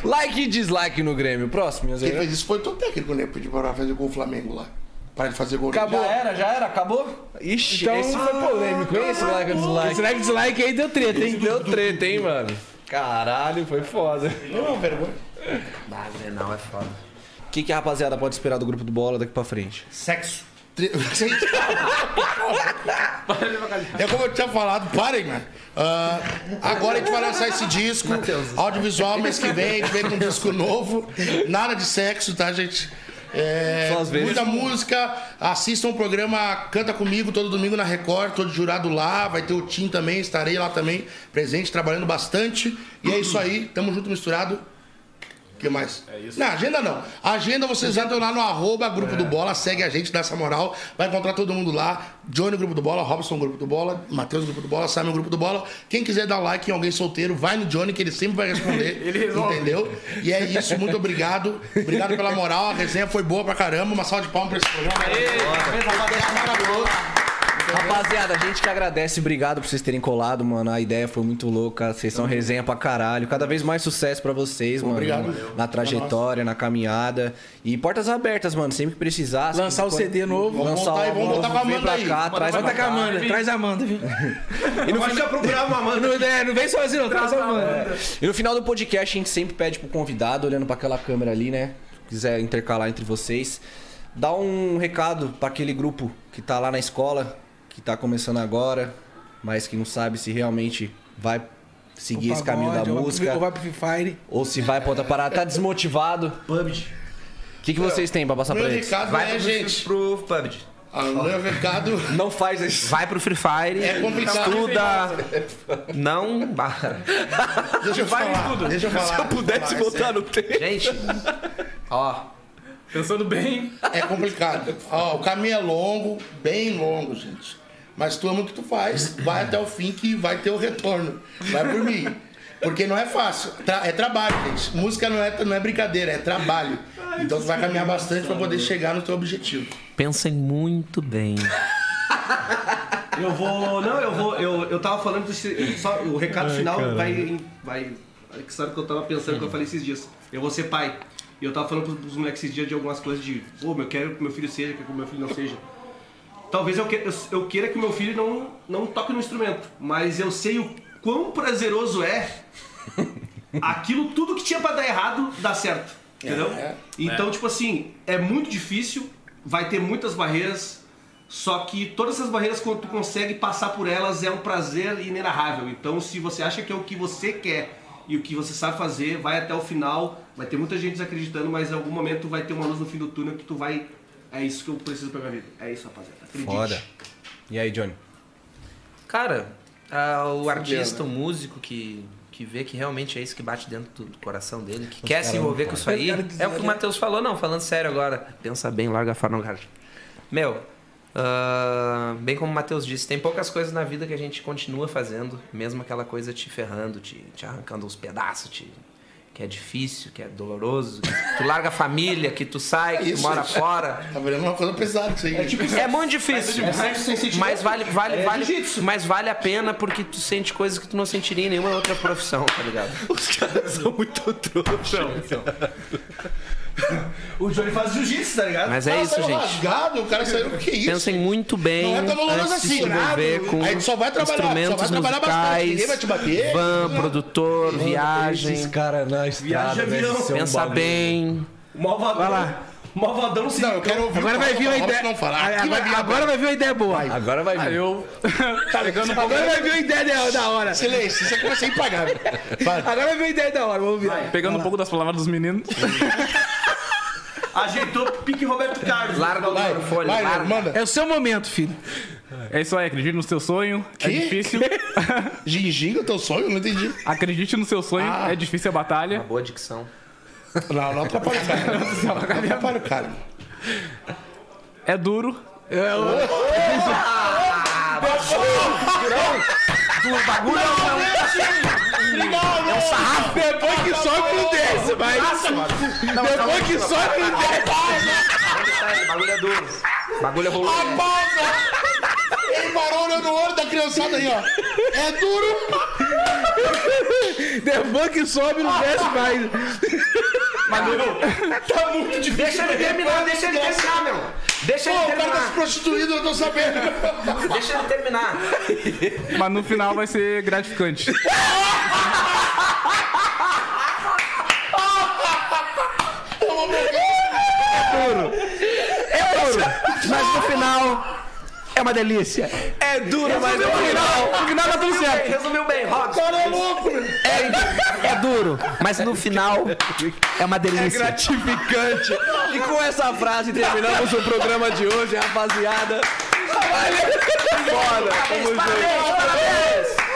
Speaker 1: Like e dislike no Grêmio. Próximo, meu
Speaker 3: Quem
Speaker 1: Zé.
Speaker 3: fez isso foi o teu técnico, né? Pediu pra fazer gol o Flamengo lá. Para de fazer gol.
Speaker 1: Acabou. Já era, já era, acabou? Ixi,
Speaker 2: Então-
Speaker 1: esse foi polêmico. hein? Esse like e dislike.
Speaker 2: Dislike, dislike aí deu treta, hein?
Speaker 1: Esse deu treta, hein, mano? Caralho, foi foda.
Speaker 3: Não, vergonha.
Speaker 5: Ah, Grenal é foda.
Speaker 1: O que, que a rapaziada pode esperar do grupo do Bola daqui pra frente?
Speaker 4: Sexo.
Speaker 3: Tre- É como eu tinha falado, parem, mano. Ah, agora a gente vai lançar esse disco, audiovisual mês que vem, a gente vem com um disco novo. Nada de sexo, tá, gente? É,
Speaker 1: Só às vezes.
Speaker 3: muita música, assistam o programa Canta Comigo todo domingo na Record, todo jurado lá, vai ter o Tim também, estarei lá também, presente, trabalhando bastante. E é isso aí, tamo junto misturado. O que mais? É isso. É. Não, agenda não. Agenda vocês entram lá no arroba Grupo do Bola, segue a gente, dá essa moral. Vai encontrar todo mundo lá. Johnny Grupo do Bola, Robson Grupo do Bola, Matheus Grupo do Bola, Simon Grupo do Bola. Quem quiser dar like em alguém solteiro, vai no Johnny que ele sempre vai responder. ele resolve. Entendeu? E é isso, muito obrigado. Obrigado pela moral, a resenha foi boa pra caramba. Uma salva de palmas pra esse programa.
Speaker 1: Rapaziada, a gente que agradece, obrigado por vocês terem colado, mano. A ideia foi muito louca, vocês são resenha pra caralho. Cada vez mais sucesso pra vocês, mano.
Speaker 3: Obrigado.
Speaker 1: Na trajetória, na caminhada. E portas abertas, mano, sempre que precisar. se
Speaker 2: Lançar o
Speaker 1: quiser-
Speaker 2: CD novo.
Speaker 3: Vamos
Speaker 1: Lançar
Speaker 3: botar aí,
Speaker 1: o
Speaker 3: vamos botar com a
Speaker 1: vem
Speaker 3: Amanda
Speaker 1: pra
Speaker 3: aí.
Speaker 1: cá, traz
Speaker 2: Vai
Speaker 1: pra
Speaker 2: tá com a
Speaker 1: cá.
Speaker 2: Amanda, traz a Amanda, viu?
Speaker 4: E não fica procurar uma Amanda.
Speaker 2: Não, é, não vem sozinho, não, traz a Amanda.
Speaker 1: E no final do podcast, a gente sempre pede pro convidado, olhando pra aquela câmera ali, né? Se quiser intercalar entre vocês, dá um recado pra aquele grupo que tá lá na escola, que tá começando agora, mas que não sabe se realmente vai seguir esse caminho da
Speaker 2: Pagode, ou vai pro-
Speaker 1: música
Speaker 2: Ou vai pro Free Fire.
Speaker 1: ou se vai pra outra parada. Tá desmotivado.
Speaker 5: PUBG.
Speaker 1: O que, que vocês têm pra passar
Speaker 3: Meu
Speaker 1: pra eles?
Speaker 3: recado
Speaker 5: Vai
Speaker 3: é,
Speaker 5: pro,
Speaker 3: gente.
Speaker 5: pro PUBG.
Speaker 3: Ah, Meu recado
Speaker 1: Não faz isso.
Speaker 5: Vai pro Free Fire.
Speaker 3: É complicado.
Speaker 5: Estuda. Não. para.
Speaker 3: Deixa eu falar. Deixa eu falar.
Speaker 1: pudesse voltar no tempo.
Speaker 5: Gente, ó.
Speaker 7: Pensando bem.
Speaker 3: É complicado. Ó, o caminho é longo, bem longo, gente. Mas tu ama o que tu faz, vai até o fim que vai ter o retorno. Vai por mim. Porque não é fácil. Tra- é trabalho, gente. Música não é, não é brincadeira, é trabalho. Então tu vai caminhar bastante pra poder chegar no teu objetivo.
Speaker 5: Pensem muito bem.
Speaker 4: Eu vou. Não, eu vou. Eu, eu tava falando desse, só o recado final vai. em- vai olha que sabe o que eu tava pensando que eu falei esses dias. Eu vou ser pai. E eu tava falando pros, pros moleques esses dias de algumas coisas de. Pô, eu quero que meu filho seja, quero que meu filho não seja. Talvez eu, que, eu, eu queira que meu filho não, não toque no instrumento. Mas eu sei o quão prazeroso é aquilo, tudo que tinha pra dar errado, dá certo. Entendeu?
Speaker 3: é.
Speaker 4: Então, tipo assim, é muito difícil, vai ter muitas barreiras, só que todas essas barreiras, quando tu consegue passar por elas, é um prazer inenarrável. Então, se você acha que é o que você quer e o que você sabe fazer, vai até o final, vai ter muita gente desacreditando, mas em algum momento vai ter uma luz no fim do túnel que tu vai. É isso que eu preciso pra minha vida. É isso, rapaziada. Acredite.
Speaker 1: Foda. E aí, Johnny?
Speaker 5: Cara, ah, o artista, o músico que, que vê que realmente é isso que bate dentro do coração dele, que quer se envolver com isso aí. É o que o Matheus falou, não, falando sério agora. Pensa bem, larga a farofa. Meu, ah, bem como o Matheus disse, tem poucas coisas na vida que a gente continua fazendo, mesmo aquela coisa te ferrando, te, te arrancando os pedaços, te- que é difícil, que é doloroso, que tu larga a família, que tu sai, que tu
Speaker 3: Isso.
Speaker 5: mora fora.
Speaker 3: Tá virando uma coisa pesada isso aí. É tipo
Speaker 5: É muito difícil.
Speaker 4: É sexo sem sentimento.
Speaker 5: Mas vale, vale,
Speaker 4: É
Speaker 5: vale,
Speaker 4: jiu-jitsu.
Speaker 5: mas vale a pena porque tu sente coisas que tu não sentiria em nenhuma outra profissão, tá ligado?
Speaker 7: É
Speaker 4: O Johnny faz jiu-jitsu, tá ligado?
Speaker 5: Mas é isso, gente.
Speaker 3: rasgado, o cara saiu. O que é isso?
Speaker 5: Pensem muito bem
Speaker 3: Não é tão doloroso
Speaker 5: antes de
Speaker 3: assim,
Speaker 5: se envolver
Speaker 3: nada.
Speaker 5: com
Speaker 3: Aí tu só vai trabalhar,
Speaker 5: instrumentos
Speaker 3: só vai trabalhar bastante,
Speaker 5: musicais,
Speaker 3: ninguém vai te bater.
Speaker 5: van, produtor,
Speaker 1: Esses
Speaker 5: viagem.
Speaker 1: caras na estrada,
Speaker 4: Viaja avião.
Speaker 1: velho. isso é um
Speaker 5: Pensar
Speaker 1: bagulho.
Speaker 5: bem.
Speaker 4: Malvadão. Vai lá. Malvadão se
Speaker 3: Não, eu quero ouvir.
Speaker 7: Agora
Speaker 3: o
Speaker 7: vai vir uma
Speaker 3: Robson
Speaker 7: ideia.
Speaker 3: Não falar. Aqui vai vir
Speaker 7: Agora, agora vai vir uma ideia boa.
Speaker 1: Agora vai vir.
Speaker 7: Eu. tá ligando Agora vai vir uma ideia da- da hora.
Speaker 3: Silêncio, isso aqui vai ser impagável. Vai.
Speaker 7: Agora vai vir uma ideia da hora, vamos ouvir. Pegando um pouco das palavras dos meninos.
Speaker 4: Ajeitou pique Roberto Carlos.
Speaker 5: Larga o
Speaker 3: Vai,
Speaker 5: microfone,
Speaker 3: vai,
Speaker 5: larga.
Speaker 3: manda.
Speaker 7: É o seu momento, filho. É isso aí, acredite no seu sonho. É
Speaker 3: Que?
Speaker 7: difícil.
Speaker 3: Gengiga, teu sonho? Não entendi.
Speaker 7: Acredite no seu sonho, é difícil a
Speaker 5: Uma
Speaker 7: batalha.
Speaker 5: boa dicção.
Speaker 3: Não, não atrapalha o cara. Não atrapalha o cara.
Speaker 7: É duro.
Speaker 8: O bagulho é um- é um sarrafo.
Speaker 2: Depois que sobe, não desce, mas. Depois que sobe, não desce.
Speaker 5: O bagulho é duro. O bagulho é rolo.
Speaker 3: Ele parou olhando no olho da criançada aí, ó. É duro.
Speaker 2: Depois que sobe, não desce mais.
Speaker 3: Tá muito difícil.
Speaker 5: Deixa ele terminar, deixa ele terminar, meu. Deixa
Speaker 3: Pô, o
Speaker 5: ele
Speaker 3: cara tá se
Speaker 5: terminar.
Speaker 3: prostituindo, eu tô sabendo.
Speaker 5: Deixa ele terminar.
Speaker 2: Mas no final vai ser gratificante.
Speaker 8: Mas no final. É uma delícia.
Speaker 5: É duro, mas é
Speaker 8: No final dá tudo certo.
Speaker 5: Resumiu bem, Robson.
Speaker 3: Cara, é louco, meu.
Speaker 8: É, é duro, mas no final é uma delícia.
Speaker 9: gratificante. E com essa frase terminamos o programa de hoje, rapaziada. Bora, tamo junto.